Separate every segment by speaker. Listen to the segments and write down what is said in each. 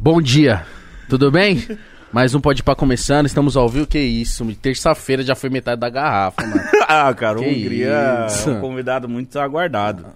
Speaker 1: Bom dia, tudo bem? Mais um Pode Pá começando, estamos ao vivo, que isso, terça-feira já foi metade da garrafa, mano.
Speaker 2: ah, cara, o
Speaker 1: Que
Speaker 2: Hungria
Speaker 1: isso?
Speaker 2: é um convidado muito aguardado.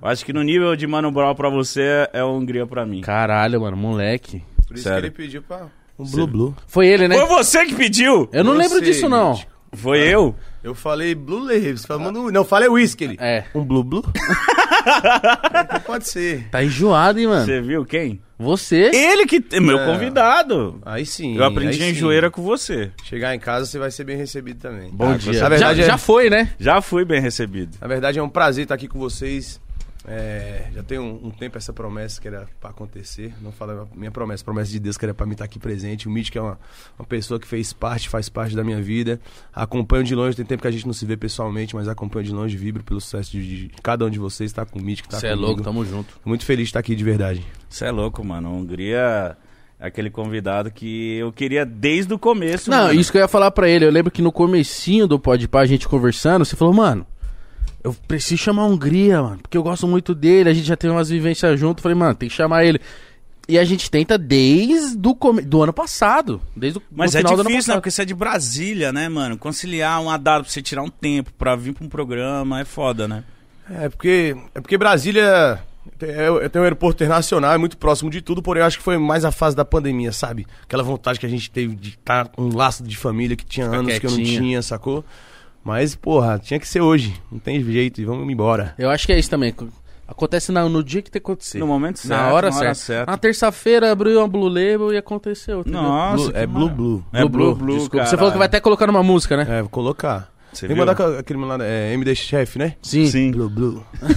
Speaker 2: Eu acho que no nível de Mano Brown pra você, é o Hungria pra mim.
Speaker 1: Caralho, mano, moleque.
Speaker 3: Por isso
Speaker 2: Sério.
Speaker 3: que ele pediu pra.
Speaker 4: Um Blue Blue.
Speaker 1: Foi ele, né?
Speaker 2: Foi você que pediu!
Speaker 1: Eu não
Speaker 3: Você,
Speaker 1: lembro disso, não.
Speaker 3: mítico.
Speaker 2: Foi
Speaker 1: É.
Speaker 2: eu?
Speaker 3: Eu falei Blue Labs, falei, manda um- não, falei Whisky. ele.
Speaker 1: É.
Speaker 4: Um Blue Blue?
Speaker 3: Não Pode ser.
Speaker 1: Tá enjoado, hein, mano?
Speaker 2: Você viu quem?
Speaker 1: Você.
Speaker 2: Ele que. te- Meu
Speaker 3: É.
Speaker 2: convidado!
Speaker 3: Aí sim.
Speaker 2: Eu aprendi
Speaker 3: aí
Speaker 2: a
Speaker 3: sim.
Speaker 2: enjoeira com você.
Speaker 3: Chegar em casa, você vai ser bem recebido também.
Speaker 1: Bom
Speaker 3: Ah,
Speaker 1: dia.
Speaker 3: Na verdade,
Speaker 1: já,
Speaker 3: é,
Speaker 1: já foi, né?
Speaker 2: Já fui bem recebido.
Speaker 3: na verdade, é um prazer estar aqui com vocês. É, já tem um, um tempo essa promessa que era pra acontecer. Não fala minha promessa, promessa de Deus que era pra mim estar aqui presente. O Mítico é uma, uma pessoa que fez parte, faz parte da minha vida. Acompanho de longe, tem tempo que a gente não se vê pessoalmente, mas acompanho de longe, vibro pelo sucesso de, de cada um de vocês. Tá com o Mítico, tá
Speaker 1: Você é
Speaker 3: comigo.
Speaker 1: louco, tamo junto.
Speaker 3: Muito feliz de estar aqui de verdade.
Speaker 2: Você é louco, mano. A Hungria é aquele convidado que eu queria desde o começo.
Speaker 1: Não,
Speaker 2: mano.
Speaker 1: isso que eu ia falar pra ele. Eu lembro que no comecinho do Pode Pá, a gente conversando, você falou, mano, eu preciso chamar a Hungria, mano, porque eu gosto muito dele, a gente já teve umas vivências junto. Falei, mano, tem que chamar ele. E a gente tenta desde o come... do ano passado. Desde o
Speaker 5: Mas
Speaker 1: no
Speaker 5: é
Speaker 1: final do ano
Speaker 5: difícil, né?
Speaker 1: passado.
Speaker 5: Porque você é de Brasília, né, mano? Conciliar um data pra você tirar um tempo pra vir pra um programa é foda, né?
Speaker 3: É porque, é porque Brasília é, é- tem um aeroporto internacional, é muito próximo de tudo, porém eu acho que foi mais a fase da pandemia, sabe? Aquela vontade que a gente teve de estar um laço de família que tinha anos que eu não
Speaker 1: quietinho.
Speaker 3: tinha, sacou? Mas, porra, tinha que ser hoje, não tem jeito, e vamos embora.
Speaker 1: Eu acho que é isso também. Acontece na- no dia que tem que acontecer.
Speaker 2: No momento certo.
Speaker 1: na hora
Speaker 2: na
Speaker 1: certa. Na terça-feira abriu uma Blue Label e aconteceu. entendeu?
Speaker 2: Nossa.
Speaker 3: Blue-
Speaker 2: que
Speaker 3: é Blue
Speaker 2: maravilha.
Speaker 3: Blue.
Speaker 2: É Blue Blue.
Speaker 1: Desculpa, você
Speaker 2: caralho.
Speaker 1: falou que vai até colocar numa música, né?
Speaker 3: É, vou colocar.
Speaker 2: Você
Speaker 3: Tem que
Speaker 2: viu?
Speaker 3: mandar com aquele lá, é, MD Chef, né?
Speaker 1: Sim.
Speaker 2: Sim.
Speaker 3: Blue Blue.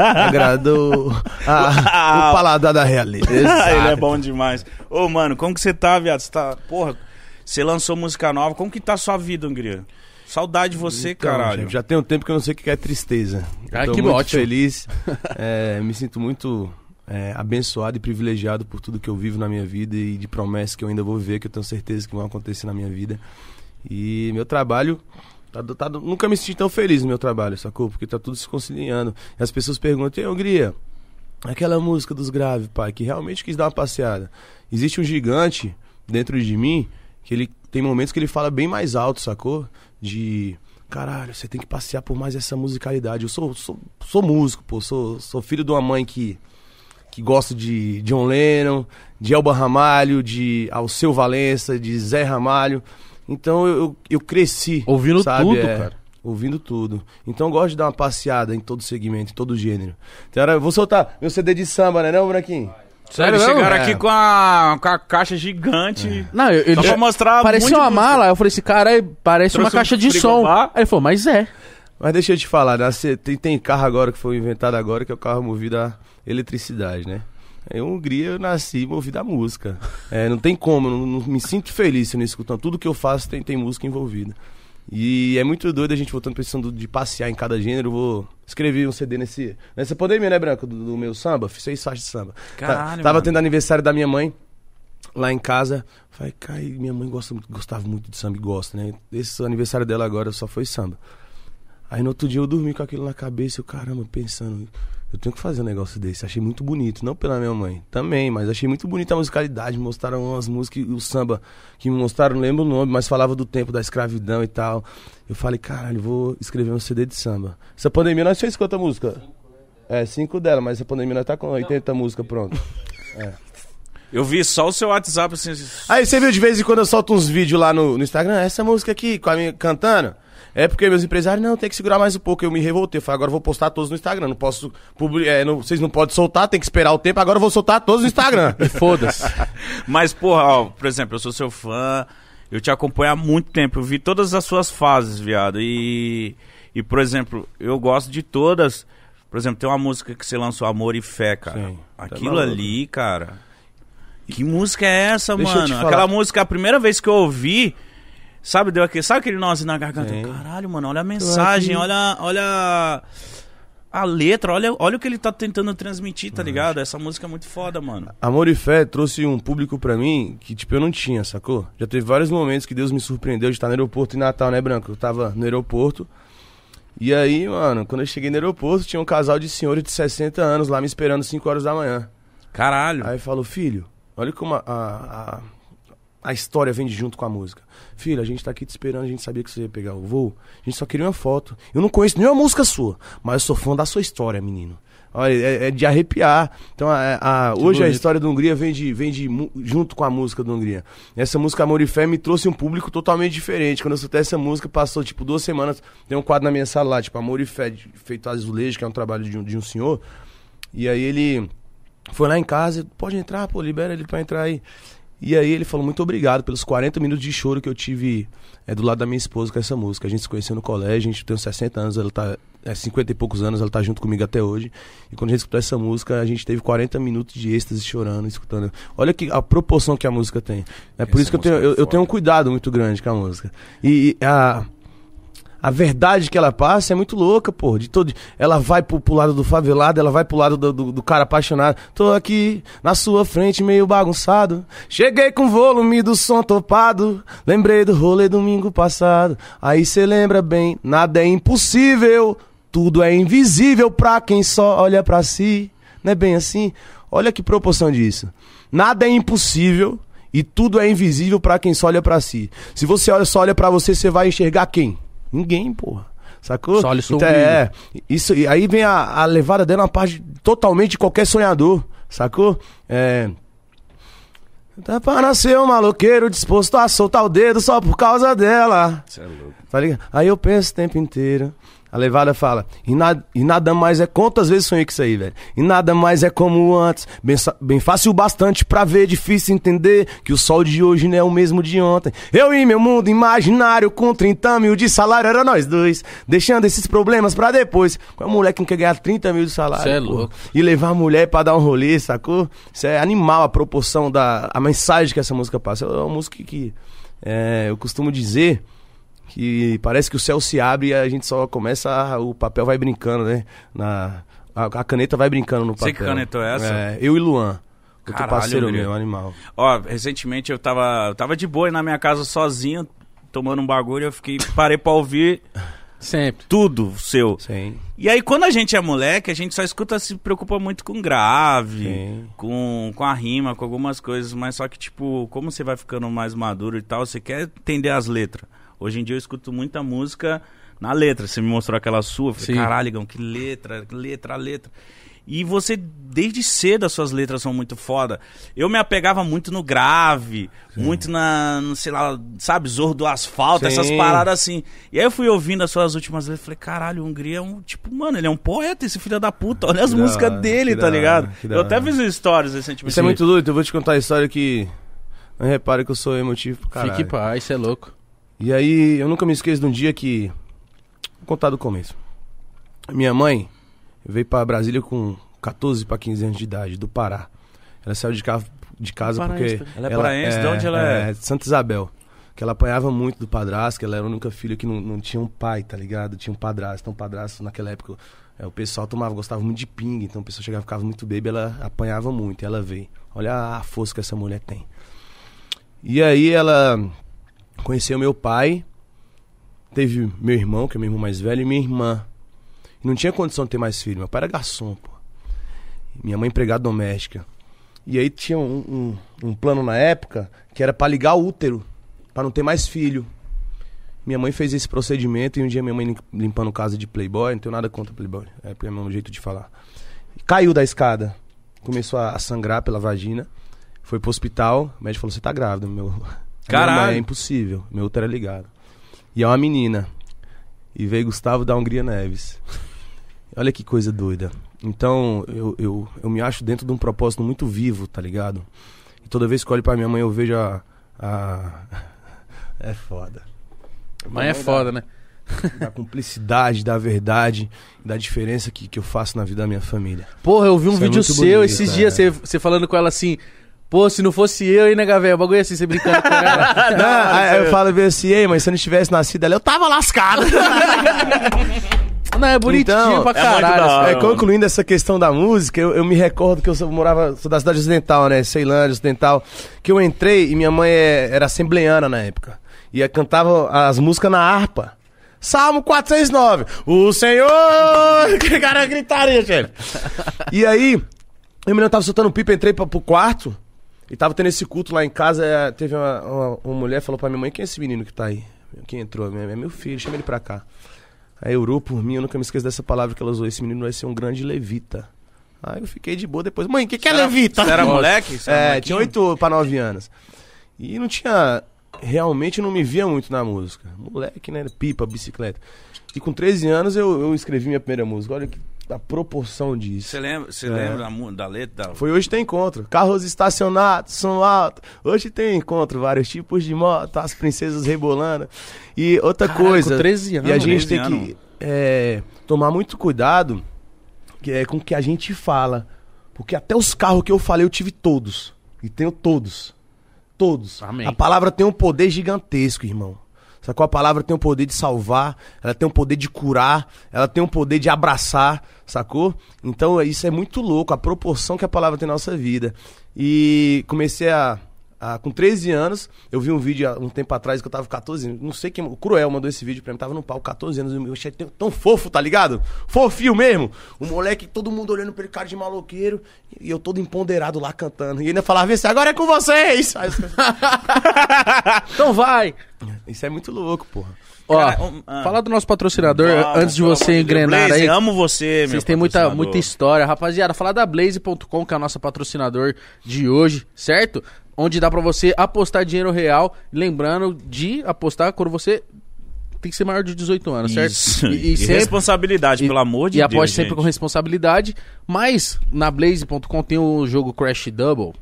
Speaker 3: Agradou a- o paladar da realeza.
Speaker 2: Ah, ele é
Speaker 3: Exato.
Speaker 2: bom demais. Ô, mano, como que você tá, viado? Você tá. Porra, você lançou música nova. Como que tá a sua vida, Hungria? Saudade de você,
Speaker 3: Então,
Speaker 2: caralho.
Speaker 3: gente, já tem um tempo que eu não sei o que é tristeza.
Speaker 1: Ah,
Speaker 3: eu tô
Speaker 1: que
Speaker 3: muito
Speaker 1: ótimo.
Speaker 3: feliz. é, me sinto muito é, abençoado e privilegiado por tudo que eu vivo na minha vida e de promessas que eu ainda vou ver, que eu tenho certeza que vão acontecer na minha vida. E meu trabalho. tá do- tá do- nunca me senti tão feliz no meu trabalho, sacou? Porque tá tudo se conciliando. E as pessoas perguntam, e aí, Hungria, aquela música dos graves, pai, que realmente quis dar uma passeada. Existe um gigante dentro de mim que ele tem momentos que ele fala bem mais alto, sacou? De caralho, você tem que passear por mais essa musicalidade. Eu sou, sou, sou músico, pô, sou, sou filho de uma mãe que que gosta de John Lennon, de Elba Ramalho, de Alceu Valença, de Zé Ramalho. Então eu, eu- eu cresci.
Speaker 1: Ouvindo
Speaker 3: sabe?
Speaker 1: tudo,
Speaker 3: É,
Speaker 1: cara.
Speaker 3: Ouvindo tudo. Então eu gosto de dar uma passeada em todo segmento, em todo gênero. Tem hora, eu vou soltar meu CD de samba, né, não, Branquinho?
Speaker 1: Sério
Speaker 5: Eles
Speaker 1: mesmo?
Speaker 5: chegaram
Speaker 1: É.
Speaker 5: aqui com a, com a caixa gigante.
Speaker 1: Não,
Speaker 3: É.
Speaker 1: eu, ele
Speaker 2: Só pra mostrar
Speaker 1: parecia
Speaker 2: muito
Speaker 1: uma
Speaker 2: música.
Speaker 1: mala. Eu falei, esse cara aí parece
Speaker 2: Trouxe
Speaker 1: uma caixa
Speaker 2: um
Speaker 1: de som.
Speaker 2: frigobar.
Speaker 1: Aí ele falou, mas é.
Speaker 3: Mas deixa eu te falar, né? Cê- tem, tem carro agora que foi inventado agora, que é o carro movido a eletricidade, né? Em Hungria eu nasci movido a música. É, não tem como, eu não, não me sinto feliz se eu não escutando. Tudo que eu faço tem, tem música envolvida. E é muito doido a gente voltando pra questão do- de passear em cada gênero. Eu vou escrever um CD nesse, nessa pandemia, né, Branco? Do, do meu samba. Fiz seis faixas de samba. Tá-
Speaker 5: Caralho,
Speaker 3: tava
Speaker 5: mano.
Speaker 3: tendo aniversário da minha mãe lá em casa. Falei, cara, e minha mãe gosta, muito- gostava muito de samba e gosta, né? Esse aniversário dela agora só foi samba. Aí no outro dia eu dormi com aquilo na cabeça, eu, caramba, pensando, eu tenho que fazer um negócio desse. Achei muito bonito, não pela minha mãe, também, mas achei muito bonita a musicalidade. me Mostraram umas músicas, o samba, que me mostraram, não lembro o nome, mas falava do tempo da escravidão e tal. Eu falei, caralho, vou escrever um CD de samba. Essa pandemia nós fez quanta música? É, cinco dela, mas essa pandemia nós tá com 80 músicas pronto.
Speaker 2: Eu vi só o seu WhatsApp assim.
Speaker 3: Aí você viu de vez em quando eu solto uns vídeos lá no, no Instagram, essa música aqui, com a minha cantando. É porque meus empresários, não, tem que segurar mais um pouco. Eu me revoltei. Eu falei, agora eu vou postar todos no Instagram. Não posso. publi- é, não- vocês não podem soltar, tem que esperar o tempo. Agora eu vou soltar todos no Instagram.
Speaker 1: E foda-se.
Speaker 5: Mas, porra, ó, por exemplo, eu sou seu fã, eu te acompanho há muito tempo, eu vi todas as suas fases, viado. E, e por exemplo, eu gosto de todas. Por exemplo, tem uma música que você lançou, Amor e Fé, cara.
Speaker 3: Sim, tá
Speaker 5: Aquilo
Speaker 3: maluco.
Speaker 5: ali, cara. Que música é essa,
Speaker 3: Deixa eu te
Speaker 5: mano?
Speaker 3: falar.
Speaker 5: Aquela música, a primeira vez que eu ouvi, sabe, deu aquele, sabe aquele nozinho na garganta?
Speaker 3: Sim.
Speaker 5: Caralho, mano, olha a mensagem,
Speaker 3: aqui.
Speaker 5: olha, olha a letra, olha, olha o que ele tá tentando transmitir, tá ligado? Essa música é muito foda, mano.
Speaker 3: Amor e Fé trouxe um público pra mim que, tipo, eu não tinha, sacou? Já teve vários momentos que Deus me surpreendeu de estar no aeroporto em Natal, né, Branco? Eu tava no aeroporto. E aí, mano, quando eu cheguei no aeroporto, tinha um casal de senhores de 60 anos lá me esperando 5 horas da manhã.
Speaker 5: Caralho.
Speaker 3: Aí falou, filho, Olha como a, a, a, a história vem de junto com a música. Filho, a gente tá aqui te esperando, a gente sabia que você ia pegar o voo. A gente só queria uma foto. Eu não conheço nenhuma música sua, mas eu sou fã da sua história, menino. Olha, é, é de arrepiar. Então, a- a- hoje a
Speaker 1: bonito.
Speaker 3: história da Hungria vem, de, vem de, mu- junto com a música da Hungria. Essa música Amor e Fé me trouxe um público totalmente diferente. Quando eu escutei essa música, passou tipo duas semanas. Tem um quadro na minha sala lá, tipo Amor e Fé, de- feito azulejo, que é um trabalho de um, de um senhor. E aí ele foi lá em casa, pode entrar, pô, libera ele pra entrar aí. E aí ele falou muito obrigado pelos 40 minutos de choro que eu tive é, do lado da minha esposa com essa música. A gente se conheceu no colégio, a gente tem uns 60 anos, ela tá. É, 50 e poucos anos, ela tá junto comigo até hoje. E quando a gente escutou essa música, a gente teve 40 minutos de êxtase chorando, escutando. Olha que a proporção que a música tem. É por
Speaker 5: Essa
Speaker 3: isso que
Speaker 5: música
Speaker 3: eu tenho,
Speaker 5: é
Speaker 3: eu, eu
Speaker 5: foda.
Speaker 3: tenho um cuidado muito grande com a música. E, e a. A verdade que ela passa é muito louca, pô. De todo... Ela vai pro, pro lado do favelado, ela vai pro lado do, do- do cara apaixonado. Tô aqui, na sua frente, meio bagunçado. Cheguei com o volume do som topado. Lembrei do rolê domingo passado. Aí cê lembra bem, nada é impossível. Tudo é invisível pra quem só olha pra si. Não é bem assim? Olha que proporção disso. Nada é impossível e tudo é invisível pra quem só olha pra si. Se você olha só olha pra você, você vai enxergar quem? Ninguém, porra. Sacou?
Speaker 1: Só olha o
Speaker 3: então,
Speaker 1: sombrio.
Speaker 3: é, isso e aí vem a, a levada dela uma parte totalmente de qualquer sonhador, sacou? É, Tá pra nascer um maloqueiro disposto a soltar o dedo só por causa dela.
Speaker 6: Você é louco.
Speaker 3: Tá ligado? Aí eu penso o tempo inteiro. A levada fala, e, na- e nada mais é. Quantas vezes sonhei com isso aí, velho? E nada mais é como antes. Bem, sa- bem fácil bastante pra ver, é difícil entender que o sol de hoje não é o mesmo de ontem. Eu e meu mundo imaginário com 30 mil de salário era nós dois, deixando esses problemas pra depois. Qual é o moleque que não quer ganhar 30 mil de salário?
Speaker 1: Cê é
Speaker 3: pô?
Speaker 1: louco.
Speaker 3: E levar a mulher pra dar um rolê, sacou? Isso é animal a proporção da. a mensagem que essa música passa. É uma música que. é, eu costumo dizer que parece que o céu se abre e a gente só começa. a- o papel vai brincando, né? Na, a, a caneta vai brincando no
Speaker 5: Você
Speaker 3: papel.
Speaker 5: que canetou essa?
Speaker 3: É, eu e Luan. Outro
Speaker 5: Caralho,
Speaker 3: parceiro
Speaker 5: Rodrigo.
Speaker 3: meu, animal.
Speaker 5: Ó, recentemente eu tava, eu tava de boa aí na minha casa sozinho, tomando um bagulho, eu fiquei, parei pra ouvir
Speaker 1: Sempre.
Speaker 5: tudo seu.
Speaker 3: Sim.
Speaker 5: E aí, quando a gente é moleque, a gente só escuta, se preocupa muito com grave,
Speaker 3: Sim.
Speaker 5: com, com a rima, com algumas coisas, mas só que, tipo, como você vai ficando mais maduro e tal, você quer entender as letras. Hoje em dia eu escuto muita música na letra. Você me mostrou aquela sua, eu falei,
Speaker 1: Sim.
Speaker 5: caralho, Igão, que letra, que letra, letra. E você, desde cedo, as suas letras são muito foda. Eu me apegava muito no grave, muito na, no, sei lá, sabe, Zorro do Asfalto,
Speaker 3: Sim.
Speaker 5: essas paradas assim. E aí eu fui ouvindo as suas últimas letras e falei, caralho, o Hungria é um, tipo, mano, ele é um poeta, esse filho da puta. Olha as
Speaker 3: Que da
Speaker 5: músicas
Speaker 3: hora,
Speaker 5: dele,
Speaker 3: que
Speaker 5: tá
Speaker 3: da
Speaker 5: ligado?
Speaker 3: hora, que da
Speaker 5: Eu até
Speaker 3: hora.
Speaker 5: fiz stories recentemente.
Speaker 3: Isso é muito doido, eu vou te contar a história que. Não repara que eu sou emotivo, pra caralho.
Speaker 1: Fique em paz, cê é louco.
Speaker 3: E aí, eu nunca me esqueço de um dia que. Vou contar do começo. Minha mãe veio pra Brasília com 14 pra 15 anos de idade, do Pará. Ela saiu de, ca- de casa
Speaker 1: Paraense
Speaker 3: porque.
Speaker 1: também.
Speaker 5: Ela é paraense? De onde ela é?
Speaker 3: É, de Santa Isabel. Que ela apanhava muito do padrasto, que ela era a única filha que não, não tinha um pai, tá ligado? Tinha um padrasto. Então, padrasto naquela época, é, o pessoal tomava, gostava muito de pinga. Então, o pessoal chegava, ficava muito bebê, ela apanhava muito. E ela veio. Olha a força que essa mulher tem. E aí, ela conheceu meu pai, teve meu irmão, que é meu irmão mais velho, e minha irmã. E não tinha condição de ter mais filho. Meu pai era garçom, pô. Minha mãe empregada doméstica. E aí tinha um, um, um plano na época que era pra ligar o útero, pra não ter mais filho. Minha mãe fez esse procedimento e um dia minha mãe lim- limpando casa de Playboy, não tenho nada contra Playboy, é porque é o meu jeito de falar. Caiu da escada, começou a a sangrar pela vagina, foi pro hospital, o médico falou: Você tá grávida, meu.
Speaker 5: Caralho.
Speaker 3: Minha mãe, É impossível, meu útero é ligado. E é uma menina. E veio Gustavo da Hungria Neves. Olha que coisa doida. Então, eu, eu, eu me acho dentro de um propósito muito vivo, tá ligado? E toda vez que eu olho pra minha mãe, eu vejo a. a... É foda.
Speaker 1: Mas é foda, né?
Speaker 3: Da cumplicidade, da verdade, da diferença que, que eu faço na vida da minha família.
Speaker 1: Porra, eu vi um
Speaker 3: Isso é
Speaker 1: vídeo
Speaker 3: muito
Speaker 1: seu
Speaker 3: bonito,
Speaker 1: esses
Speaker 3: é.
Speaker 1: dias, você- você falando com ela assim. Pô, se não fosse eu, hein, né, Gavel? O bagulho é assim, você brincando com ela.
Speaker 3: Não, aí eu falo bem assim, ei, mas se eu não tivesse nascido ela, eu tava lascado.
Speaker 1: Não, é bonitinho
Speaker 3: Então,
Speaker 1: pra
Speaker 5: é muito
Speaker 1: caralho.
Speaker 5: da
Speaker 1: assim.
Speaker 5: hora.
Speaker 3: É, concluindo essa questão da música, eu, eu me recordo que eu sou- morava, sou da cidade ocidental, né? Ceilândia, ocidental. Que eu entrei e minha mãe é- era assembleiana na época. E eu cantava as músicas na harpa. Salmo 469. O Senhor. Que cara gritaria, chefe. E aí, eu me lembro, eu tava soltando pipa, entrei pra, pro quarto. E tava tendo esse culto lá em casa, é, teve uma, uma, uma mulher falou pra minha mãe, quem é esse menino que tá aí? Quem entrou? É meu filho, chama ele pra cá. Aí orou por mim, eu nunca me esqueço dessa palavra que ela usou, esse menino vai ser um grande levita. Aí eu fiquei de boa depois, mãe, o que, que é levita?
Speaker 5: Você era moleque? Você era
Speaker 3: É,
Speaker 5: molequinho?
Speaker 3: tinha 8 para 9 anos. E não tinha. Realmente não me via muito na música. Moleque, né? Pipa, bicicleta. E com 13 anos eu, eu escrevi minha primeira música. Olha que a proporção disso.
Speaker 5: Você lembra, você
Speaker 3: É.
Speaker 5: lembra da, mu- da letra? da-
Speaker 3: Foi hoje tem encontro. Carros estacionados, som alto. Hoje tem encontro, vários tipos de moto, as princesas rebolando. E outra
Speaker 1: Caraca,
Speaker 3: coisa.
Speaker 1: com 13 anos.
Speaker 3: E a
Speaker 5: 13
Speaker 3: gente tem
Speaker 5: anos.
Speaker 3: que é, tomar muito cuidado que é, com o que a gente fala. Porque até os carros que eu falei, eu tive todos. E tenho todos. Todos.
Speaker 1: Amém.
Speaker 3: A palavra tem um poder gigantesco, irmão. Sacou? A palavra tem o poder de salvar, ela tem o poder de curar, ela tem o poder de abraçar, sacou? Então é- isso é muito louco, a proporção que a palavra tem na nossa vida. E comecei a. a- com 13 anos, eu vi um vídeo há um tempo atrás que eu tava com 14 anos. Não sei quem. O Cruel mandou esse vídeo pra mim, tava no pau, 14 anos. Eu achei tão fofo, tá ligado? Fofinho mesmo. O moleque, todo mundo olhando pra ele, cara de maloqueiro. E eu todo empoderado lá cantando. E ele ainda falava, vê se agora é com vocês! Aí os caras-
Speaker 1: Então vai!
Speaker 3: isso é muito louco, porra.
Speaker 1: Ó,
Speaker 5: Cara, um- ah.
Speaker 1: fala do nosso patrocinador
Speaker 5: Vamos,
Speaker 1: antes de
Speaker 5: pelo amor
Speaker 1: você
Speaker 5: Deus.
Speaker 1: engrenar
Speaker 5: Ah, Blaze,
Speaker 1: aí.
Speaker 5: amo você, meu
Speaker 1: Vocês têm muita,
Speaker 5: patrocinador.
Speaker 1: muita história. Rapaziada, falar da Blaze.com, que é a nossa patrocinador de hoje, certo? Onde dá pra você apostar dinheiro real. Lembrando de apostar quando você tem que ser maior de 18 anos, certo?
Speaker 5: Isso.
Speaker 1: E, e
Speaker 5: E
Speaker 1: sempre-
Speaker 5: responsabilidade,
Speaker 1: e-
Speaker 5: pelo amor de
Speaker 1: E
Speaker 5: Deus.
Speaker 1: aposte sempre
Speaker 5: gente.
Speaker 1: com responsabilidade. Mas na Blaze.com tem o jogo Crash Double,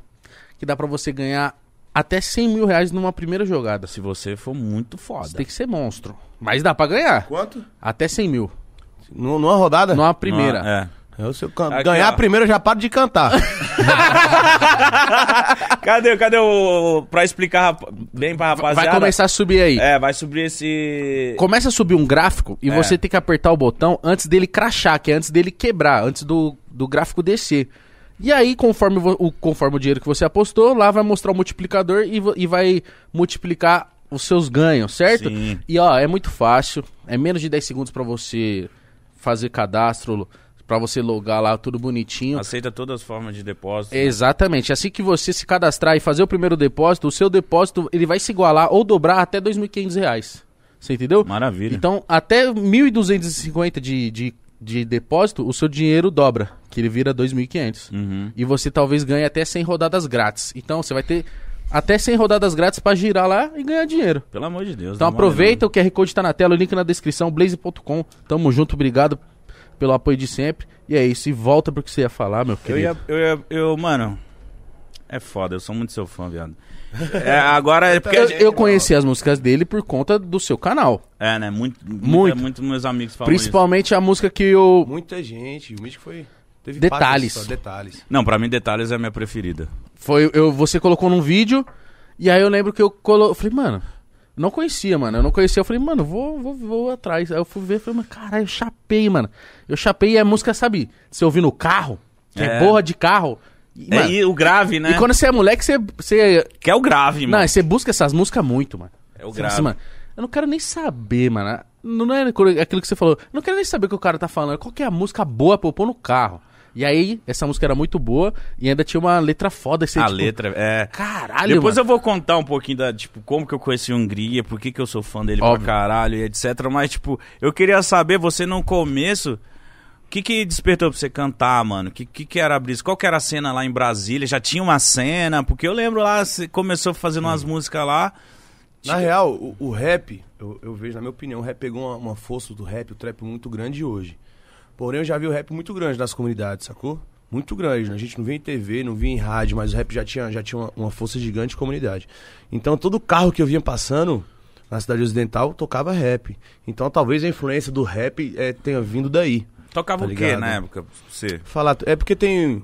Speaker 1: que dá pra você ganhar até 100 mil reais numa primeira jogada.
Speaker 5: Se você for muito
Speaker 1: Você
Speaker 5: foda.
Speaker 1: tem que ser monstro. Mas dá pra ganhar.
Speaker 3: Quanto?
Speaker 1: Até 100 mil.
Speaker 3: Numa rodada?
Speaker 1: Numa primeira.
Speaker 5: Ah,
Speaker 3: Eu, se eu can-
Speaker 5: Aqui,
Speaker 3: ganhar
Speaker 5: ó.
Speaker 3: a primeira, eu já paro de cantar.
Speaker 5: é. Cadê, cadê o... Pra explicar rapa- bem pra rapaziada.
Speaker 1: Vai começar a subir aí.
Speaker 5: É, vai subir esse...
Speaker 1: Começa a subir um gráfico e
Speaker 5: É.
Speaker 1: você tem que apertar o botão antes dele crachar, que é antes dele quebrar, antes do, do gráfico descer. E aí, conforme vo- o, conforme o dinheiro que você apostou, lá vai mostrar o multiplicador e, vo- e vai multiplicar os seus ganhos, certo?
Speaker 5: Sim.
Speaker 1: E ó, é muito fácil, é menos de 10 segundos pra você fazer cadastro, pra você logar lá, tudo bonitinho.
Speaker 5: Aceita todas as formas de depósito.
Speaker 1: Exatamente. Assim que você se cadastrar e fazer o primeiro depósito, o seu depósito ele vai se igualar ou dobrar até R$ 2.500. Você entendeu?
Speaker 5: Maravilha.
Speaker 1: Então, até 1.250 de, de, de depósito, o seu dinheiro dobra, que ele vira 2.500.
Speaker 5: Uhum.
Speaker 1: E você talvez ganhe até 100 rodadas grátis. Então, você vai ter até 100 rodadas grátis pra girar lá e ganhar dinheiro.
Speaker 5: Pelo amor de Deus.
Speaker 1: Então
Speaker 5: na moral.
Speaker 1: aproveita, o QR Code tá na tela, o link na descrição, blaze.com. Tamo junto, obrigado pelo apoio de sempre. E é isso, e volta pro que você ia falar, meu
Speaker 5: Eu
Speaker 1: querido.
Speaker 5: ia, eu ia- eu, mano... É foda, eu sou muito seu fã, viado. É, agora é porque... a
Speaker 1: Eu,
Speaker 5: gente-
Speaker 1: eu conheci as músicas dele por conta do seu canal.
Speaker 5: É, né? Muito,
Speaker 1: Muito.
Speaker 5: muito. muito meus amigos falam isso.
Speaker 1: principalmente a música que eu.
Speaker 3: Muita gente. O Mítico foi. Teve
Speaker 1: Detalhes.
Speaker 3: passos só, detalhes.
Speaker 5: Não, pra mim Detalhes é a minha preferida.
Speaker 1: Foi, eu você colocou num vídeo. E aí eu lembro que eu colo... eu falei, mano, não conhecia, mano. Eu não conhecia. Eu falei, mano, vou, vou, vou atrás. Aí eu fui ver, falei, mano, caralho, eu chapei, mano. Eu chapei e a música, sabe? Você ouvir no carro, que é,
Speaker 5: É.
Speaker 1: borra de carro. E,
Speaker 5: É,
Speaker 1: mano,
Speaker 5: e o grave, né?
Speaker 1: e quando você é moleque, você. você...
Speaker 5: Que é o grave, mano.
Speaker 1: Não, você busca essas músicas muito, mano.
Speaker 5: É o
Speaker 1: Você fala
Speaker 5: grave.
Speaker 1: assim, mano, eu não quero nem saber, mano. Não é aquilo que você falou. Eu não quero nem saber o que o cara tá falando. Qual que é a música boa pra eu pôr no carro? E aí, essa música era muito boa e ainda tinha uma letra foda. Assim,
Speaker 5: a
Speaker 1: tipo,
Speaker 5: letra é.
Speaker 1: Caralho,
Speaker 5: Depois
Speaker 1: mano.
Speaker 5: eu vou contar um pouquinho da, tipo, como que eu conheci a Hungria, por que que eu sou fã dele
Speaker 1: Óbvio.
Speaker 5: pra caralho e etc. Mas, tipo, eu queria saber, você no começo, o que que despertou pra você cantar, mano? O que, que que era a brisa? Qual que era a cena lá em Brasília? Já tinha uma cena? Porque eu lembro lá, você começou fazendo umas
Speaker 1: Hum.
Speaker 5: músicas lá.
Speaker 3: Na real, o, o rap, eu, eu vejo, na minha opinião, o rap pegou uma, uma força do rap, o trap muito grande hoje. Porém, eu já vi o rap muito grande nas comunidades, sacou? Muito grande. né? A gente não via em TV, não via em rádio, mas o rap já tinha, já tinha uma, uma força gigante de comunidade. Então, todo carro que eu vinha passando na cidade ocidental tocava rap. Então, talvez a influência do rap eh, tenha vindo daí.
Speaker 5: Tocava
Speaker 3: Tá
Speaker 5: o quê
Speaker 3: ligado.
Speaker 5: na época? Você?
Speaker 3: falar. É porque tem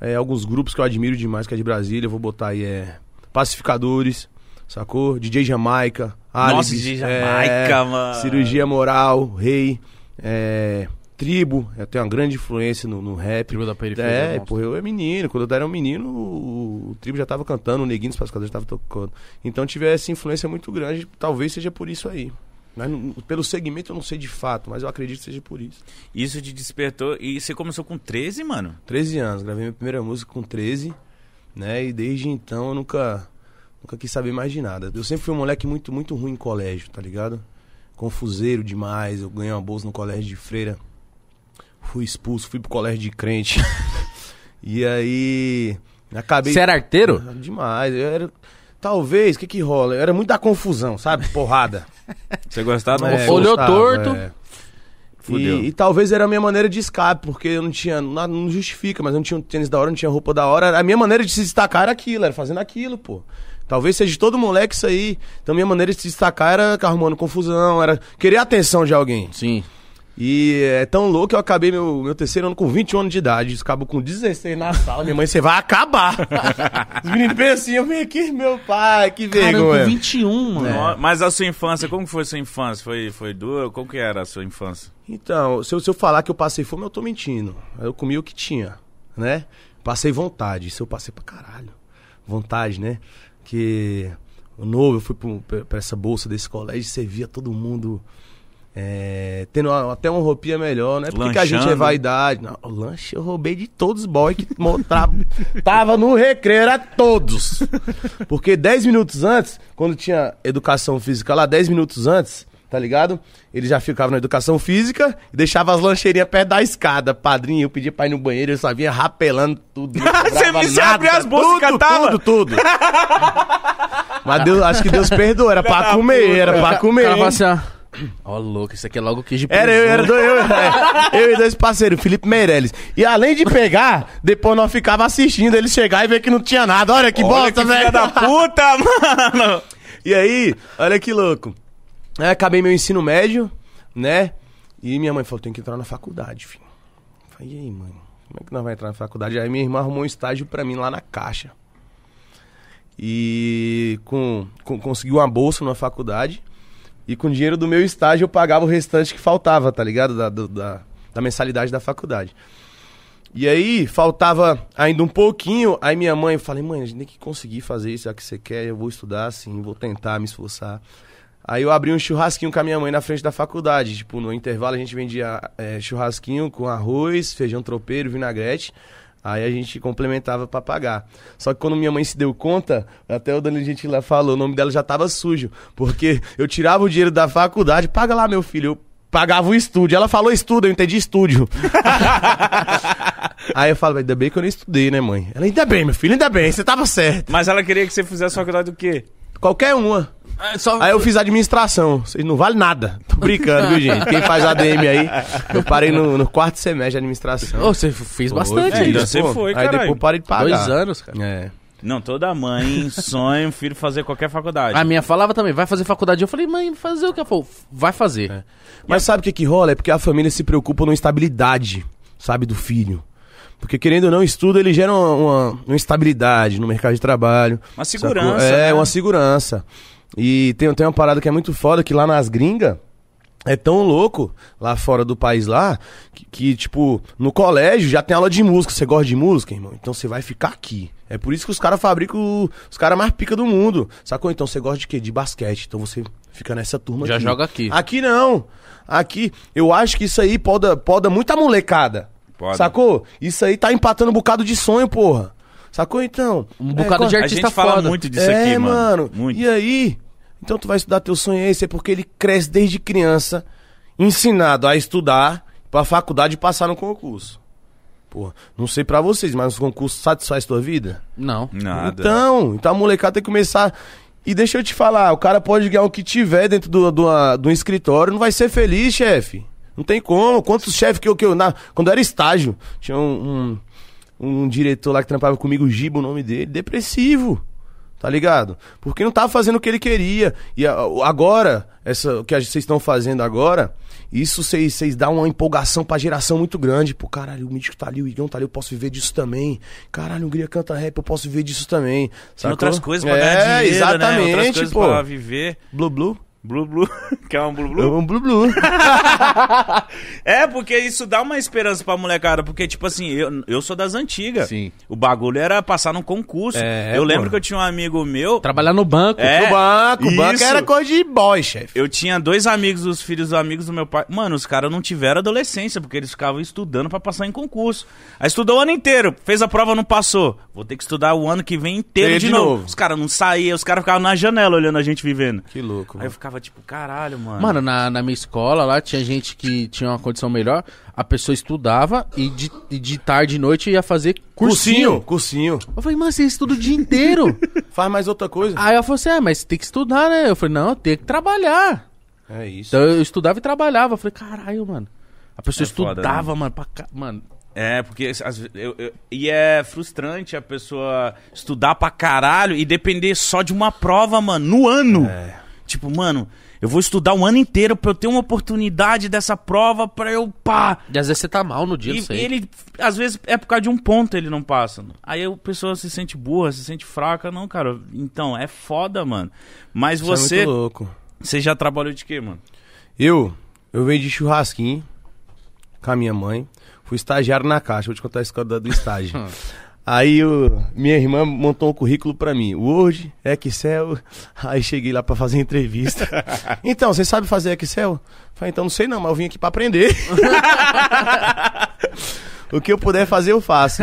Speaker 3: é, alguns grupos que eu admiro demais, que é de Brasília. Eu vou botar aí, é. Pacificadores, sacou? DJ Jamaica. Álibis,
Speaker 5: DJ
Speaker 3: é,
Speaker 5: Jamaica, mano.
Speaker 3: Cirurgia Moral, Rei. É, tribo. Eu tenho uma grande influência no, no rap.
Speaker 1: Tribo da Periferia,
Speaker 3: É,
Speaker 1: monstro.
Speaker 3: porra, eu era menino. Quando eu era um menino, o, o Tribo já tava cantando, o Neguinho dos Pacificadores já tava tocando. Então tive essa influência muito grande. Talvez seja por isso aí. Mas não- pelo segmento eu não sei de fato, mas eu acredito que seja por isso.
Speaker 5: Isso te despertou e você começou com 13, mano?
Speaker 3: 13 anos, gravei minha primeira música com 13. né? E desde então eu nunca, nunca quis saber mais de nada. Eu sempre fui um moleque muito, muito ruim em colégio, tá ligado? Confuseiro demais, eu ganhei uma bolsa no colégio de freira. Fui expulso, fui pro colégio de crente. e aí. Acabei.
Speaker 1: Você era arteiro?
Speaker 3: Demais. Eu era. Talvez, o que que rola? Eu era muito da confusão, sabe? Porrada.
Speaker 5: Você gostava?
Speaker 3: É,
Speaker 5: Ou-
Speaker 1: Olhou
Speaker 3: gostava,
Speaker 1: torto.
Speaker 3: é.
Speaker 5: Fudeu.
Speaker 3: E, e talvez era a minha maneira de escape, porque eu não tinha. Não, não justifica, mas eu não tinha um tênis da hora, não tinha roupa da hora. A minha maneira de se destacar era aquilo, era fazendo aquilo, pô. Talvez seja de todo moleque isso aí. Então, minha maneira de se destacar era arrumando confusão, era querer a atenção de alguém.
Speaker 1: Sim.
Speaker 3: E é tão louco que eu acabei meu, meu terceiro ano com 21 anos de idade. Acabo com 16 na sala. Minha mãe, você vai acabar. Os meninos pensam assim, eu vim aqui, meu pai, que
Speaker 1: Caramba,
Speaker 3: vergonha.
Speaker 1: com
Speaker 3: É.
Speaker 1: 21, mano.
Speaker 5: No- É. Mas a sua infância, como que foi a sua infância? Foi, foi dura? Como que era a sua infância?
Speaker 3: Então, se eu, se eu falar que eu passei fome, eu tô mentindo. Eu comi o que tinha, né? Passei vontade. Isso eu passei pra caralho. Vontade, né? Que o novo, eu fui pro- pra, pra essa bolsa desse colégio, servia todo mundo. é, tendo uma- até uma roupinha melhor, não é porque que a gente é
Speaker 5: Lanchando.
Speaker 3: vaidade. Não, o lanche eu roubei de todos os boys que montava, tava no recreio, era todos. Porque 10 minutos antes, quando tinha educação física lá, 10 minutos antes, tá ligado? Ele já ficava na educação física e deixava as lancheirinhas perto da escada. Padrinho, eu pedia pra ir no banheiro, eu só vinha rapelando tudo. não
Speaker 5: Você
Speaker 3: cobrava
Speaker 5: me- você
Speaker 3: nada,
Speaker 5: abria as bolsas e
Speaker 3: tudo,
Speaker 5: catava?
Speaker 3: Tudo, tudo. Mas Deus, acho que Deus perdoa, era pra comer, era pra
Speaker 1: O
Speaker 3: comer.
Speaker 1: cara fala
Speaker 3: Tá hein?
Speaker 1: assim, ó. Ó, louco, isso aqui é logo queijo de
Speaker 3: Era eu, era
Speaker 1: presunto.
Speaker 3: do, eu, é, eu e dois parceiros, Felipe Meirelles. E além de pegar, depois nós ficava assistindo ele chegar e ver que não tinha nada. Olha que
Speaker 5: Olha que
Speaker 3: bosta,
Speaker 5: filha
Speaker 3: velho.
Speaker 5: da puta, mano!
Speaker 3: E aí, olha que louco. Aí acabei meu ensino médio, né? E minha mãe falou: tem que entrar na faculdade, filho. Eu Falei, e aí, mãe? Como é que nós vamos entrar na faculdade? Aí minha irmã arrumou um estágio pra mim lá na Caixa. E com, com, consegui uma bolsa numa faculdade. E com o dinheiro do meu estágio eu pagava o restante que faltava, tá ligado? Da, do- da, da mensalidade da faculdade. E aí, faltava ainda um pouquinho. Aí minha mãe, eu falei, mãe, a gente tem que conseguir fazer isso, já que você quer, eu vou estudar, sim, vou tentar me esforçar. Aí eu abri um churrasquinho com a minha mãe na frente da faculdade. Tipo, no intervalo a gente vendia eh, churrasquinho com arroz, feijão tropeiro, vinagrete. Aí a gente complementava pra pagar. Só que quando minha mãe se deu conta, até o Danilo Gentili lá falou, o nome dela já tava sujo. Porque eu tirava o dinheiro da faculdade, paga lá, meu filho. Eu pagava o estúdio. Ela falou estúdio, eu entendi estúdio. Aí eu falo, ainda bem que eu não estudei, né, mãe? Ela, ainda bem, meu filho, ainda bem, você tava certo.
Speaker 5: Mas ela queria que você fizesse faculdade do quê?
Speaker 3: Qualquer uma.
Speaker 1: É, só-
Speaker 3: Aí eu fiz administração. Isso aí não vale nada. Tô brincando, viu, gente? Quem faz ADM aí, eu parei no, no quarto semestre de administração.
Speaker 1: Ô, você fez bastante
Speaker 3: Foi,
Speaker 5: ainda
Speaker 1: isso.
Speaker 3: pô.
Speaker 5: você foi,
Speaker 3: Aí
Speaker 5: caralho.
Speaker 3: depois eu parei de pagar.
Speaker 1: Dois anos, cara.
Speaker 3: É.
Speaker 5: Não, toda mãe sonha o filho fazer qualquer faculdade.
Speaker 1: A minha falava também, vai fazer faculdade. Eu falei, mãe, fazer o que? Ela falou, vai fazer.
Speaker 3: É. Mas sabe o que, que rola? É porque a família se preocupa com a estabilidade, sabe, do filho. Porque querendo ou não, o estudo ele gera uma, uma- uma estabilidade no mercado de trabalho.
Speaker 5: Uma
Speaker 3: sacou?
Speaker 5: segurança,
Speaker 3: É,
Speaker 5: né?
Speaker 3: uma segurança. E tem, tem uma parada que é muito foda, que lá nas gringas é tão louco, lá fora do país lá, que, que, tipo, no colégio já tem aula de música. Você gosta de música, irmão? Então você vai ficar aqui. É por isso que os caras fabricam o- os caras mais pica do mundo. Sacou? Então você gosta de quê? De basquete. Então você fica nessa turma
Speaker 1: Já
Speaker 3: aqui.
Speaker 1: joga aqui.
Speaker 3: Aqui não. Aqui, eu acho que isso aí poda, poda muita molecada.
Speaker 5: Poda.
Speaker 3: Sacou? Isso aí tá empatando um bocado de sonho, porra. Sacou então?
Speaker 1: Um bocado
Speaker 3: co-
Speaker 1: de
Speaker 5: A
Speaker 1: artista
Speaker 5: gente fala
Speaker 1: foda.
Speaker 5: muito disso
Speaker 3: é,
Speaker 5: aqui, mano.
Speaker 3: mano.
Speaker 5: Muito.
Speaker 3: E aí? Então tu vai estudar teu sonho é esse, é porque ele cresce desde criança, ensinado a estudar pra faculdade e passar no concurso. Porra, não sei pra vocês, mas o concurso satisfaz tua vida?
Speaker 1: Não.
Speaker 5: Nada.
Speaker 3: Então, então a molecada tem que começar. E deixa eu te falar, o cara pode ganhar o que tiver dentro do, do, do escritório, não vai ser feliz, chefe. Não tem como. Quantos chefes que eu. Que eu na, quando era estágio, tinha um, um, um diretor lá que trampava comigo, o Giba, o nome dele, depressivo. Tá ligado? Porque não tava fazendo o que ele queria. E a- o- agora, essa, o que a- vocês estão fazendo agora, isso vocês vocês dão uma empolgação pra geração muito grande. Pô, caralho, o Mítico tá ali, o Igão tá ali, eu posso viver disso também. Caralho, o Hungria canta rap, eu posso viver disso também.
Speaker 5: Tem
Speaker 3: Sacou?
Speaker 5: outras coisas pra
Speaker 3: é,
Speaker 5: ganhar dinheiro, né?
Speaker 3: exatamente,
Speaker 5: Outras coisas
Speaker 3: pô.
Speaker 5: pra viver.
Speaker 3: Blu Blu.
Speaker 5: Blu Blu. Quer um Blu Blu?
Speaker 3: Eu amo Blu Blu.
Speaker 5: É, porque isso dá uma esperança pra molecada. Porque, tipo assim, eu, eu sou das antigas.
Speaker 1: Sim.
Speaker 5: O bagulho era passar num concurso.
Speaker 3: É,
Speaker 5: eu
Speaker 3: pô.
Speaker 5: lembro que eu tinha um amigo meu.
Speaker 1: Trabalhar no banco.
Speaker 5: É,
Speaker 3: o banco, o banco
Speaker 5: isso.
Speaker 3: era coisa de boy, chefe.
Speaker 5: Eu tinha dois amigos, os filhos dos amigos do meu pai. Mano, os caras não tiveram adolescência, porque eles ficavam estudando pra passar em concurso. Aí estudou o ano inteiro, fez a prova, não passou. Vou ter que estudar o ano que vem inteiro
Speaker 3: Tem
Speaker 5: de,
Speaker 3: de
Speaker 5: novo.
Speaker 3: novo.
Speaker 5: Os caras não saíam, os caras ficavam na janela olhando a gente vivendo.
Speaker 3: Que louco.
Speaker 5: Aí eu ficava tipo, caralho, mano.
Speaker 1: Mano, na, na minha escola lá tinha gente que tinha uma condição melhor. A pessoa estudava e de, e de tarde e noite ia fazer cursinho.
Speaker 3: Cursinho.
Speaker 1: Eu falei, mano, você estuda o dia inteiro.
Speaker 3: Faz mais outra coisa.
Speaker 5: Ah,
Speaker 1: Aí ela falou assim: é, mas você tem que estudar, né? Eu falei, não, eu tenho que trabalhar.
Speaker 3: É isso.
Speaker 1: Então eu estudava e trabalhava. Eu falei, caralho, mano. A pessoa
Speaker 5: É foda,
Speaker 1: estudava, mano, pra ca... Mano,
Speaker 5: É, porque. às ve- eu- eu- e é frustrante a pessoa estudar pra caralho e depender só de uma prova, mano, no ano.
Speaker 3: É.
Speaker 5: Tipo, mano, eu vou estudar um ano inteiro pra eu ter uma oportunidade dessa prova pra eu pá.
Speaker 1: e às vezes você tá mal no dia,
Speaker 5: E
Speaker 1: não sei.
Speaker 5: ele, às vezes, é por causa de um ponto ele não passa. Aí a pessoa se sente burra, se sente fraca. Não, cara, então, é foda, mano. Mas
Speaker 3: Isso é
Speaker 5: você,
Speaker 3: muito louco.
Speaker 5: você já trabalhou de quê, mano?
Speaker 3: Eu, eu venho de churrasquinho com a minha mãe. Fui estagiário na caixa. Vou te contar a história da- do estágio. Aí o- minha irmã montou um currículo pra mim. Word, Excel. Aí cheguei lá pra fazer entrevista. então, você sabe fazer Excel? Falei, então não sei não, mas eu vim aqui pra aprender. o que eu puder fazer, eu faço.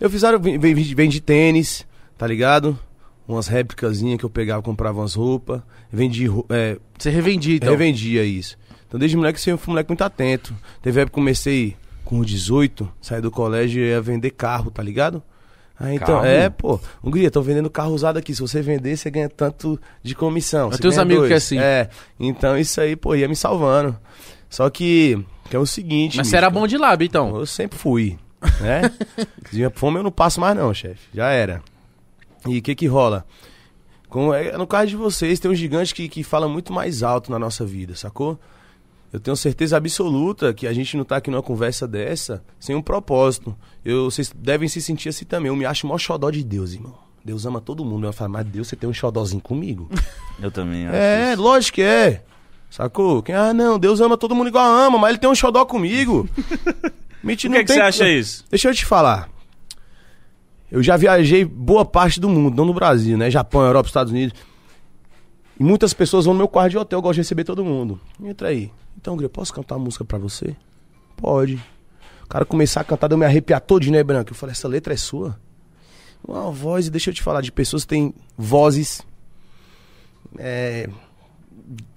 Speaker 3: Eu fiz, eu vim- vim- vim de tênis, tá ligado? Umas réplicazinhas que eu pegava, comprava umas roupas. Vendi ro- é,
Speaker 1: Você revendia, então.
Speaker 3: eu vendia isso. Então desde moleque eu fui um moleque muito atento. Teve época que comecei com 18, saí do colégio e ia vender carro, tá ligado? Ah, então,
Speaker 5: Carro?
Speaker 3: é, pô. Hungria, tô vendendo carro usado aqui. Se você vender, você ganha tanto de comissão.
Speaker 1: Eu
Speaker 3: Você
Speaker 1: tenho uns
Speaker 3: ganha
Speaker 1: amigos que
Speaker 3: dois.
Speaker 1: é assim.
Speaker 3: É, então isso aí, pô, ia me salvando. Só que, que é o seguinte.
Speaker 1: Mas você era
Speaker 3: Mítico.
Speaker 1: bom de lábio, então.
Speaker 3: Eu sempre fui, né? Tinha fome eu não passo mais não, chefe. Já era. E o que que rola? Como é, no caso de vocês, tem um gigante que, que fala muito mais alto na nossa vida, sacou? Eu tenho certeza absoluta que a gente não tá aqui numa conversa dessa sem um propósito. Eu, vocês devem se sentir assim também. Eu me acho o maior xodó de Deus, irmão. Deus ama todo mundo. Eu falo, mas Deus, você tem um xodózinho comigo?
Speaker 5: Eu também acho.
Speaker 3: É, lógico que é. Sacou? Quem, ah, não, Deus ama todo mundo igual ama, mas ele tem um xodó comigo. Mentira,
Speaker 5: O que, é que você acha isso?
Speaker 3: Deixa eu te falar. Eu já viajei boa parte do mundo, não no Brasil, né? Japão, Europa, Estados Unidos. E muitas pessoas vão no meu quarto de hotel, eu gosto de receber todo mundo. Entra aí. Então, Gre, posso cantar uma música pra você? Pode. O cara começar a cantar, deu me arrepiar todinho, né, Branco? Eu falei, essa letra é sua? Uma voz, e deixa eu te falar, de pessoas que têm vozes. É,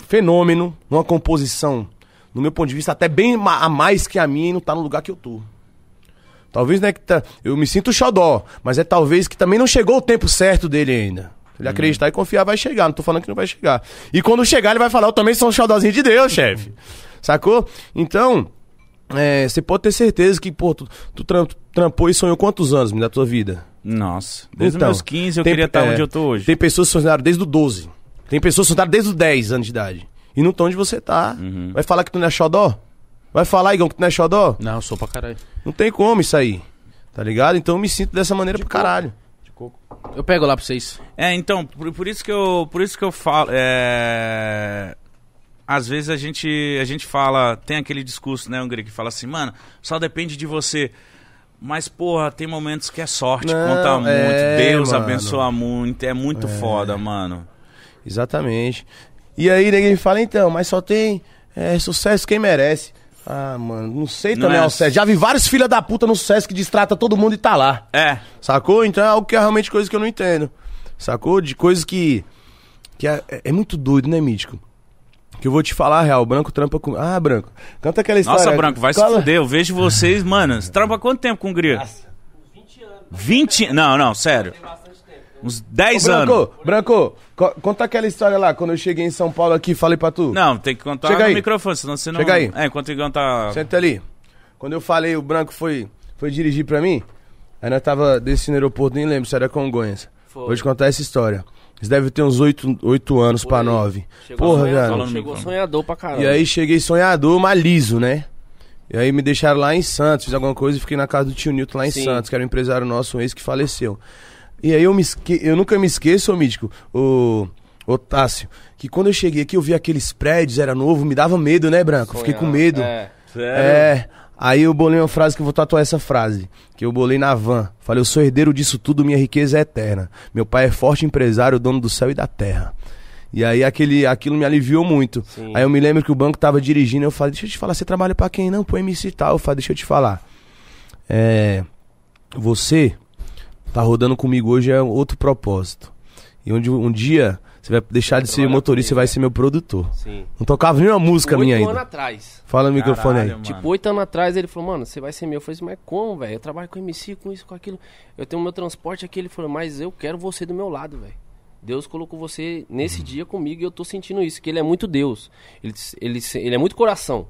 Speaker 3: fenômeno, numa composição, no meu ponto de vista, até bem ma- a mais que a minha e não tá no lugar que eu tô. Talvez, né, que tá, eu me sinto xodó, mas é talvez que também não chegou o tempo certo dele ainda. Se
Speaker 5: Uhum.
Speaker 3: ele acreditar e confiar, vai chegar. Não tô falando que não vai chegar. E quando chegar, ele vai falar, eu também sou um xodózinho de Deus, chefe. Sacou? Então, é, você pode ter certeza que, pô, tu, tu tram- trampou e sonhou quantos anos menino, da tua vida?
Speaker 5: Nossa, desde
Speaker 3: Então,
Speaker 5: os meus 15 eu
Speaker 3: tem-
Speaker 5: queria estar
Speaker 3: é,
Speaker 5: onde eu tô hoje.
Speaker 3: Tem pessoas que sonharam desde o 12. Tem pessoas que sonharam desde os 10 anos de idade. E não estão onde você tá.
Speaker 5: Uhum.
Speaker 3: Vai falar que tu não é xodó? Vai falar, Igão, que tu não é xodó?
Speaker 1: Não, eu sou pra caralho.
Speaker 3: Não tem como isso aí. Tá ligado? Então eu me sinto dessa maneira pro caralho.
Speaker 1: Eu pego lá pra vocês.
Speaker 5: É, então, por, por isso que eu, por isso que eu falo, é... Às vezes a gente, a gente fala, tem aquele discurso, né, Hungria, que fala assim, mano, só depende de você. Mas, porra, tem momentos que é sorte,
Speaker 3: Não,
Speaker 5: conta muito,
Speaker 3: é,
Speaker 5: Deus
Speaker 3: mano.
Speaker 5: abençoa muito, é muito foda, mano.
Speaker 3: Exatamente. E aí ninguém me fala, então, mas só tem é, sucesso quem merece. Ah, mano, não sei
Speaker 5: Não
Speaker 3: também,
Speaker 5: é
Speaker 3: ao Sesc. Já vi vários filha da puta no Sesc que destrata todo mundo e tá lá.
Speaker 5: É,
Speaker 3: Sacou? Então é algo que é realmente coisa que eu não entendo. Sacou? De coisas que. que é, é muito doido, né, Mítico? Que eu vou te falar, a real. O branco trampa com. Ah, branco. Canta aquela história.
Speaker 5: nossa, Branco, vai
Speaker 3: Qual-
Speaker 5: se fuder, eu vejo vocês, mano, você trampa quanto tempo com Hungria? 20 anos. Não, não, sério. Uns 10 anos.
Speaker 3: Branco, Branco, co- conta aquela história lá, quando eu cheguei em São Paulo aqui, falei pra tu.
Speaker 5: Não, tem que contar
Speaker 3: Chega
Speaker 5: no
Speaker 3: aí.
Speaker 5: microfone, senão você não...
Speaker 3: Chega aí.
Speaker 5: É, enquanto o Igão tá...
Speaker 3: Senta ali. Quando eu falei, o branco foi, foi dirigir pra mim. Aí nós tava descendo no aeroporto, nem lembro se era Congonhas. Vou te contar essa história. Isso deve ter uns 8, oito anos pra 9. Porra,
Speaker 5: Fala
Speaker 3: velho.
Speaker 5: no
Speaker 7: Chegou
Speaker 5: microfone.
Speaker 7: sonhador pra caralho.
Speaker 3: E aí cheguei sonhador, mas liso, né? E aí me deixaram lá em Santos, fiz alguma coisa e fiquei na casa do tio Nilton lá em
Speaker 7: Sim.
Speaker 3: Santos, que era um empresário nosso, um ex que faleceu. E aí eu, me esque... eu nunca me esqueço, ô Mítico, o... Otácio, que quando eu cheguei aqui, eu vi aqueles prédios, era novo, me dava medo, né, Branco? Eu Fiquei com
Speaker 7: Sonhava.
Speaker 3: medo.
Speaker 7: É.
Speaker 3: É. Aí eu bolei uma frase que eu vou tatuar essa frase, que eu bolei na van. Falei, eu sou herdeiro disso tudo, minha riqueza é eterna. Meu pai é forte empresário, dono do céu e da terra. E aí aquele, aquilo me aliviou muito.
Speaker 7: Sim.
Speaker 3: Aí eu me lembro que o banco tava dirigindo, eu falei, deixa eu te falar, você trabalha pra quem? Não, pro MC e tal. Eu falei, deixa eu te falar. É, você tá rodando comigo hoje é outro propósito. E onde um dia você vai deixar de ser
Speaker 7: Trabalhar
Speaker 3: motorista e
Speaker 7: comigo,
Speaker 3: vai ser meu produtor.
Speaker 7: Sim.
Speaker 3: Não tocava nenhuma música minha
Speaker 7: Oito
Speaker 3: ainda.
Speaker 7: anos atrás.
Speaker 3: Fala no microfone aí.
Speaker 5: Caralho, mano.
Speaker 7: Tipo, oito anos atrás ele falou, mano, você vai ser meu. Eu falei assim, mas como, velho? Eu trabalho com MC, com isso, com aquilo. Eu tenho meu transporte aqui. Ele falou, mas eu quero você do meu lado, velho. Deus colocou você nesse
Speaker 3: Uhum.
Speaker 7: dia comigo e eu tô sentindo isso, que ele é muito Deus. Ele, ele, ele é muito coração.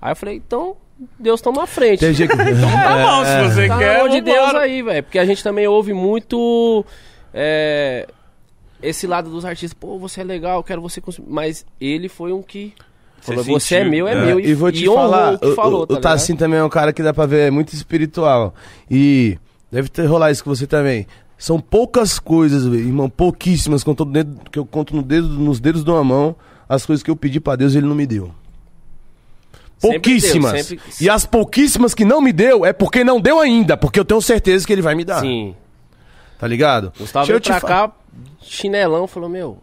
Speaker 7: Aí eu falei, então, Deus toma na frente.
Speaker 3: Uhum. Tem
Speaker 7: né?"
Speaker 3: jeito.
Speaker 5: Tá bom, se você
Speaker 7: tá
Speaker 5: quer.
Speaker 7: na mão
Speaker 5: vambora.
Speaker 7: de Deus aí, velho. Porque a gente também ouve muito é, esse lado dos artistas. Pô, você é legal, quero você consumir. Mas ele foi um que falou,
Speaker 5: sentiu,
Speaker 7: você é meu, é,
Speaker 5: né?
Speaker 7: meu.
Speaker 3: E vou te
Speaker 7: honrou
Speaker 3: falar,
Speaker 7: o que falou,
Speaker 3: o,
Speaker 7: tá
Speaker 3: o Tassim também é um cara que dá pra ver, é muito espiritual. E deve ter rolar isso com você também. São poucas coisas, velho, irmão, pouquíssimas, com todo dedo, que eu conto no dedo, nos dedos de uma mão, as coisas que eu pedi pra Deus ele não me deu.
Speaker 7: Sempre deu,
Speaker 3: Pouquíssimas.
Speaker 7: sempre-
Speaker 3: E as pouquíssimas que não me deu é porque não deu ainda, porque eu tenho certeza que ele vai me dar.
Speaker 7: ligado? Sim.
Speaker 3: Tá ligado?
Speaker 7: Gustavo
Speaker 3: Deixa eu
Speaker 7: veio
Speaker 3: te
Speaker 7: pra
Speaker 3: fa-
Speaker 7: cá, chinelão, falou, meu,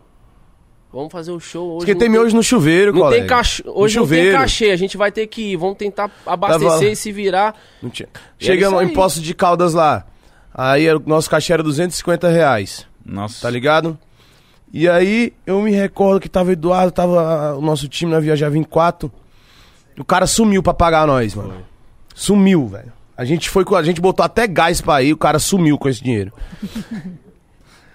Speaker 7: vamos fazer o show hoje. não
Speaker 3: Esquentei-me
Speaker 7: tem-
Speaker 3: hoje no chuveiro,
Speaker 7: Não
Speaker 3: colega.
Speaker 7: tem cachê,
Speaker 3: No
Speaker 7: hoje não tem
Speaker 3: chuveiro.
Speaker 7: cachê, a gente vai ter que ir, vamos tentar abastecer
Speaker 3: Tava-
Speaker 7: e se virar.
Speaker 3: Não tinha.
Speaker 7: E
Speaker 3: Chegamos
Speaker 7: era isso
Speaker 3: em
Speaker 7: aí.
Speaker 3: Poço de Caldas lá. Aí era- o nosso cachê era 250 reais,
Speaker 5: Nossa.
Speaker 3: tá ligado? E aí eu me recordo que tava o Eduardo, tava ah, o nosso time na Viajava em 4. O cara sumiu pra pagar nós, mano. Sumiu, velho. A gente foi com. A gente botou até gás pra ir, o cara sumiu com esse dinheiro.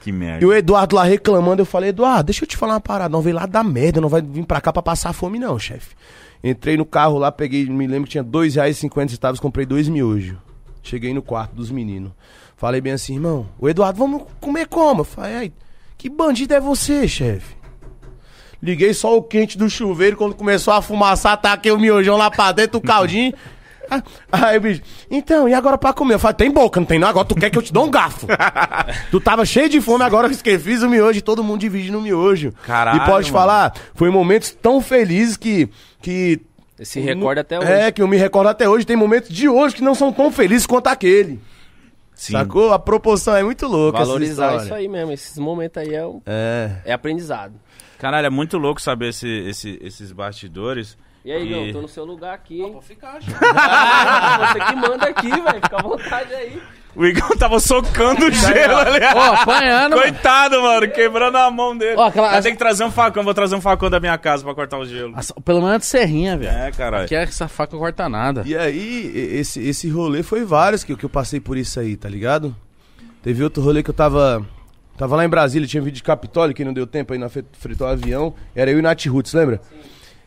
Speaker 5: Que merda.
Speaker 3: E o Eduardo lá reclamando, eu falei, Eduardo, deixa eu te falar uma parada, não vem lá dar merda, não vai vir pra cá pra passar fome não, chefe. Entrei no carro lá, peguei, me lembro que tinha dois reais e cinquenta centavos, comprei dois miojos. Cheguei no quarto dos meninos. Falei bem assim, irmão, o Eduardo, vamos comer como? Eu falei, ai, que bandido é você, chefe? Liguei só o quente do chuveiro, quando começou a fumaçar, taquei o miojão lá pra dentro, o caldinho. Ah, Aí, bicho, então, e agora pra comer? Eu falei, tem boca, não tem não, agora tu quer que eu te dou um garfo. tu tava cheio de fome, agora que eu fiz o miojo, e todo mundo divide no miojo.
Speaker 5: Caralho,
Speaker 3: E
Speaker 5: mano.
Speaker 3: pode falar, foi momentos tão felizes que... que
Speaker 7: Se recorda até hoje.
Speaker 3: É, que eu me recordo até hoje, tem momentos de hoje que não são tão felizes quanto aquele.
Speaker 5: Sim.
Speaker 3: Sacou? A proporção é muito louca essa
Speaker 7: Valorizar
Speaker 3: história.
Speaker 7: isso aí mesmo, esses momentos aí é, um-
Speaker 3: É...
Speaker 7: é aprendizado.
Speaker 5: Caralho, é muito louco saber esse- esse- esses bastidores.
Speaker 7: E aí, Gão,
Speaker 5: E-
Speaker 7: tô no seu lugar aqui, hein? Pode ficar, Você que manda aqui, velho. Fica à vontade aí.
Speaker 5: O Igão tava socando o gelo ali.
Speaker 1: Ó, apanhando, mano.
Speaker 5: Coitado, mano, quebrando a mão dele.
Speaker 1: Ó, aquela-
Speaker 5: Vai ter que trazer um facão, vou trazer um facão da minha casa pra cortar o gelo.
Speaker 1: Nossa, Pelo menos é de serrinha, velho.
Speaker 5: É, caralho.
Speaker 1: Que essa faca corta nada.
Speaker 3: E aí, e- esse, esse rolê foi vários que, que eu passei por isso aí, tá ligado? Teve outro rolê que eu tava. Tava lá em Brasília, tinha um vídeo de Capitólio, que não deu tempo aí na fe- fritou o avião. Era eu e Nath Roots, lembra?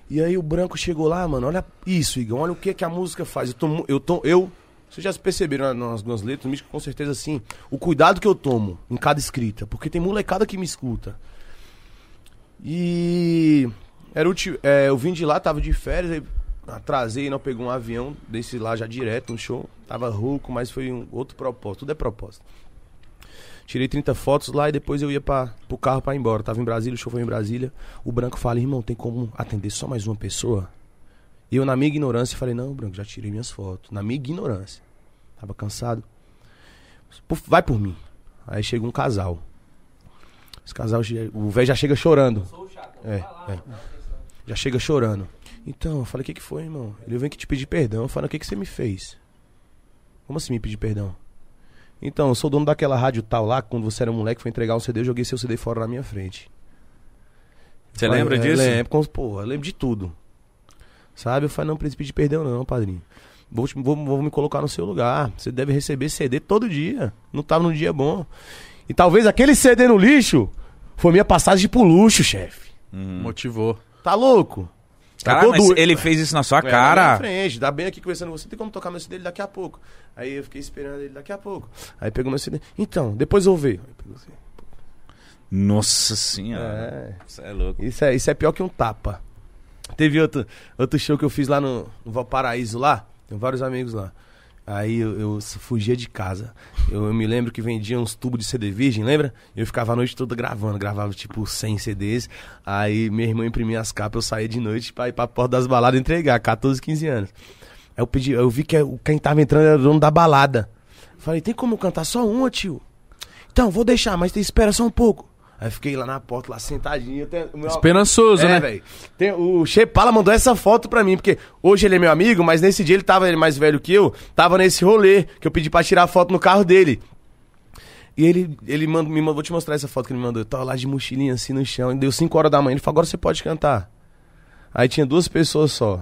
Speaker 3: E aí o branco chegou lá, mano, olha isso, Igão, olha o que que a música faz. Eu tomo, eu tomo, eu, vocês já perceberam na- nas minhas letras, no Místico, com certeza sim, o cuidado que eu tomo em cada escrita, porque tem molecada que me escuta. E era o ti- é, eu vim de lá, tava de férias, aí atrasei, não peguei um avião, desci lá já direto no show, tava rouco, mas foi um outro propósito, tudo é propósito. Tirei 30 fotos lá e depois eu ia pra, pro carro pra ir embora. Tava em Brasília, o show foi em Brasília. O Branco fala, irmão, tem como atender só mais uma pessoa? E eu, na minha ignorância, falei, não, Branco, já tirei minhas fotos. Na minha ignorância. Tava cansado. Pô, Vai por mim. Aí chega um casal. Esse casal, che- o velho já chega chorando. É, é. Já chega chorando. Então, eu falei, o que, que foi, irmão? Ele vem que te pedir perdão. Eu falei, o que, que você me fez? Como assim me pedir perdão? Então, eu sou dono daquela rádio tal lá, quando você era moleque, foi entregar um CD, eu joguei seu CD fora na minha frente.
Speaker 5: Você
Speaker 3: Falei,
Speaker 5: lembra
Speaker 3: eu
Speaker 5: disso?
Speaker 3: é, Lembro, com- pô, eu lembro de tudo. Sabe? Eu falei, não preciso pedir perdão não, padrinho. Vou, te- vou- vou me colocar no seu lugar. Você deve receber CD todo dia. Não tava num dia bom. E talvez aquele CD no lixo foi minha passagem pro luxo, chefe.
Speaker 1: Motivou.
Speaker 3: Tá louco?
Speaker 5: Caralho,
Speaker 3: Sacou?
Speaker 5: Uhum. mas
Speaker 3: Do-
Speaker 5: ele fez isso na sua
Speaker 3: É, na minha
Speaker 5: cara.
Speaker 3: frente, dá bem aqui conversando com você, tem como tocar meu CD dele daqui a pouco. Aí eu fiquei esperando ele daqui a pouco. Aí pegou meu CD. Então, depois eu vou ver. Aí pegou assim.
Speaker 5: Nossa senhora.
Speaker 3: É.
Speaker 5: Você é louco.
Speaker 3: Isso é, isso é pior que um tapa. Teve outro, outro show que eu fiz lá no, no Valparaíso, lá. Tem vários amigos lá. Aí eu, eu s- fugia de casa. Eu, eu me lembro que vendia uns tubos de CD virgem, lembra? Eu ficava a noite toda gravando, gravava tipo 100 CDs. Aí minha irmã imprimia as capas, eu saía de noite pra ir pra porta das baladas entregar, 14, 15 anos. Aí eu pedi, eu vi que é, o- quem tava entrando era o dono da balada. Falei, tem como eu cantar só uma, tio? Então, vou deixar, mas te espera só um pouco. Aí fiquei lá na porta, lá sentadinho. Até, o meu-
Speaker 1: Esperançoso,
Speaker 3: é,
Speaker 1: né?
Speaker 3: velho. Tem- o Chepala mandou essa foto pra mim, porque hoje ele é meu amigo, mas nesse dia ele tava ele é mais velho que eu, tava nesse rolê que eu pedi pra tirar a foto no carro dele. E ele, ele manda, me mandou, vou te mostrar essa foto que ele me mandou. Eu tava lá de mochilinha assim no chão, e deu 5 horas da manhã. Ele falou, agora você pode cantar. Aí tinha duas pessoas só.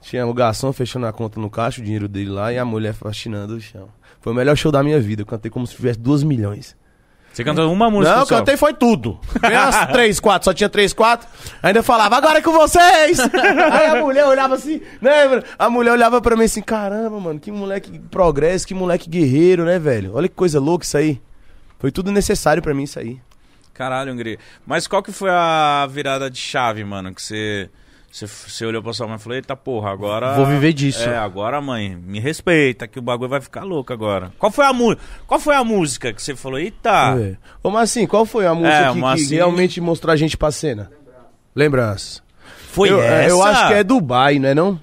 Speaker 3: Tinha o garçom fechando a conta no caixa, o dinheiro dele lá, e a mulher faxinando o chão. Foi o melhor show da minha vida. Eu cantei como se tivesse 2 milhões.
Speaker 5: Você cantou uma música
Speaker 3: É. Não,
Speaker 5: só.
Speaker 3: cantei foi tudo. Veio Umas três, quatro, só tinha três, quatro. Ainda falava, agora é com vocês! Aí a mulher olhava assim, né, mano? A mulher olhava pra mim assim, caramba, mano, que moleque progresso, que moleque guerreiro, né, velho? Olha que coisa louca isso aí. Foi tudo necessário pra mim isso aí.
Speaker 5: Caralho, Hungria. Mas qual que foi a virada de chave, mano? Que você, você, você olhou pra sua mãe e falou, eita porra, agora...
Speaker 1: Vou viver disso.
Speaker 5: É, agora, mãe, me respeita, que o bagulho vai ficar louco agora. Qual foi a, mu qual foi a música que você falou, eita...
Speaker 3: É. Ô, Marcinho, qual foi a música
Speaker 5: Ah. É,
Speaker 3: que, que
Speaker 5: Marcinho-
Speaker 3: realmente mostrou a gente pra cena? Lembrança.
Speaker 5: Foi
Speaker 3: eu,
Speaker 5: essa?
Speaker 3: eu acho que é Dubai, não é não?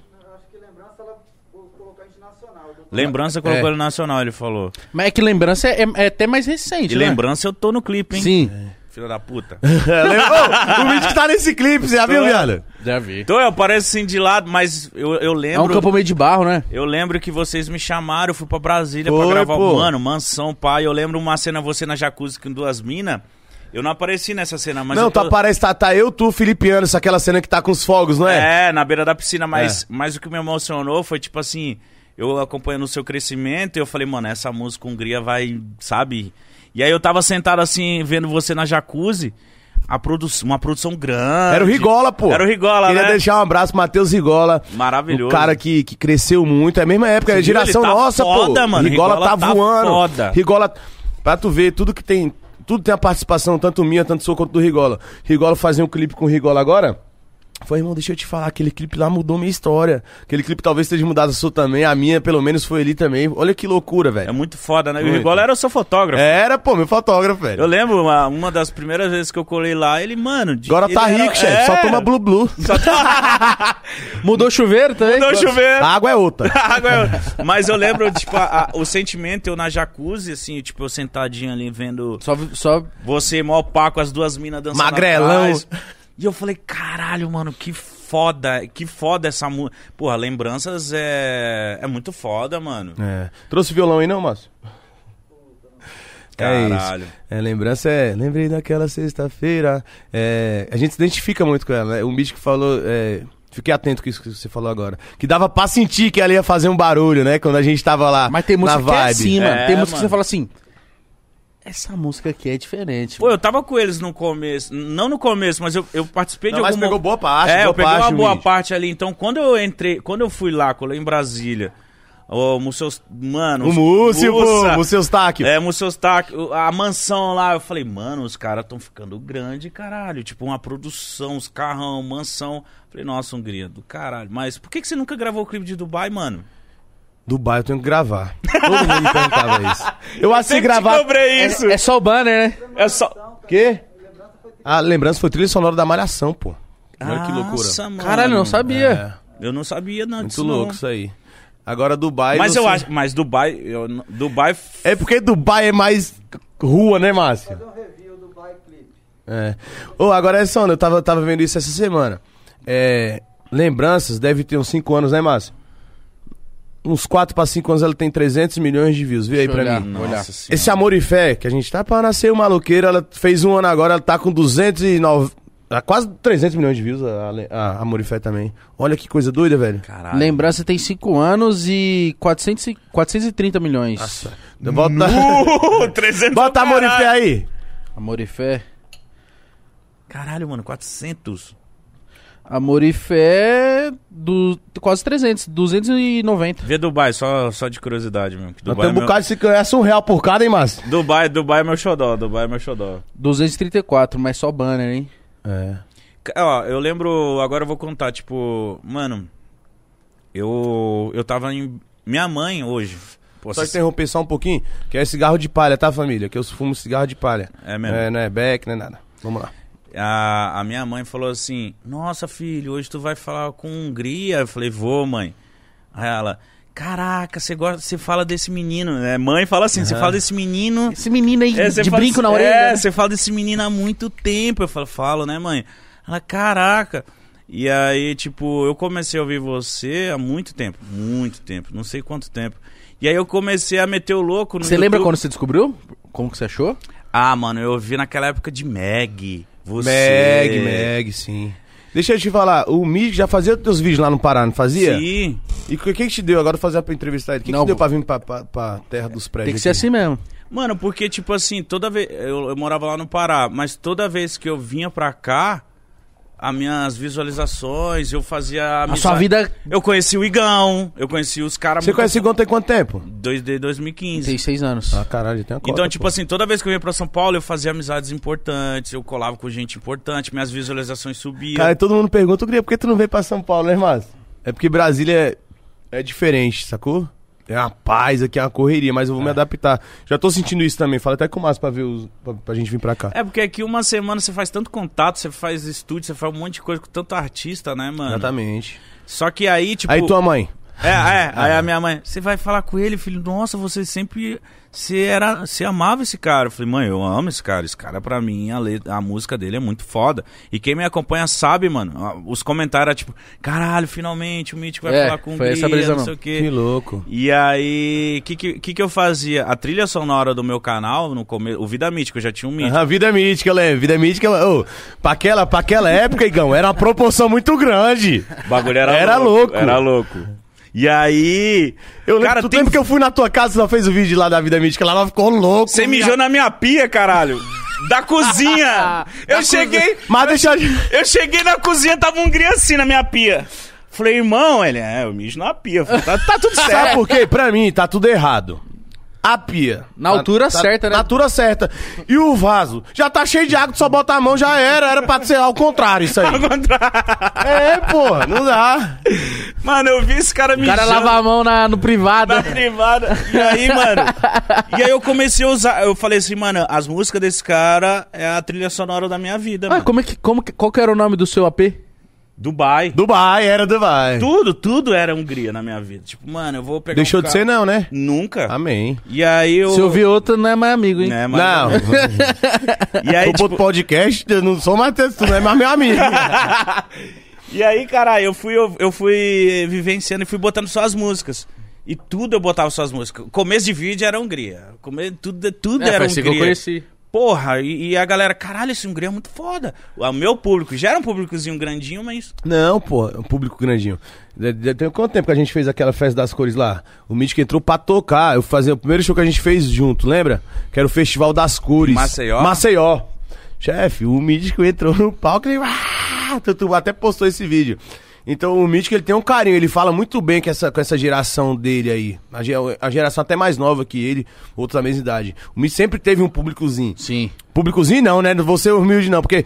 Speaker 5: Lembrança colocou
Speaker 3: É.
Speaker 5: ele nacional, ele falou.
Speaker 1: Mas é que lembrança é, é até mais recente,
Speaker 5: E
Speaker 1: né?
Speaker 5: lembrança eu tô no clipe, hein?
Speaker 1: Sim.
Speaker 5: Filho da puta.
Speaker 3: É, lembra- Ô, o vídeo que tá nesse clipe, você já viu, viado?
Speaker 1: Já vi.
Speaker 5: então eu apareço assim de lado, mas eu,
Speaker 1: É
Speaker 5: eu
Speaker 1: um
Speaker 5: lembro...
Speaker 1: campo meio de barro, né?
Speaker 5: Eu lembro que vocês me chamaram, eu fui pra Brasília pra
Speaker 3: Foi,
Speaker 5: gravar.
Speaker 3: pô.
Speaker 5: Mano, mansão, pai. Eu lembro uma cena, você na jacuzzi com duas minas. Eu não apareci nessa cena, mas.
Speaker 3: não,
Speaker 5: eu tô-
Speaker 3: tá, parece tá, tá eu, tu, Filipiano, isso é aquela cena que tá com os fogos, não é?
Speaker 5: É, na beira da piscina, mas, mas o que me emocionou foi tipo assim. Eu acompanhando o seu crescimento, e eu falei, mano, essa música Hungria vai, sabe? E aí eu tava sentado assim, vendo você na jacuzzi, a produ uma produção grande.
Speaker 3: Era o Rigola, pô.
Speaker 5: Era o Rigola,
Speaker 3: Queria
Speaker 5: né?
Speaker 3: deixar um abraço pro Matheus Rigola.
Speaker 5: Maravilhoso.
Speaker 3: O cara que, que cresceu muito. É a mesma época,
Speaker 5: Você
Speaker 3: é geração
Speaker 5: viu? Ele tá
Speaker 3: nossa,
Speaker 5: foda,
Speaker 3: pô.
Speaker 5: mano.
Speaker 3: Rigola,
Speaker 5: Rigola
Speaker 3: tá,
Speaker 5: tá
Speaker 3: voando.
Speaker 5: foda.
Speaker 3: Rigola, pra tu ver, tudo que tem. Tudo tem a participação, tanto minha, tanto sua quanto do Rigola. Rigola fazer um clipe com o Rigola agora? Foi, irmão, deixa eu te falar, aquele clipe lá mudou minha história. Aquele clipe talvez esteja mudado a sua também, a minha pelo menos foi ali também. Olha que loucura,
Speaker 5: É
Speaker 3: velho.
Speaker 5: muito foda, né? E O
Speaker 3: Muito.
Speaker 5: Rigola era o seu fotógrafo.
Speaker 3: Era, pô, meu fotógrafo, velho.
Speaker 5: Eu lembro, uma, uma das primeiras vezes que eu colei lá, ele, mano. de-
Speaker 3: Agora
Speaker 5: ele
Speaker 3: tá
Speaker 5: era-
Speaker 3: rico, chefe. Só
Speaker 5: É.
Speaker 3: toma Blue Blue.
Speaker 1: tá- Mudou o chuveiro também?
Speaker 5: Não chover.
Speaker 3: A água é outra.
Speaker 5: Água é- Mas eu lembro, tipo, a- a- o sentimento, eu na jacuzzi, assim, tipo, eu sentadinho ali vendo
Speaker 1: Só, só
Speaker 5: você, mó pá, com as duas minas dançando.
Speaker 3: Magrelão.
Speaker 5: atrás. E eu falei, caralho, mano, que foda, que foda essa música. Porra, lembranças é, é muito foda, mano.
Speaker 3: É. Trouxe violão aí não, Márcio?
Speaker 5: Caralho.
Speaker 3: É isso. É, lembrança é. Lembrei daquela sexta-feira. É, a gente se identifica muito com ela. né? O Mítico falou. é, fiquei atento com isso que você falou agora. Que dava pra sentir que ela ia fazer um barulho, né? Quando a gente tava lá.
Speaker 1: Mas tem música
Speaker 3: na
Speaker 1: que é
Speaker 3: vibe.
Speaker 1: assim, mano.
Speaker 5: É,
Speaker 1: tem música que
Speaker 5: mano.
Speaker 1: você fala assim. Essa música aqui é diferente.
Speaker 5: Pô, eu tava com eles no começo. Não no começo, mas eu, eu participei
Speaker 3: Não,
Speaker 5: de
Speaker 3: mas
Speaker 5: alguma...
Speaker 3: pegou boa parte,
Speaker 5: É,
Speaker 3: boa
Speaker 5: eu peguei
Speaker 3: parte,
Speaker 5: uma boa
Speaker 3: Luiz.
Speaker 5: parte ali. Então, quando eu entrei... Quando eu fui lá, colei em Brasília... O Musseus... Mano...
Speaker 3: O Múcio, pô.
Speaker 5: Mussa-
Speaker 3: Múcio Eustáquio.
Speaker 5: É, Musseus Tac, a mansão lá, eu falei, mano, os caras tão ficando grande, caralho. Tipo, uma produção, os carrão, mansão. Falei, nossa, Hungria, do caralho. Mas por que, que você nunca gravou o clipe de Dubai, mano?
Speaker 3: Dubai eu tenho que gravar. Todo mundo me perguntava isso. Eu assim
Speaker 5: Sempre
Speaker 3: gravar.
Speaker 5: te cobrei isso.
Speaker 1: É só o banner, né?
Speaker 5: É, só...
Speaker 3: Quê? A Ah, lembrança foi trilha sonora da Malhação, pô. Olha
Speaker 5: Ah,
Speaker 3: que loucura.
Speaker 5: Nossa, mano.
Speaker 1: Caralho, não sabia.
Speaker 3: É,
Speaker 5: Eu não sabia nada
Speaker 3: muito
Speaker 5: disso,
Speaker 3: louco
Speaker 5: não.
Speaker 3: isso aí. Agora Dubai.
Speaker 5: Mas
Speaker 3: não
Speaker 5: eu
Speaker 3: sei-
Speaker 5: acho, mas Dubai, eu, n- Dubai, f-
Speaker 3: É porque Dubai é mais rua, né, Márcio? É. Ô, agora é só, eu tava, tava vendo isso essa semana. É, lembranças, deve ter uns 5 anos, né, Márcio? Uns 4 pra 5 anos ela tem 300 milhões de views. Vê aí
Speaker 1: Deixa eu
Speaker 3: pra
Speaker 1: olhar,
Speaker 3: mim.
Speaker 1: vou olhar.
Speaker 5: Nossa Senhora.
Speaker 3: Esse amor e fé, que a gente tá pra nascer uma louqueira, ela fez um ano agora, ela tá com 209. ah, Quase 300 milhões de views, a, a- a Amor e Fé também. Olha que coisa doida, velho.
Speaker 5: caralho.
Speaker 1: Lembrança tem 5 anos e 400, e- 430 milhões.
Speaker 3: Bota,
Speaker 5: Uh, 300
Speaker 3: bota
Speaker 5: pra
Speaker 3: Amor e Fé
Speaker 5: caralho.
Speaker 3: aí.
Speaker 1: Amor e fé.
Speaker 5: Caralho, mano, 400.
Speaker 1: Amor e fé do quase 300, 290.
Speaker 5: Vê Dubai, só, só de curiosidade mesmo. que
Speaker 3: Nós
Speaker 5: Dubai,
Speaker 3: temos um
Speaker 5: é meu...
Speaker 3: bocado de 50, é só um real por cada, hein, Márcio?
Speaker 5: Dubai, Dubai é meu xodó, Dubai é meu xodó.
Speaker 1: 234, mas só banner, hein?
Speaker 3: É.
Speaker 5: Ca- Ó, eu lembro, agora eu vou contar, tipo, mano, eu eu tava em minha mãe hoje.
Speaker 1: Pô,
Speaker 3: Só
Speaker 1: cê-
Speaker 3: interromper só um pouquinho, que é cigarro de palha, tá, família? Que eu fumo cigarro de palha.
Speaker 5: É mesmo.
Speaker 3: É, não é beck, não é nada. Vamos lá.
Speaker 5: A, a minha mãe falou assim: Nossa, filho, hoje tu vai falar com Hungria. Eu falei: Vou, mãe. Aí ela: Caraca, você gosta, você fala desse menino, né? Mãe fala assim: Você fala desse menino.
Speaker 1: Esse menino aí
Speaker 5: É, você
Speaker 1: de
Speaker 5: fala
Speaker 1: brinco na
Speaker 5: desse-
Speaker 1: orelha.
Speaker 5: É,
Speaker 1: né?
Speaker 5: você fala desse menino há muito tempo. Eu falo, falo, né, mãe? Ela, caraca. E aí, tipo, eu comecei a ouvir você há muito tempo. Muito tempo. Não sei quanto tempo. E aí eu comecei a meter o louco no
Speaker 1: Você lembra
Speaker 5: YouTube.
Speaker 1: quando você descobriu? Como que você achou?
Speaker 3: É
Speaker 5: Ah, mano, eu ouvi naquela época de Meg. Você.
Speaker 3: Meg, Meg, sim. Deixa eu te falar, o Mig já fazia os teus vídeos lá no Pará, não fazia?
Speaker 5: Sim.
Speaker 3: E o que, que te deu agora fazer pra entrevistar ele? O que,
Speaker 1: Não,
Speaker 3: que deu
Speaker 1: vou-
Speaker 3: pra vir pra, pra, pra terra dos prédios?
Speaker 1: Tem que ser
Speaker 3: aqui?
Speaker 1: assim mesmo.
Speaker 5: Mano, porque, tipo assim, toda vez. Eu, eu morava lá no Pará, mas toda vez que eu vinha pra cá, as minhas visualizações, eu fazia.
Speaker 1: A sua
Speaker 5: amizade-
Speaker 1: vida
Speaker 5: Eu conheci o Igão, eu conheci os caras.
Speaker 3: Você
Speaker 1: né?
Speaker 3: conhece o Igão tem quanto tempo?
Speaker 5: Desde 2015.
Speaker 1: tem seis anos.
Speaker 3: Ah, caralho, tem uma cota,
Speaker 5: Então, tipo
Speaker 3: pô.
Speaker 5: assim, toda vez que eu ia pra São Paulo, eu fazia amizades importantes, eu colava com gente importante, minhas visualizações subiam.
Speaker 3: Cara, e todo mundo pergunta, Gria, por que tu não veio pra São Paulo, né, Márcio? É porque Brasília é, é diferente, sacou? É uma paz aqui, é uma correria, mas eu vou me adaptar. Já tô sentindo isso também. Fala até com o Márcio pra, ver os, pra, pra gente vir pra cá.
Speaker 5: É porque aqui uma semana você faz tanto contato, você faz estúdio, você faz um monte de coisa com tanto artista, né, mano?
Speaker 3: Exatamente.
Speaker 5: Só que aí, tipo.
Speaker 3: Aí tua mãe.
Speaker 5: É, é. Aí
Speaker 3: Ah.
Speaker 5: a minha mãe, você vai falar com ele, filho? Nossa, você sempre. Você era. Você amava esse cara. Eu falei, mãe, eu amo esse cara. Esse cara, pra mim, a, le- a música dele é muito foda. E quem me acompanha sabe, mano. ah, Os comentários eram tipo, caralho, finalmente o Mítico vai
Speaker 1: É,
Speaker 5: falar com o
Speaker 1: foi essa
Speaker 5: Guia,
Speaker 1: brisa
Speaker 5: não
Speaker 1: mesmo.
Speaker 5: sei o
Speaker 3: Que
Speaker 5: quê.
Speaker 3: louco.
Speaker 5: E aí, o que, que, que que eu fazia? A trilha sonora do meu canal, no começo, o Vida Mítico, eu já tinha um mítico.
Speaker 3: A Ah, vida é mítica, eu lembro. Vida mítica, ela- ô, pra, aquela, pra aquela época, Igão, era uma proporção muito grande.
Speaker 5: O bagulho era,
Speaker 3: Era louco.
Speaker 5: Era louco. E aí.
Speaker 3: Eu lembro,
Speaker 5: cara,
Speaker 3: tu
Speaker 5: tem
Speaker 3: lembra que eu fui na tua casa, só fez o vídeo lá da vida mítica, lá, ela ficou louco.
Speaker 5: Você mijou na minha pia, caralho. Da cozinha. eu cheguei,
Speaker 3: Mas deixa...
Speaker 5: eu cheguei na cozinha, tava um gringo assim na minha pia. Falei, irmão, ele, é, eu mijo na pia. Falei, tá, tá tudo certo.
Speaker 3: Sabe por quê? Pra mim, tá tudo errado. A pia.
Speaker 1: Na
Speaker 3: Tá-
Speaker 1: altura
Speaker 3: tá-
Speaker 1: certa, né?
Speaker 3: Na altura certa. E o vaso? Já tá cheio de água, tu só bota a mão, já era. Era pra ser ao contrário isso aí. É, porra, não dá.
Speaker 5: Mano, eu vi esse cara
Speaker 1: O
Speaker 5: mijando.
Speaker 1: cara lava a mão na, no privado.
Speaker 5: na privada. E aí, mano. E aí eu comecei a usar. Eu falei assim, mano, as músicas desse cara é a trilha sonora da minha vida,
Speaker 1: Ah,
Speaker 5: mano.
Speaker 1: como é que, como que, qual que era o nome do seu AP?
Speaker 5: Dubai.
Speaker 3: Dubai, era Dubai.
Speaker 5: Tudo, tudo era Hungria na minha vida. Tipo, mano, eu vou pegar.
Speaker 3: Deixou
Speaker 5: um
Speaker 3: de
Speaker 5: carro-
Speaker 3: ser não, né?
Speaker 5: Nunca.
Speaker 3: Amém.
Speaker 5: E aí eu.
Speaker 1: Se eu vi outro, não é mais amigo, hein?
Speaker 5: Né, mano?
Speaker 3: Não,
Speaker 5: E aí,
Speaker 3: eu
Speaker 5: tipo,
Speaker 3: boto podcast, eu não sou mais texto, não é mais meu amigo.
Speaker 5: E aí, cara, eu fui, eu, eu fui vivenciando e fui botando só as músicas. E tudo eu botava só as músicas. Começo de vídeo era Hungria. Come... Tudo, tudo
Speaker 1: É,
Speaker 5: era
Speaker 1: foi assim que eu
Speaker 5: Hungria.
Speaker 1: conheci.
Speaker 5: Porra, e, e a galera, caralho, esse Hungria é muito foda. O meu público, já era um públicozinho grandinho, mas.
Speaker 3: Não, pô, é um público grandinho. De- de- Tem quanto tempo que a gente fez aquela festa das cores lá? O Mítico entrou pra tocar. Eu fazia o primeiro show que a gente fez junto, lembra? Que era o Festival das Cores.
Speaker 5: Maceió?
Speaker 3: Maceió. Chefe, o Mítico entrou no palco e. Ah, tu, tu até postou esse vídeo. Então o Mítico ele tem um carinho, ele fala muito bem com essa, com essa geração dele aí. A, ge- a geração até mais nova que ele, outros da mesma idade. O Mítico sempre teve um públicozinho.
Speaker 1: Sim.
Speaker 3: Públicozinho não, né? Não vou ser humilde não, porque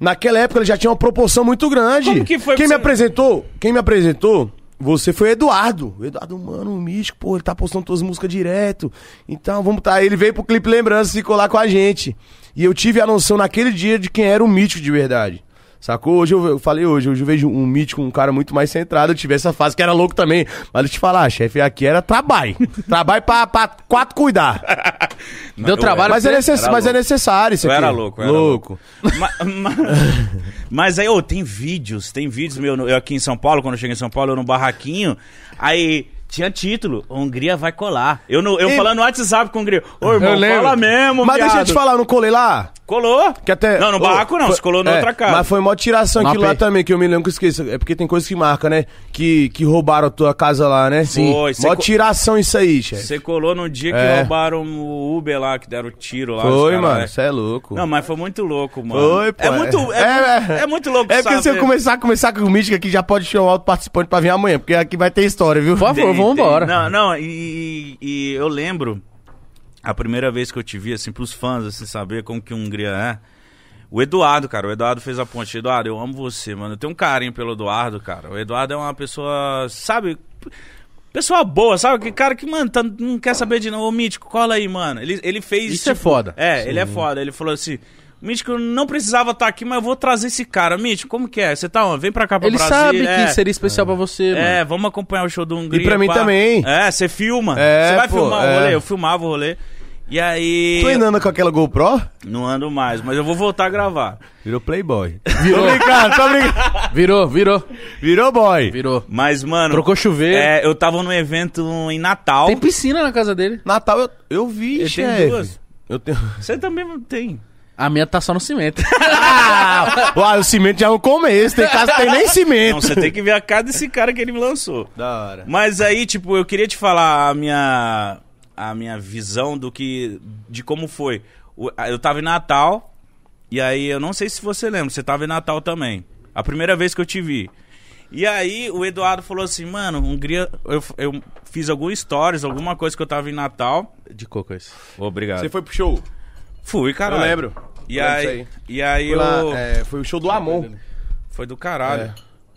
Speaker 3: naquela época ele já tinha uma proporção muito grande.
Speaker 5: Como que foi
Speaker 3: quem
Speaker 5: que você-
Speaker 3: me apresentou, quem me apresentou, você foi o Eduardo. O Eduardo, mano, um místico, pô, ele tá postando tuas músicas direto. Então, vamos tá. Ele veio pro clipe Lembrança e ficou lá com a gente. E eu tive a noção naquele dia de quem era o mítico de verdade. Sacou? Hoje eu, eu falei hoje, hoje eu vejo um mítico, um cara muito mais centrado. Eu tive essa fase que era louco também. Mas deixa eu te falar, chefe, aqui era trabalho. trabalho pra, pra quatro cuidar.
Speaker 1: Deu trabalho
Speaker 3: Mas é,
Speaker 1: pra você?
Speaker 3: necess- mas é necessário isso
Speaker 5: Eu
Speaker 3: aqui.
Speaker 5: era louco, eu era
Speaker 3: louco.
Speaker 5: ma- ma- mas aí, ô, tem vídeos, tem vídeos meu. no- Eu aqui em São Paulo, quando eu cheguei em São Paulo, eu no barraquinho. Aí. Tinha título, Hungria vai colar. Eu, no, eu
Speaker 3: E-
Speaker 5: falando no WhatsApp com o Hungria. Ô, irmão,
Speaker 1: lembro.
Speaker 5: fala mesmo,
Speaker 3: Mas deixa eu
Speaker 5: viado.
Speaker 3: te falar, eu não colei lá?
Speaker 5: Colou.
Speaker 3: Que até...
Speaker 5: Não, no
Speaker 3: Ô,
Speaker 5: barraco não,
Speaker 3: foi-
Speaker 5: se colou na
Speaker 3: é,
Speaker 5: outra casa.
Speaker 3: Mas foi mó tiração
Speaker 1: No
Speaker 3: aquilo
Speaker 1: AP.
Speaker 3: lá também, que eu me lembro que eu esqueço. É porque tem coisa que marca, né? Que, que roubaram a tua casa lá, né?
Speaker 5: Sim. Foi, você
Speaker 3: mó
Speaker 5: co-
Speaker 3: tiração isso aí, chefe.
Speaker 5: Você colou no dia que
Speaker 3: É.
Speaker 5: roubaram o Uber lá, que deram tiro lá. os
Speaker 3: Foi,
Speaker 5: caras,
Speaker 3: mano,
Speaker 5: né?
Speaker 3: você é louco.
Speaker 5: Não, mas foi muito louco, mano.
Speaker 3: Foi, pô.
Speaker 5: É muito, é, muito- é muito louco,
Speaker 3: É porque se eu
Speaker 5: sabe?
Speaker 3: começar a começar com o Mítico aqui, já pode chamar outro participante pra vir amanhã, porque aqui vai ter história, viu?
Speaker 1: Por favor,
Speaker 5: Tem, tem.
Speaker 1: vambora.
Speaker 5: Não, não, e, e eu lembro a primeira vez que eu te vi, assim, pros fãs, assim, saber como que um Hungria é. O Eduardo, cara, o Eduardo fez a ponte. Eduardo, eu amo você, mano. Eu tenho um carinho pelo Eduardo, cara. O Eduardo é uma pessoa, sabe, p- Pessoa boa, sabe? Que cara que, mano, tá- não quer saber de não. Ô, Mítico, cola aí, mano. Ele, ele fez.
Speaker 1: Isso é foda.
Speaker 5: É, ele é foda. Ele falou assim. Mítico não precisava estar aqui, mas eu vou trazer esse cara. Mítico, como que é? Você tá onde? Vem pra cá, pra
Speaker 1: Ele
Speaker 5: Brasília.
Speaker 1: sabe
Speaker 5: é.
Speaker 1: que seria especial pra você,
Speaker 5: É,
Speaker 1: mano.
Speaker 5: vamos acompanhar o show do Hungria.
Speaker 3: E pra mim também.
Speaker 5: É, você filma.
Speaker 3: É,
Speaker 5: você vai
Speaker 3: pô,
Speaker 5: filmar o rolê.
Speaker 3: é.
Speaker 5: Eu filmava o rolê. E aí...
Speaker 3: Tô andando com aquela GoPro?
Speaker 5: Não ando mais, mas eu vou voltar a gravar.
Speaker 3: Virou Playboy.
Speaker 1: Virou.
Speaker 3: Tô brincando, tô brincando.
Speaker 1: Virou, virou,
Speaker 3: Virou boy.
Speaker 1: virou.
Speaker 5: Mas, mano...
Speaker 1: Trocou chuveiro.
Speaker 5: é, eu tava num evento em Natal.
Speaker 1: Tem piscina na casa dele.
Speaker 3: Natal eu, eu vi,
Speaker 5: Eu tenho
Speaker 3: chefe.
Speaker 5: duas.
Speaker 3: Eu tenho.
Speaker 5: Você também tem.
Speaker 1: A minha tá só no cimento.
Speaker 3: Uai, o cimento já é um começo. Tem casa que tem nem cimento.
Speaker 5: Não, você tem que ver a cara desse cara que ele me lançou.
Speaker 3: Da hora.
Speaker 5: Mas aí, tipo, eu queria te falar a minha a minha visão do que de como foi. O- a- Eu tava em Natal e aí eu não sei se você lembra, você tava em Natal também. A primeira vez que eu te vi. E aí o Eduardo falou assim: "Mano, Hungria, eu, eu fiz alguns stories, alguma coisa que eu tava em Natal.
Speaker 1: De coco esse.
Speaker 5: Obrigado.
Speaker 3: Você foi pro show?
Speaker 5: Fui, caralho.
Speaker 3: Eu lembro.
Speaker 5: E
Speaker 3: Eu lembro
Speaker 5: aí,
Speaker 3: disso aí.
Speaker 5: e aí
Speaker 3: Foi,
Speaker 5: eu
Speaker 3: lá, é, foi o show do Amon.
Speaker 5: foi do caralho.
Speaker 3: É.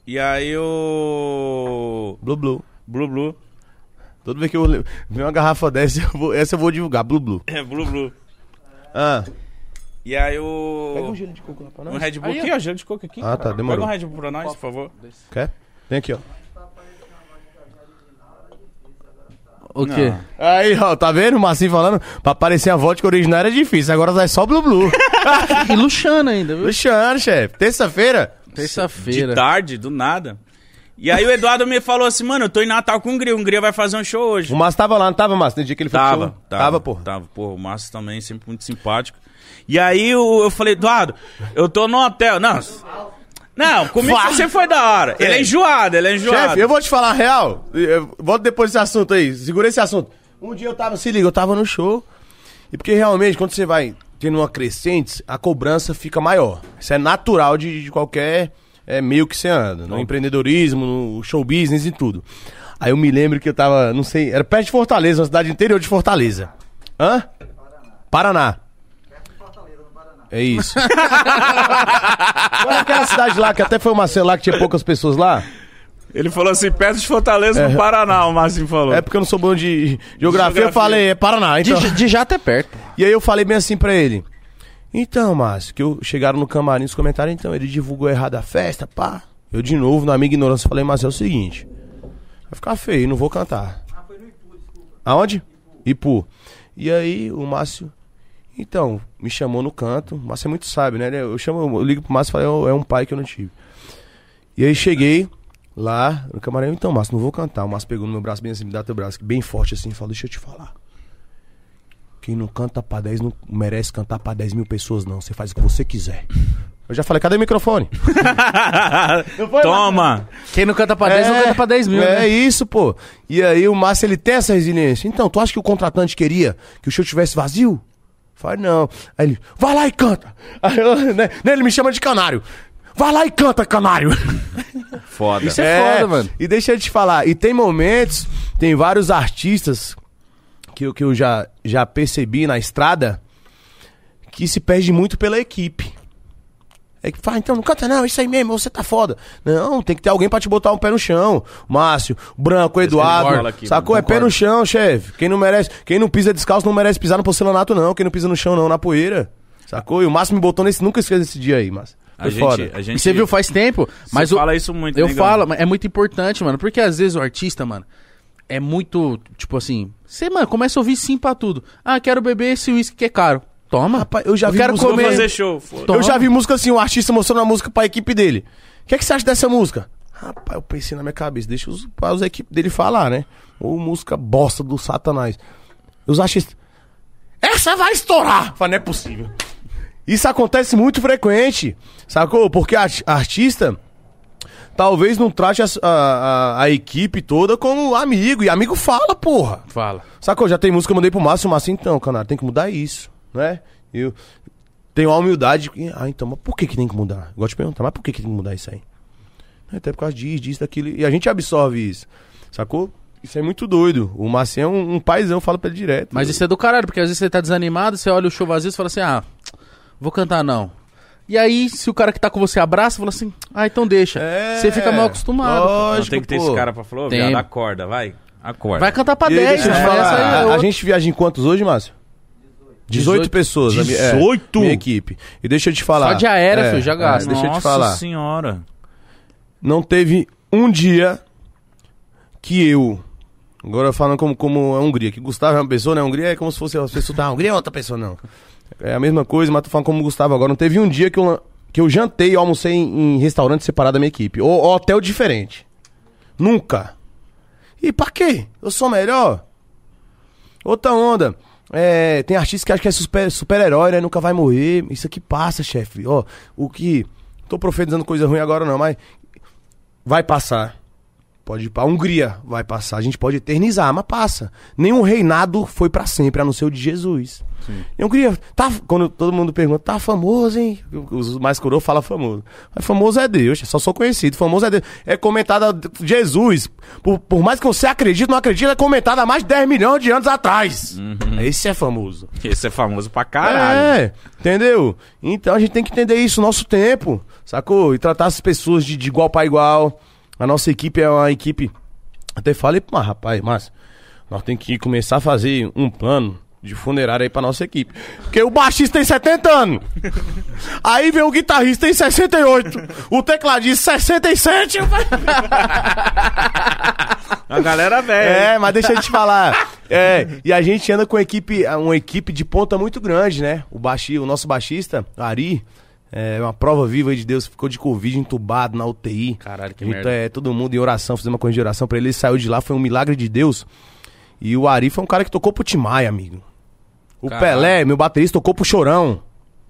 Speaker 5: E aí eu
Speaker 3: Blu Blu.
Speaker 5: Blu Blu
Speaker 3: Toda vez que eu le- ver uma garrafa dessa, eu vou- essa eu vou divulgar. Blu Blu.
Speaker 5: É, Blu Blu.
Speaker 3: Ah,
Speaker 5: E aí o.
Speaker 3: gelo de coco lá pra
Speaker 5: Um Red Bull aqui, ó, gelo de coco aqui.
Speaker 3: Ah, tá, demorou.
Speaker 5: Pega um Red Bull pra nós, por favor.
Speaker 3: Quer? Vem aqui, ó.
Speaker 1: O quê?
Speaker 3: Aí, ó, tá vendo o Marcinho falando? Pra aparecer a vodka original era difícil, agora sai só Blu Blu.
Speaker 1: E Luxana ainda, viu?
Speaker 3: Luciano, chefe. Terça-feira?
Speaker 5: De
Speaker 1: Terça-feira.
Speaker 5: tarde, do nada. E aí o Eduardo me falou assim, mano, eu tô em Natal com o Hungria, o Hungria vai fazer um show hoje.
Speaker 3: O Márcio tava lá, não tava, Márcio? No dia que ele foi pro
Speaker 5: Tava,
Speaker 3: show?
Speaker 5: tava,
Speaker 3: Tava, porra.
Speaker 5: Tava, porra, o Márcio também, sempre muito simpático. E aí eu, eu falei, Eduardo, eu tô no hotel. Não, s- não comigo você foi da hora. Ele é enjoado, ele é enjoado.
Speaker 3: Chefe, eu vou te falar a real. Eu volto depois desse assunto aí. Segura esse assunto. Um dia eu tava, se liga, eu tava no show. E porque realmente, quando você vai tendo uma crescente, a cobrança fica maior. Isso é natural de, de qualquer é, meio que você anda. No empreendedorismo, no show business e tudo. Aí eu me lembro que eu tava, não sei, era perto de Fortaleza, uma cidade interior de Fortaleza. Hã? Paraná. É isso. Qual é aquela cidade lá que até foi o Marcelo lá que tinha poucas pessoas lá?
Speaker 5: Ele falou assim, perto de Fortaleza, no Paraná, o Márcio falou.
Speaker 3: É porque eu não sou bom de geografia, eu falei, é Paraná.
Speaker 1: De,
Speaker 3: Então.
Speaker 1: de jato é perto.
Speaker 3: E aí eu falei bem assim pra ele. Então, Márcio, que eu chegaram no camarim os comentários, então, ele divulgou errado a festa, pá. Eu de novo, na minha ignorância, falei, Márcio, é o seguinte. Vai ficar feio, não vou cantar. Ah, foi no Ipu, desculpa. Aonde? Ipu. E aí, o Márcio. Então, me chamou no canto. O Márcio é muito sábio, né? Ele- Eu chamo, eu ligo pro Márcio e falei, "Ó, é um pai que eu não tive. E aí cheguei lá no camarim, então, Márcio, não vou cantar. O Márcio pegou no meu braço bem assim, me dá teu braço, bem forte assim, e falou, deixa eu te falar. Quem não canta pra 10 não merece cantar pra 10 mil pessoas, não. Você faz o que você quiser. Eu já falei, cadê o microfone?
Speaker 5: Toma!
Speaker 1: Quem não canta pra 10 não canta pra 10 mil,
Speaker 3: É
Speaker 1: né?
Speaker 3: isso, pô. E aí o Márcio, ele tem essa resiliência. Então, tu acha que o contratante queria que o show tivesse vazio? Falei, não. Aí ele, vai lá e canta. Aí eu, né, né, ele me chama de canário. Vai lá e canta, canário.
Speaker 8: Foda.
Speaker 1: Isso é, foda, mano.
Speaker 3: E deixa eu te falar, e tem momentos, tem vários artistas que, eu- que eu já, já percebi na estrada que se perde muito pela equipe. É que fala, então não canta não, isso aí mesmo, você tá foda. Não, tem que ter alguém pra te botar um pé no chão. Márcio, Branco, Eduardo,
Speaker 8: concordo aqui,
Speaker 3: sacou? É pé
Speaker 8: concordo.
Speaker 3: no chão, chefe. Quem não merece, quem não pisa descalço não merece pisar no porcelanato não, quem não pisa no chão não, na poeira. Sacou? E o Márcio me botou nesse, nunca esqueço esse dia aí, Márcio.
Speaker 8: A
Speaker 3: Foi
Speaker 8: gente,
Speaker 3: foda.
Speaker 8: a
Speaker 1: E
Speaker 8: gente
Speaker 1: você viu faz tempo, mas
Speaker 8: Você
Speaker 1: o-
Speaker 8: fala isso muito,
Speaker 1: Eu
Speaker 8: negão.
Speaker 1: falo, mas é muito importante, mano, porque às vezes o artista, mano, é muito, tipo assim, você, mano, começa a ouvir sim pra tudo. Ah, quero beber esse uísque que é caro. Toma.
Speaker 3: Rapaz, eu já vi
Speaker 1: quero
Speaker 3: música-
Speaker 1: comer.
Speaker 5: Vou fazer show, foda.
Speaker 1: Toma.
Speaker 3: Eu já vi música assim, o artista mostrando a música pra equipe dele. O que, é que você acha dessa música? Rapaz, eu pensei na minha cabeça, deixa os, pra os equipes dele falar, né? Ou música bosta do satanás. Os artistas. Essa vai estourar! Fala, não é possível. Isso acontece muito frequente, sacou? Porque a a artista talvez não trate as- a, a- a equipe toda como amigo. E amigo fala, porra.
Speaker 1: Fala.
Speaker 3: Sacou? Já tem música que eu mandei pro Márcio, o Márcio, então, canário, tem que mudar isso, né? Eu tenho a humildade. que- Ah, então, mas por que, que tem que mudar? Eu Gosto de perguntar, mas por que, que tem que mudar isso aí? É, Até por causa disso, disso, daquilo. E a gente absorve isso, sacou? Isso é muito doido. O Márcio é um, um paizão, eu falo pra ele direto.
Speaker 1: Mas isso é do caralho, porque às vezes você tá desanimado, você olha o show vazio e fala assim, ah, vou cantar não. E aí, se o cara que tá com você abraça, fala assim, ah, então deixa.
Speaker 3: É,
Speaker 1: Você fica mal acostumado.
Speaker 3: Lógico,
Speaker 8: Não, tem que ter
Speaker 3: pô.
Speaker 8: esse cara pra falar, ô,
Speaker 1: Tem.
Speaker 8: viado, acorda, vai.
Speaker 5: Acorda.
Speaker 1: Vai cantar pra
Speaker 3: E aí,
Speaker 1: 10,
Speaker 3: deixa eu te
Speaker 1: né?
Speaker 3: falar,
Speaker 1: Essa aí é
Speaker 3: a
Speaker 1: outra.
Speaker 3: gente viaja em quantos hoje, Márcio? 18,
Speaker 1: 18.
Speaker 3: pessoas. a mi- é,
Speaker 5: 18?
Speaker 3: minha equipe. E deixa eu te falar.
Speaker 1: Só de aérea, filho, já
Speaker 3: jogar.
Speaker 1: gasta.
Speaker 3: deixa eu te falar.
Speaker 5: Nossa senhora.
Speaker 3: Não teve um dia que eu. Agora falando como, como a Hungria, que Gustavo é uma pessoa, né? A Hungria é como se fosse as pessoas da Hungria é outra pessoa, não. É a mesma coisa, mas tô falando como o Gustavo agora. Não teve um dia que eu, lan- que eu jantei e almocei em, em restaurante separado da minha equipe. Ou, ou hotel diferente. Nunca. E pra quê? Eu sou melhor. Outra onda. É, tem artista que acha que é super- super-herói, né? Nunca vai morrer. Isso aqui passa, chefe. Ó, o que. Tô profetizando coisa ruim agora, não, mas. Vai passar. Pode ir pra Hungria, vai passar. A gente pode eternizar, mas passa. Nenhum reinado foi pra sempre, a não ser o de Jesus. E a Hungria, tá, quando todo mundo pergunta, tá famoso, hein? Os mais coroa fala famoso. Mas famoso é Deus, só sou conhecido. Famoso é Deus. É comentado Jesus. Por, por mais que você acredite, ou não acredite, é comentado há mais de 10 milhões de anos atrás. Esse é famoso.
Speaker 5: Esse é famoso pra caralho.
Speaker 3: É, entendeu? Então a gente tem que entender isso, nosso tempo, sacou? E tratar as pessoas de, de igual para igual. A nossa equipe é uma equipe. Até falei, mas rapaz, mas nós temos que começar a fazer um plano de funerário aí pra nossa equipe. Porque o baixista tem 70 anos. Aí vem o guitarrista tem 68. O tecladista 67. Eu falei,
Speaker 5: A galera velha.
Speaker 3: é, mas deixa eu te falar. É, e a gente anda com equipe, uma equipe de ponta muito grande, né? O, baixi, o nosso baixista, Ari, é uma prova viva aí de Deus, ficou de Covid entubado na UTI.
Speaker 1: Caralho, que
Speaker 3: Junto,
Speaker 1: merda.
Speaker 3: É, todo mundo em oração, fizemos uma coisa de oração pra ele, ele saiu de lá, foi um milagre de Deus. E o Ari foi um cara que tocou pro Timai, amigo. O
Speaker 5: Caralho.
Speaker 3: Pelé, meu baterista, tocou pro Chorão.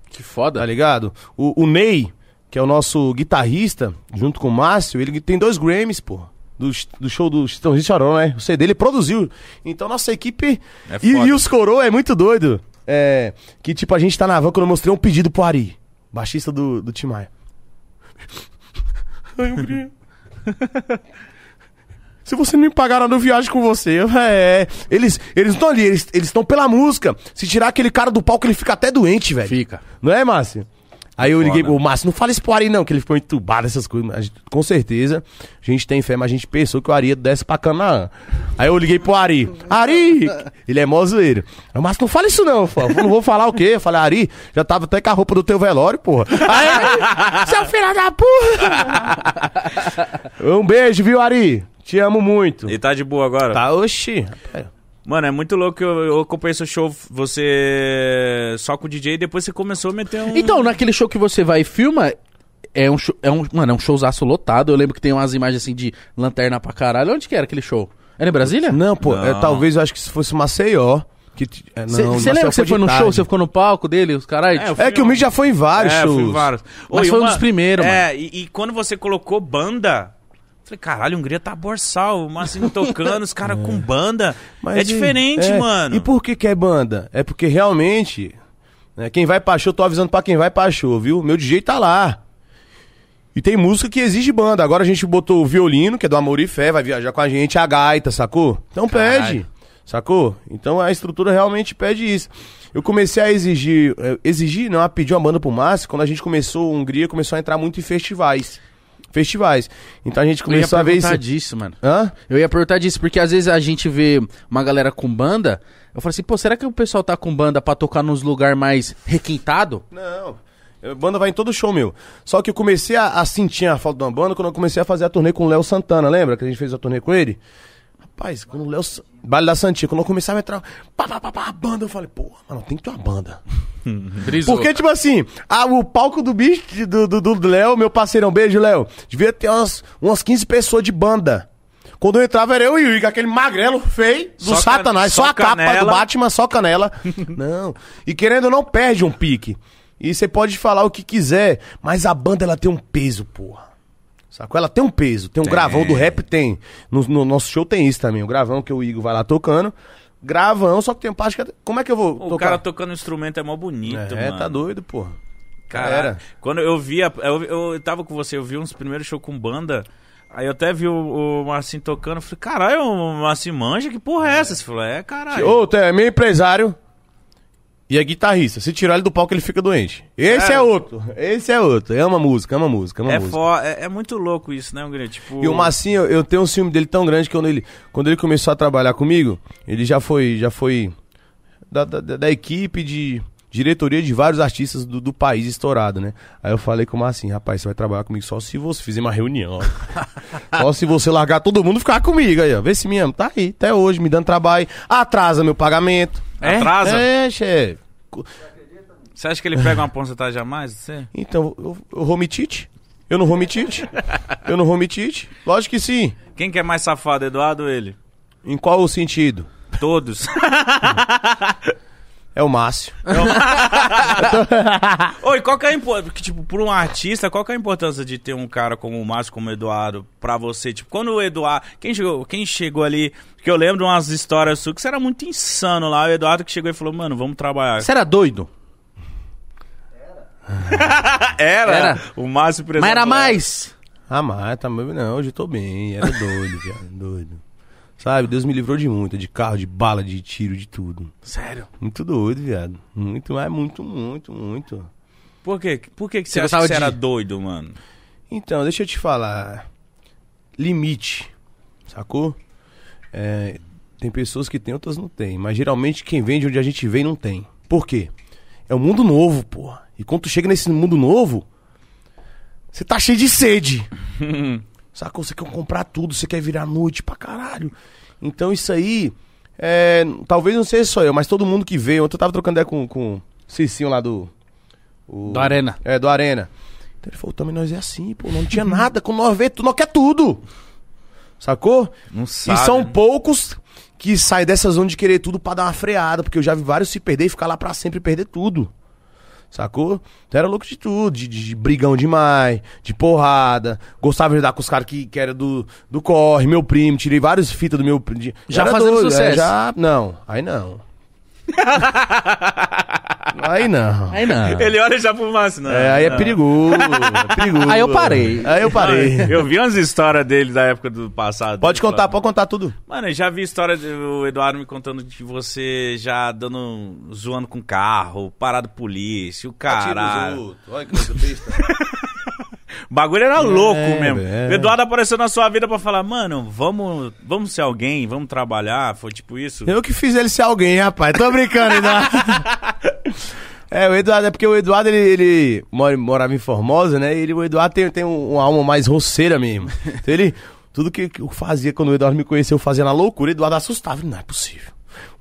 Speaker 1: Que
Speaker 3: Tá
Speaker 1: foda.
Speaker 3: ligado? O, o Ney, que é o nosso guitarrista, junto com o Márcio, ele tem dois Grammys, pô. Do, do show do Chitãozinho e Chorão, né? O CD ele produziu. Então nossa equipe.
Speaker 5: É
Speaker 3: e,
Speaker 5: foda.
Speaker 3: e os coroa é muito doido. É. Que tipo, a gente tá na van quando eu mostrei um pedido pro Ari, baixista do, do Tim Maia. Ai, Hungria. Se você não me pagar nada, eu viajo com você. Eu, É. Eles eles estão ali, eles estão pela música. Se tirar aquele cara do palco, ele fica até doente, velho.
Speaker 1: Fica.
Speaker 3: Não é, Márcio? Aí eu liguei
Speaker 5: Foda.
Speaker 3: pro Márcio, não fala isso pro Ari não, que ele ficou entubado, essas coisas. A gente- com certeza, a gente tem fé, mas a gente pensou que o Ari desce pra Canaã. Aí eu liguei pro Ari, Ari! Ele é mó zoeiro. Aí o Márcio, não fala isso não, pô. Eu não vou falar o quê? Eu falei, Ari, já tava até com a roupa do teu velório, porra. Aí, Ari, seu filho da porra! um beijo, viu, Ari? Te amo muito.
Speaker 5: Ele tá de boa agora?
Speaker 3: Tá, oxi.
Speaker 5: Mano, é muito louco que eu, eu acompanhei seu show, você só com o DJ e depois você começou a meter um.
Speaker 1: Então, naquele show que você vai e filma, é um show, é um, mano, é um showzaço lotado. Eu lembro que tem umas imagens assim de lanterna pra caralho. Onde que era aquele show? Era em Brasília?
Speaker 3: Não, pô, é,
Speaker 5: Não.
Speaker 3: talvez eu acho que se fosse Maceió. Que, t- é,
Speaker 1: Você
Speaker 3: não,
Speaker 1: lembra
Speaker 3: Maceió
Speaker 1: que você
Speaker 3: de
Speaker 1: foi no
Speaker 3: tarde.
Speaker 1: show, você ficou no palco dele, os Tipo, caras?
Speaker 5: É, eu fui
Speaker 3: É que o Mídia já foi em vários
Speaker 5: É,
Speaker 3: shows.
Speaker 5: fui em vários.
Speaker 1: Mas
Speaker 5: Oi,
Speaker 1: foi um dos primeiros,
Speaker 5: É, e, e quando você colocou banda. eu Falei, caralho, Hungria tá borsal, o Marcinho tocando, os caras com banda.
Speaker 3: É. Mas
Speaker 5: é
Speaker 3: e-
Speaker 5: diferente,
Speaker 3: é,
Speaker 5: mano.
Speaker 3: E por que que é banda? É porque realmente, né, quem vai pra show, tô avisando pra quem vai pra show, viu? Meu DJ tá lá. E tem música que exige banda. Agora a gente botou o violino, que é do Amor e Fé, vai viajar com a gente, a gaita, sacou? Então pede, sacou? Então a estrutura realmente pede isso. Eu comecei a exigir, eh, exigir não, a pedir uma banda pro Márcio, quando a gente começou, a Hungria começou a entrar muito em festivais. Festivais. Então a gente
Speaker 1: eu ia
Speaker 3: começou a ver isso.
Speaker 1: perguntar disso, mano.
Speaker 3: Hã?
Speaker 1: Eu ia perguntar disso, porque às vezes a gente vê uma galera com banda, eu falo assim, pô, será que o pessoal tá com banda pra tocar nos lugares mais requintado?
Speaker 3: Não. Eu- Banda vai em todo show meu. Só que eu comecei a, a sentir a falta de uma banda quando eu comecei a fazer a turnê com o Léo Santana, lembra? Que a gente fez a turnê com ele? Rapaz, quando o Léo. Sa- Baile da Santinha, quando eu começava a entrar. Pá, pá, pá, pá, a banda, eu falei, porra, mano, tem que ter uma banda. Porque, tipo assim, a- o palco do bicho de- do do- do Léo, meu parceirão, beijo, Léo, devia ter umas, umas 15 pessoas de banda. Quando eu entrava era eu e o Igor, aquele magrelo feio do
Speaker 5: Só can-
Speaker 3: Satanás, só,
Speaker 5: só
Speaker 3: a capa do
Speaker 5: canela.
Speaker 3: Batman, só canela. não. E querendo ou não, perde um pique. E você pode falar o que quiser, mas a banda ela tem um peso, porra. Sacou? Ela tem um peso. Tem um gravão do rap, tem. No, no nosso show tem isso também. O gravão que o Igor vai lá tocando. Gravão, só que tem parte que. Como é que eu vou
Speaker 5: o
Speaker 3: tocar?
Speaker 5: cara tocando instrumento é mó bonito,
Speaker 3: é,
Speaker 5: mano.
Speaker 3: tá doido, porra.
Speaker 5: Cara,
Speaker 3: Era.
Speaker 5: quando eu via. Eu, eu tava com você, eu vi uns primeiros shows com banda. Aí eu até vi o, o Marcinho tocando. eu Falei, "É, caralho, o Marcinho manja, que porra é essa? Você falou, é, caralho.
Speaker 3: Ô, tu é meu empresário. E é guitarrista. Se tirar ele do palco, ele fica doente. Esse é, outro. Esse é outro. Ama música, ama música, ama
Speaker 5: É,
Speaker 3: música.
Speaker 5: fo- é, é muito louco isso, né, Hungria? Tipo,
Speaker 3: E o Massinho, eu tenho um ciúme dele tão grande que quando ele, quando ele começou a trabalhar comigo, ele já foi, já foi da, da, da- da equipe de diretoria de vários artistas do, do país estourado, né? Aí eu falei com o Massinho, rapaz, você vai trabalhar comigo só se você fizer uma reunião. só se você largar todo mundo e ficar comigo aí, ó. Vê se me ama. Tá aí, até hoje, me dando trabalho. Atrasa meu pagamento.
Speaker 5: atrasa.
Speaker 3: É, chefe.
Speaker 5: Você acha que ele pega uma porcentagem a mais? de Você?
Speaker 3: Então, eu, eu vou me tite? Eu não vou me tite? Eu não vou me tite? Lógico que sim.
Speaker 5: Quem que é mais safado, Eduardo ou ele?
Speaker 3: Em qual sentido?
Speaker 5: Todos.
Speaker 3: É o Márcio.
Speaker 5: Oi, qual que é a importância? Tipo, por um artista, qual que é a importância de ter um cara como o Márcio, como o Eduardo, pra você? Tipo, quando o Eduardo. Quem chegou, quem chegou ali? Porque eu lembro umas histórias suas que você era muito insano lá. O Eduardo que chegou e falou, mano, vamos trabalhar.
Speaker 1: Você era doido?
Speaker 5: Era,
Speaker 1: Era.
Speaker 5: o Márcio, por exemplo.
Speaker 1: Mas era
Speaker 5: lá.
Speaker 1: mais!
Speaker 3: Ah, mas tá meu. Não, hoje eu tô bem. Era doido, viado. Doido. Sabe, Deus me livrou de muito, de carro, de bala, de tiro, de tudo.
Speaker 1: Sério?
Speaker 3: Muito doido, viado. Muito, mas muito, muito, muito.
Speaker 5: Por quê? Por que, que
Speaker 1: Você
Speaker 5: você, acha que
Speaker 1: gostava
Speaker 5: você era
Speaker 1: de-
Speaker 5: doido, mano?
Speaker 3: Então, deixa eu te falar. Limite, sacou? É, tem pessoas que tem, outras não tem. Mas geralmente quem vem de onde a gente vem não tem. Por quê? É um mundo novo, porra. E quando tu chega nesse mundo novo, você tá cheio de sede. sacou? Você quer comprar tudo, você quer virar noite pra caralho. Então isso aí, é, talvez não seja só eu, mas todo mundo que veio. Ontem eu tava trocando ideia com, com o Cicinho lá do... o-
Speaker 1: Do Arena.
Speaker 3: é, do Arena. Então ele falou, também nós é assim, pô, não tinha nada, com nós vê, tu não quer tudo. Sacou?
Speaker 5: Não sabe.
Speaker 3: E são poucos que saem dessa zona de querer tudo pra dar uma freada, porque eu já vi vários se perder e ficar lá pra sempre e perder tudo. Sacou? Então era louco de tudo, de, de- de brigão demais, de porrada. Gostava de andar com os caras que, que era do, do corre, meu primo, tirei várias fitas do meu primo. de-
Speaker 1: Já
Speaker 3: Era é,
Speaker 1: fazendo sucesso.
Speaker 3: já, não, aí não. aí não.
Speaker 1: Aí não.
Speaker 5: Ele olha já pro Márcio, não.
Speaker 3: É, aí é
Speaker 5: não.
Speaker 3: perigoso, é perigoso.
Speaker 1: Aí eu parei.
Speaker 3: Aí eu parei.
Speaker 5: Eu vi umas histórias dele da época do passado.
Speaker 3: Pode
Speaker 5: Ele
Speaker 3: contar,
Speaker 5: falava-
Speaker 3: pode contar tudo.
Speaker 5: Mano, eu já vi história do Eduardo me contando de você já dando. zoando com carro, parado polícia, o
Speaker 3: Tá
Speaker 5: caralho.
Speaker 3: Olha que coisa besta.
Speaker 5: O bagulho era louco
Speaker 3: É,
Speaker 5: mesmo.
Speaker 3: é.
Speaker 5: O Eduardo apareceu na sua vida pra falar, mano, vamos, vamos ser alguém, vamos trabalhar. Foi tipo isso.
Speaker 3: Eu que fiz ele ser alguém, rapaz. Tô brincando, Eduardo. É, o Eduardo, é porque o Eduardo, ele, ele mora, morava em Formosa, né? E ele, o Eduardo tem, tem um- uma alma mais roceira mesmo. Então ele, tudo que, que eu fazia quando o Eduardo me conheceu, eu fazia na loucura, o Eduardo assustava. Não é possível.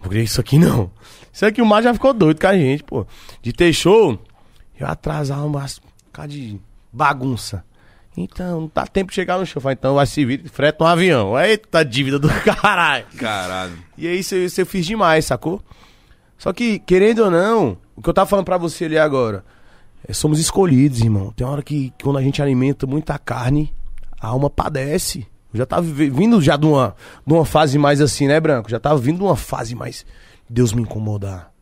Speaker 3: Não creio isso aqui não. Isso aqui o Mar já ficou doido com a gente, pô. De ter show, eu atrasava umas por causa de bagunça. Então, não dá tempo de chegar no show. Eu falava, Então vai se vir, freta um avião. Eita dívida do caralho.
Speaker 5: Caralho.
Speaker 3: E aí isso, eu- isso eu fiz demais, sacou? Só que, querendo ou não, o que eu tava falando pra você ali agora, é, somos escolhidos, irmão. Tem hora que quando a gente alimenta muita carne, a alma padece. Eu já tava vi- vindo já de uma, de uma fase mais assim, né, Branco? Já tava vindo de uma fase mais Deus me incomodar.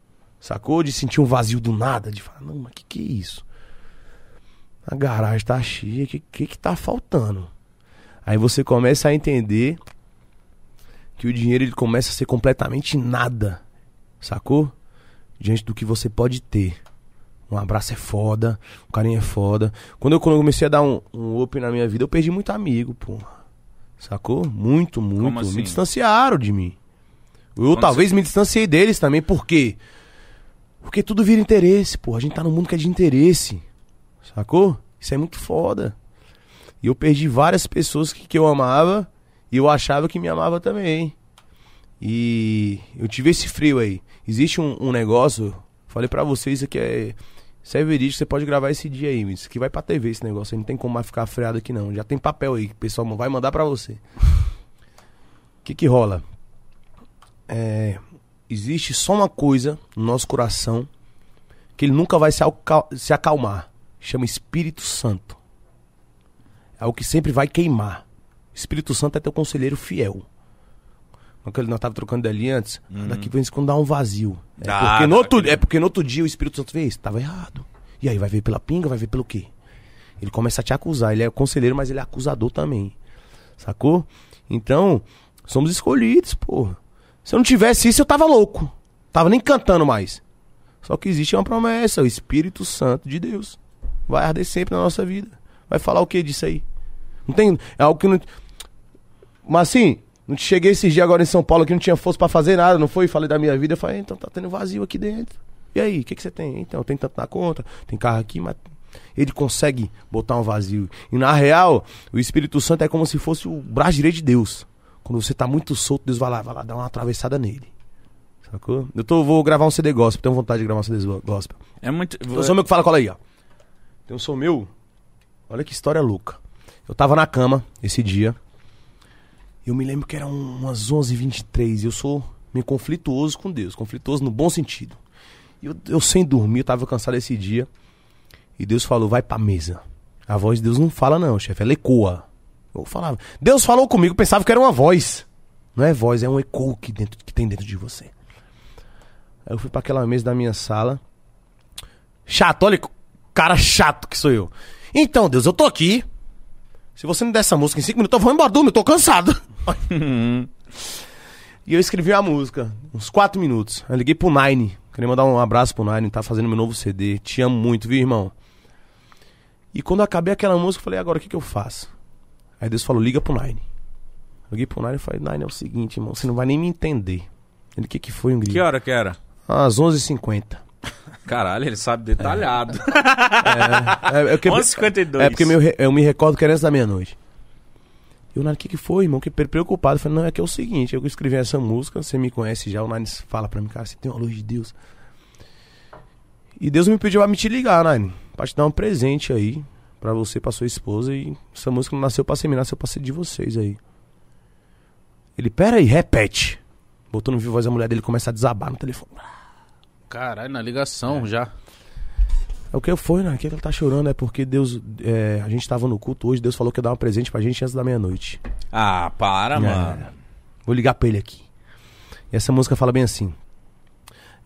Speaker 3: Sacou? De sentir um vazio do nada, de falar, não, mas que que é isso? A garagem tá cheia, que que que tá faltando? Aí você começa a entender que o dinheiro ele começa a ser completamente nada, sacou? Diante do que você pode ter. Um abraço é foda, um carinho é foda. Quando eu quando eu comecei a dar um, um open na minha vida, eu perdi muito amigo, porra. Sacou? Muito, muito.
Speaker 5: assim?
Speaker 3: Me distanciaram de mim. Eu talvez me distanciei deles também, por quê? Porque tudo vira interesse, porra. A gente tá num mundo que é de interesse. Sacou? Isso é muito foda. E eu perdi várias pessoas que, que eu amava e eu achava que me amava também. E eu tive esse frio aí. Existe um, um negócio, falei pra vocês, isso aqui é. Isso é verídico, você pode gravar esse dia aí, isso que vai pra TV esse negócio, aí não tem como mais ficar freado aqui não. Já tem papel aí, que o pessoal vai mandar pra você. O que que rola? É, existe só uma coisa no nosso coração que ele nunca vai se, alca- se acalmar. Chama Espírito Santo. É o que sempre vai queimar. Espírito Santo é teu conselheiro fiel. Aquele que nós tava trocando dali antes, daqui vem quando dá um vazio. É,
Speaker 5: Uhum. Dá,
Speaker 3: porque
Speaker 5: dá
Speaker 3: no outro,
Speaker 5: aquele-
Speaker 3: é porque no outro dia o Espírito Santo vê isso, tava errado. E aí vai ver pela pinga, vai ver pelo quê? Ele começa a te acusar. Ele é conselheiro, mas ele é acusador também. Sacou? Então, somos escolhidos, porra. Se eu não tivesse isso, eu tava louco. Tava nem cantando mais. Só que existe uma promessa, o Espírito Santo de Deus. Vai arder sempre na nossa vida. Vai falar o que disso aí? Não tem. É algo que não. Mas assim, não te cheguei esses dias agora em São Paulo que não tinha força para fazer nada, não foi? Falei da minha vida, eu falei, então tá tendo vazio aqui dentro. E aí, o que, que você tem? Então, tem tanto na conta, tem carro aqui, mas ele consegue botar um vazio. E na real, o Espírito Santo é como se fosse o braço direito de Deus. Quando você tá muito solto, Deus vai lá, vai lá, dá uma atravessada nele. Sacou? Eu tô, vou gravar um CD gospel, tenho vontade de gravar um CD gospel.
Speaker 2: É muito.
Speaker 3: Tem um som meu que fala, cola aí, ó. Tem um som meu. Olha que história louca. Eu tava na cama esse dia. Eu me lembro que era um- umas 11h23. Eu sou meio conflituoso com Deus. Conflituoso no bom sentido. E Eu, eu sem dormir, eu tava cansado esse dia. E Deus falou, vai pra mesa. A voz de Deus não fala não, chefe. Ela ecoa. Eu falava. Deus falou comigo, eu pensava que era uma voz. Não é voz, é um eco que, dentro, que tem dentro de você. Aí eu fui pra aquela mesa da minha sala. Chato, olha que cara chato que sou eu. Então, Deus, eu tô aqui. Se você não der essa música em cinco minutos, eu vou embora, dormir, eu tô cansado. e eu escrevi a música, uns quatro minutos. Eu liguei pro Nine. Queria mandar um abraço pro Nine, tá fazendo meu novo CD. Te amo muito, viu, irmão? E quando eu acabei aquela música, eu falei, agora o que, que eu faço? Aí Deus falou, liga pro Nine. Eu liguei pro Nine e falei, Nine, é o seguinte, irmão, você não vai nem me entender. Ele, o que, que foi, um
Speaker 2: Que hora que era?
Speaker 3: Às 11h50.
Speaker 2: Caralho, ele sabe detalhado.
Speaker 3: É, é, porque-
Speaker 2: 11h52.
Speaker 3: É porque eu, me- eu me recordo que era antes da meia-noite. E o Nani, o que, que foi, irmão? Que pre- preocupado. Eu falei, não, é que é o seguinte, eu escrevi essa música, você me conhece já, o Nani fala pra mim, cara, você tem uma luz de Deus. E Deus me pediu pra me te ligar, Nani, pra te dar um presente aí, pra você, pra sua esposa, e essa música não nasceu pra ser minha, nasceu pra ser de vocês aí. Ele, pera aí, repete. Botou no vivo voz a mulher dele começa a desabar no telefone.
Speaker 1: Caralho, na ligação já.
Speaker 3: É o que foi, né? O que ele tá chorando é porque Deus. é, a gente tava no culto hoje, Deus falou que ia dar um presente pra gente antes da meia-noite.
Speaker 2: Ah, para,
Speaker 3: É.
Speaker 2: mano.
Speaker 3: Vou ligar pra ele aqui. E essa música fala bem assim: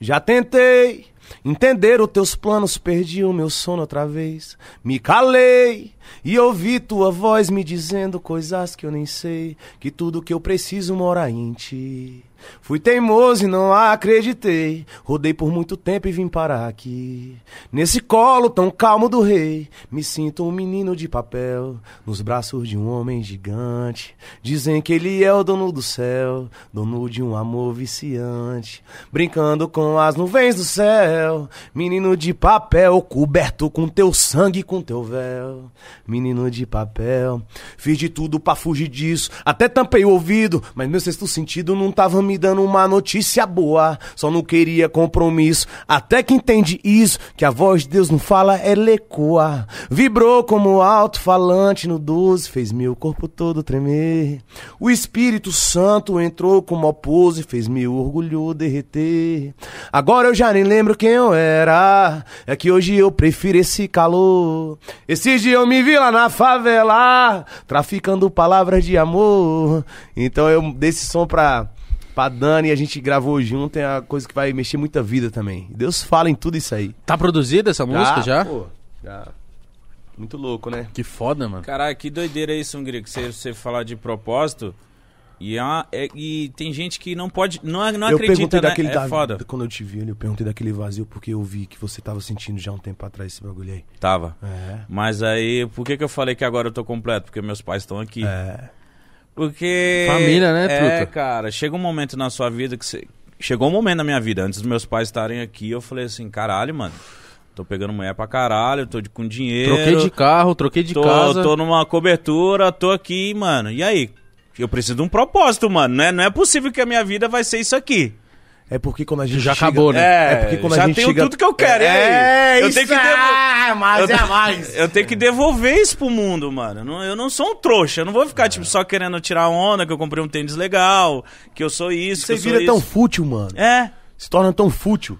Speaker 3: Já tentei entender os teus planos, perdi o meu sono outra vez. Me calei e ouvi tua voz me dizendo coisas que eu nem sei. Que tudo que eu preciso mora em ti. Fui teimoso e não acreditei. Rodei por muito tempo e vim parar aqui. Nesse colo tão calmo do rei, me sinto um menino de papel. Nos braços de um homem gigante. Dizem que ele é o dono do céu, dono de um amor viciante. Brincando com as nuvens do céu. Menino de papel, coberto com teu sangue e com teu véu. Menino de papel, fiz de tudo pra fugir disso. Até tampei o ouvido, mas meu sexto sentido não tava me dando uma notícia boa. Só não queria compromisso. Até que entende isso, que a voz de Deus não fala, ela ecoa. Vibrou como alto-falante no 12, fez meu corpo todo tremer. O Espírito Santo entrou como opose, fez meu orgulho derreter. Agora eu já nem lembro quem eu era. É que hoje eu prefiro esse calor. Esse dia eu me vi lá na favela, traficando palavras de amor. Então eu dei esse som pra, pra Dani, a gente gravou junto, é uma coisa que vai mexer muita vida também. Deus fala em tudo isso aí. Ah,
Speaker 1: Tá produzida essa música já?
Speaker 3: Pô, já. Muito louco, né?
Speaker 1: Que foda, mano.
Speaker 2: Caralho, que doideira é isso, Hungria, que você, você falar de propósito. E, é uma- é- e tem gente que não pode. Não, não
Speaker 3: eu
Speaker 2: acredita,
Speaker 3: perguntei
Speaker 2: né?
Speaker 3: daquele
Speaker 2: é
Speaker 3: da-
Speaker 2: foda.
Speaker 3: Quando eu te vi, eu perguntei daquele vazio porque eu vi que você tava sentindo já um tempo atrás esse bagulho aí.
Speaker 2: Tava.
Speaker 3: É.
Speaker 2: Mas aí, por que, que eu falei que agora eu tô completo? Porque meus pais estão aqui.
Speaker 3: É.
Speaker 2: Porque.
Speaker 1: Família, né,
Speaker 2: É,
Speaker 1: truta?
Speaker 2: cara. Chega um momento na sua vida que você. Chegou um momento na minha vida, antes dos meus pais estarem aqui, eu falei assim: caralho, mano. Tô pegando mulher pra caralho, tô de- com dinheiro.
Speaker 1: Troquei de carro, troquei de
Speaker 2: tô,
Speaker 1: casa.
Speaker 2: tô numa cobertura, tô aqui, mano. E aí? Eu preciso de um propósito, mano. Não é, não é possível que a minha vida vai ser isso aqui.
Speaker 3: É porque quando a gente.
Speaker 1: Já
Speaker 3: chega-
Speaker 1: acabou, né?
Speaker 3: É porque quando
Speaker 2: já
Speaker 3: a gente
Speaker 2: tenho
Speaker 3: chega-
Speaker 2: tudo que eu quero, e aí?
Speaker 3: É,
Speaker 2: eu
Speaker 3: isso
Speaker 2: tenho que
Speaker 3: é, mas
Speaker 2: eu-
Speaker 3: é mais.
Speaker 2: Eu tenho que devolver isso pro mundo, mano. Eu não, eu não sou um trouxa. Eu não vou ficar,
Speaker 3: É.
Speaker 2: tipo, só querendo tirar onda, que eu comprei um tênis legal, que eu sou isso,
Speaker 3: Você
Speaker 2: que eu sou
Speaker 3: vira tão
Speaker 2: isso.
Speaker 3: fútil, mano.
Speaker 2: É.
Speaker 3: se torna tão fútil,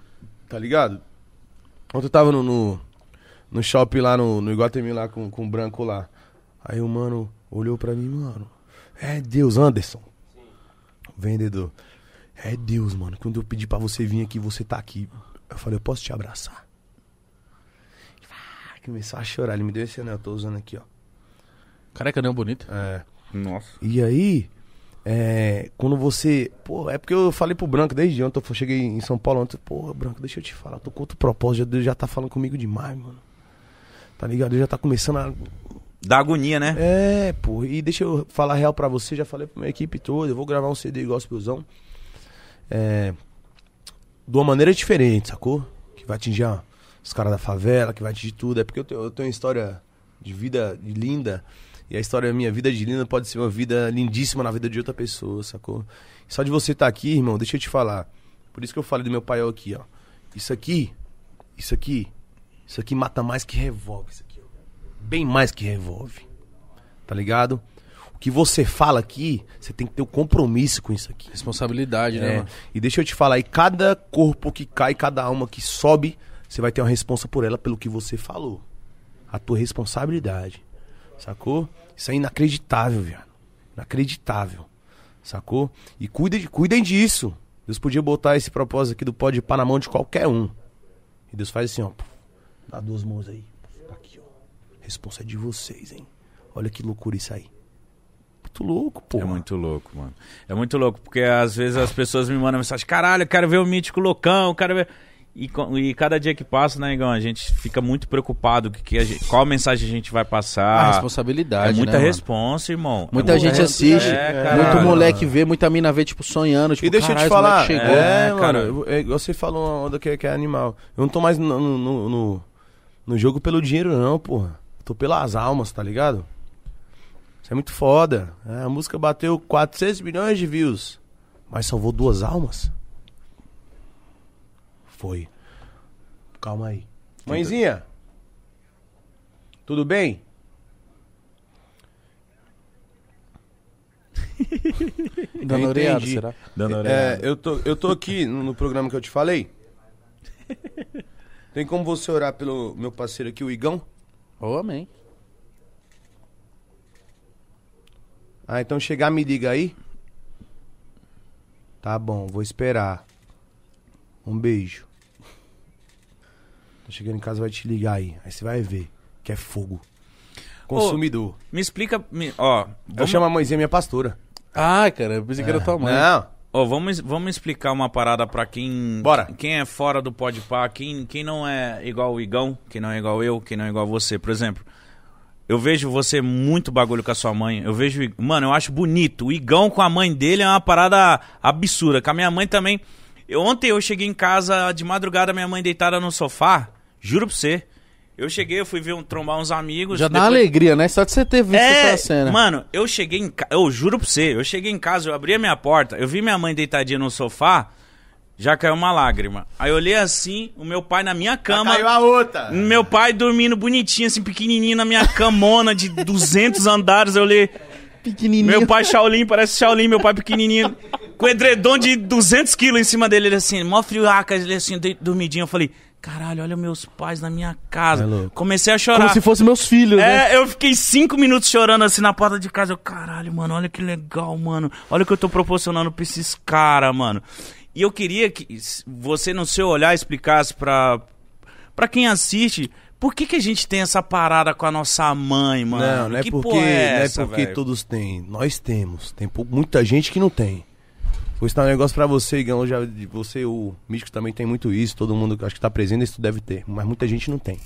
Speaker 3: tá ligado? Ontem eu tava no, no, no shopping lá no, no Iguatemi lá com, com o branco lá. Aí o mano olhou pra mim, mano. É Deus, Anderson. Vendedor. É Deus, mano. Quando eu pedi pra você vir aqui, você tá aqui. Eu falei, eu posso te abraçar? Ah, Começou a chorar. Ele me deu esse anel, eu tô usando aqui, ó.
Speaker 1: Careca, não é bonito.
Speaker 3: É.
Speaker 2: Nossa.
Speaker 3: E aí, É, quando você. Pô, é porque eu falei pro Branco desde ontem, eu cheguei em São Paulo ontem. Pô, Branco, deixa eu te falar, eu tô com outro propósito, Deus já tá falando comigo demais, mano. Tá ligado? Deus já tá começando a.
Speaker 5: Da agonia, né?
Speaker 3: É, pô, e deixa eu falar real pra você, já falei pra minha equipe toda, eu vou gravar um CD gospelzão. É. De uma maneira diferente, sacou? Que vai atingir a- os caras da favela, que vai atingir tudo. É porque eu tenho, eu tenho uma história de vida linda. E a história da minha vida de linda pode ser uma vida lindíssima na vida de outra pessoa, sacou? Só de você estar aqui, irmão, deixa eu te falar. Por isso que eu falei do meu paiol aqui, ó. Isso aqui, isso aqui, isso aqui mata mais que revolve, isso aqui, ó. Bem mais que revolve. Tá ligado? O que você fala aqui, você tem que ter o compromisso com isso aqui.
Speaker 1: Responsabilidade, né,
Speaker 3: É,
Speaker 1: mano?
Speaker 3: E deixa eu te falar, e cada corpo que cai, cada alma que sobe, você vai ter uma responsa por ela pelo que você falou. A tua responsabilidade. Sacou? Isso é inacreditável, viado. Inacreditável. Sacou? E cuida de- cuidem disso. Deus podia botar esse propósito aqui do pó de pá na mão de qualquer um. E Deus faz assim, ó. puf, Dá duas mãos aí. puf, Tá aqui, ó. Responsa é de vocês, hein? Olha que loucura isso aí. Muito louco, pô.
Speaker 5: É muito louco, mano. É muito louco, porque às vezes as pessoas me mandam mensagem, caralho, eu quero ver o mítico loucão, eu quero ver. E, co- e cada dia que passa, né, Igão, a gente fica muito preocupado que, que a gente- qual mensagem a gente vai
Speaker 1: A
Speaker 5: passar.
Speaker 1: responsabilidade,
Speaker 5: é muita
Speaker 1: né, mano?
Speaker 5: responsa, irmão. É
Speaker 1: Muita
Speaker 5: mu-
Speaker 1: gente
Speaker 5: é-
Speaker 1: assiste,
Speaker 5: é,
Speaker 1: muito
Speaker 5: caralho.
Speaker 1: moleque vê, muita mina vê, tipo, sonhando, tipo,
Speaker 3: e deixa eu
Speaker 1: "Caralho,
Speaker 3: te
Speaker 1: esse moleque
Speaker 3: falar,
Speaker 1: chegou.
Speaker 3: é,
Speaker 5: É,
Speaker 3: mano,
Speaker 5: cara.
Speaker 3: eu- é, igual você falou uma onda que, que é animal. Eu não tô mais no, no, no- no- no jogo pelo dinheiro, não, porra. Tô pelas almas, tá ligado? Isso é muito foda. É, a música bateu 400 milhões de views, mas salvou duas almas. Foi. Calma aí. Mãezinha, tudo bem?
Speaker 1: Dando oreada,
Speaker 3: entendi.
Speaker 1: será?
Speaker 5: Dando
Speaker 3: É,
Speaker 5: orelhada.
Speaker 3: eu tô, eu tô aqui no, no programa que eu te falei. Tem como você orar pelo meu parceiro aqui, o Igão?
Speaker 1: Ô, amém.
Speaker 3: Ah, então chegar, me liga aí. Tá bom, vou esperar. Um beijo. Tô chegando em casa, vai te ligar aí. Aí você vai ver que é fogo. Consumidor.
Speaker 5: Me explica. me- ó,
Speaker 3: eu
Speaker 5: vamos,
Speaker 3: chamo a mãezinha minha pastora.
Speaker 1: Ah, cara, eu pensei que era tua mãe.
Speaker 3: Não.
Speaker 5: ó, vamos, vamos explicar uma parada pra quem.
Speaker 3: Bora.
Speaker 5: Quem é fora do podpar, quem, quem não é igual o Igão, quem não é igual eu, quem não é igual você. Por exemplo, eu vejo você muito bagulho com a sua mãe. Eu vejo. o I- Mano, eu acho bonito. O Igão com a mãe dele é uma parada absurda. Com a minha mãe também. Eu- ontem eu cheguei em casa de madrugada, minha mãe deitada no sofá. Juro pra você. Eu cheguei, eu fui ver um, trombar uns amigos.
Speaker 1: Já dá uma
Speaker 5: depois- É,
Speaker 1: alegria, né? Só de você ter visto essa cena.
Speaker 5: Mano, eu cheguei em casa. Eu juro pra você, eu cheguei em casa, eu abri a minha porta, eu vi minha mãe deitadinha no sofá, já caiu uma lágrima. Aí eu olhei assim, o meu pai na minha cama.
Speaker 3: a outra.
Speaker 5: Meu pai dormindo bonitinho, assim, pequenininho, na minha camona de 200 andares. Eu olhei.
Speaker 1: Pequenininho.
Speaker 5: Meu pai Shaolin, parece Shaolin, meu pai pequenininho. Com edredom de 200 quilos em cima dele. Ele assim, mó friaca, ele assim, de- dormidinho. Eu falei, caralho, olha meus pais na minha casa. Comecei a chorar.
Speaker 1: É Como se fossem meus filhos, né?
Speaker 5: É, eu fiquei cinco minutos chorando assim na porta de casa. Eu, caralho, mano, olha que legal, mano. Olha o que eu tô proporcionando pra esses caras, mano. E eu queria que s- você, no seu olhar, explicasse pra, pra quem assiste por que, que a gente tem essa parada com a nossa mãe, mano.
Speaker 3: Não, não é
Speaker 5: que
Speaker 3: porque,
Speaker 5: porra
Speaker 3: não é
Speaker 5: essa,
Speaker 3: porque
Speaker 5: velho?
Speaker 3: todos têm. Nós temos. Tem pou- muita gente que não tem. Vou ensinar um negócio pra você, Igão. eu Já, você e o Mítico também tem muito isso. Todo mundo que acho que tá presente, isso deve ter. Mas muita gente não tem.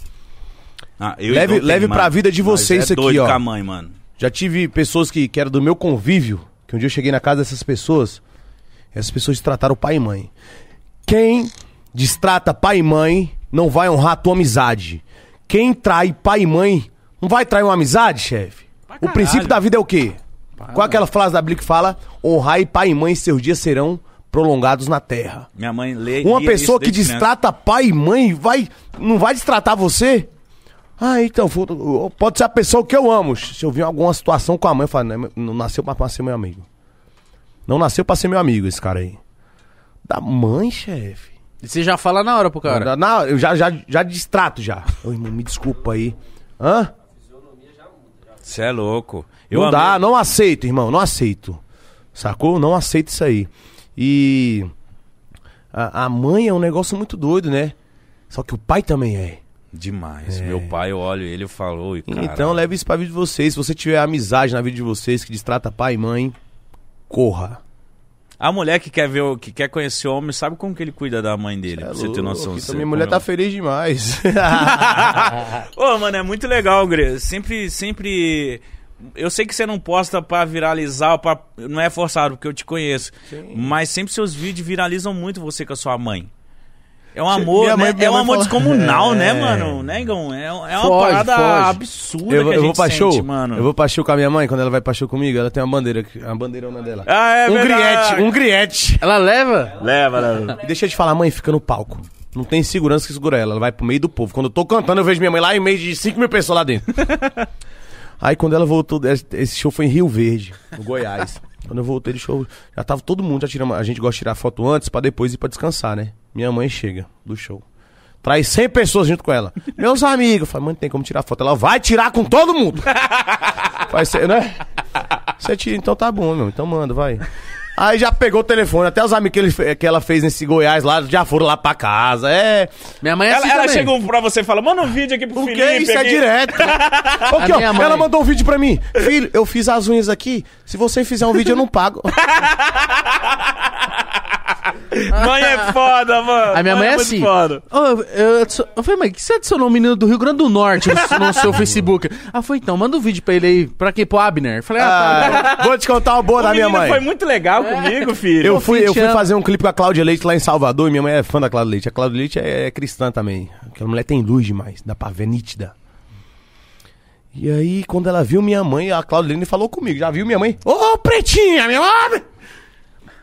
Speaker 5: Ah, eu
Speaker 3: leve-
Speaker 5: e Dom
Speaker 3: leve
Speaker 5: tem, mano.
Speaker 3: pra vida de
Speaker 5: Nós
Speaker 3: vocês
Speaker 5: é
Speaker 3: isso aqui,
Speaker 5: doido
Speaker 3: ó.
Speaker 5: com a mãe, mano.
Speaker 3: Já tive pessoas que, que eram do meu convívio, que um dia eu cheguei na casa dessas pessoas, essas pessoas trataram pai e mãe. Quem destrata pai e mãe não vai honrar a tua amizade. Quem trai pai e mãe não vai trair uma amizade, chefe. O princípio da vida é o quê? Qual é aquela frase da Bíblia que fala? Honrai pai e mãe, seus dias serão prolongados na terra.
Speaker 5: Minha mãe lê.
Speaker 3: Uma
Speaker 5: lia
Speaker 3: pessoa
Speaker 5: isso
Speaker 3: que
Speaker 5: desde criança.
Speaker 3: destrata pai e mãe vai, não vai destratar você? Ah, então, fu- pode ser a pessoa que eu amo. Se eu vi alguma situação com a mãe, eu falo, "Não, não nasceu pra, pra ser meu amigo. Não nasceu pra ser meu amigo esse cara aí. Da mãe, chefe.
Speaker 1: E Você já fala na hora pro cara.
Speaker 3: Na- na- eu já, já, já distrato já. Ô, irmão, me desculpa aí. Hã?
Speaker 5: Você é louco. Eu
Speaker 3: não
Speaker 5: amei-
Speaker 3: dá, não aceito, irmão, não aceito. Sacou? Não aceito isso aí. E a, a mãe é um negócio muito doido, né? Só que o pai também é.
Speaker 5: Demais. Meu pai, eu olho ele e falo, "Oi, cara.
Speaker 3: Então leve isso pra vida de vocês. Se você tiver amizade na vida de vocês que destrata pai e mãe, corra.
Speaker 5: A mulher que quer ver, o- que quer conhecer o homem, sabe como que ele cuida da mãe dele, pra você ter noção.
Speaker 3: Então,
Speaker 5: Você-
Speaker 3: minha mulher
Speaker 5: como
Speaker 3: tá
Speaker 5: é-
Speaker 3: feliz demais. Ah,
Speaker 5: Ô, mano, é muito legal, Gre. Sempre, sempre. Eu sei que você não posta pra viralizar, ou pra... não é forçado, porque eu te conheço. Mas sempre seus vídeos viralizam muito você com a sua mãe. É um amor,
Speaker 3: minha mãe-
Speaker 5: né?
Speaker 3: minha
Speaker 5: É um
Speaker 3: mãe
Speaker 5: amor
Speaker 3: fala-
Speaker 5: descomunal, né,
Speaker 3: É.
Speaker 5: mano? Né, Igão? É, é uma
Speaker 1: Foge,
Speaker 5: parada
Speaker 1: foge.
Speaker 5: absurda
Speaker 3: eu,
Speaker 5: que a
Speaker 3: eu
Speaker 5: gente
Speaker 3: vou pra
Speaker 5: sente,
Speaker 3: show,
Speaker 5: mano.
Speaker 3: eu vou pra show com a minha mãe, quando ela vai pra show comigo, ela tem uma bandeira, aqui, uma bandeirona dela.
Speaker 5: Ah, é
Speaker 3: um
Speaker 5: verdade.
Speaker 3: griete, um griete.
Speaker 1: Ela leva?
Speaker 5: Leva, leva.
Speaker 3: E deixa eu te falar, mãe, fica no palco. Não tem segurança que segura ela, ela vai pro meio do povo. Quando eu tô cantando, eu vejo minha mãe lá em meio de 5 mil pessoas lá dentro. Aí quando ela voltou, esse- esse show foi em Rio Verde, no Goiás. quando eu voltei do show, já tava todo mundo já tirando. A gente gosta de tirar foto antes pra depois ir pra descansar, né? Minha mãe chega do show. Traz 100 pessoas junto com ela. Meus amigos. Eu falo, mãe, não tem como tirar foto. Ela vai tirar com todo mundo. vai ser, né? Você tira, então tá bom, meu. Então manda, vai. Aí já pegou o telefone. Até os amigos que, ele fe- que ela fez nesse Goiás lá já foram lá pra casa. É.
Speaker 1: Minha mãe é
Speaker 5: Ela,
Speaker 1: assim
Speaker 5: ela
Speaker 1: também.
Speaker 5: chegou pra você e fala: manda um vídeo aqui pro
Speaker 3: O
Speaker 5: Felipe.
Speaker 3: que? Isso é
Speaker 5: aqui."
Speaker 3: direto. Aqui, ó,
Speaker 1: minha mãe.
Speaker 3: ela mandou um vídeo pra mim. Filho, eu fiz as unhas aqui. Se você fizer um vídeo, eu não pago.
Speaker 5: Mãe é foda, mano.
Speaker 1: A minha mãe é
Speaker 5: muito
Speaker 1: assim.
Speaker 5: Foda.
Speaker 1: Ô, eu, eu adicio- eu falei, mãe, que você adicionou um menino do Rio Grande do Norte no, no seu Facebook? Ah, foi então, manda um vídeo pra ele aí. Pra quê? Pro Abner? Eu Falei, ah, tá.
Speaker 3: Ah, vou te contar uma boa da
Speaker 5: O
Speaker 3: minha
Speaker 5: menino
Speaker 3: mãe.
Speaker 5: foi muito legal comigo, filho.
Speaker 3: Eu fui,
Speaker 1: Fim
Speaker 3: eu
Speaker 1: te
Speaker 3: fui
Speaker 1: amo.
Speaker 3: fazer um clipe com a Cláudia Leite lá em Salvador e minha mãe é fã da Cláudia Leite. A Cláudia Leite é, é cristã também. Aquela mulher tem luz demais, dá pra ver nítida. E aí, quando ela viu minha mãe, a Cláudia Leite falou comigo. Já viu minha mãe? Ô, pretinha, meu homem!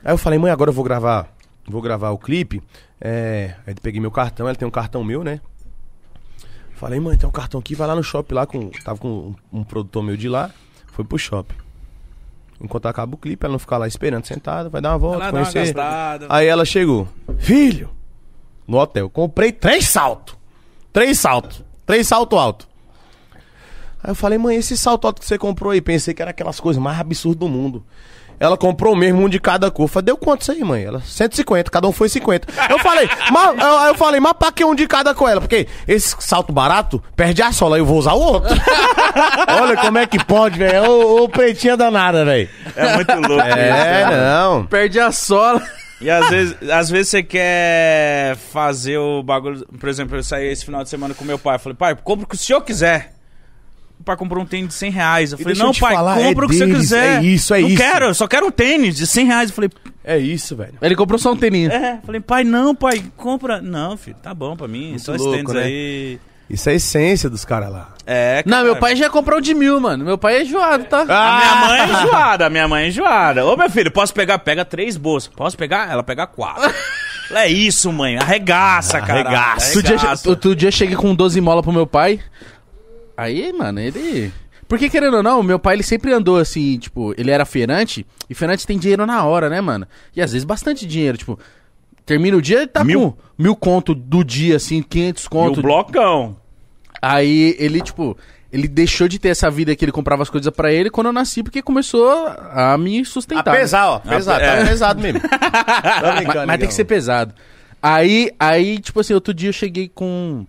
Speaker 3: Aí eu falei, mãe, agora eu vou gravar. Vou gravar o clipe. É, aí eu peguei meu cartão, ela tem um cartão meu, né? Falei, mãe, tem um cartão aqui, vai lá no shopping lá com. Tava com um, um produtor meu de lá, foi pro shopping. Enquanto acaba o clipe, ela não ficar lá esperando sentada, vai dar uma volta,
Speaker 5: Ela dá uma
Speaker 3: conhecer.
Speaker 5: gastada.
Speaker 3: Aí ela chegou, filho, no hotel, comprei três saltos. Três saltos. Três salto alto. Aí eu falei, mãe, esse salto alto que você comprou aí, pensei que era aquelas coisas mais absurdas do mundo. Ela comprou mesmo um de cada cor. Falei, deu quanto isso aí, mãe? Ela, 150, cada um foi 50. Eu falei, mas, eu, eu falei, mas pra que um de cada cor? Ela, porque esse salto barato perde a sola, eu vou usar o outro. Olha como é que pode, velho. Ô, ô pretinha danada, velho.
Speaker 5: É muito louco.
Speaker 3: É, não.
Speaker 1: Perde a sola.
Speaker 5: E às vezes, às vezes você quer fazer o bagulho. Por exemplo, eu saí esse final de semana com meu pai. Eu falei, pai, compra o que o senhor quiser. O pai comprou um tênis de 100 reais. Eu
Speaker 3: E
Speaker 5: falei,
Speaker 3: deixa eu
Speaker 5: não,
Speaker 3: te
Speaker 5: pai,
Speaker 3: falar,
Speaker 5: compra
Speaker 3: é
Speaker 5: o que
Speaker 3: deles,
Speaker 5: você quiser.
Speaker 3: é isso, é
Speaker 5: não
Speaker 3: isso.
Speaker 5: Não quero, eu só quero um tênis de 100 reais. Eu falei,
Speaker 3: É isso, velho.
Speaker 1: Ele comprou só um teninho.
Speaker 5: é. Eu falei, pai, não, pai, compra. Não, filho, tá bom pra mim. só esse
Speaker 3: louco,
Speaker 5: tênis
Speaker 3: né?
Speaker 5: aí.
Speaker 3: Isso é a essência dos caras lá.
Speaker 5: É, cara.
Speaker 1: Não, meu pai já comprou o de mil, mano. Meu pai é enjoado, tá?
Speaker 5: A minha mãe é enjoada, a minha mãe é enjoada. Ô, meu filho, posso pegar? Pega três bolsas. Posso pegar? Ela pega quatro. É isso, mãe. Arregaça, cara.
Speaker 3: Arregaça.
Speaker 1: Outro dia,
Speaker 5: tá.
Speaker 1: outro dia eu cheguei com 12 mola pro meu pai. Aí, mano, ele. Porque querendo ou não, meu pai ele sempre andou assim, tipo, ele era feirante, e feirante tem dinheiro na hora, né, mano? E às vezes bastante dinheiro, tipo, termina o dia ele tá
Speaker 5: Mil?
Speaker 1: com mil conto do dia, assim, 500
Speaker 5: E
Speaker 1: conto.
Speaker 5: o blocão.
Speaker 1: Aí ele, tipo, ele deixou de ter essa vida que ele comprava as coisas pra ele quando eu nasci, porque começou a me sustentar. né?
Speaker 3: Apesar, ó. Pesado,
Speaker 5: Ape- é.
Speaker 3: tá pesado mesmo. Tá
Speaker 1: Mas, mas
Speaker 3: brincando,
Speaker 1: tem
Speaker 3: Igão.
Speaker 1: que ser pesado. Aí, aí, tipo assim, outro dia eu cheguei com.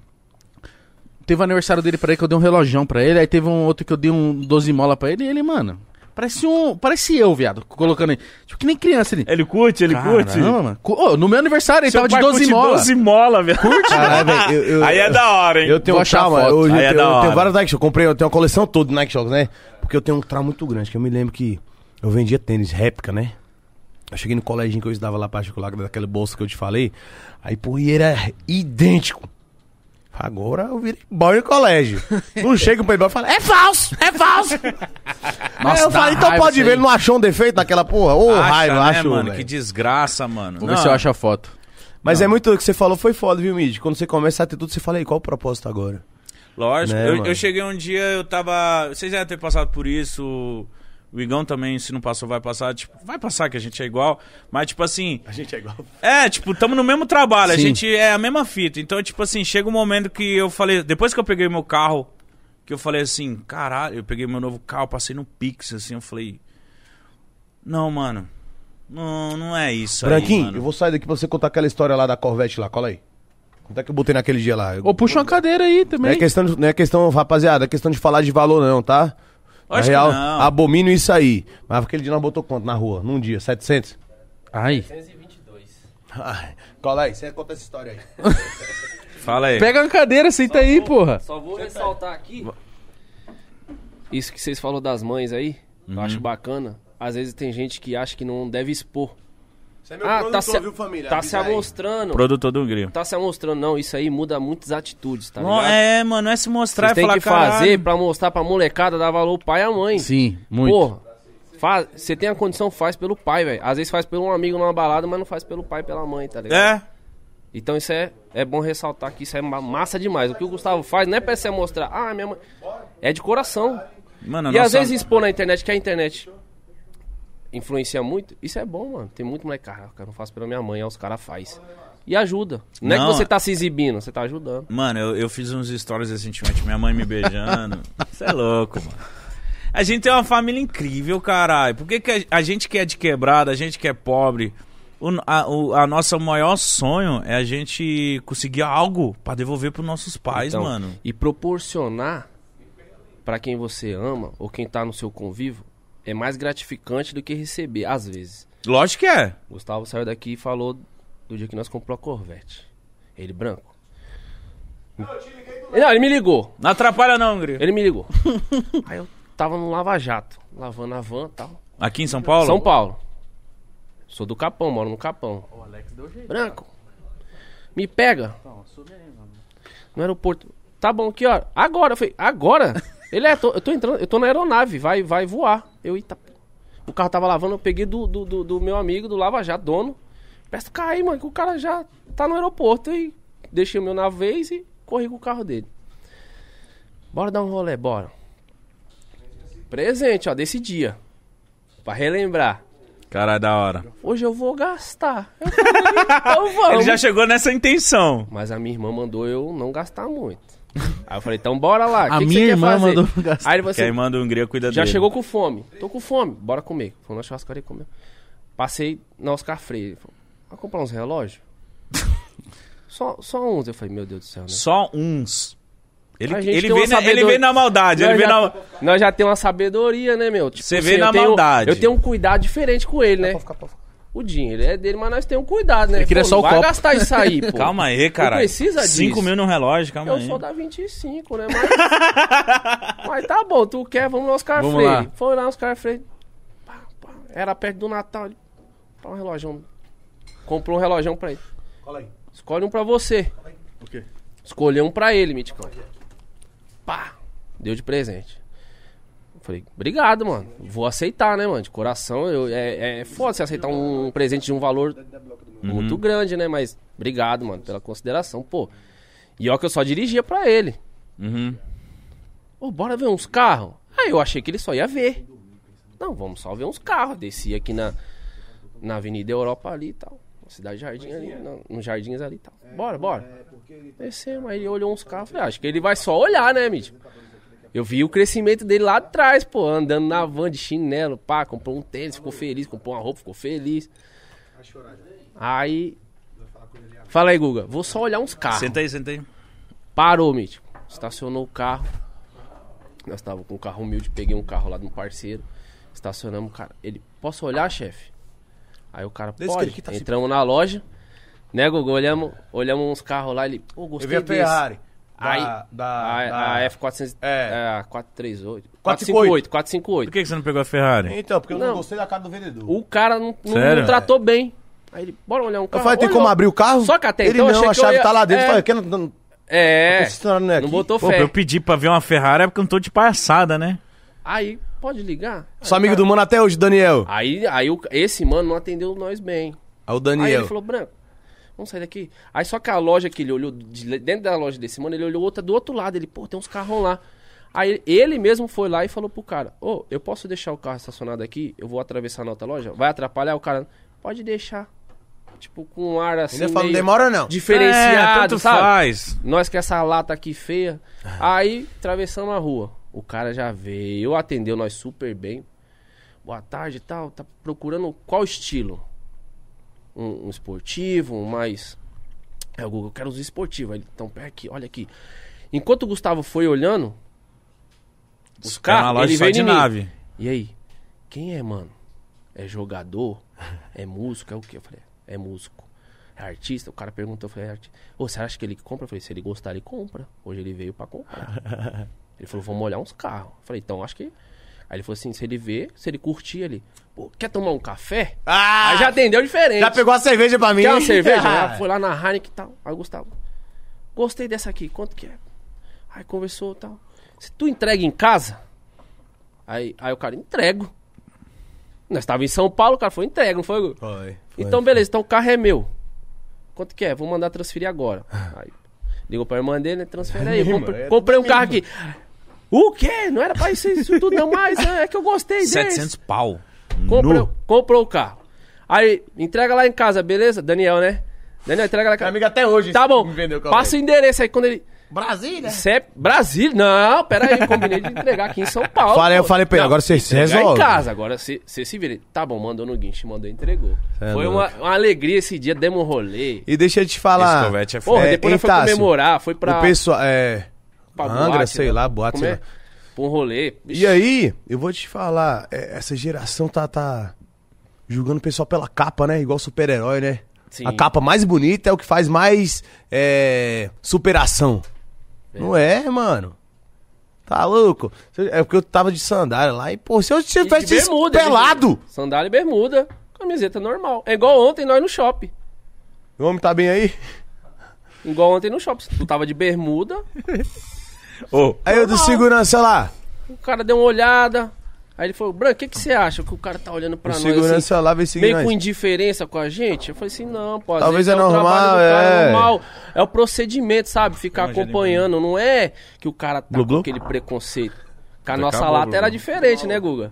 Speaker 1: Teve o aniversário dele pra ele que eu dei um relojão pra ele. Aí teve um outro que eu dei um 12 mola pra ele. E ele, mano, parece um. Parece eu, viado, colocando aí. Tipo, que nem criança ali.
Speaker 5: Ele curte, ele É, curte.
Speaker 1: Caramba, mano. Cu- Ô, no meu aniversário ele
Speaker 5: Seu
Speaker 1: tava de
Speaker 5: pai
Speaker 1: 12
Speaker 5: curte
Speaker 1: mola. né?
Speaker 5: 12 mola, velho.
Speaker 3: Caralho, Ah, velho, eu- eu-
Speaker 5: Aí é da hora, hein?
Speaker 3: Eu tenho
Speaker 1: Vou
Speaker 3: um
Speaker 1: achar
Speaker 3: trauma.
Speaker 1: a foto.
Speaker 3: Hoje eu,
Speaker 5: Aí é
Speaker 3: tenho-
Speaker 5: da
Speaker 3: eu
Speaker 5: hora.
Speaker 3: tenho vários Nike Show. Eu comprei, eu tenho uma coleção toda de Nike Shows, né? Porque eu tenho um trauma muito grande, que eu me lembro que eu vendia tênis réplica, né? Eu cheguei no colégio que eu estudava lá particular, daquela bolsa que eu te falei. Aí, pô, e era idêntico. Agora eu virei boy no colégio. Não chega o playboy e fala, é falso, é falso. Aí eu
Speaker 1: dá
Speaker 3: falei, então
Speaker 1: raiva
Speaker 3: pode
Speaker 1: isso
Speaker 3: ver,
Speaker 1: aí.
Speaker 3: ele não achou um defeito naquela porra. Ô,
Speaker 5: Acha,
Speaker 3: raiva,
Speaker 5: né,
Speaker 3: acho,
Speaker 5: mano?
Speaker 3: velho.
Speaker 5: Que desgraça, mano.
Speaker 1: Vou ver se eu acho a foto.
Speaker 3: Mas é muito o que você falou, foi foda, viu, Mid? Quando você começa a ter tudo, você fala, e qual o propósito agora?
Speaker 5: Lógico.
Speaker 3: Né,
Speaker 5: eu,
Speaker 3: mano?
Speaker 5: eu cheguei um dia, eu tava. Vocês já ter passado por isso. O Igão também, se não passou, vai passar. Tipo, vai passar que a gente é igual. Mas, tipo assim.
Speaker 3: A gente é igual.
Speaker 5: É, tipo, tamo no mesmo trabalho, a
Speaker 1: Sim.
Speaker 5: gente é a mesma fita. Então, tipo assim, chega um momento que eu falei, depois que eu peguei meu carro, que eu falei assim, caralho, eu peguei meu novo carro, passei no Pix, assim, eu falei, não, mano, não, não é isso aí,
Speaker 3: Branquinho,
Speaker 5: mano.
Speaker 3: eu vou sair daqui pra você contar aquela história lá da Corvette lá, cola aí. Quanto é que eu botei naquele dia lá?
Speaker 1: Ô, puxa uma cadeira aí
Speaker 3: não,
Speaker 1: também.
Speaker 3: é questão, de- não é questão, rapaziada, é questão de falar de valor não, tá?
Speaker 2: Acho que
Speaker 3: real,
Speaker 2: não.
Speaker 3: abomino isso aí. Mas aquele dia nós botou quanto na rua? Num dia, 700?
Speaker 1: Ai.
Speaker 7: 122.
Speaker 3: Ai, cola aí, você conta essa história aí.
Speaker 2: Fala aí.
Speaker 1: Pega uma cadeira, senta aí, porra.
Speaker 7: Só vou ressaltar aqui. Isso que vocês falaram das mães aí,
Speaker 2: Uhum.
Speaker 7: eu acho bacana. Às vezes tem gente que acha que não deve expor.
Speaker 3: Você é
Speaker 7: Ah, tá se, tá se amostrando.
Speaker 2: Produtor do Grilo.
Speaker 7: Tá se amostrando, não. Isso aí muda muitas atitudes, tá
Speaker 2: Não,
Speaker 7: ligado?
Speaker 2: é, mano, é se mostrar
Speaker 7: Vocês
Speaker 2: e
Speaker 7: têm
Speaker 2: falar,
Speaker 7: que fazer pra mostrar pra molecada dar valor ao pai e à mãe.
Speaker 1: Sim, muito.
Speaker 7: Porra, faz- você tem a condição, faz pelo pai, velho. Às vezes faz pelo um amigo numa balada, mas não faz pelo pai e pela mãe, tá ligado?
Speaker 2: É,
Speaker 7: Então isso é, é bom ressaltar que isso é ma- massa demais. O que o Gustavo faz não é pra você mostrar, ah, minha mãe. É de coração.
Speaker 2: mano, a
Speaker 7: E às
Speaker 2: nossa-
Speaker 7: vezes expor na internet, que a internet influencia muito, isso é bom, mano. Tem muito moleque, cara, eu não faço pela minha mãe, aí os caras faz. E ajuda. Não, é
Speaker 2: Não,
Speaker 7: que você tá se exibindo, você tá ajudando.
Speaker 2: Mano, eu, eu fiz uns stories recentemente, minha mãe me beijando. Isso é louco, mano. A gente tem uma família incrível, caralho. Por que, que a, a gente que é de quebrada, a gente que é pobre, o, n- a, o a nosso maior sonho é a gente conseguir algo pra devolver pros nossos pais,
Speaker 7: Então,
Speaker 2: mano.
Speaker 7: E proporcionar pra quem você ama ou quem tá no seu convívio é mais gratificante do que receber, às vezes.
Speaker 2: Lógico que é.
Speaker 7: Gustavo saiu daqui e falou do dia que nós comprou a Corvette. Ele branco. Não, ele me ligou.
Speaker 2: Não atrapalha não, Gri.
Speaker 7: Ele me ligou. Aí eu tava no Lava Jato, lavando a van e tal.
Speaker 2: Aqui em São Paulo?
Speaker 7: São Paulo. Sou do Capão, moro no Capão. Branco. Me pega. No aeroporto. Tá bom, que hora? Agora. Eu falei, agora? Ele é, tô- eu tô entrando, eu tô na aeronave, vai, vai voar. Eu, eita. pô. O carro tava lavando, eu peguei do, do, do- do meu amigo, do Lava Jato, dono. Peço o carro aí, mano, que o cara já tá no aeroporto. E deixei o meu na vez e corri com o carro dele. Bora dar um rolê, bora. Presente, ó, desse dia. Pra relembrar.
Speaker 2: Caralho, da hora.
Speaker 7: Hoje eu vou gastar. Eu falei, então
Speaker 2: Ele
Speaker 7: vamos.
Speaker 2: já chegou nessa intenção.
Speaker 7: Mas a minha irmã mandou eu não gastar muito. Aí eu falei, então bora lá.
Speaker 1: A
Speaker 7: que que
Speaker 1: minha
Speaker 7: você quer
Speaker 1: irmã
Speaker 7: fazer?
Speaker 1: mandou eu gastar.
Speaker 7: Aí ele falou
Speaker 2: Quem
Speaker 7: assim,
Speaker 2: manda um Hungria cuida
Speaker 7: já
Speaker 2: dele.
Speaker 7: chegou com fome. Tô com fome, bora comer. Foi na churrascaria e comeu. Passei na Oscar Freire. Ele falou, vai comprar uns relógios? só, só uns. Eu falei, meu Deus do céu, né?
Speaker 2: Só uns. Ele,
Speaker 7: A gente
Speaker 2: ele, vem,
Speaker 7: tem uma
Speaker 2: na, ele
Speaker 7: sabedoria.
Speaker 2: vem na maldade, ele
Speaker 7: nós,
Speaker 2: vem
Speaker 7: já, tá-
Speaker 2: na...
Speaker 7: nós já temos uma sabedoria, né, meu? Tipo
Speaker 2: Você vê na
Speaker 7: eu tenho-
Speaker 2: maldade.
Speaker 7: Eu tenho um cuidado diferente com ele, né? O dinheiro é dele, mas nós temos um cuidado, né?
Speaker 1: Ele queria
Speaker 7: Pô,
Speaker 1: só o
Speaker 7: não vai
Speaker 1: copo.
Speaker 7: gastar isso aí, pô.
Speaker 2: Calma aí, cara.
Speaker 7: precisa disso.
Speaker 2: 5 mil num relógio, calma
Speaker 7: Eu
Speaker 1: é,
Speaker 2: aí.
Speaker 7: sou da 25, né? Mas, mas tá bom, tu quer, vamos lá, Oscar
Speaker 1: Vamos
Speaker 7: Freire.
Speaker 1: lá.
Speaker 7: Foi lá, Oscar Freire. Pá, pá. Era perto do Natal. Ele... Pá, um relógio. Comprou um relógio pra ele. Escolhe um pra você. Escolheu um pra ele, Miticão. Pá! Deu de presente. Eu Falei, obrigado, mano. Vou aceitar, né, mano? De coração, eu, é, é foda você aceitar um presente de um valor muito grande, né? Mas obrigado, mano, pela consideração, pô. E ó que eu só dirigia pra ele.
Speaker 2: Uhum.
Speaker 7: Ô, bora ver uns carros? Aí eu achei que ele só ia ver. Não, vamos só ver uns carros. Desci aqui na, na Avenida Europa ali e tal. Na Cidade Jardim ali, na- nos jardins ali e tal. Bora, bora. Descemos, aí ele olhou uns carros. Falei, "Ah, acho que ele vai só olhar, né, Mídio? Eu vi o crescimento dele lá atrás, pô, andando na van de chinelo, pá, comprou um tênis, ficou feliz, comprou uma roupa, ficou feliz. Aí. Fala aí, Guga, vou só olhar uns carros.
Speaker 2: Senta aí, senta aí.
Speaker 7: Parou, mítico. Estacionou o carro. Nós tava com um carro humilde, peguei um carro lá de um parceiro. Estacionamos o cara. Ele, posso olhar, chefe? Aí o cara,
Speaker 3: Desse
Speaker 7: pode.
Speaker 3: que ele tá se-
Speaker 7: Entramos na loja. Né, Gugu? Olhamos, olhamos uns carros lá. Ele, pô,
Speaker 3: Eu
Speaker 7: gostei
Speaker 3: vi a
Speaker 7: desse.
Speaker 3: Ferrari.
Speaker 7: Aí,
Speaker 3: Da, da,
Speaker 7: a,
Speaker 3: da-
Speaker 7: a F400...
Speaker 3: É.
Speaker 7: É. a 438.
Speaker 3: 458.
Speaker 7: 458. 458.
Speaker 2: Por que que você não pegou a Ferrari?
Speaker 3: Então, porque eu não,
Speaker 7: Não.
Speaker 3: gostei da cara do vendedor.
Speaker 7: O cara não, não-
Speaker 2: Sério?
Speaker 7: não tratou bem. Aí ele, bora olhar um
Speaker 3: Eu
Speaker 7: carro.
Speaker 3: falei, tem
Speaker 7: Olhou.
Speaker 3: como abrir o carro?
Speaker 7: Só que até
Speaker 3: Ele
Speaker 7: então eu
Speaker 3: não,
Speaker 7: achei
Speaker 3: a
Speaker 7: que eu
Speaker 3: chave
Speaker 7: ia-
Speaker 3: tá lá dentro.
Speaker 7: é.
Speaker 3: Eu falei, que não, não,
Speaker 7: É,
Speaker 3: não, é
Speaker 7: não
Speaker 3: aqui.
Speaker 7: botou
Speaker 2: Pô,
Speaker 7: fé.
Speaker 2: pra eu pedir pra ver uma Ferrari é porque eu não tô de palhaçada, né?
Speaker 7: Aí, pode ligar?
Speaker 3: Sou amigo do mano até hoje, Daniel.
Speaker 7: Aí, aí o- esse mano não atendeu nós bem.
Speaker 3: É o
Speaker 7: Aí ele
Speaker 3: Daniel.
Speaker 7: falou, Branco, vamos sair daqui. Aí só que a loja que ele olhou, de le- dentro da loja desse mano, ele olhou outra do outro lado. Ele, pô, tem uns carrão lá. Aí ele mesmo foi lá e falou pro cara, ô, eu posso deixar o carro estacionado aqui? Eu vou atravessar na outra loja? Vai atrapalhar o cara? Pode deixar. Tipo, com um ar assim
Speaker 3: Ele falou, não
Speaker 7: meio
Speaker 3: demora não.
Speaker 7: diferenciado,
Speaker 2: É, tanto
Speaker 7: sabe?
Speaker 2: faz.
Speaker 7: Nós com essa lata aqui feia. Aí, atravessamos a rua. O cara já veio, atendeu nós super bem. Boa tarde e tal. Tá procurando qual estilo? Um, um esportivo, um mais. É, o Google, eu quero os esportivos. Aí ele, então, pega aqui, olha aqui. Enquanto o Gustavo foi olhando,
Speaker 2: Os caras na É loja
Speaker 7: ele
Speaker 2: só
Speaker 7: veio
Speaker 2: de
Speaker 7: em mim.
Speaker 2: nave.
Speaker 7: E aí? Quem é, mano? É jogador? É músico? É o quê? Eu falei, é músico. É artista? O cara perguntou, eu falei, é artista. Ô, você acha que ele compra? Eu falei, se ele gostar, ele compra. Hoje ele veio pra comprar. ele falou, vamos olhar uns carros. Eu falei, então acho que. Aí ele falou assim, se ele ver, se ele curtir ele. Pô, quer tomar um café?
Speaker 3: Ah!
Speaker 7: Aí já atendeu diferente.
Speaker 3: Já pegou a cerveja pra mim.
Speaker 7: Quer uma cerveja?
Speaker 3: Ah.
Speaker 7: Ela foi lá na Heineken e tal. Aí o Gustavo, gostei dessa aqui, quanto que é? Aí conversou e tal. Se tu entrega em casa, aí, aí o cara, entrego. Nós estávamos em São Paulo, o cara foi entrega, não foi? Gu?
Speaker 3: Foi, foi.
Speaker 7: então, beleza, então o carro é meu. Quanto que é? Vou mandar transferir agora. Aí ligou pra irmã dele, né? Transfere aí.
Speaker 3: mesmo,
Speaker 7: compre-
Speaker 3: Ah. é
Speaker 7: comprei um carro aqui. O quê? Não era pra isso, isso tudo não mais, né? é que eu gostei desse.
Speaker 2: 700 pau.
Speaker 7: Comprou,
Speaker 2: Nu.
Speaker 7: comprou o carro. Aí, entrega lá em casa, beleza? Daniel, né? Daniel, entrega lá em
Speaker 3: Meu
Speaker 7: casa.
Speaker 3: amigo até hoje.
Speaker 7: Tá bom.
Speaker 3: me vendeu o carro
Speaker 7: Passa o endereço aí quando ele.
Speaker 3: Brasília.
Speaker 7: Cep... é Brasília? Não, pera aí, eu combinei de entregar aqui em São Paulo.
Speaker 3: Falei, eu
Speaker 7: pô.
Speaker 3: falei pra ele,
Speaker 7: Não,
Speaker 3: agora você se
Speaker 7: entregar
Speaker 3: resolve.
Speaker 7: em casa, agora você você se vira. Tá bom, mandou no guincho, mandou, entregou.
Speaker 3: é
Speaker 7: foi uma, uma alegria esse dia, demos um rolê.
Speaker 3: E deixa eu te
Speaker 2: Esse
Speaker 3: falar.
Speaker 2: Corvette é foda.
Speaker 7: Porra,
Speaker 3: É,
Speaker 7: depois
Speaker 3: em
Speaker 7: nós foi
Speaker 3: Tássio,
Speaker 7: comemorar, foi pra,
Speaker 3: O pessoal. É.
Speaker 7: pra
Speaker 3: Angra, sei
Speaker 7: né?
Speaker 3: lá, boate,
Speaker 7: Como
Speaker 3: sei
Speaker 7: é?
Speaker 3: lá.
Speaker 7: Pra um rolê.
Speaker 3: E aí, eu vou te falar, é, essa geração tá, tá julgando o pessoal pela capa, né? Igual super-herói, né?
Speaker 7: Sim.
Speaker 3: A capa mais bonita é o que faz mais é, superação. Não é, mano? Tá louco? É porque eu tava de sandália lá e, pô, se eu
Speaker 7: E de
Speaker 3: tivesse
Speaker 7: bermuda,
Speaker 3: pelado...
Speaker 7: né? Sandália e bermuda, camiseta normal. É igual ontem nós no shopping.
Speaker 3: O homem tá bem aí?
Speaker 7: Igual ontem no shopping. Tu tava de bermuda,
Speaker 2: Ô,
Speaker 3: Aí eu do segurança lá.
Speaker 7: o cara deu uma olhada. Aí ele falou, Branco, o que, que você acha que o cara tá olhando pra
Speaker 3: O
Speaker 7: nós? assim?
Speaker 3: segurança lá vem seguir
Speaker 7: meio com
Speaker 3: nós.
Speaker 7: indiferença com a gente? Eu falei assim, não, pô. às
Speaker 3: Talvez
Speaker 7: vezes
Speaker 3: é
Speaker 7: o trabalho
Speaker 3: normal,
Speaker 7: do cara,
Speaker 3: é.
Speaker 7: normal. É o procedimento, sabe? Ficar acompanhando. Não é que o cara tá
Speaker 3: Glu-glu?
Speaker 7: com aquele preconceito. Porque a nossa lata era diferente, né, Guga?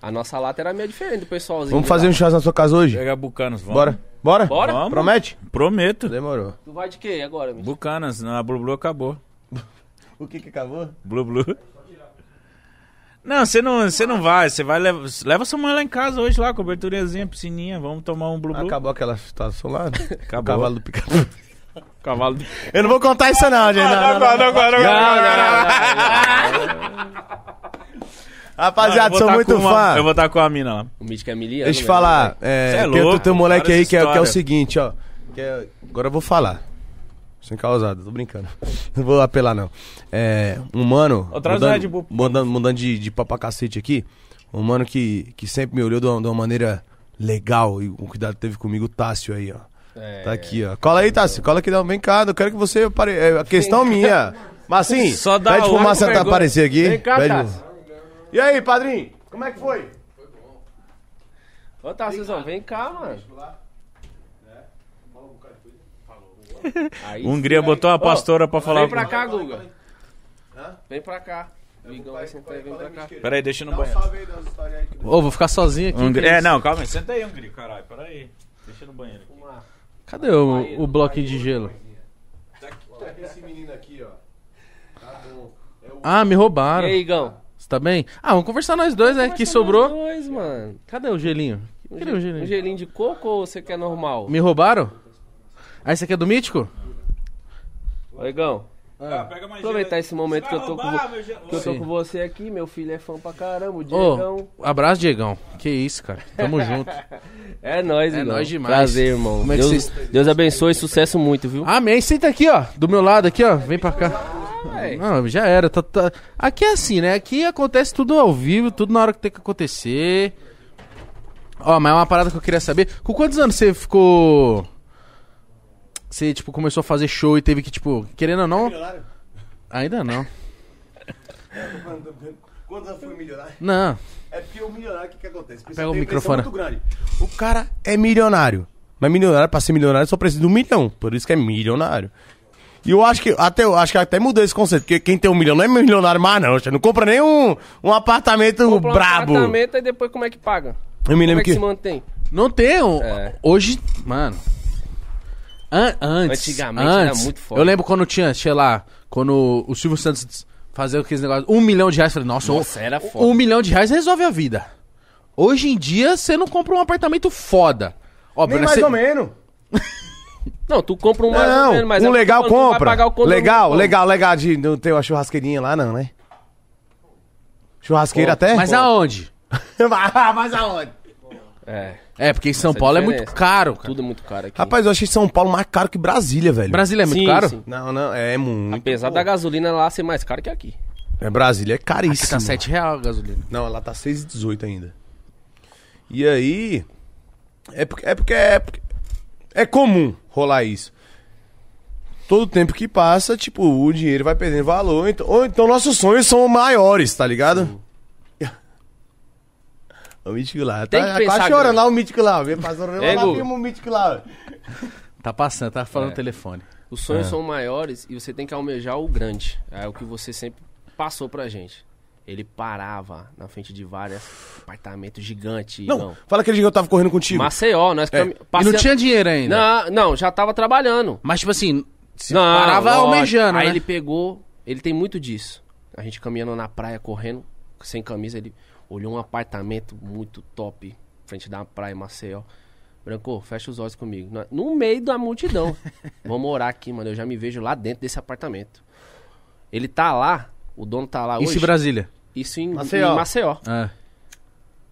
Speaker 7: A nossa lata era meio diferente do pessoalzinho.
Speaker 3: Vamos
Speaker 7: de
Speaker 3: fazer
Speaker 7: lá. É.
Speaker 3: um churrasco na sua casa hoje?
Speaker 2: pega Bucanas, vamos.
Speaker 3: Bora. Bora?
Speaker 7: Bora?
Speaker 2: Vamos.
Speaker 3: Promete?
Speaker 2: Prometo.
Speaker 3: Demorou.
Speaker 7: Tu vai de quê agora, bicho?
Speaker 2: Bucanas, não, a Blu Blu acabou.
Speaker 3: O que que acabou?
Speaker 2: Blu Blu. Não, você não, você não vai, você vai leva, leva sua mãe lá em casa hoje lá, coberturazinha, piscininha, vamos tomar um Blu Blu.
Speaker 3: Acabou aquela situação lá? Acabou.
Speaker 2: Acabou.
Speaker 3: O cavalo do pica
Speaker 2: Cavalo do...
Speaker 3: Eu não vou contar isso não, gente. Não, não, não. Rapaziada, sou muito fã.
Speaker 2: Eu vou estar com a mina lá.
Speaker 7: O Mítico é miliano.
Speaker 3: Deixa eu te
Speaker 7: né?
Speaker 3: falar. É,
Speaker 2: Cê é
Speaker 3: tem
Speaker 2: louco,
Speaker 3: outro teu moleque
Speaker 2: para
Speaker 3: aí
Speaker 2: essa
Speaker 3: que é, que é o
Speaker 2: história.
Speaker 3: seguinte, ó. que é- agora eu vou falar. Sem causada, tô brincando. Não vou apelar, não. É, um mano.
Speaker 2: Ô, traz o Red
Speaker 3: mudando,
Speaker 2: Bull.
Speaker 3: mudando, mudando de, de papo pra cacete aqui. Um mano que, que sempre me olhou de uma, de uma maneira legal. E o cuidado que teve comigo, o Tássio aí, ó.
Speaker 2: É.
Speaker 3: Tá aqui, ó. Cola aí, Tássio. Cola aqui, não. Vem cá, eu quero que você. Apare... É a questão minha. Mas assim,
Speaker 2: Só dá
Speaker 3: pede pro
Speaker 2: uma
Speaker 3: Márcio
Speaker 2: vergonha.
Speaker 3: aparecer aqui.
Speaker 7: Vem cá,
Speaker 3: Pede-
Speaker 7: Tássio.
Speaker 3: E aí, padrinho? Como é que foi?
Speaker 7: Ô, Tarcísio, vem cá, mano. É? Aí sim,
Speaker 2: Hungria
Speaker 7: aí.
Speaker 2: botou a
Speaker 7: Ô,
Speaker 2: pastora pra falar.
Speaker 7: Vem pra cá, Guga. Vem pra cá. O Igão vai sentar aí, vem pra cá.
Speaker 2: Peraí, deixa
Speaker 3: um
Speaker 2: eu ir no banheiro.
Speaker 1: Ô, vou ficar sozinho aqui.
Speaker 2: Hungria-
Speaker 1: que
Speaker 2: É,
Speaker 1: isso?
Speaker 2: não, calma aí, senta aí, Hungria, caralho, peraí. Deixa eu ir no banheiro aqui.
Speaker 1: Cadê o, o bloquinho de gelo?
Speaker 3: Esse menino aqui, ó.
Speaker 1: Ah, me
Speaker 7: E
Speaker 1: roubaram.
Speaker 7: aí, Igão?
Speaker 1: Você tá bem? Ah, vamos conversar nós dois, né? Que sobrou.
Speaker 7: Dois, mano.
Speaker 1: Cadê o gelinho? Cadê o
Speaker 7: Um
Speaker 1: gelinho?
Speaker 7: gelinho de coco ou você quer normal?
Speaker 1: Me roubaram? Ah, esse aqui é do Mítico?
Speaker 7: Ô, Igão,
Speaker 2: Ah, pega mais
Speaker 7: aproveitar
Speaker 2: gelo
Speaker 7: esse momento
Speaker 2: aí.
Speaker 7: que eu tô com,
Speaker 2: Vai
Speaker 7: vo-
Speaker 2: roubar, meu gelo.
Speaker 7: que eu tô
Speaker 1: Sim.
Speaker 7: com você aqui. Meu filho é fã pra caramba, o Diegão.
Speaker 1: Ô, abraço, Diegão. Que isso, cara. Tamo junto.
Speaker 7: É nóis,
Speaker 1: É
Speaker 7: Igão.
Speaker 1: nóis demais.
Speaker 7: Prazer, irmão.
Speaker 1: Como é que
Speaker 7: Deus,
Speaker 1: vocês- Ah,
Speaker 7: Deus abençoe, sucesso muito, viu?
Speaker 1: Amém. Senta aqui, ó. Do meu lado aqui, ó. Vem pra cá.
Speaker 7: Ai.
Speaker 1: Não, já era. tá- tá- Aqui é assim, né? Aqui acontece tudo ao vivo, tudo na hora que tem que acontecer. Ó, mas é uma parada que eu queria saber. Com quantos anos você ficou. Você, tipo, começou a fazer show e teve que, tipo, querendo ou não. Ainda não.
Speaker 3: Quando eu fui milionário,
Speaker 1: Não.
Speaker 3: é porque o milionário, o que, que acontece? Precisa
Speaker 1: Pega o
Speaker 3: ter uma
Speaker 1: microfone.
Speaker 3: pressão muito grande. O cara é milionário. Mas milionário, pra ser milionário, só precisa de um milhão. Por isso que é milionário. E eu acho que até, eu acho que até mudou esse conceito, porque quem tem um milhão não é milionário mais, não. Você não compra nem um, um apartamento
Speaker 7: Compra um
Speaker 3: brabo.
Speaker 7: apartamento e depois como é que paga?
Speaker 3: Eu me
Speaker 7: Como
Speaker 3: lembro
Speaker 7: é que se
Speaker 3: que.
Speaker 7: mantém?
Speaker 1: Não tem. um-
Speaker 7: É.
Speaker 1: Hoje. Mano. an- antes.
Speaker 7: Antigamente era
Speaker 1: antes,
Speaker 7: muito foda.
Speaker 1: Eu lembro quando tinha, sei lá, quando o Silvio Santos fazia aqueles negócios. Um milhão de reais. eu Falei, nossa,
Speaker 7: Nossa,
Speaker 1: um,
Speaker 7: era foda.
Speaker 1: um milhão de reais resolve a vida. Hoje em dia, você não compra um apartamento foda. Óbvio,
Speaker 3: Nem
Speaker 1: né,
Speaker 3: mais
Speaker 1: cê-
Speaker 3: ou menos.
Speaker 7: Não, tu compra um mais ou
Speaker 3: Não,
Speaker 7: menos, mas é
Speaker 3: um
Speaker 7: porque,
Speaker 3: legal
Speaker 7: mano, tu vai
Speaker 3: compra.
Speaker 7: pagar o condomínio,
Speaker 3: legal,
Speaker 7: como?
Speaker 3: legal, legal. De não ter uma churrasqueirinha lá, não, né? Churrasqueira até?
Speaker 1: Mas aonde?
Speaker 3: Mas aonde?
Speaker 7: É,
Speaker 1: É, porque em São
Speaker 7: Essa
Speaker 1: Paulo é
Speaker 7: diferença.
Speaker 1: muito caro, cara.
Speaker 7: tudo é muito caro aqui.
Speaker 3: Rapaz, eu achei São Paulo mais caro que Brasília, velho.
Speaker 1: Brasília é muito
Speaker 7: Sim,
Speaker 1: caro?
Speaker 7: sim.
Speaker 3: Não, não, é muito.
Speaker 7: Apesar da gasolina lá ser mais cara que aqui.
Speaker 3: É Brasília, é
Speaker 1: Aqui
Speaker 3: caríssimo.
Speaker 1: tá R$ 7 reais a gasolina.
Speaker 3: Não, lá tá 6,18 ainda. E aí. É porque, é porque. É porque. É comum rolar isso. Todo tempo que passa, tipo, o dinheiro vai perdendo valor. Então, ou então nossos sonhos são maiores, tá ligado? O mítico lá.
Speaker 7: Tem
Speaker 3: tá
Speaker 7: que pensar
Speaker 3: quase chorando
Speaker 7: grande.
Speaker 3: lá o mítico lá. Vem passando lá,
Speaker 7: Ei,
Speaker 3: lá
Speaker 7: Gu.
Speaker 3: filma o mítico lá.
Speaker 1: Tá passando, tá falando
Speaker 7: É.
Speaker 1: no telefone.
Speaker 7: Os sonhos
Speaker 1: É.
Speaker 7: são maiores e você tem que almejar o grande. É o que você sempre passou pra gente. Ele parava na frente de vários apartamentos gigantes.
Speaker 3: Não, fala aquele dia que eu tava correndo contigo.
Speaker 7: Maceió, nós cami-
Speaker 1: é, E não tinha dinheiro ainda.
Speaker 7: Não, não, já tava trabalhando.
Speaker 1: Mas, tipo assim, se
Speaker 7: não,
Speaker 1: parava
Speaker 7: lógico.
Speaker 1: almejando,
Speaker 7: Aí
Speaker 1: né?
Speaker 7: ele pegou, ele tem muito disso. A gente caminhando na praia, correndo, sem camisa, ele olhou um apartamento muito top, frente da praia, em Maceió. Branco, fecha os olhos comigo. Na- No meio da multidão. Vamos orar aqui, mano. Eu já me vejo lá dentro desse apartamento. Ele tá lá, o dono tá lá
Speaker 1: Isso
Speaker 7: hoje.
Speaker 1: em Brasília.
Speaker 7: Isso em
Speaker 3: Maceió.
Speaker 7: Maceió. Em Maceió.
Speaker 1: Ah.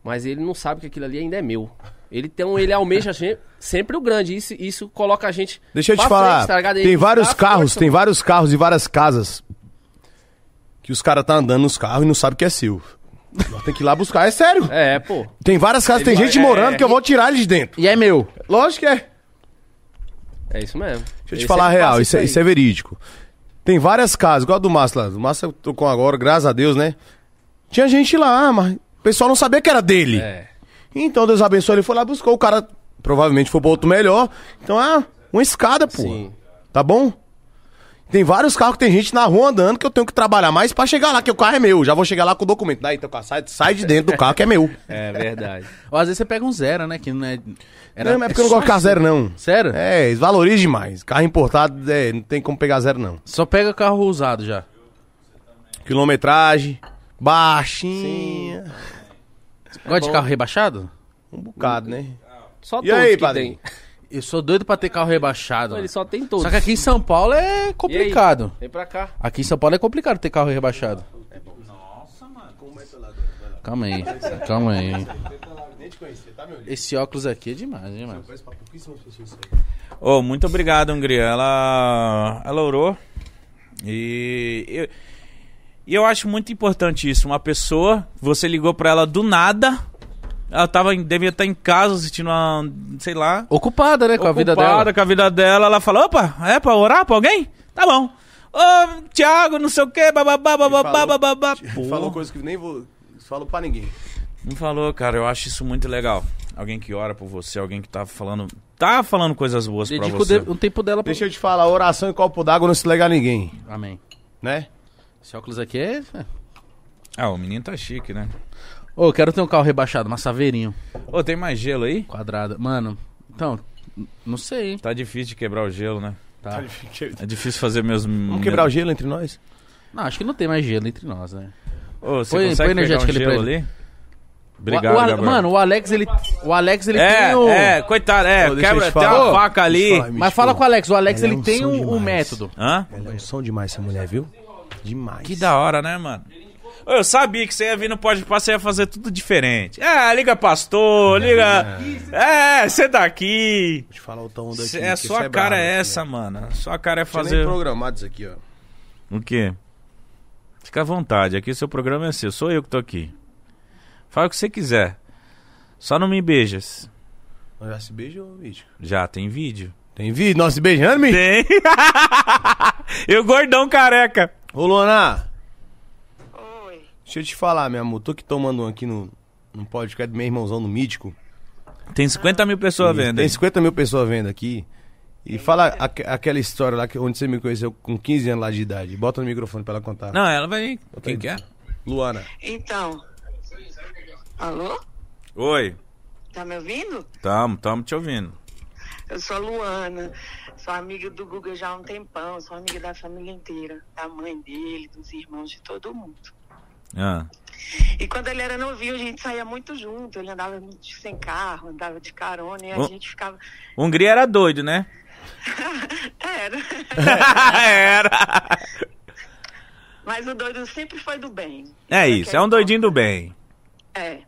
Speaker 7: Mas ele não sabe que aquilo ali ainda é meu. Ele, então, ele almeja gen- sempre o grande. Isso, isso coloca a gente.
Speaker 3: Deixa eu te
Speaker 7: pra
Speaker 3: falar.
Speaker 7: frente, tá ligado? Ele
Speaker 3: tem vários
Speaker 7: dá
Speaker 3: carros,
Speaker 7: força.
Speaker 3: tem vários carros e várias casas que os caras tá andando nos carros e não sabe que é seu. Nós tem que ir lá buscar, é sério.
Speaker 7: É, pô.
Speaker 3: Tem várias casas, tem gente morando que eu vou tirar eles de dentro.
Speaker 1: E é meu.
Speaker 3: Lógico que é. Deixa
Speaker 7: É isso mesmo.
Speaker 3: eu te falar a real, isso é, isso é
Speaker 7: aí.
Speaker 3: verídico. Tem várias casas, igual a do Márcio lá. O Márcio eu tô com agora, graças a Deus, né? Tinha gente lá, mas o pessoal não sabia que era dele.
Speaker 7: É.
Speaker 3: Então Deus abençoe, ele foi lá, buscou. O cara provavelmente foi pro outro melhor. Então é uma escada, pô.
Speaker 7: Sim.
Speaker 3: Tá bom? Tem vários carros que tem gente na rua andando que eu tenho que trabalhar mais pra chegar lá, que o carro é meu. Já vou chegar lá com o documento. Daí, teu carro sai, sai de dentro do carro que é meu.
Speaker 7: É verdade.
Speaker 1: Ou às vezes você pega um zero, né? Que não é. Era...
Speaker 3: não, mas é porque eu não gosto de carro zero, não.
Speaker 1: Sério?
Speaker 3: É, desvaloriza demais. Carro importado, é, não tem como pegar zero, não.
Speaker 1: Só pega carro usado já.
Speaker 3: Quilometragem, baixinha.
Speaker 1: Gosta de carro rebaixado?
Speaker 3: Um bocado, né?
Speaker 7: Só
Speaker 3: E
Speaker 7: todos
Speaker 3: aí,
Speaker 7: que
Speaker 3: padrinho?
Speaker 7: tem.
Speaker 1: Eu sou doido pra ter carro rebaixado.
Speaker 7: Ele
Speaker 1: mano.
Speaker 7: só tem todos.
Speaker 1: Só que aqui em São Paulo é
Speaker 7: E aí?
Speaker 1: complicado.
Speaker 7: Vem pra cá.
Speaker 1: Aqui em São Paulo é complicado ter carro rebaixado. Nossa, mano. Calma aí, calma aí. Esse óculos aqui é demais, hein, mano?
Speaker 5: Ô, muito obrigado, Hungria. Ela, ela orou. E eu, e eu acho muito importante isso. Uma pessoa, você ligou pra ela do nada. Ela tava, em- devia
Speaker 2: tá
Speaker 5: estar em casa assistindo a. sei lá.
Speaker 1: Ocupada, né, com a vida
Speaker 5: ocupada
Speaker 1: dela.
Speaker 5: com a vida dela. Ela falou: opa, é pra orar pra alguém? Tá bom. Ô, Thiago, não sei o quê, bababá, bababá,
Speaker 3: falou-
Speaker 5: bababá.
Speaker 3: Tipo, Falou coisa que nem vou. Falou pra ninguém.
Speaker 5: Não falou, cara. Eu acho isso muito legal. Alguém que ora por você, alguém que tá falando. Tá falando coisas boas pra
Speaker 1: Dedico
Speaker 5: você.
Speaker 1: de-
Speaker 7: um
Speaker 1: o tempo dela pra...
Speaker 3: Deixa eu te falar, oração e copo d'água não se lega a ninguém,
Speaker 1: Amém.
Speaker 3: né?
Speaker 1: Esse óculos aqui é...
Speaker 5: Ah, o menino tá chique, né?
Speaker 1: Ô, eu quero ter um carro rebaixado, uma saveirinho,
Speaker 5: Ô, tem mais gelo aí?
Speaker 1: quadrada. Mano, então, n- não sei, hein?
Speaker 5: Tá difícil de quebrar o gelo, né?
Speaker 1: Tá.
Speaker 5: É difícil fazer meus.
Speaker 3: Vamos quebrar o gelo entre nós?
Speaker 1: Não, acho que não tem mais gelo entre nós, né?
Speaker 5: Ô, você
Speaker 1: Põe- põe
Speaker 5: consegue pegar um
Speaker 1: energético ali pra
Speaker 5: gelo
Speaker 1: ele.
Speaker 5: ali? Obrigado,
Speaker 1: O- o Ale-
Speaker 5: Gabriel.
Speaker 1: Mano, o Alex, ele, o Alex, ele
Speaker 5: é,
Speaker 1: tem o...
Speaker 5: é, coitado, é,
Speaker 3: Ô, deixa eu
Speaker 5: quebra,
Speaker 3: te
Speaker 5: tem
Speaker 3: falar.
Speaker 5: uma faca ali.
Speaker 3: Deixa eu te falar.
Speaker 1: Mas fala com o Alex, o Alex,
Speaker 3: Ela é
Speaker 1: ele
Speaker 3: um
Speaker 1: tem
Speaker 3: som
Speaker 1: o, o
Speaker 3: demais.
Speaker 1: método.
Speaker 5: Hã?
Speaker 3: Ela é um som demais, essa mulher, viu? Demais.
Speaker 5: Que da hora, né, mano? Ô, Eu sabia que você ia vir no Pode Passar e ia fazer tudo diferente. É, liga pastor, liga. É, você daqui.
Speaker 3: Deixa eu falar o tom daqui.
Speaker 5: Cê- é, sua cara
Speaker 3: né?
Speaker 5: é essa, mano. Sua cara é
Speaker 3: Fazer
Speaker 5: fazer.
Speaker 3: programado isso aqui, ó.
Speaker 5: O quê? Fica à vontade, aqui seu programa é seu, sou eu que tô aqui. Fala o que você quiser. Só não me beijas.
Speaker 3: Nós já se beijou, bicho.
Speaker 5: Já tem vídeo.
Speaker 3: Tem vídeo? Nós se beijando, bicho?
Speaker 5: Tem. eu gordão careca.
Speaker 3: Ô, Lona,
Speaker 9: Oi.
Speaker 3: deixa eu te falar, meu amor. Tô aqui tomando um aqui no, no podcast do meu irmãozão no Mítico.
Speaker 5: Tem 50 mil pessoas Tá vendo.
Speaker 3: Tem
Speaker 5: hein?
Speaker 3: 50 mil pessoas vendo aqui. E fala aque- aquela história lá que- onde você me conheceu com 15 anos lá de idade. Bota no microfone pra ela contar.
Speaker 5: Não, ela vai. Quem que é?
Speaker 3: Luana.
Speaker 9: Então. Alô?
Speaker 5: Oi.
Speaker 9: Tá me ouvindo?
Speaker 5: Tamo, tamo te ouvindo.
Speaker 9: Eu sou a Luana, sou amiga do Guga já há um tempão, sou amiga da família inteira, da mãe dele, dos irmãos, de todo mundo.
Speaker 5: Ah.
Speaker 9: E quando ele era novinho, a gente saía muito junto, ele andava muito sem carro, andava de carona, e a
Speaker 5: Ô.
Speaker 9: gente ficava.
Speaker 5: Hungria era doido, né?
Speaker 9: era.
Speaker 5: É. era.
Speaker 9: Mas o doido sempre foi do bem.
Speaker 5: É isso, é um doidinho do bem.
Speaker 9: É.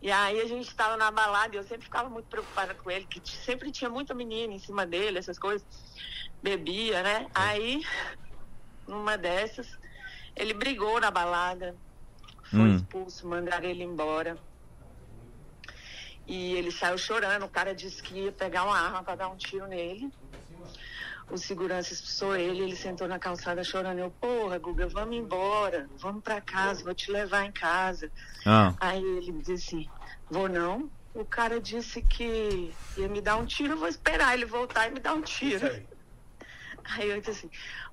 Speaker 9: E aí a gente estava na balada e eu sempre ficava muito preocupada com ele, que t- sempre tinha muita menina em cima dele, essas coisas. Bebia, né? Aí, numa dessas, ele brigou na balada, foi expulso, mandaram ele embora. E ele saiu chorando, o cara disse que ia pegar uma arma para dar um tiro nele. O segurança expulsou ele, ele sentou na calçada chorando. Eu, porra, Guga, vamos embora, vamos para casa, vou te levar em casa.
Speaker 5: Ah.
Speaker 9: Aí ele me disse assim, vou não. O cara disse que ia me dar um tiro, eu vou esperar ele voltar e me dar um tiro. Aí eu disse assim,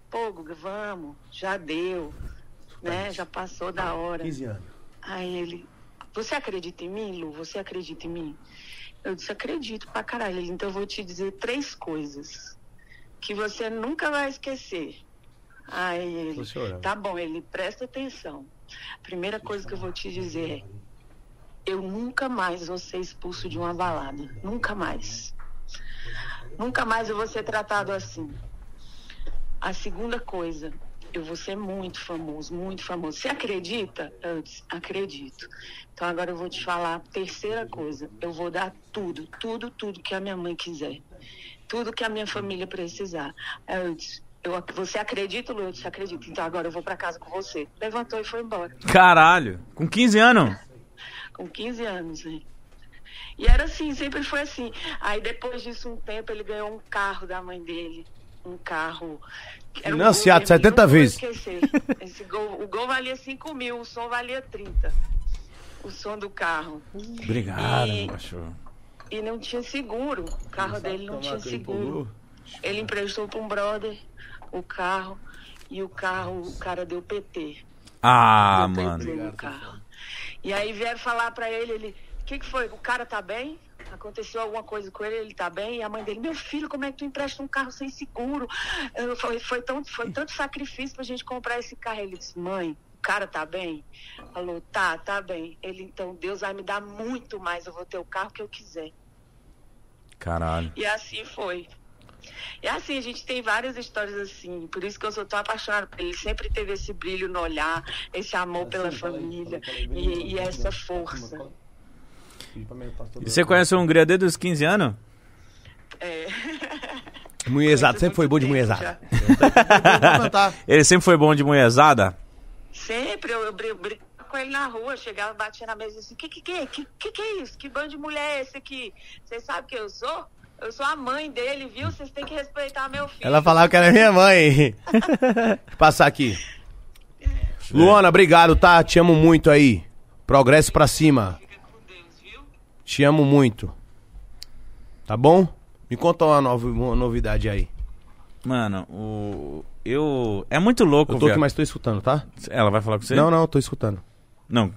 Speaker 9: pô, Guga, vamos, já deu, né? Já passou da hora.
Speaker 3: 15 anos.
Speaker 9: Aí ele, você acredita em mim, Lu? Você acredita em mim? Eu disse, acredito pra caralho. Ele, então eu vou te dizer três coisas que você nunca vai esquecer. Aí ele,
Speaker 3: Tô chorando.
Speaker 9: tá bom, ele, presta atenção. Primeira coisa que eu vou te dizer é, eu nunca mais vou ser expulso de uma balada. Nunca mais. Nunca mais eu vou ser tratado assim. A segunda coisa, eu vou ser muito famoso, muito famoso. Você acredita? Eu disse, acredito. Então agora eu vou te falar a terceira coisa. Eu vou dar tudo, tudo, tudo que a minha mãe quiser. Tudo que a minha família precisar. Aí Eu disse, eu, ac- você acredita, Lu? Eu disse, acredito. Então agora eu vou pra casa com você. Levantou e foi embora
Speaker 5: Caralho, com 15 anos?
Speaker 9: com 15 anos, né? E era assim, sempre foi assim. Aí depois disso, um tempo, ele ganhou um carro da mãe dele. Um carro. que era um
Speaker 3: Financiado
Speaker 9: Gol, eu
Speaker 3: 70
Speaker 9: nunca vou
Speaker 3: vezes.
Speaker 9: esquecer. Esse gol, o gol valia 5 mil, o som valia 30. O som do carro.
Speaker 5: Obrigado,
Speaker 9: E-
Speaker 5: meu cachorro.
Speaker 9: E não tinha seguro. O carro dele não tinha seguro. Ele emprestou para um brother o carro. E o carro, o cara deu PT.
Speaker 5: Ah,
Speaker 9: Eu tenho
Speaker 5: mano.
Speaker 9: problema no carro. tá E aí vieram falar pra ele, ele, o que, que foi? O cara tá bem? Aconteceu alguma coisa com ele, ele tá bem? E a mãe dele, meu filho, como é que tu empresta um carro sem seguro? Eu falei, foi, tão, foi tanto sacrifício pra gente comprar esse carro. Ele disse, mãe, o cara tá bem? Falou, tá, tá bem. Ele, então, Deus vai me dar muito mais, eu vou ter o carro que eu quiser.
Speaker 5: Caralho.
Speaker 9: E assim foi. E assim, a gente tem várias histórias assim, por isso que eu sou tão apaixonada por ele. Ele Sempre teve esse brilho no olhar, esse amor pela família e, e essa força.
Speaker 5: E você conhece o Hungria desde os 15 anos?
Speaker 9: É.
Speaker 3: Mulher exata, sempre foi bom de mulher
Speaker 9: Muito
Speaker 3: exata.
Speaker 9: tempo já.
Speaker 5: Ele sempre foi bom de mulherzada?
Speaker 9: Sempre eu, eu bri- brincava com ele na rua, chegava, batia na mesa assim, que que que, é? que que que é isso? Que bando de mulher é esse aqui? Vocês sabem quem eu sou? Eu sou a mãe dele, viu? Vocês têm que respeitar meu filho.
Speaker 3: Ela falava que era minha mãe. Passar aqui. Luana, obrigado, tá? Te amo muito aí. Progresso pra cima.
Speaker 9: Fica com Deus, viu?
Speaker 3: Te amo muito. Tá bom? Me conta uma, novi- uma novidade aí.
Speaker 5: Mano, o. Eu. É muito louco,
Speaker 3: Eu tô aqui,
Speaker 5: viado.
Speaker 3: mas tô escutando, tá?
Speaker 5: Ela vai falar com você?
Speaker 3: Não, não, tô escutando.
Speaker 5: Não.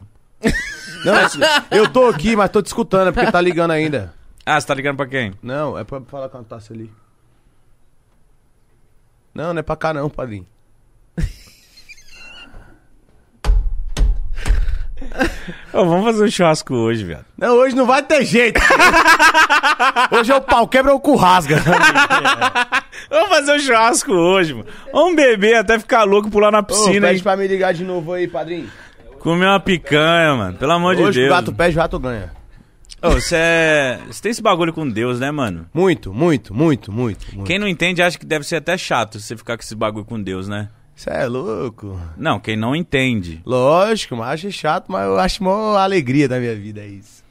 Speaker 3: Não, eu tô aqui, mas tô te escutando, é porque tá ligando ainda.
Speaker 5: Ah, você tá ligando pra quem?
Speaker 3: Não, é pra falar com a taça ali. Não, não é pra cá não, padrinho.
Speaker 5: Ô, vamos fazer um churrasco hoje, viado.
Speaker 3: Não, hoje não vai ter jeito. hoje é o pau quebra ou o cu rasga.
Speaker 5: Vamos fazer um churrasco hoje, mano. Vamos beber até ficar louco, pular na
Speaker 3: Ô,
Speaker 5: piscina
Speaker 3: pede
Speaker 5: e
Speaker 3: pra me ligar de novo aí, padrinho.
Speaker 5: comer uma picanha, mano. Pelo amor
Speaker 3: Hoje
Speaker 5: de
Speaker 3: o
Speaker 5: Deus.
Speaker 3: gato pede, o gato ganha.
Speaker 5: Ô, você é... Você tem esse bagulho com Deus, né, mano?
Speaker 3: Muito, muito, muito, muito. muito.
Speaker 5: Quem não entende acha que deve ser até chato você ficar com esse bagulho com Deus, né?
Speaker 3: Cê é louco.
Speaker 5: Não, quem não entende.
Speaker 3: Lógico, mas acho chato, mas eu acho mó alegria da minha vida, é isso.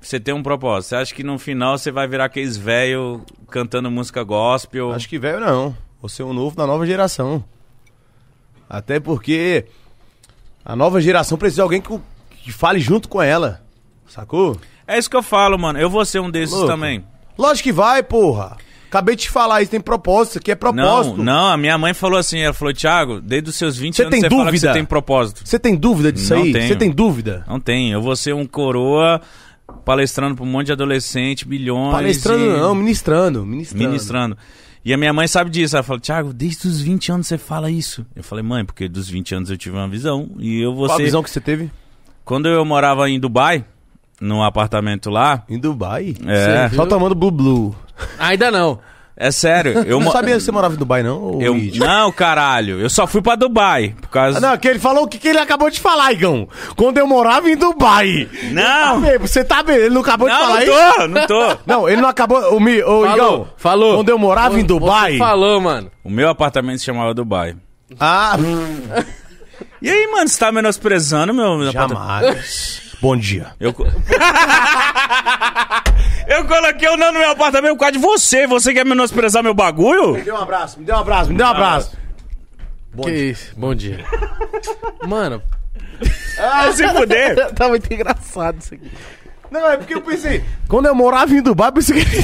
Speaker 5: Você tem um propósito. Você acha que no final você vai virar aqueles velho cantando música gospel.
Speaker 3: Acho que velho não. Você é um novo da nova geração. Até porque a nova geração precisa de alguém que, que fale junto com ela. Sacou?
Speaker 5: É isso que eu falo, mano. Eu vou ser um desses
Speaker 3: Louco.
Speaker 5: também.
Speaker 3: Lógico que vai, porra. Acabei de te falar isso, tem propósito, isso aqui é
Speaker 5: Não,
Speaker 3: propósito.
Speaker 5: não, a minha mãe falou assim, ela falou, Thiago, desde os seus 20
Speaker 3: Você
Speaker 5: anos
Speaker 3: tem
Speaker 5: você fala que
Speaker 3: dúvida?
Speaker 5: você tem propósito.
Speaker 3: Você tem dúvida disso
Speaker 5: Não
Speaker 3: aí?
Speaker 5: tenho.
Speaker 3: Você tem dúvida?
Speaker 5: Não tem, eu vou ser um coroa palestrando pra um monte de adolescente, milhões.
Speaker 3: Palestrando
Speaker 5: e-
Speaker 3: não, ministrando, ministrando.
Speaker 5: Ministrando. E a minha mãe sabe disso, ela fala, Thiago, desde os 20 anos você fala isso. Eu falei, mãe, porque dos 20 anos eu tive uma visão e eu vou
Speaker 3: Qual a
Speaker 5: ser...
Speaker 3: visão que você teve?
Speaker 5: Quando eu morava em Dubai, num apartamento lá,
Speaker 3: Em Dubai?
Speaker 5: É.
Speaker 3: Só tomando blu-blu.
Speaker 1: Ainda não.
Speaker 5: É sério. Eu
Speaker 3: Eu não
Speaker 5: mo-
Speaker 3: sabia que você morava em Dubai, não? ô
Speaker 5: eu-
Speaker 3: Luigi?
Speaker 5: Não, caralho. Eu só fui pra Dubai. Por
Speaker 3: Ah,
Speaker 5: causa.
Speaker 3: Não, que ele falou o que, que ele acabou de falar, Igão. Quando eu morava em Dubai.
Speaker 5: Não.
Speaker 3: Tá bem, Você tá bem, ele não acabou de
Speaker 5: Não,
Speaker 3: falar
Speaker 5: não
Speaker 3: isso?
Speaker 5: tô, não tô.
Speaker 3: Não, ele não acabou. Ô, Mi, ô Igão.
Speaker 7: falou.
Speaker 3: Quando eu morava em Dubai.
Speaker 10: Você falou, mano.
Speaker 5: O meu apartamento se chamava Dubai.
Speaker 3: Ah,
Speaker 5: E aí, mano, você tá menosprezando meu, meu apartamento?
Speaker 3: jamais. Bom dia.
Speaker 5: Eu, co- eu coloquei o nome no meu apartamento por causa de você. Você quer menosprezar meu bagulho?
Speaker 3: dê um abraço, me dê um abraço, me dê um abraço.
Speaker 7: Que isso? Bom dia. Mano,
Speaker 5: Ah, se fuder.
Speaker 7: tá muito engraçado isso aqui.
Speaker 3: Não, é porque eu pensei. Quando eu morava em Dubai, eu pensei que ele.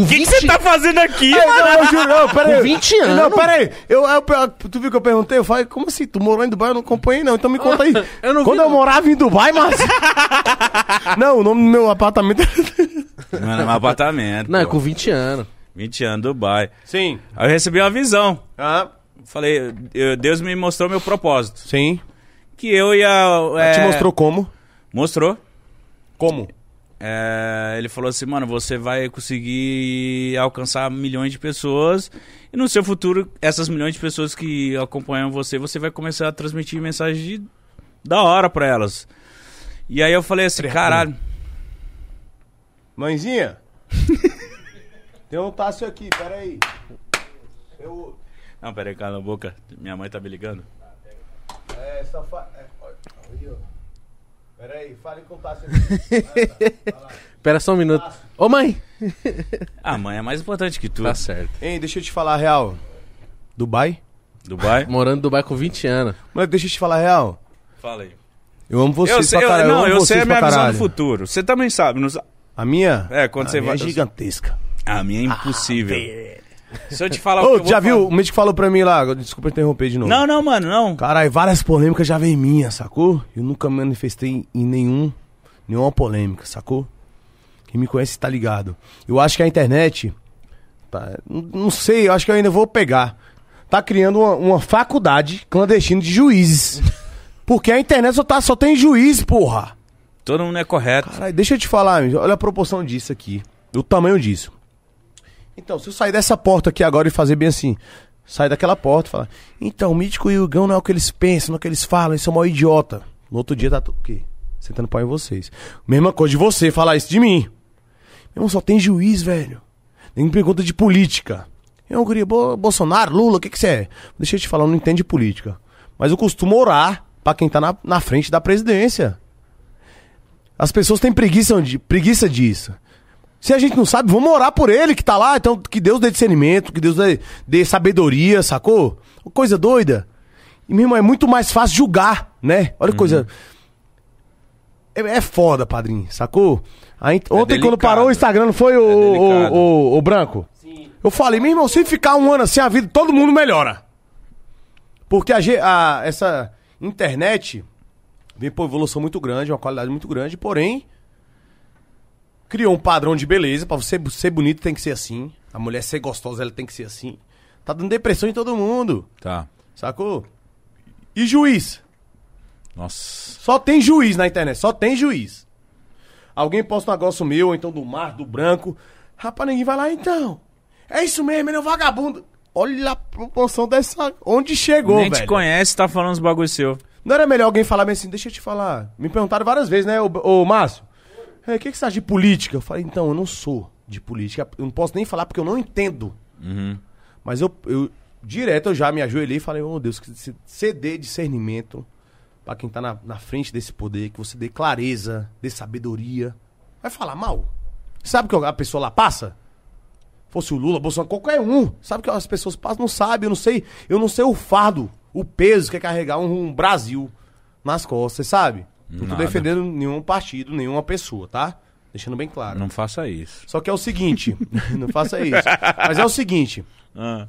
Speaker 5: O que que você tá fazendo aqui?
Speaker 3: Ei, não, eu juro, não, peraí.
Speaker 7: Com 20 anos.
Speaker 3: Não, peraí. Eu, eu- eu- tu viu que eu perguntei? Eu falei, como assim? Tu morou em Dubai? Eu não acompanhei, não. Então me conta aí.
Speaker 7: Eu não vi,
Speaker 3: Quando eu
Speaker 7: não.
Speaker 3: morava em Dubai, mas. não, o nome do meu apartamento.
Speaker 5: Mano, é meu apartamento.
Speaker 7: Não, é
Speaker 5: pô.
Speaker 7: com 20 anos.
Speaker 5: 20 anos, Dubai.
Speaker 3: Sim.
Speaker 5: Aí eu recebi uma visão.
Speaker 3: Ah,
Speaker 5: Falei, eu- Deus me mostrou meu propósito.
Speaker 3: sim.
Speaker 5: Que eu ia.
Speaker 7: Ah,
Speaker 5: É,
Speaker 3: Te mostrou como?
Speaker 5: Mostrou.
Speaker 3: Como?
Speaker 5: É, ele falou assim, mano, você vai conseguir alcançar milhões de pessoas e no seu futuro, essas milhões de pessoas que acompanham você, você vai começar a transmitir mensagem de- da hora pra elas. E aí eu falei assim, caralho,
Speaker 3: Mãezinha? Tem um tácio aqui, peraí. Eu.
Speaker 5: não, peraí, cala a boca, minha mãe tá me ligando.
Speaker 3: É, só fa... é, olha, Peraí, fale com o tácio aqui.
Speaker 7: Pera só um minuto. Ô, mãe.
Speaker 5: Ah, mãe, é mais importante que tu.
Speaker 7: Tá certo.
Speaker 3: Hein, deixa eu te falar a real. Dubai?
Speaker 5: Dubai?
Speaker 7: Morando em Dubai com 20 anos.
Speaker 3: Moleque, deixa eu te falar a real.
Speaker 5: Falei.
Speaker 3: Eu amo vocês
Speaker 5: Eu sei,
Speaker 3: pra
Speaker 5: eu-
Speaker 3: caralho.
Speaker 5: não,
Speaker 3: amo
Speaker 5: eu sei a
Speaker 3: vocês pra
Speaker 5: minha visão do
Speaker 3: caralho.
Speaker 5: futuro. Você também sabe. não sa-
Speaker 3: A minha?
Speaker 5: É, quando
Speaker 3: a
Speaker 5: você
Speaker 3: minha
Speaker 5: vai-
Speaker 3: É gigantesca.
Speaker 5: A minha é impossível. Se eu te falar o
Speaker 3: Ô,
Speaker 5: que eu
Speaker 3: já
Speaker 5: vou
Speaker 3: viu?
Speaker 5: falar-
Speaker 3: O médico falou pra mim lá. Desculpa interromper de novo.
Speaker 5: Não, não, mano, não.
Speaker 3: Caralho, várias polêmicas já vem minha, sacou? Eu nunca me manifestei em nenhum, nenhuma polêmica, sacou? Quem me conhece tá ligado. Eu acho que a internet, tá, n- não sei, eu acho que eu ainda vou pegar. Tá criando uma, uma faculdade clandestina de juízes. Porque a internet só, tá, só tem juiz, porra.
Speaker 5: Todo mundo é correto.
Speaker 3: Caralho, deixa eu te falar, amigo, olha a proporção disso aqui. O tamanho disso. Então, se eu sair dessa porta aqui agora e fazer bem assim, sair daquela porta e falar, então, o Mítico e o Gão não é o que eles pensam, não é o que eles falam, eles são maior idiota. No outro dia tá tudo o quê? Sentando pau em vocês. Mesma coisa de você falar isso de mim. Meu irmão, só tem juiz, velho. Nem pergunta de política. Eu, guri, Bo- Bolsonaro, Lula, o que que você é? Deixa eu te falar, eu não entendo de política. Mas eu costumo orar pra quem tá na- na frente da presidência. As pessoas têm preguiça, de, preguiça disso. Se a gente não sabe, vamos orar por ele que tá lá. Então, que Deus dê discernimento, que Deus dê, dê sabedoria, sacou? Coisa doida. E, meu irmão, é muito mais fácil julgar, né? Olha que coisa. É, é foda, padrinho, sacou? Aí, ontem, quando
Speaker 5: delicado.
Speaker 3: parou o Instagram, não foi o, o,
Speaker 5: delicado.
Speaker 3: o- o Branco? Sim. Eu falei, meu irmão, se ficar um ano assim, a vida todo mundo melhora. Porque a, ge- a- essa internet vem por evolução muito grande, uma qualidade muito grande, porém criou um padrão de beleza. Pra você ser bonito tem que ser assim. A mulher ser gostosa, ela tem que ser assim. Tá dando depressão em todo mundo,
Speaker 5: Tá.
Speaker 3: sacou? E juiz?
Speaker 5: Nossa.
Speaker 3: Só tem juiz na internet, só tem juiz. Alguém posta um negócio meu, ou então do Mar, do Branco. Rapaz, ninguém vai lá então. É isso mesmo, ele é um vagabundo. Olha a proporção dessa. Onde chegou,
Speaker 5: Nem te
Speaker 3: velho?
Speaker 5: conhece, tá falando os bagulho seu.
Speaker 3: Não era melhor alguém falar bem assim, deixa eu te falar. Me perguntaram várias vezes, né, ô, ô Márcio? É, O que, que você acha de política? Eu falei, então, eu não sou de política. Eu não posso nem falar porque eu não entendo. Mas eu, eu- direto, eu já me ajoelhei e falei, oh, Deus, que você você dê discernimento pra quem tá na, na frente desse poder, que você dê clareza, dê sabedoria. Vai falar mal. Sabe o que a pessoa lá passa? Fosse o Lula, Bolsonaro, qualquer um. Sabe o que as pessoas passam? Não sabe, eu não sei. Eu não sei o fardo, o peso que é carregar um, um Brasil nas costas, sabe? Não tô
Speaker 5: Nada.
Speaker 3: defendendo nenhum partido, nenhuma pessoa, tá? Deixando bem claro.
Speaker 5: Não faça isso.
Speaker 3: Só que é o seguinte, não faça isso. Mas é o seguinte,
Speaker 5: Ah.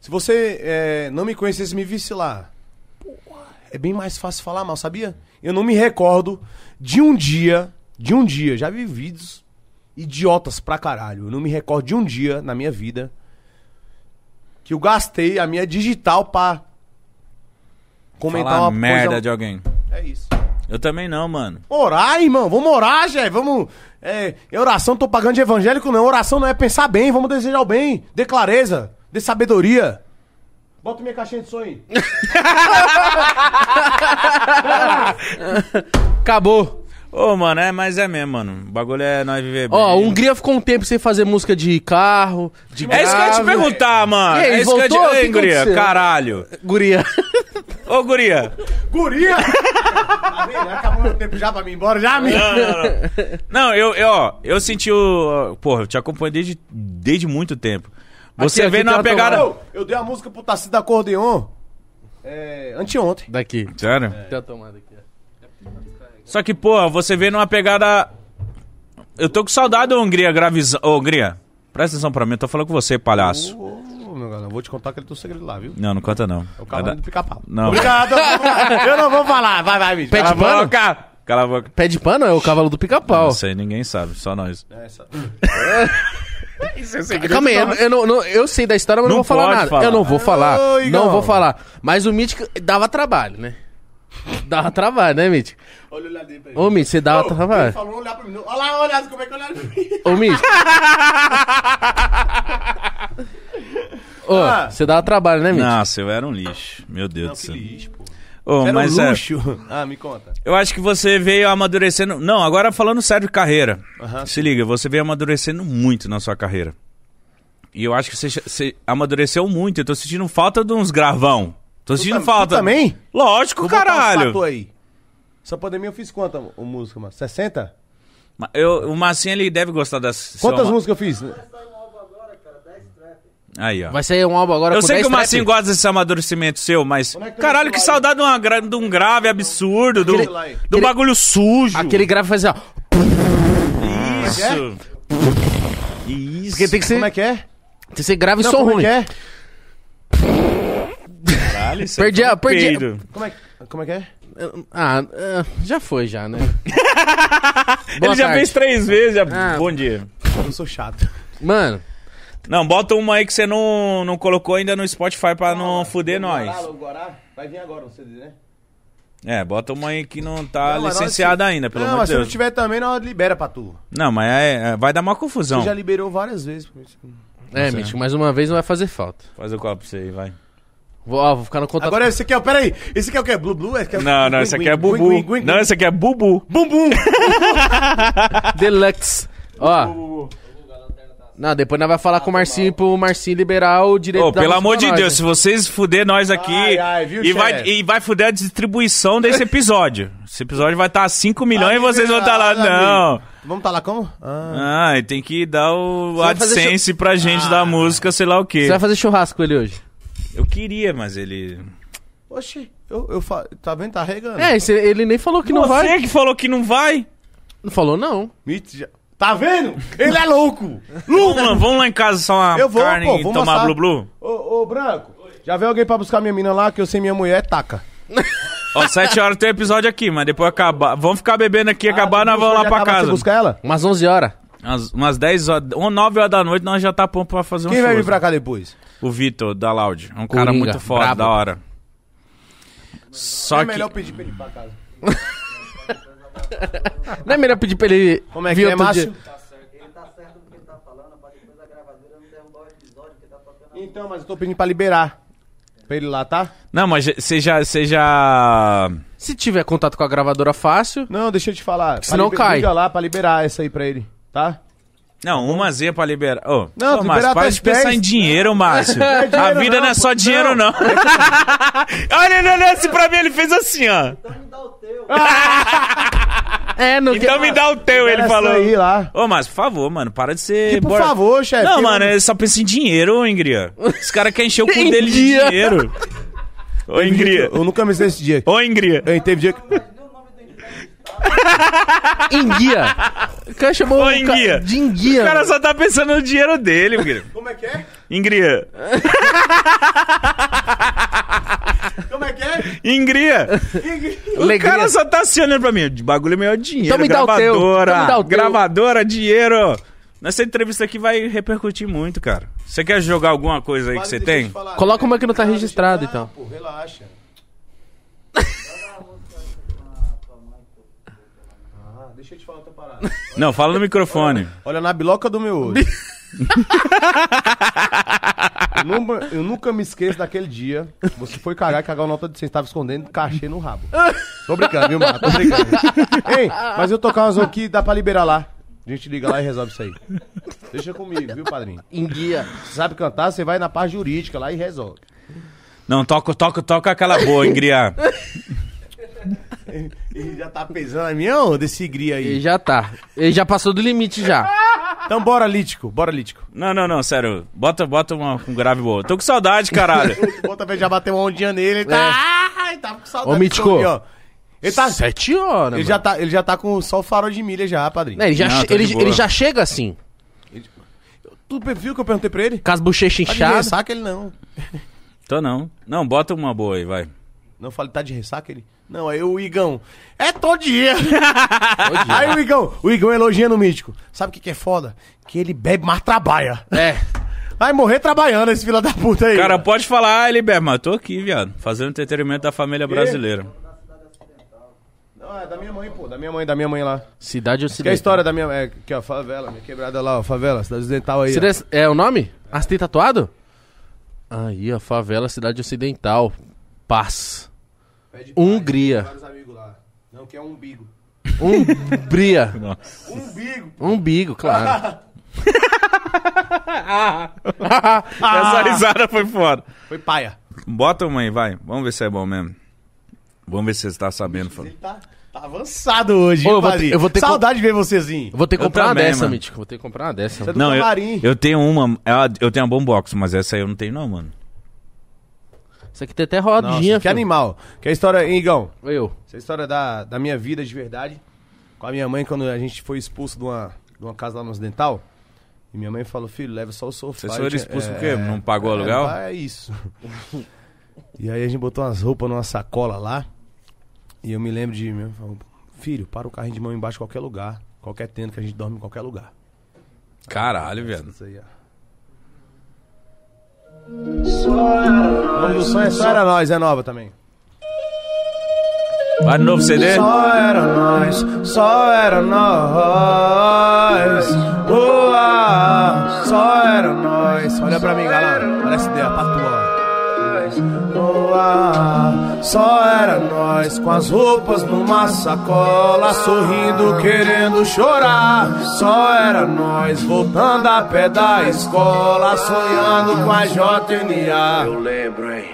Speaker 3: se você eh, não me conhecesse, me visse lá. Porra, é bem mais fácil falar mal, sabia? Eu não me recordo de um dia, de um dia, já vi vídeos idiotas pra caralho. Eu não me recordo de um dia na minha vida que eu gastei a minha digital pra comentar
Speaker 5: Falar
Speaker 3: uma
Speaker 5: merda
Speaker 3: coisa...
Speaker 5: de alguém.
Speaker 3: É isso.
Speaker 5: Eu também não, mano.
Speaker 3: Orar, irmão. Vamos orar, Jé. Vamos É, oração, tô pagando de evangélico, não. Oração não é pensar bem, vamos desejar o bem. Dê clareza, dê sabedoria. Bota minha caixinha de som aí.
Speaker 1: Acabou.
Speaker 5: Ô, mano, é, mas é mesmo, mano. O bagulho é nós viver bem.
Speaker 1: Ó, a Hungria ficou um tempo sem fazer música de carro, de
Speaker 5: É isso que eu ia te
Speaker 1: grave.
Speaker 5: perguntar,
Speaker 1: E
Speaker 5: mano.
Speaker 1: aí,
Speaker 5: é isso que eu
Speaker 1: voltou?
Speaker 5: ia
Speaker 1: O
Speaker 5: te...
Speaker 1: que
Speaker 5: Ei, guria,
Speaker 1: aconteceu?
Speaker 5: caralho.
Speaker 1: Guria.
Speaker 5: Ô, guria.
Speaker 3: Guria! Tá vendo? Acabou meu tempo já pra mim ir embora, já, me.
Speaker 5: Não, não, não. Não, eu, eu, ó, eu senti o... Porra, eu te acompanho desde, desde muito tempo. Você
Speaker 1: Aqui, aqui
Speaker 5: veio
Speaker 1: tem
Speaker 5: numa
Speaker 1: uma
Speaker 3: É.
Speaker 5: pegada...
Speaker 1: tomada.
Speaker 3: Eu dei a música pro Tacido Acordeon é, anteontem.
Speaker 1: Daqui.
Speaker 5: Sério?
Speaker 7: É.
Speaker 1: Tem a tomada aqui. ó.
Speaker 5: Só que, porra, você veio numa pegada... Eu tô com saudade da Hungria, gravizão... Ô, Hungria, presta atenção pra mim. Eu tô falando com você, palhaço.
Speaker 3: Ô, meu galera, vou te contar aquele teu um segredo lá, viu?
Speaker 5: Não, não conta, não.
Speaker 3: É o cavalo do pica-pau.
Speaker 5: Não.
Speaker 3: Obrigado, eu não vou falar. Vai, vai, bicho.
Speaker 1: Pé de
Speaker 5: Cala a
Speaker 1: pano?
Speaker 5: boca! Cala a boca.
Speaker 1: Pé de pano é o cavalo do pica-pau.
Speaker 5: Isso aí ninguém sabe, só nós.
Speaker 1: é Calma aí, eu, eu não, não- eu sei da história, mas não,
Speaker 5: Não
Speaker 1: vou falar
Speaker 5: pode
Speaker 1: nada.
Speaker 5: falar.
Speaker 1: Eu não vou falar.
Speaker 3: Ô, Igão.
Speaker 1: não vou falar. Mas o Mítico dava trabalho, né? Dava trabalho, né, Mítico?
Speaker 3: Olha o olhadinho pra ele.
Speaker 1: Ô, Mítico, você dava
Speaker 3: Ele
Speaker 1: trabalho.
Speaker 3: falou não olhar pra mim. não. Olha lá, olha como é que olhar pra mim.
Speaker 1: Ô, Mítico. Ô,
Speaker 3: Ah.
Speaker 1: você dava trabalho, né, Mítico?
Speaker 5: Nossa, eu era um lixo. Meu Deus do céu.
Speaker 3: pô.
Speaker 5: Ô,
Speaker 3: Era
Speaker 5: mas
Speaker 3: um
Speaker 5: é,
Speaker 3: luxo. Ah, me conta.
Speaker 5: eu acho que você veio amadurecendo. Não, agora falando sério de carreira. Se liga, você veio amadurecendo muito na sua carreira. E eu acho que você, você amadureceu muito. Eu tô sentindo falta de uns gravão. Tô sentindo
Speaker 3: tam-
Speaker 5: falta.
Speaker 3: tu também?
Speaker 5: Lógico,
Speaker 3: Vou botar um
Speaker 5: caralho.
Speaker 3: tatu aí. Essa pandemia eu fiz quanta ô, música, mano? 60?
Speaker 5: Ma- Eu, o Marcinho, ele deve gostar das.
Speaker 3: Quantas
Speaker 5: sua-
Speaker 3: músicas eu fiz?
Speaker 5: Aí, ó.
Speaker 1: Vai sair um álbum agora
Speaker 5: Eu
Speaker 1: com
Speaker 5: sei
Speaker 1: 10
Speaker 5: que o Marcinho
Speaker 1: trap.
Speaker 5: gosta desse amadurecimento seu, mas.
Speaker 3: é que tá
Speaker 5: Caralho,
Speaker 3: esse
Speaker 5: que
Speaker 3: lado?
Speaker 5: saudade de, uma gra- de um grave absurdo, do,
Speaker 3: Aquele-
Speaker 5: do bagulho sujo.
Speaker 1: Aquele grave fazia, ó.
Speaker 5: Isso.
Speaker 3: É?
Speaker 5: Isso.
Speaker 1: Porque tem que ser,
Speaker 3: Como é que é?
Speaker 1: tem que ser grave e
Speaker 3: Não,
Speaker 1: som
Speaker 3: como
Speaker 1: ruim.
Speaker 3: é que é?
Speaker 5: Caralho, isso
Speaker 1: Perdi
Speaker 5: aí
Speaker 1: a-
Speaker 5: foi um
Speaker 1: perdi a-
Speaker 5: peido.
Speaker 3: Como é que, como é, que é?
Speaker 1: Ah, ah, já foi já, né? Boa
Speaker 5: Ele já
Speaker 1: tarde.
Speaker 5: fez três vezes. Já...
Speaker 1: Ah.
Speaker 5: Bom dia.
Speaker 3: Eu sou chato.
Speaker 1: Mano,
Speaker 5: Não, bota uma aí que você não, não colocou ainda no Spotify pra não fuder nós.
Speaker 3: Guará, vai vir agora o CD, né?
Speaker 5: É, bota uma aí que não tá
Speaker 3: Não, mas
Speaker 5: licenciada
Speaker 3: na hora
Speaker 5: ainda, pelo
Speaker 3: não,
Speaker 5: amor
Speaker 3: mas
Speaker 5: de
Speaker 3: se não
Speaker 5: Deus.
Speaker 3: tiver também, nós libera pra tu.
Speaker 5: Não, mas é- é- vai dar uma confusão.
Speaker 3: Tu já liberou várias vezes. pra mim.
Speaker 7: Tá
Speaker 1: é, Mítico, mais uma vez não vai fazer falta.
Speaker 5: Faz o copo pra você aí, vai.
Speaker 1: Vou, ó, vou ficar no contato.
Speaker 3: Agora esse aqui é o... Peraí. Esse aqui é o quê? Blu Blue? Esse aqui é o-
Speaker 5: Não, não,
Speaker 3: Guim,
Speaker 5: esse aqui
Speaker 3: guim,
Speaker 5: é
Speaker 3: guim,
Speaker 5: bubu.
Speaker 3: guim, guim,
Speaker 5: Não,
Speaker 3: guim.
Speaker 5: esse aqui é bubu.
Speaker 3: Bumbum!
Speaker 1: Deluxe. Ó. Não, depois nós vai falar com o Marcinho pro Marcinho liberar o direito
Speaker 5: Ô,
Speaker 1: da
Speaker 5: pelo
Speaker 1: música
Speaker 5: amor
Speaker 1: pra
Speaker 5: de
Speaker 1: nós,
Speaker 5: Deus, se
Speaker 1: né?
Speaker 5: vocês fuder nós aqui.
Speaker 3: Ai, ai, viu,
Speaker 5: e, vai,
Speaker 3: chefe?
Speaker 5: e vai fuder a distribuição desse episódio. Esse episódio vai estar tá 5 milhões e vocês vão estar lá.
Speaker 3: Ah,
Speaker 5: Não.
Speaker 3: amigo. Vamos estar lá como? Ah.
Speaker 5: Ah, e tem que dar o
Speaker 1: vai fazer
Speaker 5: AdSense pra gente
Speaker 3: Ah.
Speaker 5: da música, sei lá o quê.
Speaker 1: Você vai fazer churrasco com ele hoje?
Speaker 5: Eu queria, mas ele.
Speaker 3: Oxi, eu, eu fa... tá vendo? Tá regando.
Speaker 1: É, esse- ele nem falou que não
Speaker 5: Você
Speaker 1: vai.
Speaker 5: que falou que não vai?
Speaker 1: Não falou não.
Speaker 3: Mitch já- Tá vendo? Ele é louco!
Speaker 5: Vamos lá, vamos lá em casa só uma
Speaker 3: Eu vou,
Speaker 5: carne
Speaker 3: pô,
Speaker 5: e
Speaker 3: vamos
Speaker 5: tomar
Speaker 3: assar.
Speaker 5: blu blu.
Speaker 3: ô, ô, Branco, já veio alguém pra buscar minha mina lá que eu sei minha mulher é taca.
Speaker 5: Ó, 7 horas tem um episódio aqui, mas depois acabar. Vamos ficar bebendo
Speaker 3: Ah,
Speaker 5: aqui, acabar, nós vamos lá
Speaker 3: Já
Speaker 5: pra
Speaker 3: tava
Speaker 5: casa.
Speaker 3: Você buscar ela?
Speaker 1: Umas 11 horas.
Speaker 5: Umas, umas 10 horas, ou 9 horas da noite, nós já tá pronto pra fazer um
Speaker 3: Quem vai
Speaker 5: churrasco.
Speaker 3: vir pra cá depois?
Speaker 5: O Vitor, da Loud. É um cara
Speaker 1: Coringa,
Speaker 5: muito foda,
Speaker 1: brabo.
Speaker 5: da hora. Só
Speaker 3: é
Speaker 5: que.
Speaker 3: melhor pedir pra ele ir pra casa.
Speaker 1: Não é melhor pedir pra ele.
Speaker 3: Como é
Speaker 1: vir
Speaker 3: que é,
Speaker 1: outro
Speaker 3: Márcio?
Speaker 1: dia?
Speaker 11: Ele tá certo do que ele tá falando, pra depois a gravadora não derrubar o episódio que tá tocando.
Speaker 3: Então, mas eu tô pedindo pra liberar. Pra ele lá, tá?
Speaker 5: Não, mas você já. Você já.
Speaker 1: Se tiver contato com a gravadora fácil.
Speaker 3: Não, deixa eu te falar. Pra
Speaker 1: senão cai.
Speaker 3: Liga lá pra liberar essa aí pra ele, tá?
Speaker 5: Não, uma zinha pra liberar. Ô,
Speaker 3: Não,
Speaker 5: ô,
Speaker 3: liberar
Speaker 5: Márcio,
Speaker 3: até
Speaker 5: para
Speaker 3: as
Speaker 5: de pensar
Speaker 3: 10.
Speaker 5: em dinheiro, Márcio.
Speaker 3: é dinheiro,
Speaker 5: a vida não, é
Speaker 3: não,
Speaker 5: só
Speaker 3: pô,
Speaker 5: dinheiro, não. olha, ele olhou assim pra mim, ele fez assim, ó.
Speaker 1: É, não
Speaker 5: Então me dá o teu, ele
Speaker 3: Essa
Speaker 5: falou.
Speaker 3: aí lá.
Speaker 5: Ô, Márcio, por favor, mano, para de ser.
Speaker 3: Que por
Speaker 5: bora-
Speaker 3: favor, é, um- chefe.
Speaker 5: Não, mano, ele só pensa em dinheiro, Ingria. Esse cara quer encher o cu
Speaker 1: Em
Speaker 5: dele de
Speaker 1: dia.
Speaker 5: dinheiro. Ô, é Ingria.
Speaker 3: Eu nunca me esqueci desse dia.
Speaker 5: Ô, Ingria.
Speaker 3: Hein, teve dia que...
Speaker 1: Enguia. O cara chamou
Speaker 5: Ô,
Speaker 1: o ca-
Speaker 5: enguia.
Speaker 1: de enguia.
Speaker 5: O cara só tá pensando no dinheiro dele, Ingria.
Speaker 3: Como é que é?
Speaker 5: Ingria.
Speaker 3: Como é que é?
Speaker 5: Ingria. O
Speaker 1: Alegria.
Speaker 5: cara só tá se olhando pra mim. De bagulho é melhor dinheiro.
Speaker 1: Então me dá o teu.
Speaker 5: gravadora.
Speaker 1: Então me dá o teu.
Speaker 5: Gravadora, dinheiro. Nessa entrevista aqui vai repercutir muito, cara. Você quer jogar alguma coisa aí que você tem?
Speaker 1: Coloca uma que não tá registrada, então.
Speaker 3: Pô, relaxa. Ah, Deixa eu te falar outra parada.
Speaker 5: Não, fala no microfone.
Speaker 3: Olha na biloca do meu olho. eu, nunca, eu nunca me esqueço daquele dia. Você foi cagar e cagou a nota de 100 estava escondendo cachê no rabo. Tô brincando, viu, Marco? Tô brincando. Ei, mas eu tocar umas aqui, dá pra liberar lá. A gente liga lá e resolve isso aí. Deixa comigo, viu, padrinho?
Speaker 1: Em guia.
Speaker 3: Você sabe cantar, você vai na parte jurídica lá e resolve.
Speaker 5: Não, toca, toca, toca aquela boa, Ingria.
Speaker 3: Ele já tá pesando a minha onda, esse gria
Speaker 1: Ele já tá. Ele já passou do limite já.
Speaker 3: Então bora, Lítico, bora, Lítico.
Speaker 5: Não, não, não, sério. Bota, bota uma, um grave boa. Tô com saudade, caralho.
Speaker 3: Outra vez já bateu uma ondinha nele, ele tá...
Speaker 1: É.
Speaker 3: Ai, tá com saudade.
Speaker 1: Ô, Mítico.
Speaker 3: disso aí, ó. Ele tá...
Speaker 1: Sete horas,
Speaker 3: Ele já, tá, ele já tá com só o farol de milha já, padrinho.
Speaker 1: Né, ele, já
Speaker 5: Não,
Speaker 1: che-
Speaker 5: tô de
Speaker 1: ele,
Speaker 5: boa.
Speaker 1: ele já chega assim,
Speaker 3: Tu viu o que eu perguntei pra ele?
Speaker 1: com as bochechas
Speaker 3: Tá de
Speaker 1: inchadas.
Speaker 3: ressaca ele não.
Speaker 5: Tô não. Não, bota uma boa aí, vai.
Speaker 3: Não, eu falei, tá de ressaca ele? Não, aí o Igão. É todo dia. aí o Igão, o Igão elogia no mítico. Sabe o que, que é foda? Que ele bebe, mas trabalha.
Speaker 1: É.
Speaker 3: Vai morrer trabalhando esse fila da puta aí.
Speaker 5: Cara, pode falar, ah, ele bebe, mas tô aqui, viado. Fazendo entretenimento da família brasileira.
Speaker 3: Não, é da minha mãe, pô. Da minha mãe, da minha mãe lá.
Speaker 1: Cidade
Speaker 3: Que é a
Speaker 1: Ocidental.
Speaker 3: história da minha mãe. É, aqui, ó, favela, minha quebrada lá, ó. Favela, cidade dental aí. ó.
Speaker 1: Cida- É o nome? As tem tatuado? Aí, a favela Cidade Ocidental. Paz.
Speaker 3: Pé de pai,
Speaker 1: Hungria.
Speaker 3: vários amigos lá. Não, que é umbigo.
Speaker 1: Umbria.
Speaker 3: Umbigo.
Speaker 1: Umbigo, claro.
Speaker 3: É Ah.
Speaker 5: Essa risada foi foda.
Speaker 3: Foi paia.
Speaker 5: Bota uma aí, vai. Vamos ver se é bom mesmo. Vamos ver se você tá sabendo. Fala.
Speaker 3: Ele tá, tá avançado hoje,
Speaker 1: Ô, eu
Speaker 3: hein,
Speaker 1: vou ter-
Speaker 3: padrinho?
Speaker 1: eu vou ter
Speaker 3: Saudade de ver vocês
Speaker 1: Vou ter que
Speaker 5: Eu
Speaker 1: comprar uma
Speaker 5: também,
Speaker 1: dessa,
Speaker 5: mano.
Speaker 1: Mítico. Vou ter que comprar uma dessa.
Speaker 3: Você- é
Speaker 5: Não, eu,
Speaker 3: camarim.
Speaker 5: eu tenho uma. ela- Eu tenho a Bombox, mas essa aí eu não tenho, não, mano.
Speaker 1: Isso aqui tem até rodinha,
Speaker 3: Que
Speaker 1: filho.
Speaker 3: animal. Que é a história, hein, Igão?
Speaker 1: Eu.
Speaker 3: Essa é a história da, da minha vida de verdade. Com a minha mãe, quando a gente foi expulso de uma, de uma casa lá no Ocidental. E minha mãe falou, filho, leva só o sofá.
Speaker 5: Vocês
Speaker 3: Eu
Speaker 5: foram
Speaker 3: tinha-
Speaker 5: expulsos por quê? Não pagou
Speaker 3: é,
Speaker 5: aluguel?
Speaker 3: É isso. e aí a gente botou umas roupas numa sacola lá. E eu me lembro de... Minha mãe falou, filho, para o carrinho de mão embaixo de qualquer lugar. Qualquer tenda que a gente dorme em qualquer lugar.
Speaker 5: Caralho, viado.
Speaker 3: Isso aí, ó. O nome do som é Só Era Nós, é nova também.
Speaker 5: Vai no novo CD?
Speaker 3: Só era nós, só era nós. Boa, só era nós. Olha pra mim, galera. Olha essa ideia, patua. Boa, só era nós. Com as roupas numa sacola, sorrindo, querendo chorar. Só era nós, voltando a pé da escola, sonhando com a JNA. Eu lembro, hein?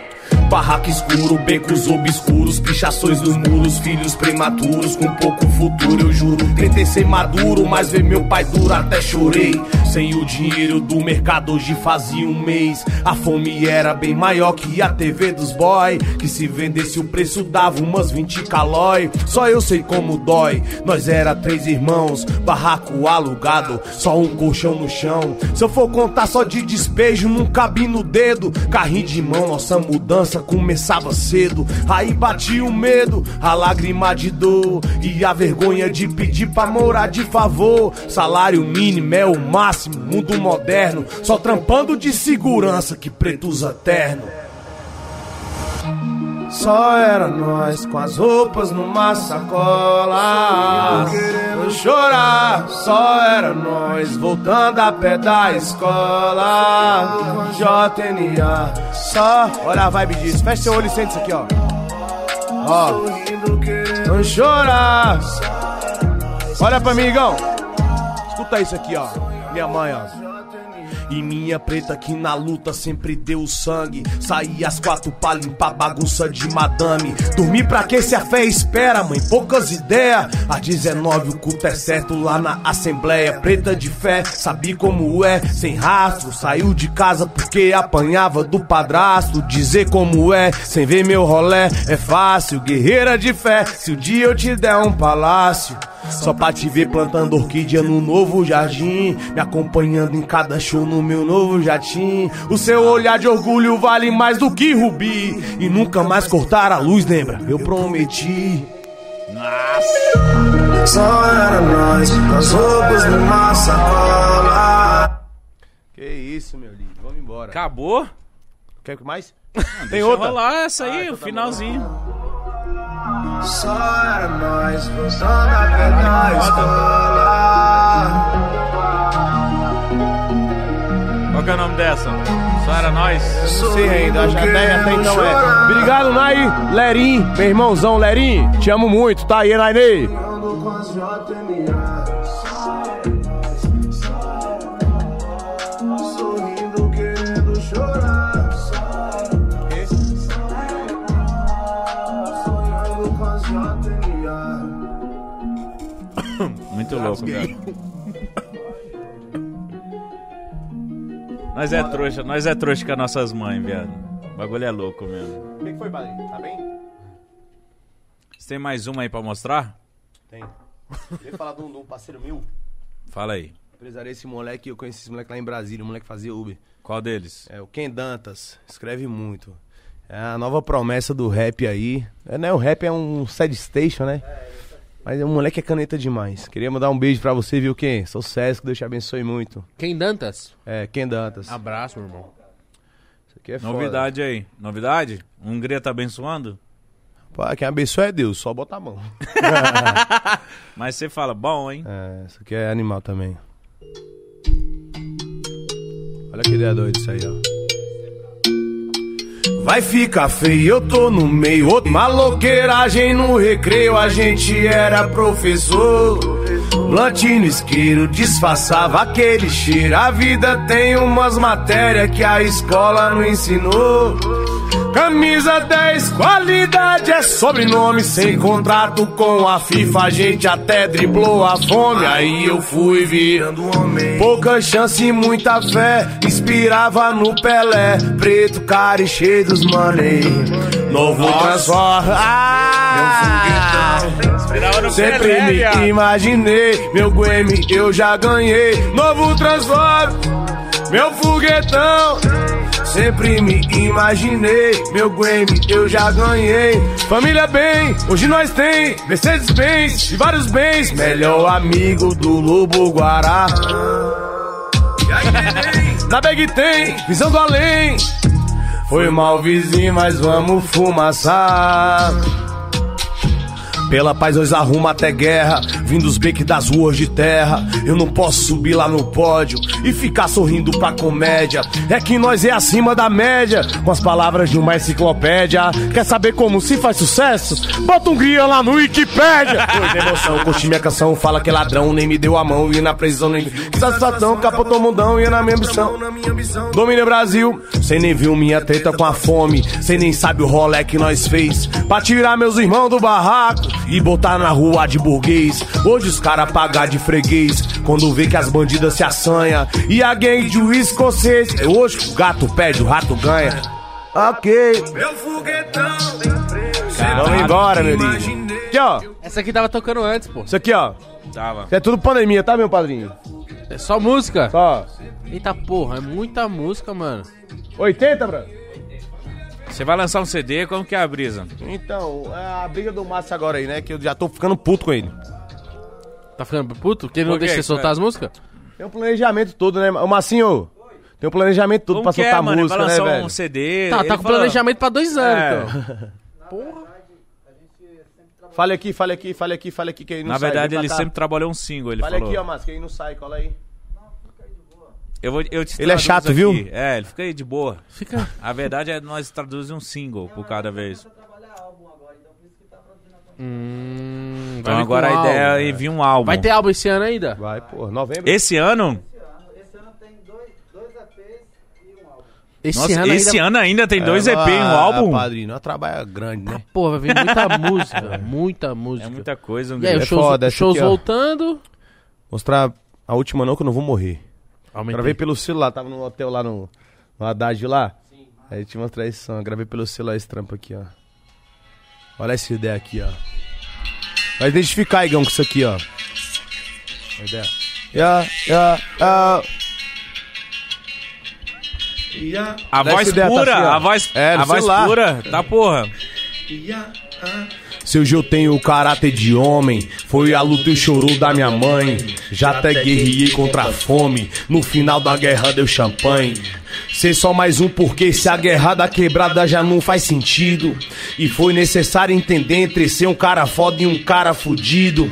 Speaker 12: Barraco escuro, becos obscuros, pichações nos muros, filhos prematuros, com pouco futuro, eu juro. Tentei ser maduro, mas ver meu pai duro até chorei. Sem o dinheiro do mercado, hoje fazia um mês. A fome era bem maior que a TV dos boy. Que se vendesse o preço dava umas 20 calói. Só eu sei como dói. Nós era três irmãos, barraco alugado, só um colchão no chão. Se eu for contar só de despejo, não cabe no dedo. Carrinho de mão, nossa mudança começava cedo. Aí batia o medo, a lágrima de dor e a vergonha de pedir pra morar de favor. Salário mínimo é o máximo, mundo moderno. Só trampando de segurança que pretos terno.
Speaker 3: Só era nós com as roupas numa sacola. Não chorar, só era nós voltando a pé da escola. JNA, só. Olha a vibe disso, fecha seu olho e sente isso aqui, ó. Ó, não chorar. Olha pra mim, Igão. Escuta isso aqui, ó. Minha mãe, ó.
Speaker 12: E minha preta que na luta sempre deu o sangue. Saí às quatro pra limpar a bagunça de madame. Dormi pra que se a fé espera, mãe? Poucas ideias. Às 19 o culto é certo lá na Assembleia. Preta de fé, sabe como é. Sem rastro, saiu de casa porque apanhava do padrasto. Dizer como é, sem ver meu rolé. É fácil, guerreira de fé. Se o dia eu te der um palácio. Só pra te ver plantando orquídea no novo jardim. Me acompanhando em cada show no meu novo jatim. O seu olhar de orgulho vale mais do que rubi. E nunca mais cortar a luz, lembra? Eu prometi.
Speaker 3: Só era nós, as roupas numa sacola. Que isso, meu lindo. Vamos embora.
Speaker 5: Acabou?
Speaker 3: Quer mais?
Speaker 1: Ah, então tá
Speaker 5: Tem outra? Rolar essa aí, o finalzinho.
Speaker 3: Só era nós voltando a pé da escola.
Speaker 5: Qual que é o nome dessa? Só era nós?
Speaker 3: Não
Speaker 12: sei ainda, acho até, até então é. Obrigado, Nai Lerim, meu irmãozão Lerim. Te amo muito, tá aí, Nainei.
Speaker 3: Ando com as JMA. Só era nós, só era nós. Sorrindo, querendo chorar. Só era nós, só era nós. Sonhando com as JMA.
Speaker 5: Muito louco, velho. Nós é trouxa, nós é trouxa com as nossas mães, viado. O bagulho é louco mesmo.
Speaker 12: O que foi, Padre? Tá bem?
Speaker 5: Você tem mais uma aí pra mostrar?
Speaker 12: Tem. Queria falar de um, de um parceiro meu.
Speaker 5: Fala aí.
Speaker 12: Empresarei esse moleque, eu conheci esse moleque lá em Brasília, o moleque fazia Uber.
Speaker 5: Qual deles?
Speaker 12: É o Ken Dantas, escreve muito. É a nova promessa do rap aí. É, né, o rap é um sad station, né? Mas o moleque é caneta demais. Queria mandar um beijo pra você, viu, Ken? Sucesso, que Deus te abençoe muito.
Speaker 1: Quem Dantas?
Speaker 12: É, Ken Dantas. Isso
Speaker 1: Abraço, meu irmão.
Speaker 12: aqui é foda.
Speaker 5: Novidade aí. Novidade? Hungria tá abençoando?
Speaker 12: Pá, quem abençoa é Deus, só bota a mão.
Speaker 5: Mas você fala, bom, hein?
Speaker 12: É, isso aqui é animal também. Olha que ideia doida isso aí, ó.
Speaker 3: Vai ficar feio, eu tô no meio. Outra Maloqueiragem no recreio, a gente era professor. Plantino isqueiro, disfarçava aquele cheiro. A vida tem umas matérias que a escola não ensinou. Camisa 10, qualidade é sobrenome. Sem contrato com a FIFA, a gente até driblou a fome. Aí eu fui virando homem. Pouca chance e muita fé. Inspirava no Pelé, preto, cara e cheio dos money. Novo transforma. Ah!
Speaker 5: Esperava no
Speaker 3: Sempre
Speaker 5: Pelé,
Speaker 3: me
Speaker 5: viado.
Speaker 3: imaginei, meu Grammy eu já ganhei. Novo transforme, meu foguetão. Sempre me imaginei, meu Grammy eu já ganhei. Família bem, hoje nós tem Mercedes Benz e vários bens. Melhor amigo do Lobo Guará. Na bag tem, visão do além. Foi mal vizinho, mas vamos fumaçar. Pela paz nós arruma até guerra, vindo os beques das ruas de terra. Eu não posso subir lá no pódio e ficar sorrindo pra comédia. É que nós é acima da média, com as palavras de uma enciclopédia. Quer saber como se faz sucesso? Bota um guia lá no Wikipédia. Foi de emoção, curti minha canção, fala que é ladrão, nem me deu a mão e na prisão nem. Que satisfação, capotou mundão e é na minha ambição. Domínio Brasil, cê nem viu minha treta com a fome, cê nem sabe o rolê que nós fez pra tirar meus irmãos do barraco e botar na rua de burguês. Hoje os cara pagar de freguês quando vê que as bandidas se assanha e a gangue de um escocês. É hoje que o gato pede, o rato ganha. Ok, tá meu foguetão tem freio.
Speaker 12: Vamos embora, meu lindo. Aqui, ó.
Speaker 1: Essa aqui tava tocando antes, pô.
Speaker 12: Isso aqui, ó.
Speaker 5: Tava.
Speaker 12: Isso é tudo pandemia, tá, meu padrinho?
Speaker 1: É só música.
Speaker 12: Só.
Speaker 1: Eita porra, é muita música, mano.
Speaker 12: 80, bro?
Speaker 5: Você vai lançar um CD, como que é a brisa?
Speaker 12: Então, é a briga do Márcio agora aí, né? Que eu já tô ficando puto com ele.
Speaker 1: Tá ficando puto? Quem não
Speaker 5: Por quê? é?
Speaker 1: deixa você soltar as músicas?
Speaker 12: Tem um planejamento todo, né? Ô, Marcinho, tem um planejamento todo
Speaker 5: Como
Speaker 12: pra
Speaker 5: que
Speaker 12: soltar
Speaker 5: é, mano? Ele
Speaker 12: música,
Speaker 5: vai
Speaker 12: né,
Speaker 5: lançar
Speaker 12: velho?
Speaker 5: um CD.
Speaker 1: Tá,
Speaker 5: ele
Speaker 1: tá com
Speaker 5: falou.
Speaker 1: planejamento pra dois anos,
Speaker 5: É.
Speaker 1: então.
Speaker 12: Fale aqui, fale aqui, fale aqui, fale aqui, que aí não
Speaker 5: Na
Speaker 12: sai.
Speaker 5: verdade,
Speaker 12: vem pra
Speaker 5: ele
Speaker 12: cá.
Speaker 5: sempre trabalhou um single, ele
Speaker 12: Fale
Speaker 5: falou.
Speaker 12: tá aqui, ó, Márcio, que aí não sai, cola aí.
Speaker 5: Eu vou, eu te
Speaker 12: Ele é
Speaker 5: traduzo
Speaker 12: chato,
Speaker 5: aqui.
Speaker 12: viu?
Speaker 5: É, ele fica aí de boa.
Speaker 1: Fica.
Speaker 5: A verdade é nós traduzimos um single por cada vez.
Speaker 1: Hum,
Speaker 5: Então
Speaker 1: vir
Speaker 5: agora
Speaker 1: com
Speaker 5: a
Speaker 1: álbum.
Speaker 5: ideia é vir um álbum.
Speaker 1: Vai ter álbum esse ano ainda?
Speaker 12: Vai, pô, novembro.
Speaker 5: Esse ano?
Speaker 1: Esse
Speaker 5: Nossa,
Speaker 1: ano
Speaker 5: esse
Speaker 1: ainda.
Speaker 5: ano ainda tem dois EP e um
Speaker 12: Ah,
Speaker 5: álbum?
Speaker 12: Padrinho, uma trabalha grande, né?
Speaker 1: Pô, vai vir muita música. Muita música.
Speaker 5: É muita coisa,
Speaker 1: E aí,
Speaker 5: André.
Speaker 1: os
Speaker 12: É
Speaker 1: shows,
Speaker 12: foda, essa
Speaker 1: shows
Speaker 12: aqui, ó.
Speaker 1: voltando.
Speaker 12: Mostrar a última não, que eu não vou morrer.
Speaker 5: Tá
Speaker 12: Gravei
Speaker 1: Aumentei.
Speaker 12: pelo celular, tava no hotel lá no, no Haddad lá. Aí tinha uma traição, gravei pelo celular esse trampo aqui, ó. Olha essa ideia aqui, ó. Vai identificar, Igão, com isso aqui, ó. Uma ideia. Ya, ya, ya.
Speaker 3: Yeah,
Speaker 5: A
Speaker 12: Dá
Speaker 5: voz
Speaker 12: essa ideia, tá
Speaker 5: pura,
Speaker 12: assim, ó.
Speaker 5: a voz,
Speaker 12: É, no
Speaker 5: a voz
Speaker 12: celular.
Speaker 5: pura, tá porra.
Speaker 3: yeah, ah.
Speaker 12: Se hoje eu tenho o caráter de homem, foi a luta e o choro da minha mãe. Já até guerriei contra a fome, no final da guerra deu champanhe.
Speaker 3: Ser só mais um porque se a guerra da quebrada já não faz sentido. E foi necessário entender entre ser um cara foda e um cara fudido.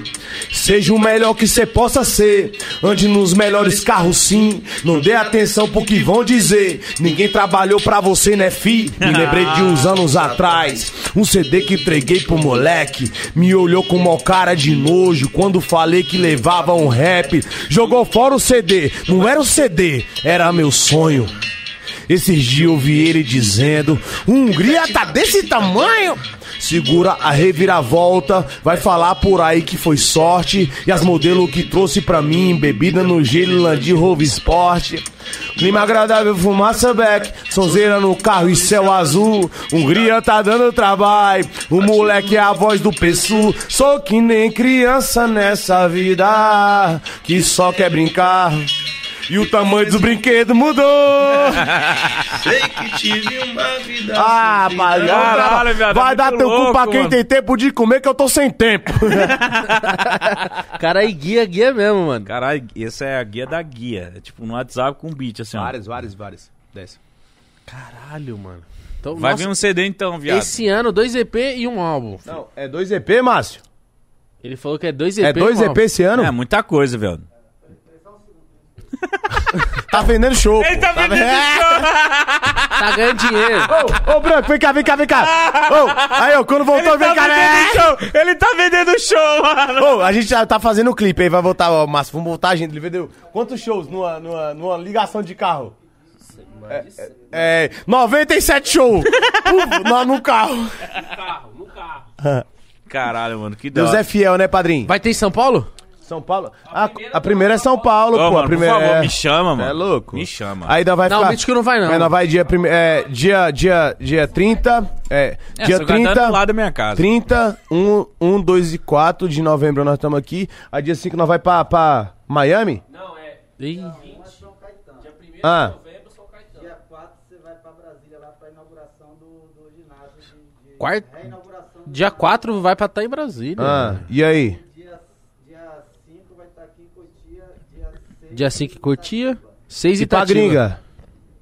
Speaker 3: Seja o melhor que você possa ser. Ande nos melhores carros sim. Não dê atenção pro que vão dizer. Ninguém trabalhou pra você, né, fi? Me lembrei de uns anos atrás. Um CD que entreguei pro moleque. Me olhou com uma cara de nojo quando falei que levava um rap. Jogou fora o CD. Não era o CD, era meu sonho. Esses dias eu vi ele dizendo: Hungria tá desse tamanho. Segura a reviravolta, vai falar por aí que foi sorte. E as modelos que trouxe pra mim, bebida no gelo, Landi Rove Sport. Clima agradável, fumaça back, sonzeira no carro e céu azul. Hungria tá dando trabalho, o moleque é a voz do pessoal. Sou que nem criança nessa vida, que só quer brincar. E o tamanho do brinquedo mudou.
Speaker 13: Sei que tive uma vida.
Speaker 3: Ah,
Speaker 13: sofrida.
Speaker 3: Maria,
Speaker 14: É Caralho, viado, é
Speaker 3: vai
Speaker 14: muito
Speaker 3: dar teu cu
Speaker 14: louco,
Speaker 3: pra quem
Speaker 14: mano.
Speaker 3: tem tempo de comer que eu tô sem tempo.
Speaker 1: Cara, aí guia, guia mesmo, mano.
Speaker 5: Caralho, essa é a guia da guia. É tipo no WhatsApp com beat, assim, ó.
Speaker 15: Várias, várias, várias. Desce.
Speaker 1: Caralho, mano. Então,
Speaker 5: Vai
Speaker 1: nossa,
Speaker 5: vir um CD então, viado.
Speaker 1: Esse ano, dois EP e um álbum.
Speaker 3: Não, é dois EP, Márcio.
Speaker 1: Ele falou que é dois EP
Speaker 3: É dois
Speaker 1: e um
Speaker 3: EP
Speaker 1: álbum.
Speaker 3: esse ano.
Speaker 5: É muita coisa, viado.
Speaker 3: Tá vendendo show. Ele tá vendendo
Speaker 1: Tá ganhando dinheiro.
Speaker 3: Ô, ô, Branco, vem cá, vem cá, vem cá. Ô, aí, ó, quando voltou, vem cá, né?
Speaker 5: tá Ele tá vendendo show, mano.
Speaker 3: Ô, a gente já tá fazendo o clipe aí, vai voltar, ó, Márcio, vamos voltar, gente. Ele vendeu quantos shows numa, numa, numa ligação de carro? É, é, 97 shows Puf, lá no carro.
Speaker 5: Caralho, mano, que
Speaker 3: Deus
Speaker 5: Deus
Speaker 3: é fiel, né, padrinho?
Speaker 1: Vai ter em São Paulo?
Speaker 3: São Paulo? A, a primeira, é São Paulo,
Speaker 5: Ô,
Speaker 3: pô.
Speaker 5: mano,
Speaker 3: a primeira
Speaker 5: por favor,
Speaker 3: é...
Speaker 5: me chama, mano.
Speaker 3: É louco.
Speaker 5: Me chama.
Speaker 3: Aí ainda vai
Speaker 1: Não,
Speaker 3: ficar...
Speaker 1: o Mítico não vai, não.
Speaker 3: Ainda vai dia, prime... é, dia, dia, dia 30... É, dia
Speaker 5: Essa guarda é
Speaker 3: 30...
Speaker 5: do lado da minha casa.
Speaker 3: 30, 1, 1, 2 um, e 4 de novembro nós estamos aqui. Aí dia 5 nós vai pra, pra Miami?
Speaker 1: Ih,
Speaker 3: Ah,
Speaker 12: Dia 4 você vai pra Brasília lá pra inauguração do, do ginásio de, de
Speaker 1: quarto...
Speaker 12: reinauguração.
Speaker 1: Dia 4 vai pra estar em Brasília.
Speaker 3: ah, e aí?
Speaker 12: Dia, dia 5 vai estar aqui em Cotia, dia 6.
Speaker 1: Dia 5 em Cotia, 6
Speaker 3: E
Speaker 1: em
Speaker 3: pra
Speaker 1: Itatiba.
Speaker 3: gringa?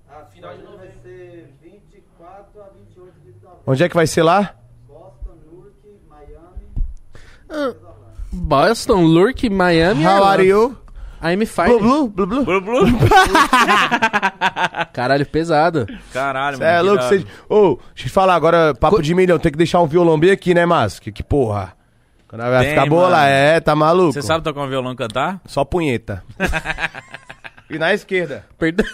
Speaker 12: A final de novembro vai ser 24 a 28 de novembro.
Speaker 3: Onde é que vai ser lá?
Speaker 12: Boston, Newark, Miami.
Speaker 1: Boston, Lurk, Miami.
Speaker 3: How
Speaker 1: Orlando.
Speaker 3: are you?
Speaker 1: I'm fine.
Speaker 3: Blu, blu, blu, blu.
Speaker 5: Blu, blu.
Speaker 1: Caralho, pesado.
Speaker 5: Caralho,
Speaker 3: Cê é
Speaker 5: que
Speaker 3: louco,
Speaker 5: da-
Speaker 3: você... Ô, deixa eu te falar agora, papo de milhão, tem que deixar um violão bem aqui, né, Márcio? Que, que porra. Quando ela vai
Speaker 5: Tem,
Speaker 3: ficar boa, lá
Speaker 5: mano.
Speaker 3: é, tá maluco.
Speaker 5: Você sabe tocar um violão e cantar?
Speaker 3: Só punheta. e na esquerda.
Speaker 1: Perdão.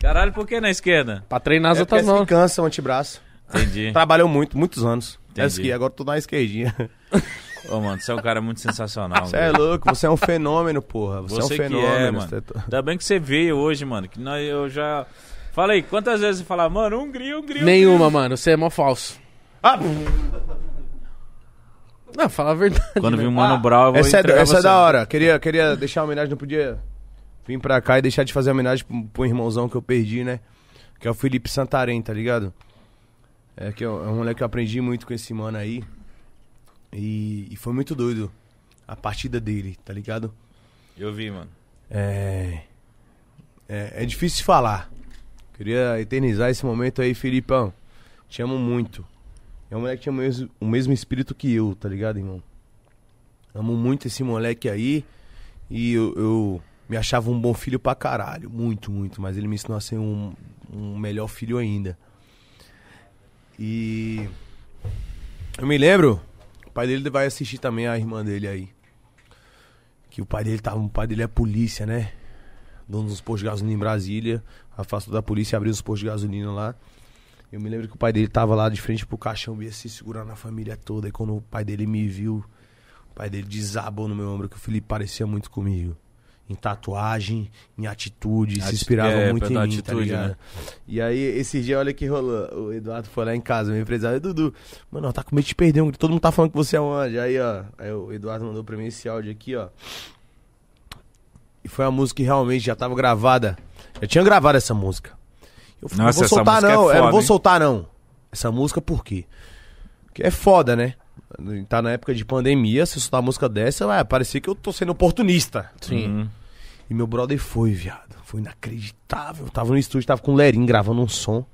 Speaker 5: Caralho, por que na esquerda?
Speaker 1: pra treinar as
Speaker 3: É porque
Speaker 1: outras
Speaker 3: assim
Speaker 1: mãos.
Speaker 3: cansa o antebraço.
Speaker 5: Entendi.
Speaker 3: Trabalhou muito, muitos anos. É
Speaker 5: Entendi.
Speaker 3: esqui, agora eu tô na esquerdinha.
Speaker 5: Ô, mano, você é um cara muito sensacional.
Speaker 3: Você é louco, você é um fenômeno, porra. Você,
Speaker 5: Você
Speaker 3: é um
Speaker 5: que
Speaker 3: fenômeno.
Speaker 5: é, mano.
Speaker 3: você to-
Speaker 5: Ainda bem que você veio hoje, mano. Que nós, eu já. Falei, quantas vezes você fala, mano, um Hungria, Hungria.
Speaker 1: Nenhuma, mano. Você é mó falso.
Speaker 3: Ah,
Speaker 1: Não, fala a verdade.
Speaker 5: Quando
Speaker 1: né?
Speaker 5: vir o Mano Brown, eu vou
Speaker 3: essa é,
Speaker 5: entregar
Speaker 3: essa é
Speaker 5: você.
Speaker 3: da hora. Queria, queria deixar uma homenagem, não podia vir pra cá e deixar de fazer homenagem pro, pro irmãozão que eu perdi, né? Que é o Felipe Santarém, tá ligado? É, que é um é um moleque que eu aprendi muito com esse mano aí. E, e foi muito doido a partida dele, tá ligado?
Speaker 5: Eu vi, mano.
Speaker 3: É, é, é difícil falar. Queria eternizar esse momento aí, Filipão. Te amo muito. É um moleque que tinha o mesmo, o mesmo espírito que eu, tá ligado, irmão? Amo muito esse moleque aí. E eu, eu me achava um bom filho pra caralho. Muito, muito. Mas ele me ensinou a ser um, um melhor filho ainda. E. Eu me lembro. O pai dele vai assistir também a irmã dele aí. Que o pai dele tava. O pai dele é polícia, né? dono dos postos de gasolina em Brasília, afastou da polícia, abriu os postos de gasolina lá. Eu me lembro que o pai dele tava lá de frente pro caixão, ia se segurando a família toda. E quando o pai dele me viu, o pai dele desabou no meu ombro, que o Felipe parecia muito comigo. Em tatuagem, em atitude, se
Speaker 5: Ati-
Speaker 3: inspirava
Speaker 5: é,
Speaker 3: muito em mim,
Speaker 5: pela
Speaker 3: tá
Speaker 5: atitude,
Speaker 3: ligado?
Speaker 5: né?
Speaker 3: E aí, esse dia, olha que rolou. O Eduardo foi lá em casa, meu empresário, Dudu, mano, ó, tá com medo de perder um grito, todo mundo tá falando que você é um anjo. Aí, ó, aí o Eduardo mandou pra mim esse áudio aqui, ó. E foi uma música que realmente já tava gravada. Já tinha gravado essa música. Eu falei,
Speaker 5: Nossa,
Speaker 3: não
Speaker 5: essa
Speaker 3: vou soltar
Speaker 5: música é
Speaker 3: não, eu
Speaker 5: foda,
Speaker 3: não vou
Speaker 5: hein?
Speaker 3: soltar não. Essa música por quê? Porque é foda, né? Tá
Speaker 5: Uhum.
Speaker 3: na época de pandemia, se eu soltar uma música dessa, vai parecer que eu tô sendo oportunista.
Speaker 1: Sim.
Speaker 3: E E meu brother foi, viado. Foi inacreditável. Eu tava no estúdio, tava com o Lerim gravando um som.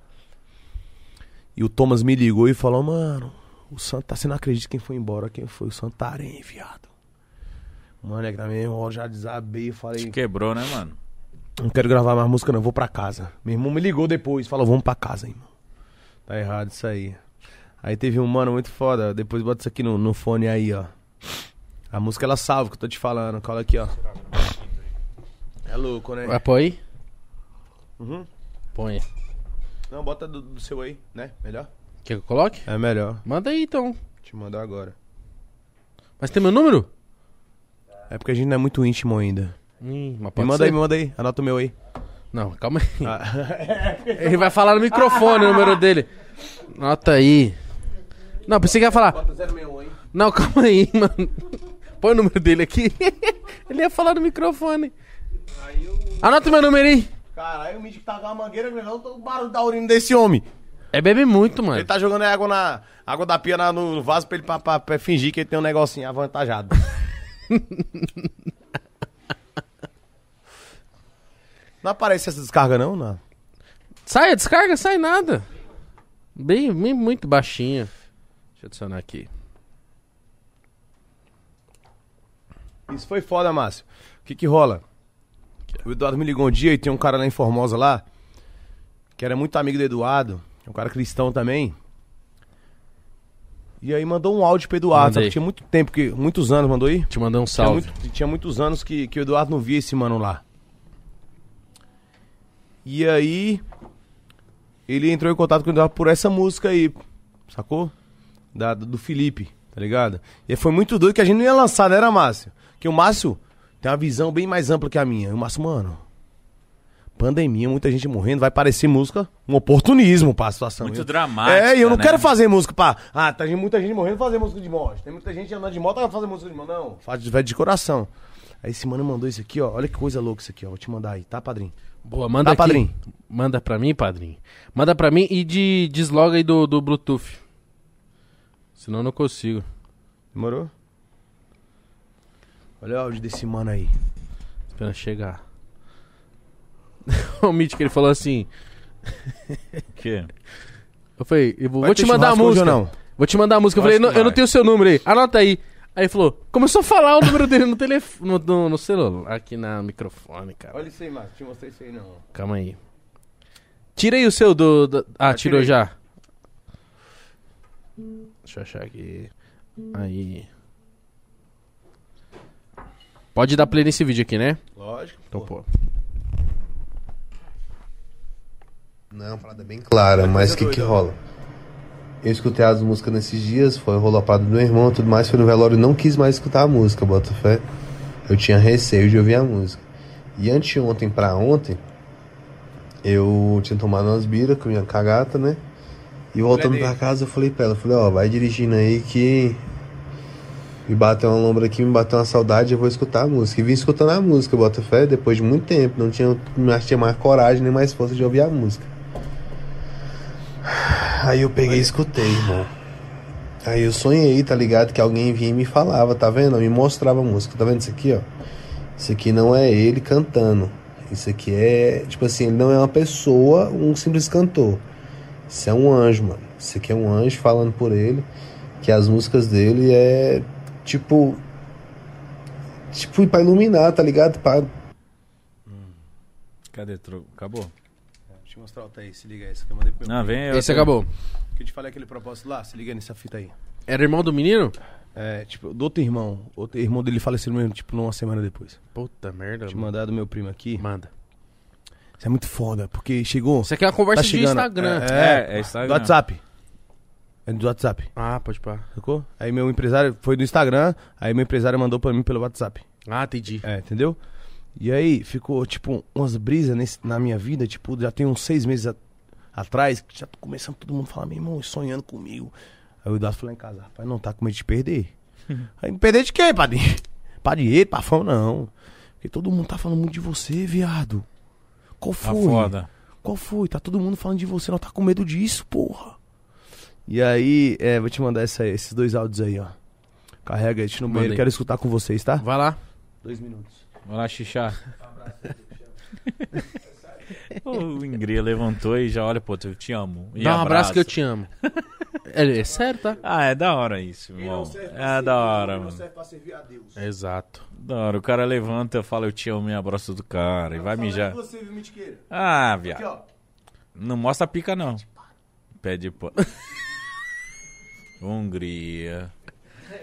Speaker 3: E o Thomas me ligou e falou, mano, o Santarém, você não acredita quem foi embora, quem foi? O Santarém, viado. Mano, é que também eu já desabei, falei,
Speaker 2: Te quebrou, né, mano?
Speaker 3: não quero gravar mais música, não. Vou pra casa. Meu irmão me ligou depois, falou, vamos pra casa, irmão. Tá errado isso aí. Aí teve um mano muito foda. Depois bota isso aqui no, no fone aí, ó. A música ela salva, que eu tô te falando. Cola aqui, ó. É louco, né?
Speaker 1: Vai pôr aí?
Speaker 3: Uhum.
Speaker 1: Põe.
Speaker 3: Não, bota do, do seu aí, né? Melhor?
Speaker 1: Quer que eu coloque?
Speaker 3: É melhor.
Speaker 1: Manda aí então.
Speaker 3: Te mandar agora.
Speaker 1: Mas tem meu número?
Speaker 3: É porque a gente não é muito íntimo ainda.
Speaker 1: Hum, mas
Speaker 3: Me
Speaker 1: pode
Speaker 3: manda
Speaker 1: ser.
Speaker 3: aí, me manda aí. Anota o meu aí.
Speaker 1: Não, calma aí. Ele vai falar no microfone o número dele. Nota aí. Não, pensei que ia falar. Não, calma aí, mano. Põe o número dele aqui. Ele ia falar no microfone. Anota o meu número aí.
Speaker 3: Caralho, o Mítico tá com a mangueira, meu irmão. O barulho da urina desse homem.
Speaker 1: É bebe muito, mano.
Speaker 3: Ele tá jogando água na água da pia na- no vaso pra ele pra, pra- pra fingir que ele tem um negocinho avantajado. não aparece essa descarga não, não.
Speaker 1: Sai, a descarga, sai nada. Bem, bem muito baixinha. Deixa eu adicionar aqui.
Speaker 3: Isso foi foda, Márcio. O que que rola? O Eduardo me ligou um dia e tem um cara lá em Formosa lá, que era muito amigo do Eduardo, é um cara cristão também. E aí mandou um áudio pro Eduardo, só
Speaker 1: Mandei.
Speaker 3: que tinha muito tempo, que, muitos anos, mandou aí?
Speaker 1: Te mandar um
Speaker 3: Tinha,
Speaker 1: salve.
Speaker 3: muito- tinha muitos anos que, que o Eduardo não via esse mano lá. E aí, ele entrou em contato com o Eduardo por essa música aí, sacou? Da, do Felipe, tá ligado? E foi muito doido que a gente não ia lançar, né, era Márcio? Porque o Márcio tem uma visão bem mais ampla que a minha. E o Márcio, mano, pandemia, muita gente morrendo, vai parecer música um oportunismo pra situação.
Speaker 2: Muito
Speaker 3: Eu-
Speaker 2: dramática,
Speaker 3: É, e eu não
Speaker 2: né?
Speaker 3: quero fazer música pra. Ah, tá gente- muita gente morrendo, fazer música de morte. Tem muita gente andando de moto, vai fazer música de morte. Não, faz de, de coração. Aí esse mano mandou isso aqui, ó. Olha que coisa louca isso aqui, ó. Vou te mandar aí, tá, padrinho?
Speaker 1: Boa, manda
Speaker 3: Tá,
Speaker 1: aqui.
Speaker 3: padrinho?
Speaker 1: Manda pra mim, padrinho. Manda pra mim e de, desloga aí do, do Bluetooth. Senão eu não consigo.
Speaker 3: Demorou? Olha o áudio desse mano aí.
Speaker 1: Espera chegar. Ah, o Mitch que ele falou assim.
Speaker 2: Que?
Speaker 1: Eu falei, eu vou,
Speaker 3: Vai
Speaker 1: vou te
Speaker 3: ter
Speaker 1: mandar a
Speaker 3: churrasco hoje
Speaker 1: música.
Speaker 3: ou não?
Speaker 1: Vou te mandar a música. Eu,
Speaker 2: Eu
Speaker 1: falei,
Speaker 2: acho
Speaker 1: não,
Speaker 2: que
Speaker 1: eu não
Speaker 2: vai.
Speaker 1: tenho seu número aí. Anota aí. Aí ele falou, começou a falar o número dele no telefone. No, no- no celular. Aqui na microfone, cara.
Speaker 3: isso aí, Márcio. Te mostrei isso aí, não.
Speaker 1: Calma aí. Tirei o seu do. do- Ah, tirou
Speaker 3: tirei.
Speaker 1: já. Deixa eu achar aqui. Aí. Pode dar play nesse vídeo aqui, né?
Speaker 3: Lógico.
Speaker 1: Então, pô.
Speaker 16: Não, é parada bem clara, mas o que que rola? Eu escutei as músicas nesses dias, foi rolou a parada do meu irmão, tudo mais, foi no velório, não quis mais escutar a música, bota fé. Eu tinha receio de ouvir a música. E anteontem pra ontem, eu tinha tomado umas biras com minha cagata, né? E voltando pra casa, eu falei pra ela, eu falei, ó, vai dirigindo aí que me bateu uma lombra aqui, me bateu uma saudade, eu vou escutar a música. E vim escutando a música, bota fé, depois de muito tempo. Não tinha, não tinha mais coragem nem mais força de ouvir a música. Aí eu peguei e escutei, irmão. Aí eu sonhei, tá ligado? Que alguém vinha e me falava, tá vendo? Me mostrava a música, tá vendo isso aqui, ó? Isso aqui não é ele cantando. Isso aqui é, tipo assim, ele não é uma pessoa, um simples cantor. Isso é um anjo, mano. Isso aqui é um anjo falando por ele. Que as músicas dele é tipo. Tipo, pra iluminar, tá ligado? Pra,
Speaker 2: Cadê? Tro- Acabou.
Speaker 3: Deixa eu mostrar outra aí. Se liga aí. Essa que eu mandei pro meu.
Speaker 2: Não, vem eu.
Speaker 1: Esse acabou.
Speaker 3: Que eu te falei aquele propósito lá. Se liga nessa fita aí.
Speaker 1: Era irmão do menino?
Speaker 3: É, tipo, do outro irmão. Outro irmão dele faleceu mesmo, tipo, numa semana depois.
Speaker 1: Puta merda.
Speaker 3: Te
Speaker 1: mano.
Speaker 3: mandar do meu primo aqui.
Speaker 1: Manda.
Speaker 3: Isso é muito foda, porque chegou.
Speaker 1: Isso aqui é uma conversa
Speaker 3: Tá
Speaker 1: de
Speaker 3: chegando.
Speaker 1: Instagram.
Speaker 2: É, é Instagram.
Speaker 3: Do WhatsApp. É do WhatsApp,
Speaker 1: Ah, pode pá.
Speaker 3: sacou? Aí meu empresário foi do Instagram, aí meu empresário mandou pra mim pelo WhatsApp.
Speaker 1: Ah, entendi.
Speaker 3: É, entendeu? E aí ficou, tipo, umas brisas nesse- na minha vida, tipo, já tem uns seis meses a- atrás, que já tô começando todo mundo a falar, meu irmão, sonhando comigo. Aí o Eduardo falou lá em casa, rapaz, não tá com medo de perder. aí me perder de quê, padrinho? Pra dinheiro, pra fama, não. Porque todo mundo tá falando muito de você, viado. Qual
Speaker 2: Tá
Speaker 3: foi?
Speaker 2: foda.
Speaker 3: Qual foi? Tá todo mundo falando de você, não tá com medo disso, porra. E aí, é, vou te mandar essa, esses dois áudios aí, ó. Carrega aí, deixa no banheiro,
Speaker 1: aí.
Speaker 3: quero escutar com vocês, tá?
Speaker 1: Vai lá.
Speaker 3: Dois minutos.
Speaker 17: Vai lá, Xixá.
Speaker 12: Um
Speaker 5: O Ingria levantou e já olha, pô, eu te amo. E
Speaker 1: Dá um abraço
Speaker 5: abraça.
Speaker 1: que eu te amo. é, é sério, tá?
Speaker 5: Ah, é da hora isso, irmão. É da hora,
Speaker 12: Não
Speaker 5: mano.
Speaker 12: serve pra servir a Deus.
Speaker 1: Exato.
Speaker 5: Da hora. O cara levanta, fala eu te amo e abraça do cara e vai
Speaker 12: Fala aí
Speaker 3: É.
Speaker 5: mijar.
Speaker 12: Você, viu, Mitiqueira?
Speaker 5: Ah,
Speaker 12: Aqui,
Speaker 5: viado.
Speaker 12: ó.
Speaker 5: Não mostra a pica, não. Pé de pano. Hungria.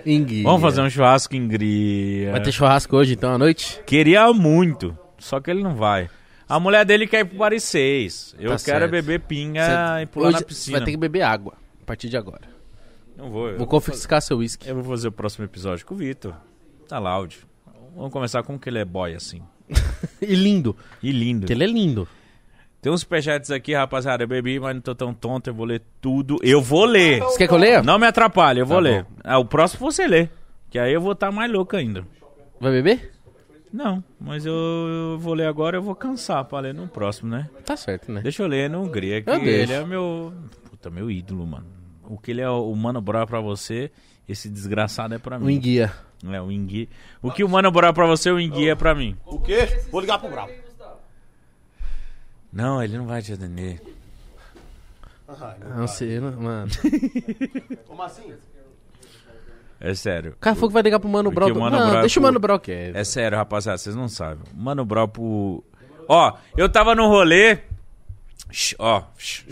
Speaker 1: Ingui.
Speaker 5: Vamos fazer um churrasco em Hungria.
Speaker 1: Vai ter churrasco hoje, então, à noite?
Speaker 5: Queria muito, só que ele não vai. A mulher dele quer ir pro Paris 6. Eu
Speaker 1: Tá
Speaker 5: quero é
Speaker 1: certo.
Speaker 5: beber pinga
Speaker 1: Cê-
Speaker 5: e pular na
Speaker 1: hoje
Speaker 5: piscina.
Speaker 1: Vai
Speaker 5: Então
Speaker 1: ter que beber água a partir de agora.
Speaker 5: Não vou. Eu,
Speaker 1: Vou confiscar seu uísque.
Speaker 5: eu vou fazer o próximo episódio com o Vitor. Tá loud. Vamos começar com que ele é boy, assim.
Speaker 1: E lindo.
Speaker 5: E lindo.
Speaker 1: Porque ele é lindo.
Speaker 5: Tem uns superchats aqui, rapaziada. Eu bebi, mas não tô tão tonto. Eu vou ler tudo. Eu vou ler.
Speaker 1: Você quer que eu leia?
Speaker 5: Não me atrapalhe, eu vou
Speaker 1: Tá
Speaker 5: ler. Ah, o próximo você lê. Que aí eu vou estar mais louco ainda.
Speaker 1: Vai beber?
Speaker 5: Não, mas eu, eu vou ler agora, eu vou cansar pra ler no próximo, né?
Speaker 1: Tá certo, né?
Speaker 5: Deixa eu ler no Hungria, que
Speaker 1: Eu
Speaker 5: ele
Speaker 1: deixo.
Speaker 5: é meu. Puta, meu ídolo, mano. O que ele é o Mano Brown pra você, esse desgraçado é pra
Speaker 1: Um
Speaker 5: mim.
Speaker 1: enguia.
Speaker 5: É, o Ingui. O que o Mano Brown pra você, o Ingui é pra mim.
Speaker 12: O quê? Vou ligar pro Brabo.
Speaker 5: Não, ele não vai te atender.
Speaker 1: Não sei, não- mano.
Speaker 12: Como assim?
Speaker 5: É sério.
Speaker 1: O cara falou que vai ligar pro Mano Brown.
Speaker 5: Porque o
Speaker 1: do-
Speaker 5: Mano
Speaker 1: Não,
Speaker 5: Brown é
Speaker 1: deixa o
Speaker 5: pro-
Speaker 1: Mano Brown quieto.
Speaker 5: É sério, rapaziada, vocês não sabem. Mano Brown pro. Ó, eu tava no rolê. Shh, Ó, shh.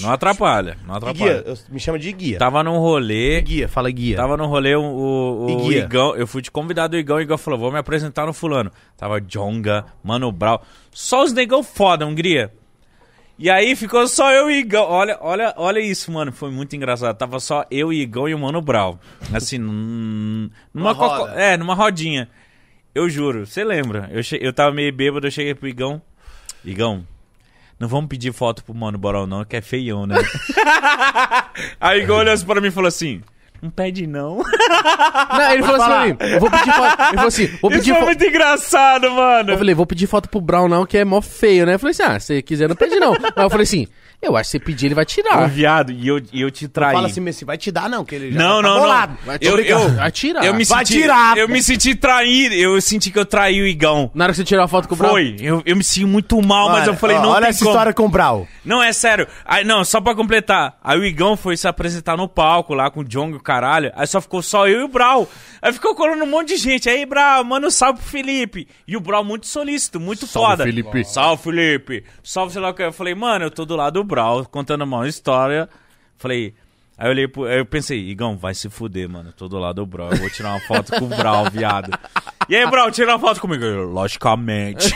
Speaker 5: não atrapalha, não
Speaker 3: Ah, Guia,
Speaker 5: atrapalha.
Speaker 3: eu- me chama de guia.
Speaker 5: Tava num rolê.
Speaker 3: Tá. Guia, fala guia.
Speaker 5: Tava no rolê o, o, o
Speaker 3: Iguia.
Speaker 5: Igão. Eu fui te convidar do Igão e o Igão falou: vou me apresentar no fulano. Tava Jonga, Mano Brown. Só os negão foda, Hungria. E aí ficou só eu e Igão. Olha, olha, olha isso, mano. Foi muito engraçado. Tava só eu e Igão e o Mano Brown. Assim, num- numa
Speaker 3: roda.
Speaker 5: coco- É, numa rodinha. Eu juro, você lembra? Eu, che... eu tava meio bêbado, eu cheguei pro Igão. Igão, não vamos pedir foto pro Mano Brown, não, que é feião, né? aí o Igão olhou assim pra mim e falou assim: Não pede, não.
Speaker 1: Não, ele falou assim, pra mim, eu vou pedir foto. Ele falou assim, vou
Speaker 5: Isso
Speaker 1: pedir
Speaker 5: foi
Speaker 1: foto.
Speaker 5: muito engraçado, mano.
Speaker 1: Eu falei, vou pedir foto pro Brown não, que é mó feio, né? Eu falei assim, ah, se você quiser não pede não. Mas eu falei assim, eu acho que se pedir ele vai
Speaker 5: Ô,
Speaker 1: tirar.
Speaker 5: viado, e eu, e eu te traí.
Speaker 3: "Ah, Fala assim, Messi, vai te dar não, que ele já
Speaker 5: não,
Speaker 3: tá
Speaker 5: não,
Speaker 3: bolado.
Speaker 5: não.
Speaker 1: Vai te
Speaker 5: Eu, eu,
Speaker 1: obrigar. Vai tirar.
Speaker 5: eu me
Speaker 3: Vai
Speaker 5: senti,
Speaker 3: tirar,
Speaker 5: Eu me senti traído. Eu senti que eu traí o Igão.
Speaker 1: Na hora que você tirou a foto com o Brown...
Speaker 5: Foi. Eu, eu me senti muito mal, mas eu falei,
Speaker 3: ó,
Speaker 5: não
Speaker 3: Olha
Speaker 5: tem
Speaker 3: essa
Speaker 5: como.
Speaker 3: história com o Brau.
Speaker 5: Não, é sério. Aí, não, só pra completar. Aí o Igão foi se apresentar no palco lá com o Jong e o caralho. Aí só ficou só eu e o Brau. Aí ficou colando um monte de gente. Aí, Brau, manda um salve pro Felipe. E o Brau muito solícito, muito foda.
Speaker 1: Felipe.
Speaker 5: Salve, Felipe. Salve, sei lá o que. Eu falei, mano, eu tô do lado do Brau, contando uma história. Falei... Aí eu, olhei pro, aí eu pensei, Igão, vai se fuder, mano. eu Tô do lado do Brau. Eu vou tirar uma foto com o Brau, viado. E aí, Brau, tira uma foto comigo. Eu, Logicamente.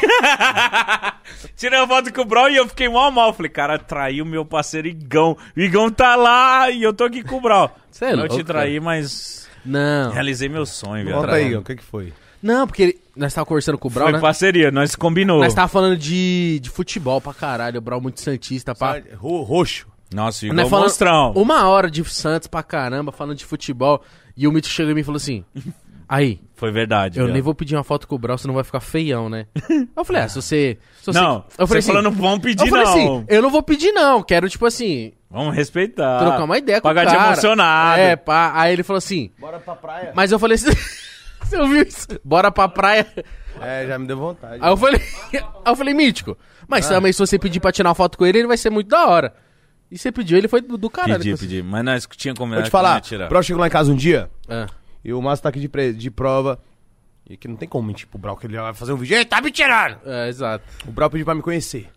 Speaker 5: Tirei uma foto com o Brown e eu fiquei mal mal. Falei, cara, traiu meu parceiro Igão. O Igão tá lá e eu tô aqui com o Brown.
Speaker 1: Cê é
Speaker 5: não
Speaker 1: louco,
Speaker 5: te traí, mas
Speaker 1: Não,
Speaker 5: realizei meu sonho,
Speaker 3: Conta
Speaker 5: velho.
Speaker 3: aí, o que que foi?
Speaker 1: não, porque ele- nós tava conversando com o Brown,
Speaker 5: Foi
Speaker 1: né? tá-
Speaker 5: parceria, nós combinou.
Speaker 1: Nós tava falando de, de futebol pra caralho, o Brown muito santista, pá.
Speaker 3: Ro- roxo.
Speaker 5: Nossa, o
Speaker 1: Nós
Speaker 5: Igão
Speaker 1: é falando
Speaker 5: monstrão.
Speaker 1: Uma hora de Santos pra caramba, falando de futebol. E o Mitch chegou em mim e falou assim, aí...
Speaker 5: Foi verdade,
Speaker 1: Eu
Speaker 5: velho.
Speaker 1: nem vou pedir uma foto com o Brau, senão vai ficar feião, né? Eu falei, ah, se você. Se você
Speaker 5: Não,
Speaker 1: eu
Speaker 5: você
Speaker 1: falei assim,
Speaker 5: falou, não vão pedir,
Speaker 1: eu falei
Speaker 5: não.
Speaker 1: assim, eu não vou pedir, não. Quero, tipo assim,
Speaker 5: Vamos respeitar.
Speaker 1: trocar uma ideia com
Speaker 5: Ah, Pagar
Speaker 1: o cara.
Speaker 5: de emocionado.
Speaker 1: É, pá. Aí ele falou assim.
Speaker 12: Bora pra praia.
Speaker 1: Mas eu falei assim. Você ouviu isso? Bora pra praia.
Speaker 3: É, já me deu vontade.
Speaker 1: Aí eu falei. Aí eu falei, mítico. Mas
Speaker 5: Ah.
Speaker 1: também, se você pedir pra tirar uma foto com ele, ele vai ser muito da hora. E você pediu, ele foi do, do caralho.
Speaker 5: Pedi,
Speaker 1: Tipo assim,
Speaker 5: pedi. Mas nós tínhamos
Speaker 3: Vou
Speaker 5: combinado é
Speaker 3: te
Speaker 5: que
Speaker 3: falar,
Speaker 5: não ia tirar.
Speaker 3: o Brau chegou lá em casa um dia
Speaker 1: ah.
Speaker 3: e o Márcio tá aqui de, pre- de prova. E que não tem como mentir pro Brau, que ele vai fazer um vídeo. Ei, tá me tirando!
Speaker 1: É, exato.
Speaker 3: O Brau pediu pra me conhecer.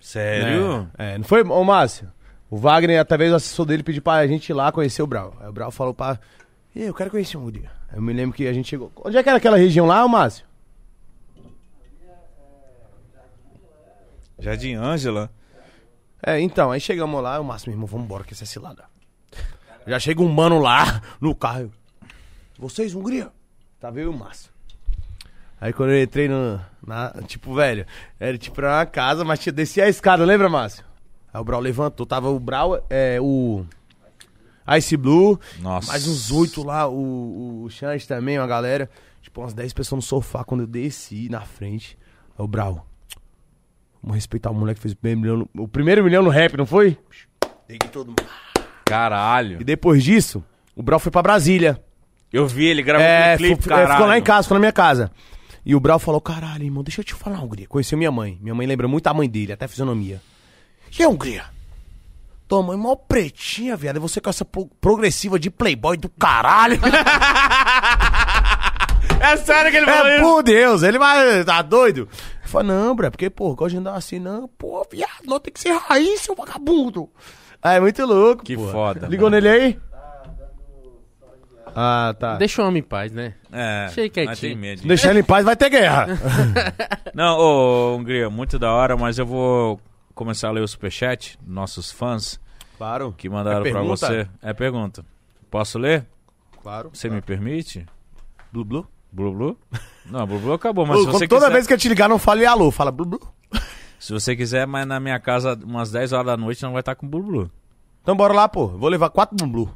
Speaker 5: Sério?
Speaker 3: É, é, não foi, ô Márcio? O Wagner, através do assessor dele, pediu pra gente ir lá conhecer o Brau. Aí o Brau falou pra. "Ih, Eu quero conhecer um dia. Eu me lembro que a gente chegou. Onde é que era aquela região lá, ô Márcio?
Speaker 5: Jardim Ângela.
Speaker 3: É, então, aí chegamos lá, o Márcio, meu irmão, vamos embora, que essa é cilada. Já chega um mano lá no carro. eu, Vocês, Hungria? Tava eu e o Márcio. Aí quando eu entrei no. na- tipo, velho, era tipo era uma casa, mas tinha descia a escada, lembra, Márcio? Aí o Brau levantou, tava o Brau, é, o. Ice Blue,
Speaker 5: Nossa.
Speaker 3: mais uns oito lá, o, o, o Xande também, uma galera. Tipo, umas dez pessoas no sofá quando eu desci na frente. Aí o Brau. Vamos respeitar o moleque que fez o primeiro milhão. no- o primeiro milhão no rap, não foi? E
Speaker 5: Caralho.
Speaker 3: depois disso, o Brau foi pra Brasília.
Speaker 5: Eu vi ele gravando
Speaker 3: É,
Speaker 5: um clipe,
Speaker 3: fu- é,
Speaker 5: caralho.
Speaker 3: ficou lá em casa, ficou na minha casa. E o Brau falou: caralho, irmão, deixa eu te falar, Hungria. Conheceu minha mãe. Minha mãe lembra muito a mãe dele, até a fisionomia. é E a Hungria? Tua mãe mó pretinha, viado. E você com essa pro- progressiva de playboy do caralho.
Speaker 5: É sério que ele falou
Speaker 3: É,
Speaker 5: isso?
Speaker 3: por Deus, ele vai. Tá doido? Eu falei, não, bro, é porque, pô, gosto de andar assim, não. Pô, viado, não tem que ser raiz, seu vagabundo. Ah, é muito louco,
Speaker 5: Que
Speaker 3: pô.
Speaker 5: foda,
Speaker 3: Ligou nele aí? Ah, tá.
Speaker 1: Deixa o homem em paz, né?
Speaker 5: É.
Speaker 1: Deixa ele
Speaker 5: mas tem
Speaker 1: quietinho.
Speaker 5: medo.
Speaker 3: Deixar ele em paz, vai ter guerra.
Speaker 5: Não, ô, Hungria, muito da hora, mas eu vou começar a ler o superchat, nossos fãs
Speaker 3: Claro.
Speaker 5: que mandaram
Speaker 3: É
Speaker 5: pra
Speaker 3: pergunta?
Speaker 5: você. É pergunta. Posso ler?
Speaker 3: Claro.
Speaker 5: Você me permite?
Speaker 3: Blu, blu.
Speaker 5: Blu Blu? Não, Blu Blu acabou, mas se
Speaker 3: Quando
Speaker 5: você
Speaker 3: toda
Speaker 5: quiser.
Speaker 3: vez que eu te ligar, não fale alô, fala blu, blu.
Speaker 5: Se você quiser, mas na minha casa, umas 10 horas da noite, não vai estar com Blu Blu.
Speaker 3: Então bora lá, pô. Vou levar quatro blu, blu.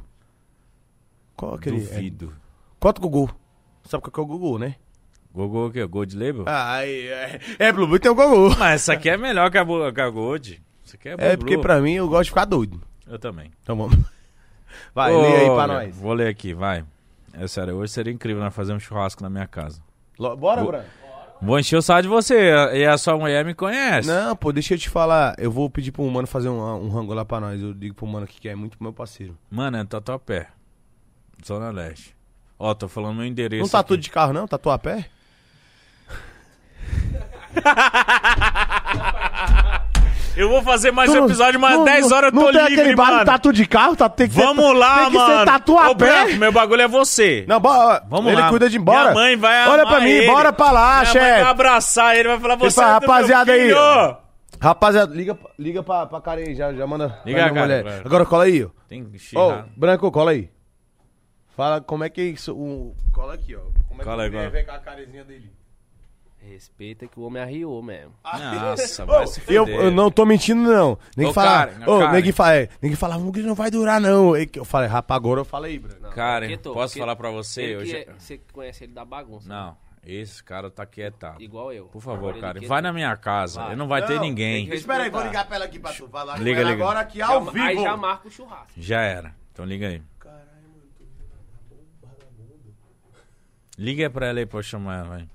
Speaker 3: Qual aquele?
Speaker 5: Duvido.
Speaker 3: É, quatro Gugu. Sabe qual que é o Gugu, né?
Speaker 5: Gogô o quê? Gold Label?
Speaker 3: Ah, é, é blu, blu tem o Gugu.
Speaker 5: Mas essa aqui é melhor que a, Bo- que a Gold. Isso aqui é Blu
Speaker 3: É, porque
Speaker 5: Blu.
Speaker 3: pra mim eu gosto de ficar doido.
Speaker 5: Eu também.
Speaker 3: Então vamos. Vai, lê aí pra
Speaker 5: Olha,
Speaker 3: nós.
Speaker 5: Vou ler aqui, vai. É sério, hoje seria incrível nós fazer um churrasco na minha casa.
Speaker 3: Lo- Bora, Bran.
Speaker 5: Vou encher o saco de você, e a sua mulher me conhece.
Speaker 3: Não, pô, deixa eu te falar. Eu vou pedir pro mano fazer um, um rango lá pra nós. Eu digo pro mano que quer muito meu parceiro.
Speaker 5: Mano, é Tatuapé. Zona Leste. Ó, tô falando meu endereço.
Speaker 3: não tá
Speaker 5: aqui.
Speaker 3: tudo de carro, não? Tá tua pé?
Speaker 5: Eu vou fazer mais
Speaker 3: Não,
Speaker 5: um episódio, mas
Speaker 3: não,
Speaker 5: 10 horas eu
Speaker 3: não
Speaker 5: tô
Speaker 3: tem
Speaker 5: livre,
Speaker 3: aquele bar
Speaker 5: mano.
Speaker 3: de tatu de carro? Tá, tem que
Speaker 5: Vamos
Speaker 3: ser,
Speaker 5: lá,
Speaker 3: tem que
Speaker 5: mano.
Speaker 3: Ser tatu
Speaker 5: Ô,
Speaker 3: a
Speaker 5: Branco,
Speaker 3: pé.
Speaker 5: meu bagulho é você.
Speaker 3: Não, bora.
Speaker 5: Vamos
Speaker 3: ele
Speaker 5: lá.
Speaker 3: cuida de ir embora.
Speaker 5: Minha mãe vai
Speaker 3: Olha
Speaker 5: amar
Speaker 3: pra mim,
Speaker 5: ele.
Speaker 3: bora pra lá,
Speaker 5: Minha mãe vai
Speaker 3: chefe.
Speaker 5: abraçar ele, vai falar, você
Speaker 3: fala,
Speaker 5: é do meu
Speaker 3: rapaziada aí,
Speaker 5: filho."
Speaker 3: ó. Rapaziada, liga, liga pra, pra cara aí, já, já manda.
Speaker 5: Liga
Speaker 3: pra minha
Speaker 5: a cara,
Speaker 3: mulher.
Speaker 5: cara.
Speaker 3: Agora cola aí, ó.
Speaker 5: Tem que
Speaker 3: Ô,
Speaker 5: xingar.
Speaker 3: Branco, cola aí. Fala como é que é isso. o- Cola aqui, ó. Como é
Speaker 5: Cola aí,
Speaker 3: que ele
Speaker 5: cola.
Speaker 3: vem com a carezinha dele?
Speaker 7: Respeita que o homem arriou mesmo.
Speaker 5: Ah, Nossa,
Speaker 3: Ô,
Speaker 5: vai se
Speaker 3: eu,
Speaker 5: fuder.
Speaker 3: eu não tô mentindo, não. Nem
Speaker 5: Ô,
Speaker 3: falar.
Speaker 5: Karen,
Speaker 3: Ô,
Speaker 5: Karen.
Speaker 3: ninguém fala. é, Ninguém fala, o Grilo não vai durar, não. Eu falei, rapaz, agora eu falei, Bruno.
Speaker 5: Cara,
Speaker 7: Porque tô-
Speaker 5: posso
Speaker 7: porque
Speaker 5: falar pra você?
Speaker 7: ele
Speaker 5: Eu
Speaker 7: que
Speaker 5: já-
Speaker 7: é- Você conhece ele da bagunça. né?
Speaker 5: Não, esse cara tá quietado.
Speaker 7: Igual eu.
Speaker 5: Por favor,
Speaker 7: Agora ele é
Speaker 5: cara,
Speaker 7: quer
Speaker 5: vai
Speaker 7: ter-
Speaker 5: na minha casa.
Speaker 7: Vai.
Speaker 5: Eu não vai ter
Speaker 3: Não,
Speaker 5: ninguém.
Speaker 7: tem que-
Speaker 3: Espera aí, vou ligar pra ela aqui pra tu. Vai lá,
Speaker 5: Liga,
Speaker 3: com ela
Speaker 5: liga.
Speaker 3: agora aqui ao
Speaker 7: Já- Aí
Speaker 3: vivo.
Speaker 7: já marca o churrasco.
Speaker 5: Já era. Então liga aí. Liga pra ela aí pra eu chamar ela, vai.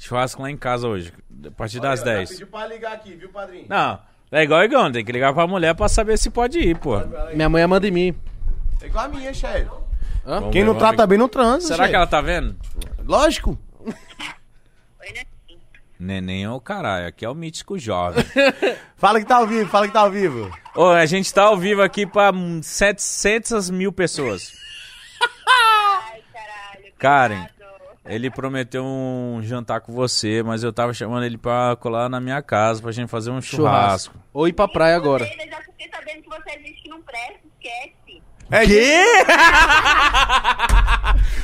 Speaker 5: Churrasco lá em casa hoje, a partir das
Speaker 3: Já
Speaker 5: 10.
Speaker 3: Pediu pra ligar aqui, viu, padrinho?
Speaker 5: Não, é igual o Igão, tem que ligar pra mulher pra saber se pode ir, pô.
Speaker 1: Minha mãe manda em mim.
Speaker 3: É igual a minha, chefe.
Speaker 5: Vamos
Speaker 3: Quem
Speaker 5: ver,
Speaker 3: não
Speaker 5: vamos
Speaker 3: trata
Speaker 5: ver.
Speaker 3: bem não transa,
Speaker 5: Será
Speaker 3: chefe.
Speaker 5: que ela tá vendo?
Speaker 3: Lógico.
Speaker 9: Oi, né?
Speaker 5: Neném é o caralho, aqui é o mítico jovem.
Speaker 3: Fala que tá ao vivo, fala que tá ao vivo.
Speaker 5: Ô, a gente tá ao vivo aqui pra hum, 700 mil pessoas.
Speaker 9: Ai, caralho.
Speaker 5: Karen.
Speaker 9: obrigado.
Speaker 5: Ele prometeu um jantar com você, mas eu tava chamando ele pra colar na minha casa pra gente fazer um churrasco.
Speaker 1: Churrasco. Ou ir pra praia agora.
Speaker 9: Eu já fiquei sabendo que você existe que não presta, esquece.
Speaker 3: É Quê?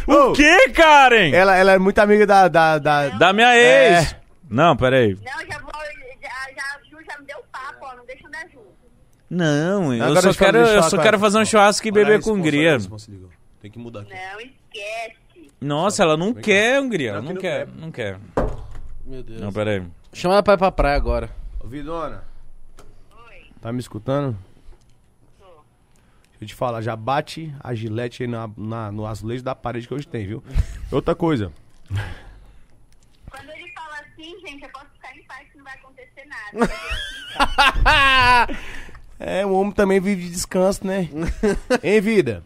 Speaker 3: o quê?
Speaker 5: Que, Karen?
Speaker 3: Ela, ela é muito amiga da. da, da-
Speaker 5: Da minha
Speaker 3: É.
Speaker 5: ex. Não, peraí.
Speaker 9: Não, já vou. Já, já, a Ju já me deu papo, ó. Não deixa da Ju.
Speaker 5: Não, eu
Speaker 3: Agora
Speaker 5: só,
Speaker 3: deixa eu
Speaker 5: quero, eu
Speaker 3: deixar
Speaker 5: só
Speaker 3: com
Speaker 5: quero
Speaker 3: ela.
Speaker 5: fazer um churrasco e beber com Hungria.
Speaker 3: Tem que mudar aqui.
Speaker 9: Não, esquece.
Speaker 5: Nossa, ela não quer Hungria. Ela não quer, não quer.
Speaker 1: Meu Deus.
Speaker 5: Não, peraí.
Speaker 1: Chama ela pra ir pra praia agora.
Speaker 3: Ô, Vidona,
Speaker 9: Oi,
Speaker 3: tá me escutando?
Speaker 9: tô.
Speaker 3: Deixa eu te falar, já bate a gilete aí na, na- no azulejo da parede que hoje tem, viu? Outra coisa.
Speaker 9: Quando ele fala assim, gente, eu posso ficar em paz que não vai acontecer nada.
Speaker 3: É, o homem também vive de descanso, né? hein, vida?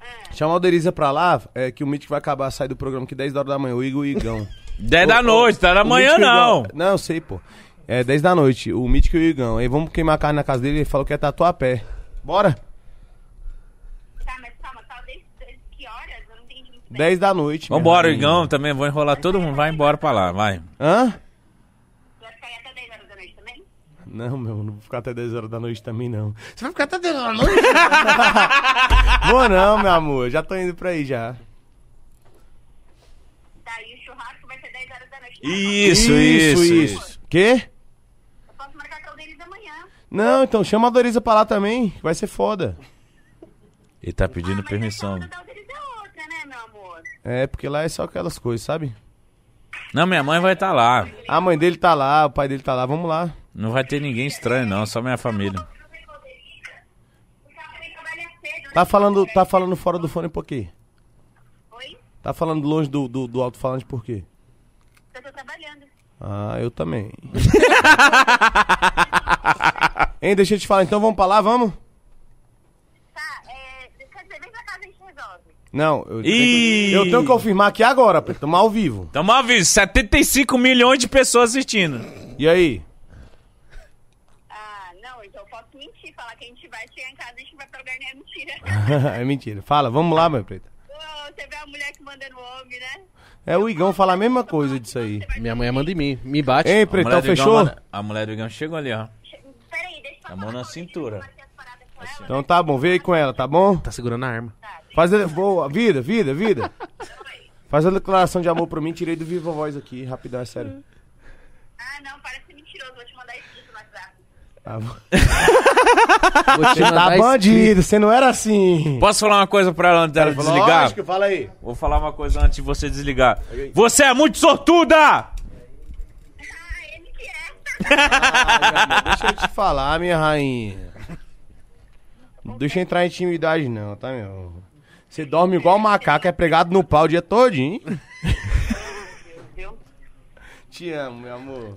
Speaker 9: É.
Speaker 3: Chamar o Deriza pra lá, é que o Mítico vai acabar, sai do programa aqui 10 horas da manhã, o Igor e o Igão.
Speaker 5: 10 da
Speaker 3: Ô,
Speaker 5: noite, tá da
Speaker 3: O
Speaker 5: manhã
Speaker 3: Mítico e o Igão-
Speaker 5: não.
Speaker 3: Não, eu sei, pô. É 10 da noite, o Mítico e o Igão. Aí vamos queimar a carne na casa dele, ele falou que é tatuapé. Bora!
Speaker 9: tá, mas calma, tá desde, desde que horas? Eu não entendi muito bem.
Speaker 3: 10 da noite. minha
Speaker 5: Vambora,
Speaker 3: rainha.
Speaker 5: Igão, também vou enrolar todo mundo. Vai embora pra lá, vai.
Speaker 3: Hã?
Speaker 9: Tu vai ficar aí até 10 horas da noite também?
Speaker 3: Não, meu, não vou ficar até 10 horas da noite também, não. Você vai ficar até 10 horas da noite? vou não, meu amor, já tô indo pra aí já.
Speaker 9: Daí o churrasco vai ser 10 horas da noite.
Speaker 5: Isso, isso, isso.
Speaker 3: Quê?
Speaker 9: Eu posso marcar com o deles amanhã.
Speaker 3: Não, então chama a Doriza pra lá também, que vai ser foda.
Speaker 5: Ele tá
Speaker 9: Ah,
Speaker 5: pedindo
Speaker 9: mas
Speaker 5: permissão.
Speaker 9: A conta da Alderis é outra, né, meu amor?
Speaker 3: É, porque lá é só aquelas coisas, sabe?
Speaker 5: Não, minha mãe vai estar tá lá.
Speaker 3: A mãe dele tá lá, o pai dele tá lá, vamos lá.
Speaker 5: Não vai ter ninguém estranho, não, só minha família.
Speaker 9: Eu não sei com a Alderis. O cara também trabalha cedo, né?
Speaker 3: Tá falando, tá falando fora do fone um pouquinho.
Speaker 9: Oi?
Speaker 3: Tá falando longe do, do, do alto-falante por quê?
Speaker 9: Eu tô trabalhando.
Speaker 3: Ah, eu também. hein, deixa eu te falar, então vamos pra lá, vamos?
Speaker 9: Tá, é, quer dizer, vem pra casa a gente resolve.
Speaker 3: Não, eu,
Speaker 5: Ih!
Speaker 3: eu tenho que confirmar aqui agora, pra tomar ao vivo.
Speaker 5: Tamo aviso, 75 milhões de pessoas assistindo.
Speaker 3: E aí?
Speaker 9: Ah, não, então eu posso mentir, falar que a gente vai chegar em casa e a gente vai pra lugar nenhum, é mentira.
Speaker 3: é mentira. Fala, vamos lá, meu preta.
Speaker 9: Ô, Você vê a mulher que manda no homem, né?
Speaker 3: É o Igão falar a mesma coisa disso aí.
Speaker 7: Minha
Speaker 1: é
Speaker 7: mãe manda em mim. Me bate.
Speaker 3: Ei,
Speaker 5: A mulher
Speaker 3: pretão,
Speaker 5: do Igão,
Speaker 3: fechou?
Speaker 5: mano, a mulher do Igão chegou ali, ó.
Speaker 9: Che- Peraí, deixa eu só
Speaker 5: A mão na
Speaker 9: falar com a Olivia,
Speaker 5: cintura. Assim,
Speaker 9: fazer as paradas com ela,
Speaker 3: Então tá bom, vê aí com ela, tá bom?
Speaker 7: Tá segurando a arma.
Speaker 3: Faz a... Boa, vida, vida, vida. Faz a declaração de amor pra mim, tirei do Viva Voz aqui, rapidão, é sério.
Speaker 9: Ah, não, parece mentiroso. Vou te mandar escrito no WhatsApp.
Speaker 3: Tá bom.
Speaker 7: Vou te mandar
Speaker 3: Tá
Speaker 7: esse-
Speaker 3: bandido, você não era assim.
Speaker 5: Posso falar uma coisa pra ela antes dela desligar?
Speaker 3: Lógico, fala aí.
Speaker 5: Vou falar uma coisa antes de você desligar. Você é muito sortuda!
Speaker 9: Ah, ele que é.
Speaker 3: Deixa eu te falar, minha rainha. Não deixa entrar em intimidade, não, tá, meu? Você dorme igual macaco, é pregado no pau o dia todo, hein?
Speaker 9: Viu?
Speaker 3: Te amo, meu amor.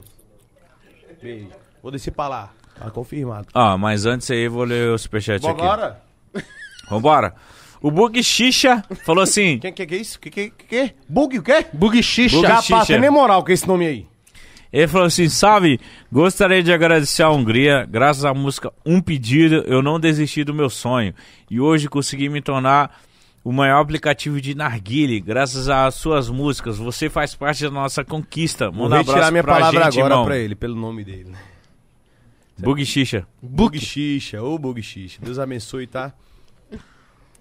Speaker 3: Beijo. Vou descer pra lá. Tá confirmado.
Speaker 5: Ó, mas antes aí eu vou ler o superchat aqui.
Speaker 3: Vambora?
Speaker 5: Vambora. O Bug Xixa falou assim:
Speaker 3: Quem que que é isso? Que que que? que? Bug o quê?
Speaker 7: Bug xixa.
Speaker 3: Já
Speaker 5: Xixa.
Speaker 3: passa nem moral com esse nome aí.
Speaker 5: ele falou assim, sabe, gostaria de agradecer à Hungria, graças à música Um Pedido, eu não desisti do meu sonho. E hoje consegui me tornar o maior aplicativo de narguile, graças às suas músicas. Você faz parte da nossa conquista.
Speaker 3: Vou
Speaker 5: Manda um
Speaker 3: retirar
Speaker 5: abraço
Speaker 3: minha
Speaker 5: pra
Speaker 3: palavra
Speaker 5: gente,
Speaker 3: agora
Speaker 5: irmão.
Speaker 3: pra ele, pelo nome dele.
Speaker 5: Bug Xixa.
Speaker 3: Bug Xixa, ô Bug Xixa. Deus abençoe, tá?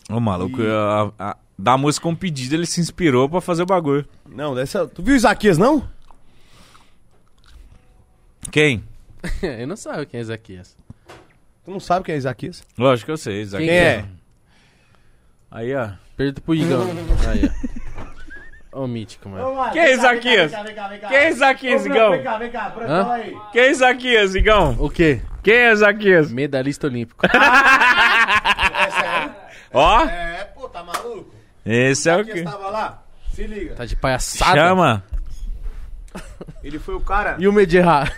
Speaker 5: Ô, maluco, a- a- da música Um Pedido ele se inspirou pra fazer o bagulho.
Speaker 3: Não, dessa. Tu viu o Isaquias, não?
Speaker 5: Quem?
Speaker 7: Eu não sabe quem é Ezequias.
Speaker 3: Tu não sabe quem é Isaquias?
Speaker 5: Lógico que eu sei, Isaac.
Speaker 7: Quem é?
Speaker 5: Aí, ó.
Speaker 7: Perdo pro Igão. Aí, ó. Ô, mítico, mano.
Speaker 5: Quem é Isaquias? Quem é Isaquias, Igão?
Speaker 7: Hã?
Speaker 5: Quem é Isaquias, Igão?
Speaker 7: O quê?
Speaker 5: Quem é Isaquias?
Speaker 7: Medalhista olímpico.
Speaker 5: Ó,
Speaker 3: É, pô, tá maluco?
Speaker 5: esse é o que.
Speaker 3: tava lá? Se liga.
Speaker 7: Tá de palhaçada.
Speaker 5: Chama.
Speaker 3: Ele foi o cara.
Speaker 7: E o medo de errar?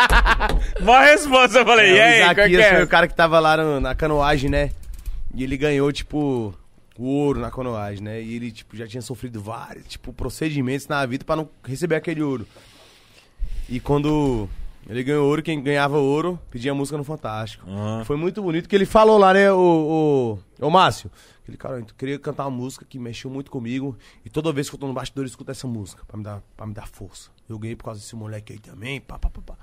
Speaker 5: Boa resposta, eu falei. E
Speaker 3: o
Speaker 5: aí, qual que
Speaker 3: Isaquias foi
Speaker 5: é?
Speaker 3: o cara que tava lá no- na canoagem, né? E ele ganhou, tipo, o ouro na canoagem, né? E ele, tipo, já tinha sofrido vários, tipo, procedimentos na vida pra não receber aquele ouro. E quando ele ganhou ouro, quem ganhava ouro pedia música no Fantástico. Foi muito bonito que ele falou lá, né, o, o, o Márcio? Ele, cara, eu queria cantar uma música que mexeu muito comigo. E toda vez que eu tô no bastidor, eu escuto essa música pra me dar, pra me dar força. Eu ganhei por causa desse moleque aí também. Pá, pá, pá, pá.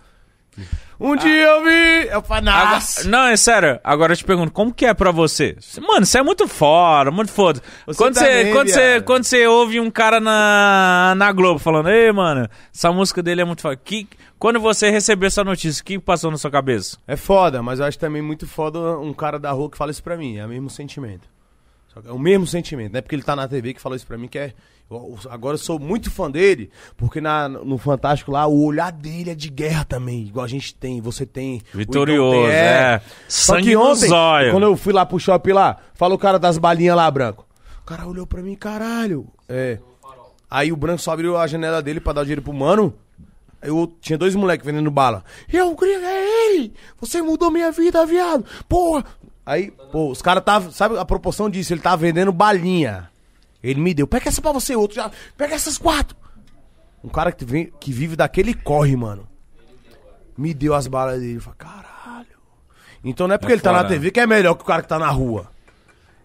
Speaker 3: Um dia eu vi. Eu falei,
Speaker 5: Agora-
Speaker 3: nossa.
Speaker 5: não, é sério. Agora eu te pergunto, como que é pra você? Mano, você é muito fora, muito foda.
Speaker 3: Você
Speaker 5: Quando,
Speaker 3: tá
Speaker 5: você,
Speaker 3: bem,
Speaker 5: quando, você,
Speaker 3: viado.
Speaker 5: quando você ouve um cara na, na Globo falando, ei, mano, essa música dele é muito foda. Que, quando você recebeu essa notícia, o que passou na sua cabeça?
Speaker 3: É foda, mas eu acho também muito foda um cara da rua que fala isso pra mim. É o mesmo sentimento. Só que É o mesmo sentimento. Não é porque ele tá na TV que falou isso pra mim que é. eu- eu- agora eu sou muito fã dele, porque na, no Fantástico lá, o olhar dele é de guerra também, igual a gente tem, você tem. o Igão
Speaker 5: Vitorioso,
Speaker 3: tem,
Speaker 5: é.
Speaker 3: Só
Speaker 5: Sangue
Speaker 3: que
Speaker 5: no
Speaker 3: ontem,
Speaker 5: zóio.
Speaker 3: quando eu fui lá pro shopping lá, falou o cara das balinhas lá, branco. O cara olhou pra mim, caralho. É. Aí o branco só abriu a janela dele pra dar o dinheiro pro mano. Aí eu tinha dois moleques vendendo bala. Eu, gringo, é ele! Você mudou minha vida, viado! Porra! Aí, pô, os caras tava. Sabe a proporção disso? Ele tava vendendo balinha. Ele me deu, pega essa pra você, outro já. Pega essas quatro! Um cara que, vem, que vive daquele corre, mano. Me deu as balas dele. Eu falei, caralho. Então não é porque ele tá
Speaker 5: foda,
Speaker 3: na
Speaker 5: né?
Speaker 3: TV que é melhor que o cara que tá na rua.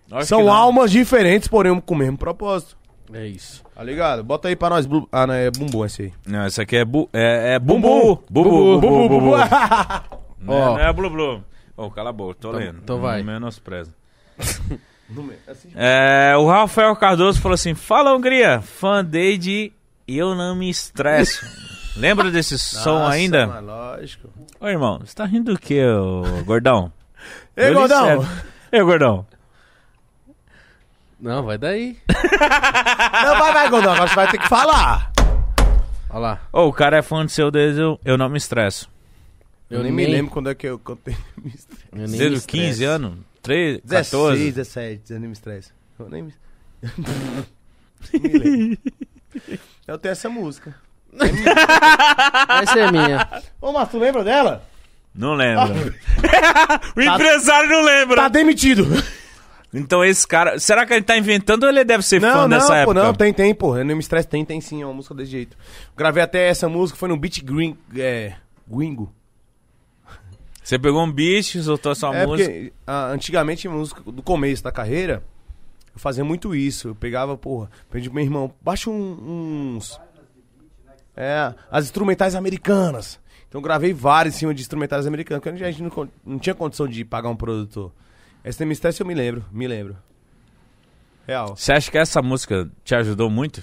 Speaker 5: Lógico que
Speaker 3: São
Speaker 5: não.
Speaker 3: almas diferentes, porém com o mesmo propósito.
Speaker 7: É isso.
Speaker 3: Tá ligado? Bota aí pra nós. blu- Ah, não, é bumbum esse aí.
Speaker 5: Não, isso aqui é, bu é, é bumbu. Bubu,
Speaker 3: Bumbum, bumbum, bumbum.
Speaker 5: Não, é- não é blu blu. Ô, cala a boca, tô lendo.
Speaker 7: então vai.
Speaker 5: Não menospreza. é, o Rafael Cardoso falou assim: Fala Hungria, fã desde Eu Não Me Estresso. Lembra desse som
Speaker 3: Nossa,
Speaker 5: ainda?
Speaker 3: mas lógico.
Speaker 5: Ô irmão, você tá rindo do que, ô gordão?
Speaker 3: Ei,
Speaker 5: Eu lhe
Speaker 3: gordão!
Speaker 5: servo. Ei, gordão.
Speaker 7: Não, vai daí.
Speaker 3: Não, vai, vai, gordão, agora você vai ter que falar.
Speaker 7: Olha lá.
Speaker 5: Ô, o cara é fã do seu desde Eu, eu Não Me Estresso.
Speaker 7: Eu,
Speaker 3: Eu nem me lembro quando é que eu contei.
Speaker 7: Eu nem me
Speaker 5: Desde
Speaker 7: estresso.
Speaker 5: 15 anos? 13,
Speaker 3: 14,
Speaker 5: 14?
Speaker 3: 17, desanime estresse. Eu nem me... Me eu tenho essa música.
Speaker 1: Essa é minha.
Speaker 3: Ô, Márcio, tu lembra dela?
Speaker 5: Não lembro. o empresário não lembra.
Speaker 3: Tá demitido.
Speaker 5: Então esse cara. Será que ele tá inventando ou ele deve ser
Speaker 3: Não,
Speaker 5: fã
Speaker 3: não,
Speaker 5: dessa
Speaker 3: pô,
Speaker 5: época?
Speaker 3: não, tem, tem, pô. Eu não me estresse, tem, tem sim, é uma música desse jeito. Gravei até essa música, foi no Beat Green. É. Gringo.
Speaker 5: Você pegou um bicho, soltou sua
Speaker 3: é
Speaker 5: música.
Speaker 3: porque ah, antigamente, música do começo da carreira, eu fazia muito isso. Eu pegava, porra, pedi pro meu irmão, baixa um- uns. É, as instrumentais americanas. Então eu gravei vários em cima de instrumentais americanos, porque a gente não, con- não tinha condição de pagar um produtor. Essa tem estresse eu me lembro, me lembro. Real.
Speaker 5: Você acha que essa música te ajudou muito?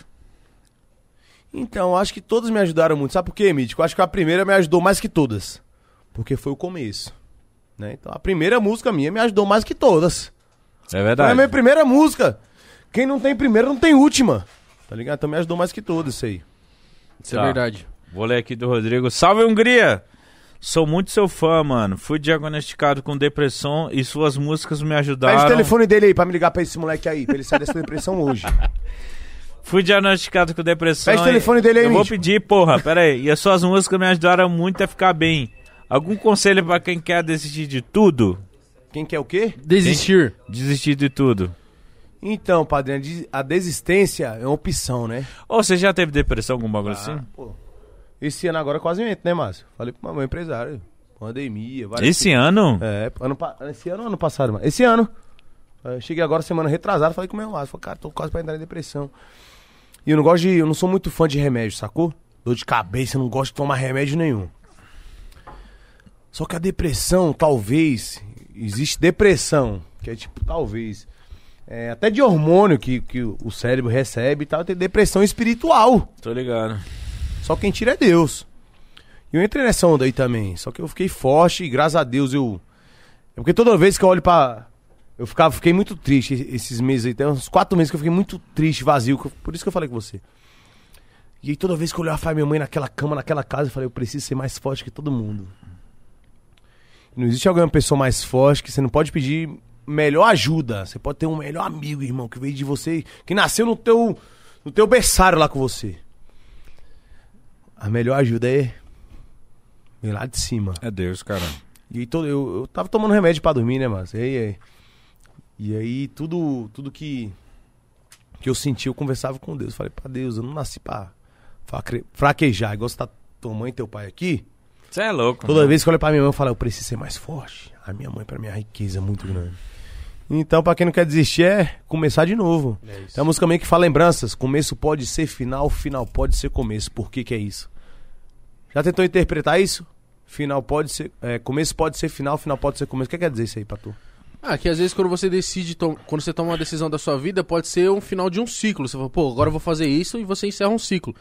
Speaker 3: Então, acho que todas me ajudaram muito. Sabe por quê, Mítico? Acho que a primeira me ajudou mais que todas. Porque foi o começo. Né? Então, a primeira música minha me ajudou mais que todas.
Speaker 5: É
Speaker 3: Foi a minha
Speaker 5: verdade.
Speaker 3: primeira música. Quem não tem primeira não tem última. Tá ligado? Então me ajudou mais que todas isso aí.
Speaker 1: Isso
Speaker 5: Tá.
Speaker 1: é verdade.
Speaker 5: Vou ler aqui do Rodrigo. Salve Hungria! Sou muito seu fã, mano. Fui diagnosticado com depressão e suas músicas me ajudaram.
Speaker 3: Pede o telefone dele aí pra me ligar pra esse moleque aí, pra ele sair dessa depressão hoje.
Speaker 5: Fui diagnosticado com depressão.
Speaker 3: Pede o
Speaker 5: e-
Speaker 3: telefone dele aí,
Speaker 5: Eu vou
Speaker 3: Mítico.
Speaker 5: pedir, porra, pera aí. E as suas músicas me ajudaram muito a ficar bem. Algum conselho pra quem quer desistir de tudo?
Speaker 3: Quem quer o quê?
Speaker 1: Desistir.
Speaker 5: Desistir de tudo.
Speaker 3: Então, padrinho, a des- a desistência é uma opção, né?
Speaker 5: Ou você já teve depressão, algum bagulho assim?
Speaker 3: Pô. Esse ano agora quase entro, né, Márcio? Falei pro meu empresário. Pandemia, várias
Speaker 5: Esse ano?
Speaker 3: É, ano, pa- esse ano ou ano passado, mano? Esse ano. Eu cheguei agora semana retrasada, falei com o meu lado. Falei, cara, tô quase pra entrar em depressão. E eu não gosto de. Eu não sou muito fã de remédio, sacou? Dor de cabeça, eu não gosto de tomar remédio nenhum. Só que a depressão, talvez. Existe depressão, que é tipo, talvez. é, até de hormônio que, que o cérebro recebe e tal, tem depressão espiritual.
Speaker 5: Tô ligado.
Speaker 3: Só quem tira é Deus. E eu entrei nessa onda aí também. Só que eu fiquei forte e graças a Deus eu. É porque toda vez que eu olho pra. Eu ficava, fiquei muito triste esses meses aí. Tem uns quatro meses que eu fiquei muito triste, vazio. que eu- Por isso que eu falei com você. E aí toda vez que eu olhava pra minha mãe naquela cama, naquela casa, eu falei, eu preciso ser mais forte que todo mundo. Não existe alguma pessoa mais forte que você não pode pedir melhor ajuda. Você pode ter um melhor amigo, irmão, que veio de você, que nasceu no teu, no teu berçário lá com você. A melhor ajuda é vem lá de cima.
Speaker 5: É Deus, cara.
Speaker 3: E aí todo, eu, eu tava tomando remédio pra dormir, né, mas e aí, e aí tudo, tudo que que eu senti, eu conversava com Deus. Falei pra Deus, eu não nasci pra fraque- fraquejar, igual você tá tua mãe e teu pai aqui.
Speaker 5: Você é louco.
Speaker 3: Toda
Speaker 5: mano.
Speaker 3: vez que eu olho pra minha mãe, eu falo, eu preciso ser mais forte. A minha mãe, pra mim, é uma riqueza muito grande. Então, pra quem não quer desistir, é começar de novo.
Speaker 5: É
Speaker 3: Tem uma música meio que fala lembranças. Começo pode ser final, final pode ser começo. Por que que é isso? Já tentou interpretar isso? Final pode ser... é, começo pode ser final, final pode ser começo. O que quer dizer isso aí pra tu?
Speaker 1: Ah, que às vezes quando você decide, tom- quando você toma uma decisão da sua vida, pode ser um final de um ciclo. Você fala, pô, agora eu vou fazer isso e você encerra um ciclo.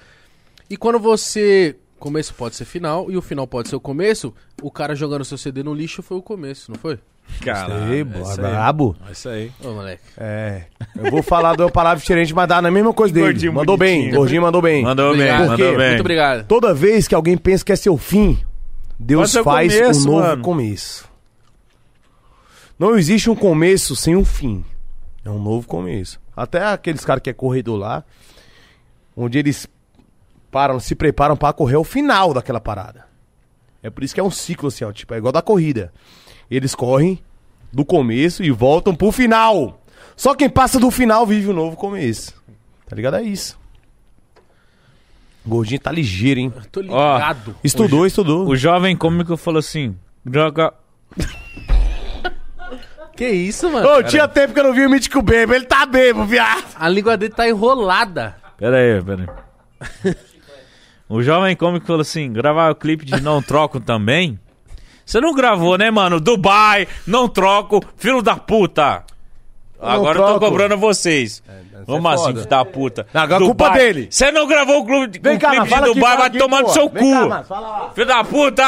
Speaker 1: E quando você. Começo pode ser final e o final pode ser o começo, o cara jogando seu CD no lixo foi o começo, não foi?
Speaker 5: Caralho,
Speaker 3: Ei,
Speaker 5: é
Speaker 3: boa,
Speaker 5: isso aí.
Speaker 3: brabo.
Speaker 5: É isso aí.
Speaker 1: Ô, moleque.
Speaker 3: É. Eu vou falar de uma palavra diferente, mas dá na mesma coisa dele.
Speaker 5: Gordinho
Speaker 3: mandou bem,
Speaker 5: bonitinho.
Speaker 3: gordinho mandou bem.
Speaker 5: Mandou bem,
Speaker 1: Obrigado.
Speaker 3: Por quê?
Speaker 5: mandou bem.
Speaker 1: Muito obrigado.
Speaker 3: Toda vez que alguém pensa que é seu fim,
Speaker 5: Pode
Speaker 3: Deus
Speaker 5: ser é o
Speaker 3: faz
Speaker 5: começo,
Speaker 3: um novo
Speaker 5: mano.
Speaker 3: começo. Não existe um começo sem um fim. É um novo começo. Até aqueles caras que é corredor lá, onde eles param, se preparam pra correr é o final daquela parada. É por isso que é um ciclo assim, ó, tipo, é igual da corrida. Eles correm do começo e voltam pro final. Só quem passa do final vive um novo começo. Tá ligado? É isso. O Gordinho tá ligeiro, hein?
Speaker 1: Tô ligado.
Speaker 3: Estudou, estudou.
Speaker 5: O jovem cômico falou assim: joga.
Speaker 1: Que isso, mano?
Speaker 3: Ô, tinha tempo que eu não vi o Mítico bebo. Ele tá bebo, viado.
Speaker 1: A língua dele tá enrolada.
Speaker 5: Pera aí, pera aí. O jovem cômico falou assim: gravar o clipe de Não Troco também? Você não gravou, né, mano? Dubai, não troco, filho da puta! Agora eu tô
Speaker 3: troco.
Speaker 5: cobrando vocês. Ô,
Speaker 3: é
Speaker 5: Mazinho,
Speaker 3: foda.
Speaker 5: filho da puta.
Speaker 3: Não, agora é culpa dele.
Speaker 5: Você não gravou o clube, o clipe
Speaker 3: Márcio,
Speaker 5: de
Speaker 3: fala aqui,
Speaker 5: Dubai,
Speaker 3: fala
Speaker 5: vai
Speaker 3: aqui,
Speaker 5: tomar no
Speaker 3: pô.
Speaker 5: seu
Speaker 3: Vem cá,
Speaker 5: cu!
Speaker 3: Márcio, fala lá.
Speaker 5: Filho da puta!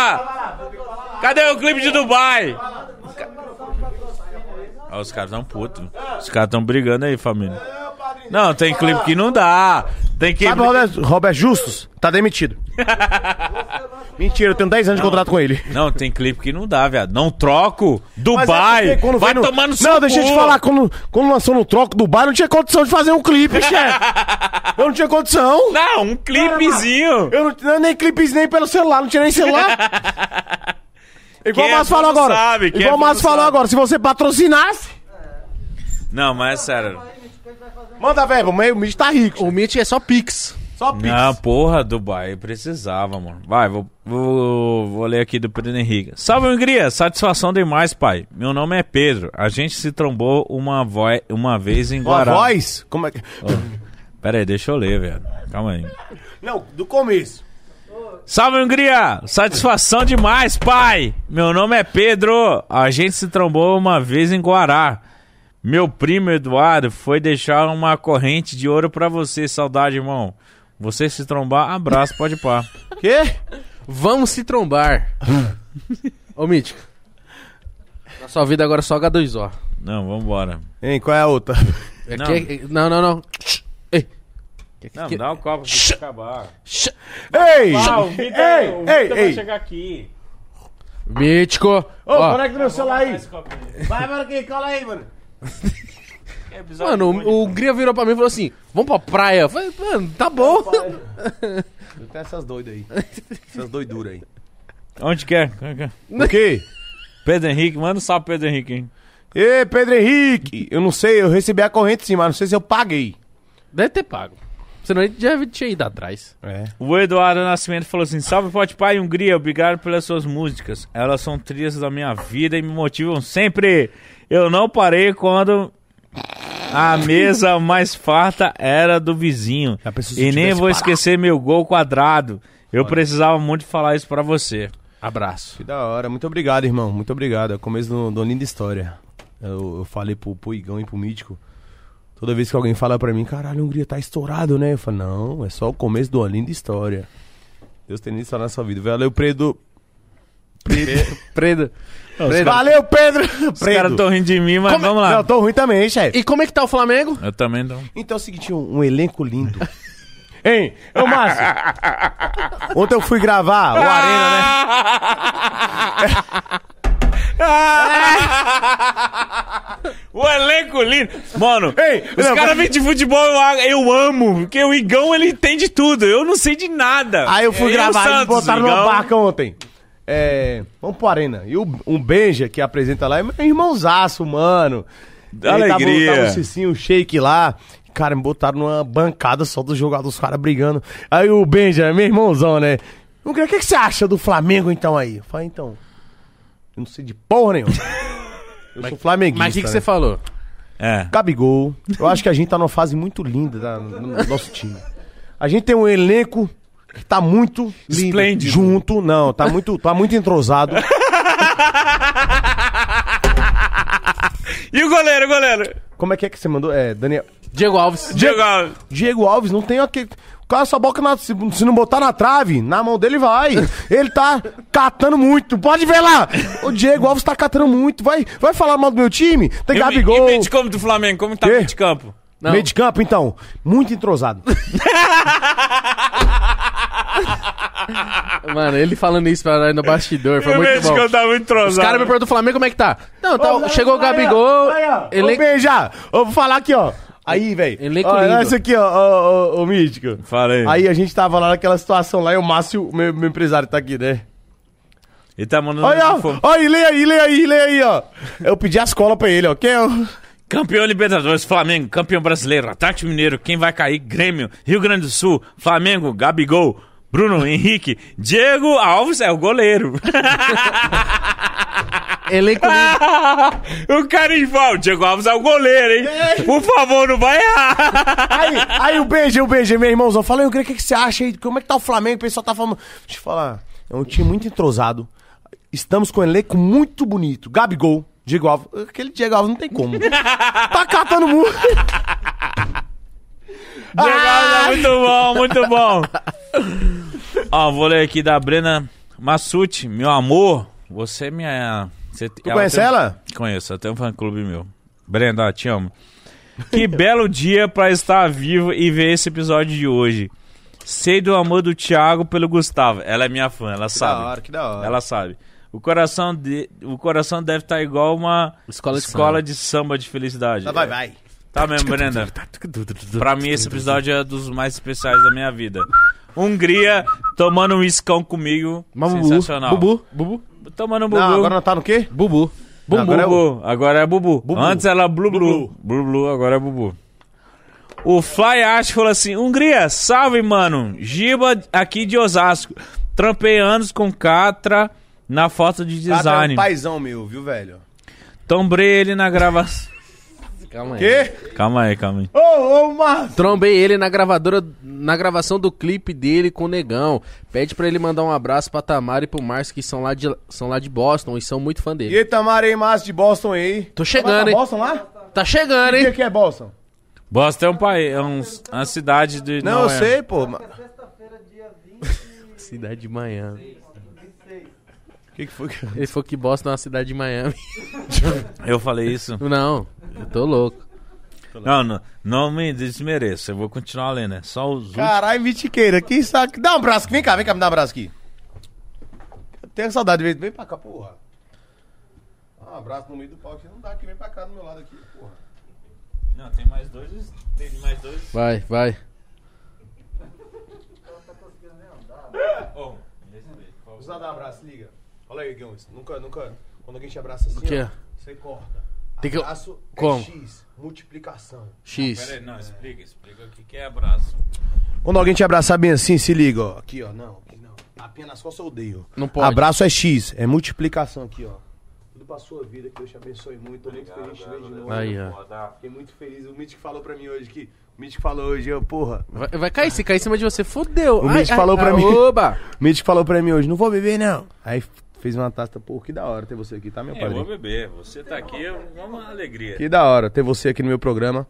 Speaker 5: Cadê o clipe de Dubai? Ó, Ah, os caras tão putos. Os caras tão brigando aí, família. Não, tem clipe que não dá. Tem que.
Speaker 3: é? Sabe o Roberto, Roberto Justus? Tá demitido. Tá Mentira, eu tenho 10 anos de contrato com ele.
Speaker 5: Não, tem clipe que não dá, viado. Não troco. Dubai.
Speaker 3: Mas é porque quando
Speaker 5: vai
Speaker 3: vem no-
Speaker 5: tomar no seu
Speaker 3: Não, deixa eu te
Speaker 5: cu.
Speaker 3: falar, quando, quando lançou no troco do bar, não tinha condição de fazer um clipe, chefe. Eu não tinha condição.
Speaker 5: Não, um clipezinho.
Speaker 3: Eu não tinha nem clipes nem pelo celular, não tinha nem celular. Igual
Speaker 5: Quem
Speaker 3: o Márcio
Speaker 5: é bom
Speaker 3: falou
Speaker 5: não
Speaker 3: agora.
Speaker 5: sabe, quem
Speaker 3: Igual
Speaker 5: é
Speaker 3: o
Speaker 5: bom
Speaker 3: Márcio
Speaker 5: não
Speaker 3: falou
Speaker 5: sabe.
Speaker 3: agora, se você patrocinasse,
Speaker 5: Não, mas é sério.
Speaker 3: manda verba, mas o Mitch tá rico.
Speaker 1: O Mitch é só Pix.
Speaker 3: Só pix.
Speaker 5: Não, porra, Dubai, precisava, mano. Vai, vou, vou, vou ler aqui do Pedro Henrique. Salve, Hungria! Satisfação demais, pai. Meu nome é Pedro. A gente se trombou uma, voi- uma vez em
Speaker 3: Ó, a
Speaker 5: Guará.
Speaker 3: voz? Como é que...
Speaker 5: Pera aí, deixa eu ler, velho. Calma aí.
Speaker 3: Não, do começo.
Speaker 5: Salve, Hungria! Satisfação demais, pai! Meu nome é Pedro. A gente se trombou uma vez em Guará. Meu primo Eduardo foi deixar uma corrente de ouro pra você. Saudade, irmão. Você se trombar, abraço, pode pá.
Speaker 3: Quê?
Speaker 1: Vamos se trombar. Ô, Mítico. Na sua vida agora é só H2O.
Speaker 5: Não, vambora.
Speaker 3: Hein, qual é a outra?
Speaker 1: É
Speaker 5: Não.
Speaker 1: que- é- não, não, não. Ei. Que-
Speaker 5: Não,
Speaker 1: que-
Speaker 5: dá um copo pra acabar.
Speaker 3: Ei!
Speaker 5: Ei,
Speaker 3: ei, ei!
Speaker 5: chegar aqui.
Speaker 1: Mítico.
Speaker 3: Ô,
Speaker 1: ó,
Speaker 3: conecta meu celular aí.
Speaker 5: Vai, mano, que cola aí, mano.
Speaker 1: mano, o, o Hungria virou pra mim e falou assim: Vamos pra praia. Eu falei, mano, tá bom.
Speaker 3: Tem essas doidas aí. Essas doiduras aí.
Speaker 5: Onde quer? Quer, quer?
Speaker 3: O quê?
Speaker 5: Pedro Henrique, manda um salve pro Pedro Henrique, hein?
Speaker 3: Ê, Pedro Henrique! Eu não sei, eu recebi a corrente sim, mas não sei se eu paguei.
Speaker 1: Deve ter pago. Senão ele já tinha ido atrás.
Speaker 3: É.
Speaker 5: O Eduardo Nascimento falou assim: Salve Pote Pai Hungria, obrigado pelas suas músicas. Elas são trilhas da minha vida e me motivam sempre. Eu não parei quando a mesa mais farta era do vizinho.
Speaker 3: Já pensou se
Speaker 5: E
Speaker 3: eu
Speaker 5: nem
Speaker 3: tivesse
Speaker 5: vou
Speaker 3: parado?
Speaker 5: esquecer meu gol quadrado. Eu precisava muito falar isso pra você. Abraço.
Speaker 3: Que da hora, muito obrigado, irmão. Muito obrigado. É o começo do- do Linda História. Eu, eu falei pro, pro Igão e pro Mítico. Toda vez que alguém fala pra mim, caralho, a Hungria tá estourado, né? Eu falo, não, é só o começo do Linda História. Deus tem isso na sua vida. Valeu, Pedro.
Speaker 1: Preda.
Speaker 3: Valeu, Pedro! é-
Speaker 5: Os caras tão rindo de mim, mas vamos lá.
Speaker 3: Não, tô ruim também, chefe.
Speaker 1: E como é que tá o Flamengo?
Speaker 5: Eu também não.
Speaker 3: Então é o seguinte, um, um elenco lindo. hein? Ô, Márcio. Ontem eu fui gravar o Arena, né? né?
Speaker 5: O elenco lindo. Mano,
Speaker 3: Ei,
Speaker 5: os
Speaker 3: não,
Speaker 5: caras
Speaker 3: mas-
Speaker 5: vêm de futebol, eu, eu amo. Porque o Igão, ele entende tudo. Eu não sei de nada.
Speaker 3: Aí eu fui
Speaker 5: É. E o
Speaker 3: gravar e me
Speaker 5: Santos,
Speaker 3: botaram
Speaker 5: Igão.
Speaker 3: numa barca ontem. É, vamos pro Arena. E o, um Benja que apresenta lá é meu irmãozaço, mano.
Speaker 5: Da
Speaker 3: Ele
Speaker 5: alegria.
Speaker 3: Tava, tava o Cicinho, o Shake lá. Cara, me botaram numa bancada só dos jogadores, os caras brigando. Aí o Benja, meu irmãozão, né? O que, o que que você acha do Flamengo então aí? Eu falei, então. Eu não sei de porra nenhuma. Eu sou flamenguista.
Speaker 1: Mas o que, que
Speaker 3: né?
Speaker 1: você falou?
Speaker 5: É.
Speaker 3: Gabigol. Eu acho que a gente tá numa fase muito linda da- no nosso time. A gente tem um elenco que tá muito lindo.
Speaker 5: Esplêndido.
Speaker 3: junto, não, tá muito, tá muito entrosado.
Speaker 5: E o goleiro, o goleiro?
Speaker 3: Como é que é que você mandou? É, Daniel.
Speaker 1: Diego Alves.
Speaker 5: Diego Alves.
Speaker 3: Diego Alves não tem aquele. O cara só boca na. Se se não botar na trave, na mão dele vai. Ele tá catando muito. Pode ver lá! O Diego Alves tá catando muito. Vai, vai falar mal do meu time? Tem
Speaker 5: E o me- E
Speaker 3: Gabigol.
Speaker 5: o meio de campo do Flamengo, como tá o
Speaker 3: Quê?
Speaker 5: meio de campo?
Speaker 1: Não.
Speaker 3: Meio de campo, então. Muito entrosado.
Speaker 1: Mano, ele falando isso pra nós no bastidor foi
Speaker 5: o meio
Speaker 1: muito
Speaker 5: de
Speaker 1: bom.
Speaker 5: campo tá muito
Speaker 1: Os
Speaker 5: entrosado.
Speaker 1: caras me perguntam do Flamengo como é que tá. Não, tá,
Speaker 3: Ô, lá,
Speaker 1: chegou o
Speaker 3: lá,
Speaker 1: Gabigol.
Speaker 3: lá, lá,
Speaker 1: ele- é
Speaker 3: Ô, Benja, eu vou falar aqui, ó. Aí, velho.
Speaker 1: Elenco
Speaker 3: Ó,
Speaker 1: lindo.
Speaker 3: Essa aqui, ó, ó, ó, ô, Mítico.
Speaker 5: Fala aí.
Speaker 3: Aí a gente tava lá naquela situação lá e o Márcio, meu, meu empresário, tá aqui, né?
Speaker 5: Ele tá mandando...
Speaker 3: Olha,
Speaker 5: info-
Speaker 3: ó, ó, e lê aí, lê aí, lê aí, ó. Eu pedi as colas pra ele, ó. Quem é o...
Speaker 5: Campeão Libertadores, Flamengo, campeão brasileiro, Atlético Mineiro, quem vai cair? Grêmio, Rio Grande do Sul, Flamengo, Gabigol, Bruno Henrique, Diego Alves é o goleiro.
Speaker 3: é
Speaker 1: Elenco lindo.
Speaker 5: o cara envolve, o Diego Alves é o goleiro, hein? Por favor, não vai errar.
Speaker 3: Aí, aí um o BG, o BG, meu irmãozão. Falei, eu queria o que que você acha aí? Como é que tá o Flamengo? O pessoal tá falando. Deixa eu falar. É um time muito entrosado. Estamos com um elenco muito bonito. Gabigol, Diego Alves. Aquele Diego Alves não tem como. tá catando muito.
Speaker 5: Diego
Speaker 3: Ah.
Speaker 5: Alves é muito bom, muito bom. Ó, vou ler aqui da Brena Massucci, meu amor, você é minha... Você,
Speaker 3: Tu conhece
Speaker 5: tem- um
Speaker 3: ela?
Speaker 5: Conheço, até um fã-clube meu. Brenda, te amo. Que belo dia pra estar vivo e ver esse episódio de hoje. Sei do amor do Thiago pelo Gustavo. Ela é minha fã, ela
Speaker 3: Que
Speaker 5: sabe.
Speaker 3: da hora, que da hora.
Speaker 5: Ela sabe. O coração, de, o coração deve estar igual uma
Speaker 1: Escola de
Speaker 5: escola de samba de felicidade.
Speaker 3: Tá, vai, vai.
Speaker 5: Tá mesmo, Brenda? Pra mim, esse episódio é dos mais especiais da minha vida. Hungria tomando um iscão comigo.
Speaker 1: Mas Bubu,
Speaker 5: sensacional.
Speaker 1: Bubu, Bubu,
Speaker 5: Tomando um bubu.
Speaker 3: Não, agora não tá no quê?
Speaker 1: Bubu.
Speaker 5: Bubu.
Speaker 3: Agora é
Speaker 5: Bubu. Agora é Bubu. Antes era Blu Blu. Blu Blu, agora é Bubu. O Fly Ash falou assim: Hungria, salve, mano. Giba aqui de Osasco. Trampei anos com Catra na foto de
Speaker 3: Tá, tá um
Speaker 5: design.
Speaker 3: paizão meu, viu, velho?
Speaker 5: Tombrei ele na gravação.
Speaker 7: Calma aí.
Speaker 3: Quê?
Speaker 5: calma aí, calma aí.
Speaker 3: Ô, ô, Márcio!
Speaker 1: Trombei ele na gravadora, na gravação do clipe dele com o Negão. Pede pra ele mandar um abraço pra Tamara e pro Márcio, que são lá de, são lá de Boston e são muito fã dele.
Speaker 3: E Tamara aí, Márcio de Boston aí.
Speaker 1: Tô chegando,
Speaker 3: Tá
Speaker 1: hein?
Speaker 3: Boston lá?
Speaker 1: Tá chegando,
Speaker 3: O que
Speaker 1: hein?
Speaker 3: que é Boston?
Speaker 5: Boston é um país, é um- uma cidade de.
Speaker 3: Não, eu
Speaker 5: é.
Speaker 3: sei, pô. mas-
Speaker 1: Cidade de Miami.
Speaker 3: O que, que foi? que-
Speaker 1: Ele falou que Boston é uma cidade de Miami.
Speaker 5: Eu falei isso.
Speaker 1: Não, eu tô louco.
Speaker 5: Não, não, não me desmereça. Eu vou continuar lendo. É só os últimos.
Speaker 3: Caralho, mitiqueira, que saco. Dá um abraço aqui, vem cá, vem cá, me dá um abraço aqui. Eu tenho saudade, vem, vem pra cá, porra. Dá Um abraço no meio do palco, não dá aqui, vem pra cá do meu lado aqui, porra.
Speaker 5: Não, tem mais dois. Tem mais dois.
Speaker 1: Vai, vai.
Speaker 3: Precisa dar um abraço, liga. Olha aí, Guilherme, nunca, nunca, quando alguém te abraça assim,
Speaker 1: O quê?
Speaker 3: ó, você corta.
Speaker 1: Tem que-
Speaker 3: Abraço é
Speaker 1: Como?
Speaker 3: X, multiplicação.
Speaker 1: X.
Speaker 5: não, explica, explica o que, que é abraço.
Speaker 3: Quando alguém te abraçar bem assim, se liga, ó. Aqui, ó, não, aqui não. Tapinha nas costas eu odeio.
Speaker 1: Não pode.
Speaker 3: Abraço é X, é multiplicação aqui, ó. Tudo pra sua vida, que Deus te abençoe muito. Tô muito feliz de te ver de novo.
Speaker 1: Aí, ó.
Speaker 3: Fiquei muito feliz. O Mitch falou pra mim hoje que. O Mitch falou hoje, eu, porra.
Speaker 1: Vai, vai cair, se cair em cima de você, fodeu.
Speaker 3: O Mitch falou pra mim.
Speaker 1: Oba!
Speaker 3: O Mitch falou pra mim hoje, não vou beber, não. Aí f- fez uma taça, pô, que da hora ter você aqui, tá, meu
Speaker 5: É, eu vou
Speaker 3: padrinho?
Speaker 5: beber. Você tá aqui, é uma alegria.
Speaker 3: Que da hora ter você aqui no meu programa.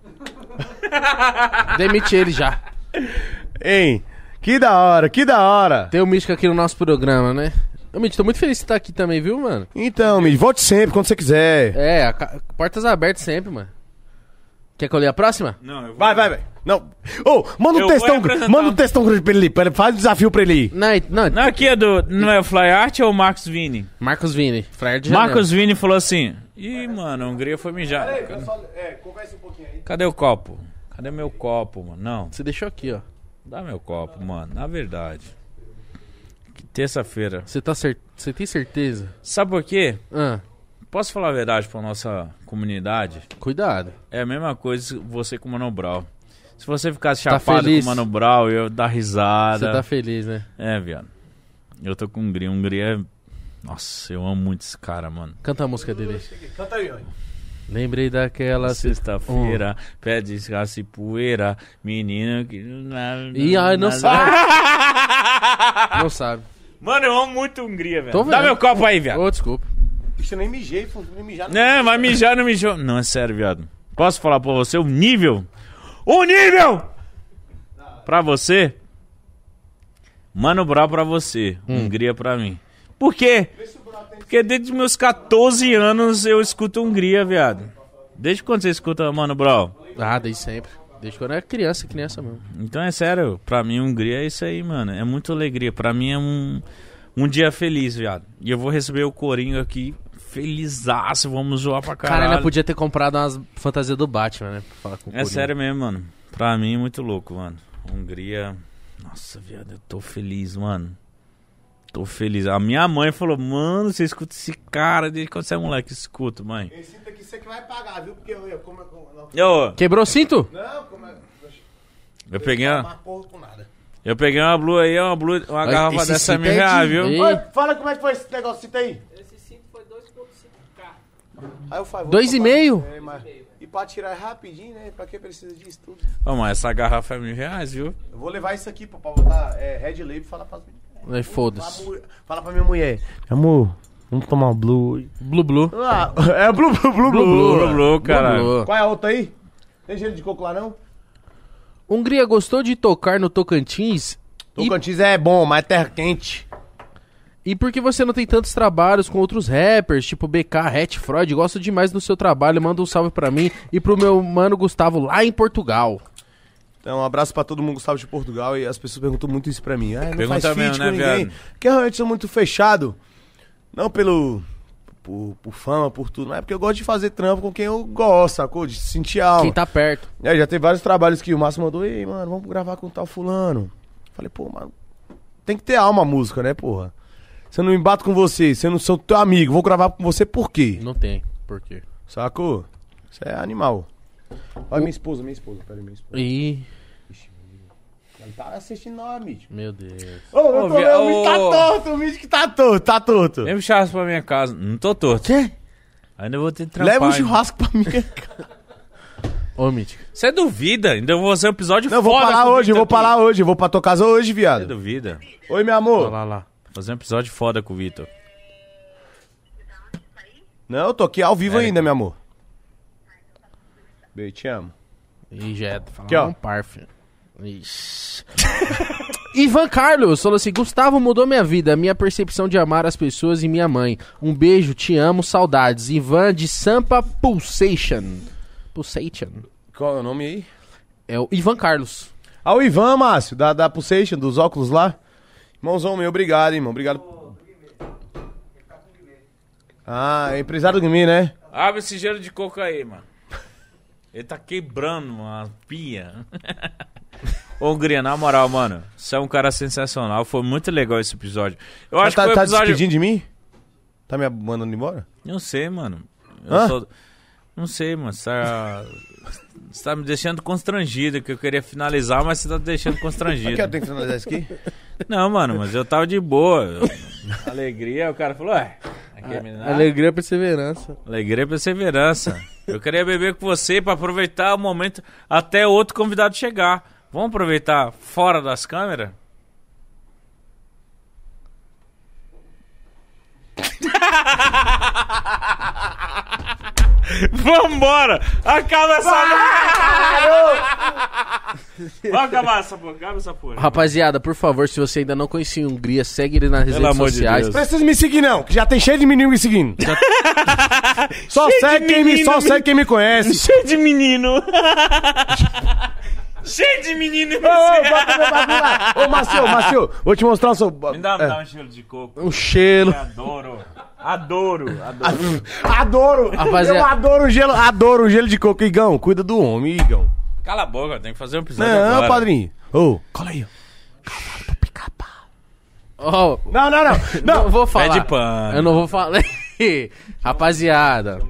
Speaker 1: Demite ele já.
Speaker 3: Hein? Que da hora, que da hora!
Speaker 1: Tem o Mítico aqui no nosso programa, né? Ô, Mítico, tô muito feliz que você tá aqui também, viu, mano?
Speaker 3: Então, Mitch, volte sempre, quando você quiser.
Speaker 1: É, a ca- portas abertas sempre, mano. Quer que eu leia a próxima?
Speaker 5: Não, eu vou...
Speaker 3: Vai, vai, vai. Não. Ô, manda
Speaker 5: Eu vou
Speaker 3: um textão,
Speaker 5: representar.
Speaker 3: manda um textão grande pra ele, pra ele- faz um desafio pra ele.
Speaker 1: Não, é- não,
Speaker 5: Não, aqui é do. Não é o Fly Art ou o Marcos Vini?
Speaker 1: Marcos Vini, Fryer de Janela.
Speaker 5: Marcos Vini falou assim: Ih, mano, a Hungria foi mijar.
Speaker 3: É, conversa um pouquinho aí.
Speaker 5: Cadê o copo? Cadê meu copo, mano? Não,
Speaker 1: Você deixou aqui, ó.
Speaker 5: dá meu copo, mano. Na verdade. Que Terça-feira.
Speaker 1: Você tá cer... Você tem certeza?
Speaker 5: Sabe por quê?
Speaker 1: Ah,
Speaker 5: Posso falar a verdade pra nossa comunidade?
Speaker 1: cuidado.
Speaker 5: É a mesma coisa você com o Mano Brown. Se você ficasse
Speaker 1: Tá
Speaker 5: chapado com
Speaker 1: feliz?
Speaker 5: o Mano Brown, eu ia dar
Speaker 1: Você
Speaker 5: risada.
Speaker 1: tá feliz, né?
Speaker 5: É, viado. Eu tô com Hungria. Hungria é. Nossa, eu amo muito esse cara, mano.
Speaker 1: Canta a música dele.
Speaker 3: Canta aí, ó.
Speaker 1: Lembrei daquela sexta.
Speaker 5: Sexta-feira, pé desgraça e poeira, menino que.
Speaker 1: Ih, ai, não sabe. não sabe.
Speaker 5: Mano, eu amo muito Hungria,
Speaker 1: Tô
Speaker 5: velho.
Speaker 1: vendo.
Speaker 5: Dá meu copo aí,
Speaker 1: Ô,
Speaker 5: viado.
Speaker 1: desculpa.
Speaker 3: Deixa eu nem mijei, pô, nem mijar. não.
Speaker 5: Não, É, vai mijar, não mijou. Não, é sério, viado. Posso falar pra você o nível? O nível! Pra você? Mano Brau pra você, um Hungria pra mim. Por quê? Porque desde os meus 14 anos eu escuto Hungria, viado. Desde quando você escuta Mano Brau?
Speaker 1: Ah, desde sempre. Desde quando eu era criança, criança mesmo.
Speaker 5: Então é sério, pra mim Hungria é isso aí, mano. É muita alegria. Pra mim é um, um dia feliz, viado. E eu vou receber o Coringa aqui, felizaço, vamos zoar pra caralho.
Speaker 7: é
Speaker 1: Cara, ainda podia ter comprado umas fantasias do Batman, né? Pra falar com o
Speaker 5: É
Speaker 1: Coringa.
Speaker 5: sério mesmo, mano. Pra mim, muito louco, mano. Hungria. Nossa, viado, eu tô feliz, mano. Tô feliz. A minha mãe falou, mano, você escuta esse cara desde quando você é moleque. Escuta, mãe.
Speaker 3: Ele sinta que você que vai pagar, viu? Porque eu, eu como é como. Não,
Speaker 5: Eu,
Speaker 1: Quebrou o cinto?
Speaker 3: não como é.
Speaker 5: eu peguei uma,
Speaker 3: Mas porra com nada.
Speaker 5: eu peguei uma blue aí, uma blue, uma
Speaker 1: Olha,
Speaker 5: garrafa
Speaker 1: esse
Speaker 5: dessa é
Speaker 1: cinto
Speaker 5: mil
Speaker 1: é de
Speaker 5: reais, viu?
Speaker 1: lei.
Speaker 3: Oi, fala como é que foi esse negócio, cita aí.
Speaker 18: Esse cinto foi 2.5k.
Speaker 3: Aí eu falo.
Speaker 1: Dois e meio?
Speaker 3: É, mas- E pra tirar é rapidinho, né? Pra quem precisa disso tudo.
Speaker 5: Ô, mãe, essa garrafa é mil reais, viu?
Speaker 3: Eu vou levar isso aqui, pô, pra botar é, Red Label e falar pras meninas.
Speaker 1: Aí foda-se.
Speaker 3: Fala- Fala pra minha mulher. Amor, vamos tomar um blue.
Speaker 1: Blu Blu.
Speaker 3: Ah, é blue, blue, blue, blue.
Speaker 5: Blue, blue, cara.
Speaker 1: Blu.
Speaker 3: Qual é a outra aí? Tem gelo de coco lá, não?
Speaker 1: Hungria gostou de tocar no Tocantins? E,
Speaker 3: Tocantins é bom, mas é terra quente.
Speaker 1: e por que você não tem tantos trabalhos com outros rappers, tipo BK, Hat, Freud? Gosto demais do seu trabalho, manda um salve pra mim e pro meu mano Gustavo lá em Portugal.
Speaker 3: Então, um abraço pra todo mundo, Gustavo de Portugal. E as pessoas perguntam muito isso pra mim. Ah, não
Speaker 5: Pergunta
Speaker 3: faz feat
Speaker 5: mesmo,
Speaker 3: com
Speaker 5: né,
Speaker 3: ninguém.
Speaker 5: viado?
Speaker 3: Porque eu realmente sou muito fechado. Não pelo... Por, por fama, por tudo. Mas é porque eu gosto de fazer trampo com quem eu gosto, sacou? De sentir alma.
Speaker 7: Quem tá perto.
Speaker 3: É, já tem vários trabalhos que o Márcio mandou, ei, mano, vamos gravar com tal fulano. Falei, pô, mano, tem que ter alma a música, né, porra? Se eu não embato com você, se eu não sou teu amigo, vou gravar com você por quê?
Speaker 7: Não tem. Por quê?
Speaker 3: Sacou? Isso é animal. Olha minha esposa, minha esposa, peraí, minha esposa.
Speaker 7: Ih,
Speaker 3: Ela tá assistindo nós, Mitch.
Speaker 7: meu Deus.
Speaker 3: Ô, eu
Speaker 5: Ô,
Speaker 3: tô
Speaker 5: via-
Speaker 3: vendo, o Mitch tá
Speaker 5: ô.
Speaker 3: torto, o Mitch que tá torto, tá torto.
Speaker 5: Leva o churrasco pra minha casa. Não tô torto.
Speaker 7: Quê?
Speaker 5: Ainda vou ter que trampar.
Speaker 3: Leva um
Speaker 5: ainda.
Speaker 3: churrasco pra minha casa.
Speaker 7: Ô, Mítico.
Speaker 5: Você duvida? Ainda vou ser um episódio
Speaker 3: Não, eu
Speaker 5: foda.
Speaker 3: vou pra lá
Speaker 5: com o
Speaker 3: hoje, eu
Speaker 5: Vitor
Speaker 3: vou pra lá
Speaker 5: aqui.
Speaker 3: hoje, eu vou pra tua casa hoje,
Speaker 5: Você
Speaker 3: viado.
Speaker 5: duvida?
Speaker 3: Oi, meu
Speaker 7: Olha
Speaker 3: amor.
Speaker 7: lá, lá.
Speaker 5: Fazer um episódio foda com o Vitor.
Speaker 3: Não, eu tô aqui ao vivo
Speaker 5: É.
Speaker 3: ainda, meu amor. Beijo, te amo.
Speaker 7: Ih, já é, tá falando
Speaker 3: Aqui, ó.
Speaker 7: um par, filho. Ixi. Ivan Carlos falou assim: Gustavo mudou minha vida, minha percepção de amar as pessoas e minha mãe. Um beijo, te amo, saudades. Ivan de Sampa Pulsation. Pulsation.
Speaker 3: Qual é o nome aí?
Speaker 7: É o Ivan Carlos.
Speaker 3: Ah, o Ivan, Márcio, da, da Pulsation, dos óculos lá. Irmãozão meu, obrigado, irmão. Obrigado. Ah, é empresário do Gumi, né?
Speaker 5: Abre esse gelo de coco aí, mano. Ele tá quebrando uma pia. Ô, Hungria, na moral, mano, você é um cara sensacional. Foi muito legal esse episódio. Eu acho
Speaker 3: tá
Speaker 5: que foi
Speaker 3: tá
Speaker 5: o episódio.
Speaker 3: despedindo de mim? Tá me mandando embora?
Speaker 5: Não sei, mano.
Speaker 3: Hã?
Speaker 5: Eu sou... Não sei, mano. Você tá... você tá me deixando constrangido, que eu queria finalizar, mas você tá me deixando
Speaker 3: Aqui, ó,
Speaker 5: constrangido.
Speaker 3: tem que finalizar isso aqui?
Speaker 5: Não, mano, mas eu tava de boa. Eu- Alegria, o cara falou, ué, aqui é menina.
Speaker 7: Alegria e perseverança.
Speaker 5: Alegria e perseverança. Eu queria beber com você pra aproveitar o momento até outro convidado chegar. Vamos aproveitar fora das câmeras? Vambora! Acaba essa Vamos acabar essa porra, acaba essa porra.
Speaker 7: Rapaziada, por favor, se você ainda não conhecia a Hungria, segue ele nas redes
Speaker 5: amor de
Speaker 7: sociais.
Speaker 5: Deus.
Speaker 3: Precisa me seguir, não, que já tem cheio de menino me seguindo. só segue quem me, só segue quem me conhece.
Speaker 5: Cheio de menino! Cheio de menino!
Speaker 3: Ô, ô, bota meu bagulho lá. Ô, Márcio, Márcio, vou te mostrar o seu.
Speaker 5: Me dá, me
Speaker 3: é.
Speaker 5: dá um gelo de coco.
Speaker 7: Um cheiro.
Speaker 5: Adoro. Adoro. Adoro.
Speaker 3: Adoro!
Speaker 7: Rapaziada.
Speaker 3: Eu adoro o gelo, adoro o gelo de coco. Igão, cuida do homem, Igão.
Speaker 5: Cala a boca, tem que fazer um episódio
Speaker 3: Não, é
Speaker 5: agora.
Speaker 3: padrinho. Ô, cola aí. ó.
Speaker 7: Ó,
Speaker 3: Não, não, não.
Speaker 7: não, vou falar.
Speaker 5: Pé de pano.
Speaker 7: Eu não vou falar. Rapaziada.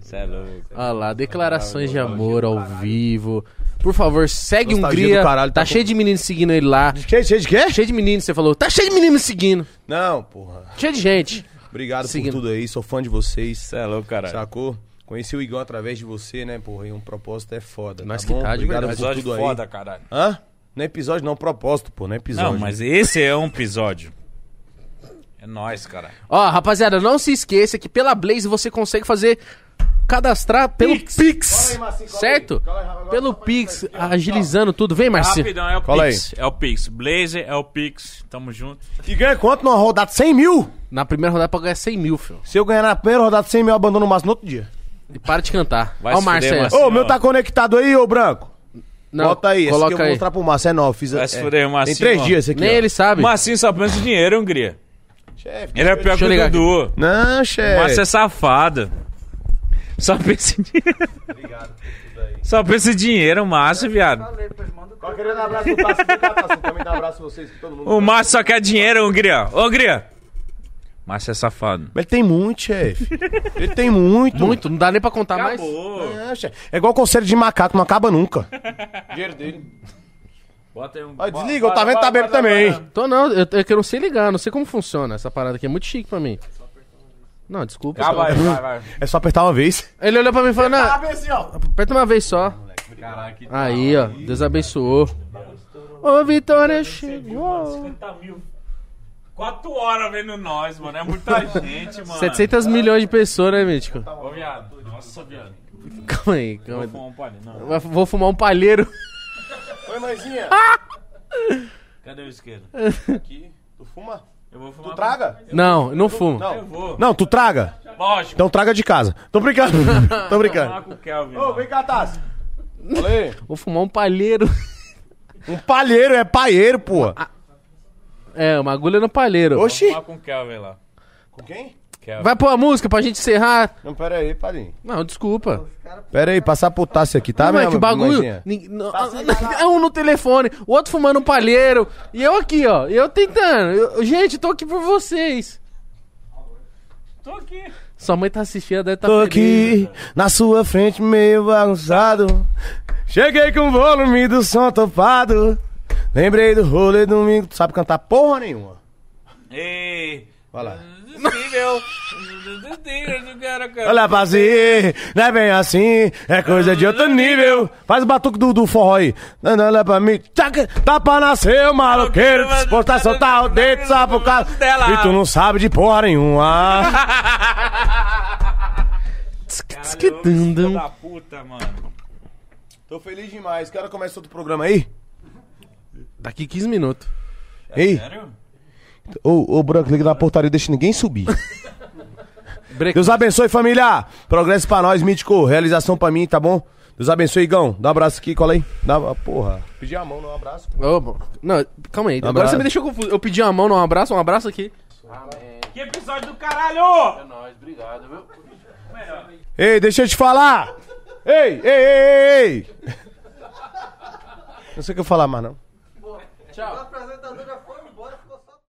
Speaker 5: Cê é louco.
Speaker 7: Olha lá, declarações de amor ao vivo. Por favor, segue
Speaker 3: Nostalgia
Speaker 7: Hungria.
Speaker 3: do caralho, tá
Speaker 7: tá
Speaker 3: com-
Speaker 7: cheio de menino seguindo ele lá.
Speaker 3: Cheio, cheio de quê?
Speaker 7: Cheio de menino, você falou. Tá cheio de menino me seguindo.
Speaker 3: Não, porra.
Speaker 7: Cheio de gente.
Speaker 3: Obrigado
Speaker 7: Seguindo.
Speaker 3: por tudo aí, sou fã de vocês.
Speaker 5: Cê é louco, caralho.
Speaker 3: Sacou? Conheci o Igão através de você, né, porra? E um propósito é foda.
Speaker 7: Nós
Speaker 3: tá
Speaker 7: que
Speaker 3: bom?
Speaker 7: tá, de
Speaker 3: Obrigado
Speaker 7: verdade.
Speaker 3: por
Speaker 5: episódio
Speaker 3: tudo
Speaker 5: foda,
Speaker 3: aí.
Speaker 5: caralho.
Speaker 3: Hã? Não é episódio, não, propósito, pô. Não é episódio.
Speaker 5: Não, mas esse é um episódio. É nóis, cara.
Speaker 7: Ó, rapaziada, não se esqueça que pela Blaze você consegue fazer cadastrar pelo Pix, certo? Pelo Pix, agilizando tudo. Vem, Marcinho.
Speaker 5: Rapidão, é o
Speaker 3: Cola
Speaker 5: Pix. É o Pix. Blazer é o Pix. Tamo junto.
Speaker 3: Que ganha quanto numa rodada? 100 mil?
Speaker 7: Na primeira rodada pra ganhar 100 mil, filho.
Speaker 3: Se eu ganhar na primeira rodada 100 mil, eu abandono o Márcio no outro dia.
Speaker 7: E para de cantar.
Speaker 5: Vai
Speaker 7: Ó, o
Speaker 5: se fuder,
Speaker 7: Márcio aí.
Speaker 5: Márcio.
Speaker 3: Ô,
Speaker 5: Assim,
Speaker 3: o meu
Speaker 5: ó.
Speaker 3: tá conectado aí, ô Branco?
Speaker 7: Não,
Speaker 3: Bota aí, esse aqui eu
Speaker 7: coloca
Speaker 3: vou
Speaker 7: aí.
Speaker 3: mostrar pro Márcio. É novo, fiz
Speaker 5: Vai se fuder, Marcinho,
Speaker 3: Tem três
Speaker 5: ó.
Speaker 3: dias esse aqui.
Speaker 7: Nem
Speaker 3: ó.
Speaker 7: ele sabe.
Speaker 5: Marcinho assim, só pensa em dinheiro, Hungria.
Speaker 3: Chefe,
Speaker 5: Ele é pior que
Speaker 7: eu ligar
Speaker 5: o Dudu.
Speaker 3: Não, chefe.
Speaker 5: Márcio é safado. Só pensa em dinheiro. Só pensa em dinheiro, Márcio, viado.
Speaker 3: Tô querendo um abraço do Tássio do Catássio. Também dá um abraço a vocês, que todo mundo.
Speaker 5: O Márcio só quer dinheiro, Hungria. Ô, Hungria. Márcio é safado.
Speaker 3: Mas ele tem muito, chefe. Ele tem muito.
Speaker 7: Muito, não dá nem pra contar mais.
Speaker 3: É, chefe. É igual conselho de macaco, não acaba nunca. Dinheiro dele.
Speaker 5: Bota aí um...
Speaker 3: Ó, desliga, o Tavento tá bêbado também. hein?
Speaker 7: Tô não, eu, é que eu não sei ligar, não sei como funciona essa parada aqui, é muito chique pra mim. Não, desculpa.
Speaker 5: Ah,
Speaker 7: só-
Speaker 5: vai, vai, vai.
Speaker 3: É só apertar uma vez.
Speaker 7: Ele olhou pra mim e falou, não, aperta uma vez só. Aí, ó, Deus abençoou. Ô, Vitória é chegou.
Speaker 5: 50 mil. Quatro horas vendo nós, mano. É muita gente, mano.
Speaker 7: 700 milhões de pessoas, né, Mítico?
Speaker 5: Ô, viado. Nossa, viado.
Speaker 7: Calma aí,
Speaker 5: Vou
Speaker 7: calma aí.
Speaker 5: fumar um palho. Não.
Speaker 7: Vai- Vou fumar um palheiro.
Speaker 3: Oi, mãezinha.
Speaker 5: Cadê o esquerdo?
Speaker 3: Aqui. Tu fuma?
Speaker 5: Eu vou fumar.
Speaker 3: Traga?
Speaker 7: Não, não fumo.
Speaker 5: Eu vou.
Speaker 3: Não, tu traga.
Speaker 5: Lógico.
Speaker 3: Então traga de casa. Tô brincando. Tô
Speaker 5: Fumar
Speaker 3: brincando.
Speaker 5: com o Kelvin.
Speaker 3: cá, Tassi. Falei.
Speaker 7: Vou fumar um palheiro.
Speaker 3: Um palheiro é paieiro, pô.
Speaker 7: É, uma agulha no palheiro.
Speaker 3: Oxi.
Speaker 5: Vamos falar com o Kelvin lá.
Speaker 3: ah, Com quem?
Speaker 5: Kelvin.
Speaker 7: Vai pôr a música pra gente encerrar.
Speaker 3: Não, pera aí, padrinho.
Speaker 7: Não, desculpa.
Speaker 3: Pera aí, passar pro Tassi aqui, tá,
Speaker 7: Não, mas
Speaker 3: minha
Speaker 7: que bagulho.
Speaker 3: mãezinha?
Speaker 7: Nin- não- é um no telefone, o outro fumando um palheiro. E eu aqui, ó. Eu tentando. Eu- gente, tô aqui por vocês.
Speaker 5: Tô aqui.
Speaker 7: Sua mãe tá assistindo, ela deve tá
Speaker 3: Tô
Speaker 7: feliz.
Speaker 3: aqui na sua frente, meio bagunçado. Cheguei com o volume do som topado. Lembrei do rolê domingo. Tu sabe cantar porra nenhuma.
Speaker 5: Ei.
Speaker 3: Vai lá.
Speaker 5: Possível. Dos tigres do cara, cara.
Speaker 3: Olha pra si, não é bem assim, é coisa de outro nível. Faz o batuque do, do forró aí. Não, não, olha pra mim. Tchaca, tá pra nascer o maloqueiro, disposto a soltar o dedo só por causa
Speaker 5: Dela.
Speaker 3: E tu não sabe de porra nenhuma.
Speaker 5: Caralho, filho da puta, mano.
Speaker 3: Tô feliz demais. Que hora começa outro programa aí?
Speaker 7: Daqui 15 minutos.
Speaker 3: Ei,
Speaker 5: Sério?
Speaker 3: ô, ô, Branco, liga na portaria, deixa ninguém subir.
Speaker 7: Break.
Speaker 3: Deus abençoe, família. Progresso pra nós, mítico. Realização pra mim, tá bom? Deus abençoe, Igão. Dá um abraço aqui, cola aí. Dá, porra. Pedi a mão, não um abraço.
Speaker 7: Ô, bom. Não, calma aí. Agora
Speaker 3: Um abraço.
Speaker 7: você me deixou confuso. Eu pedi uma mão, não um abraço, um abraço aqui.
Speaker 5: Que episódio do caralho!
Speaker 3: Ei, deixa eu te falar! Ei, ei, ei, ei, ei! Não sei o que eu falar mais, não.
Speaker 19: O apresentador já foi embora.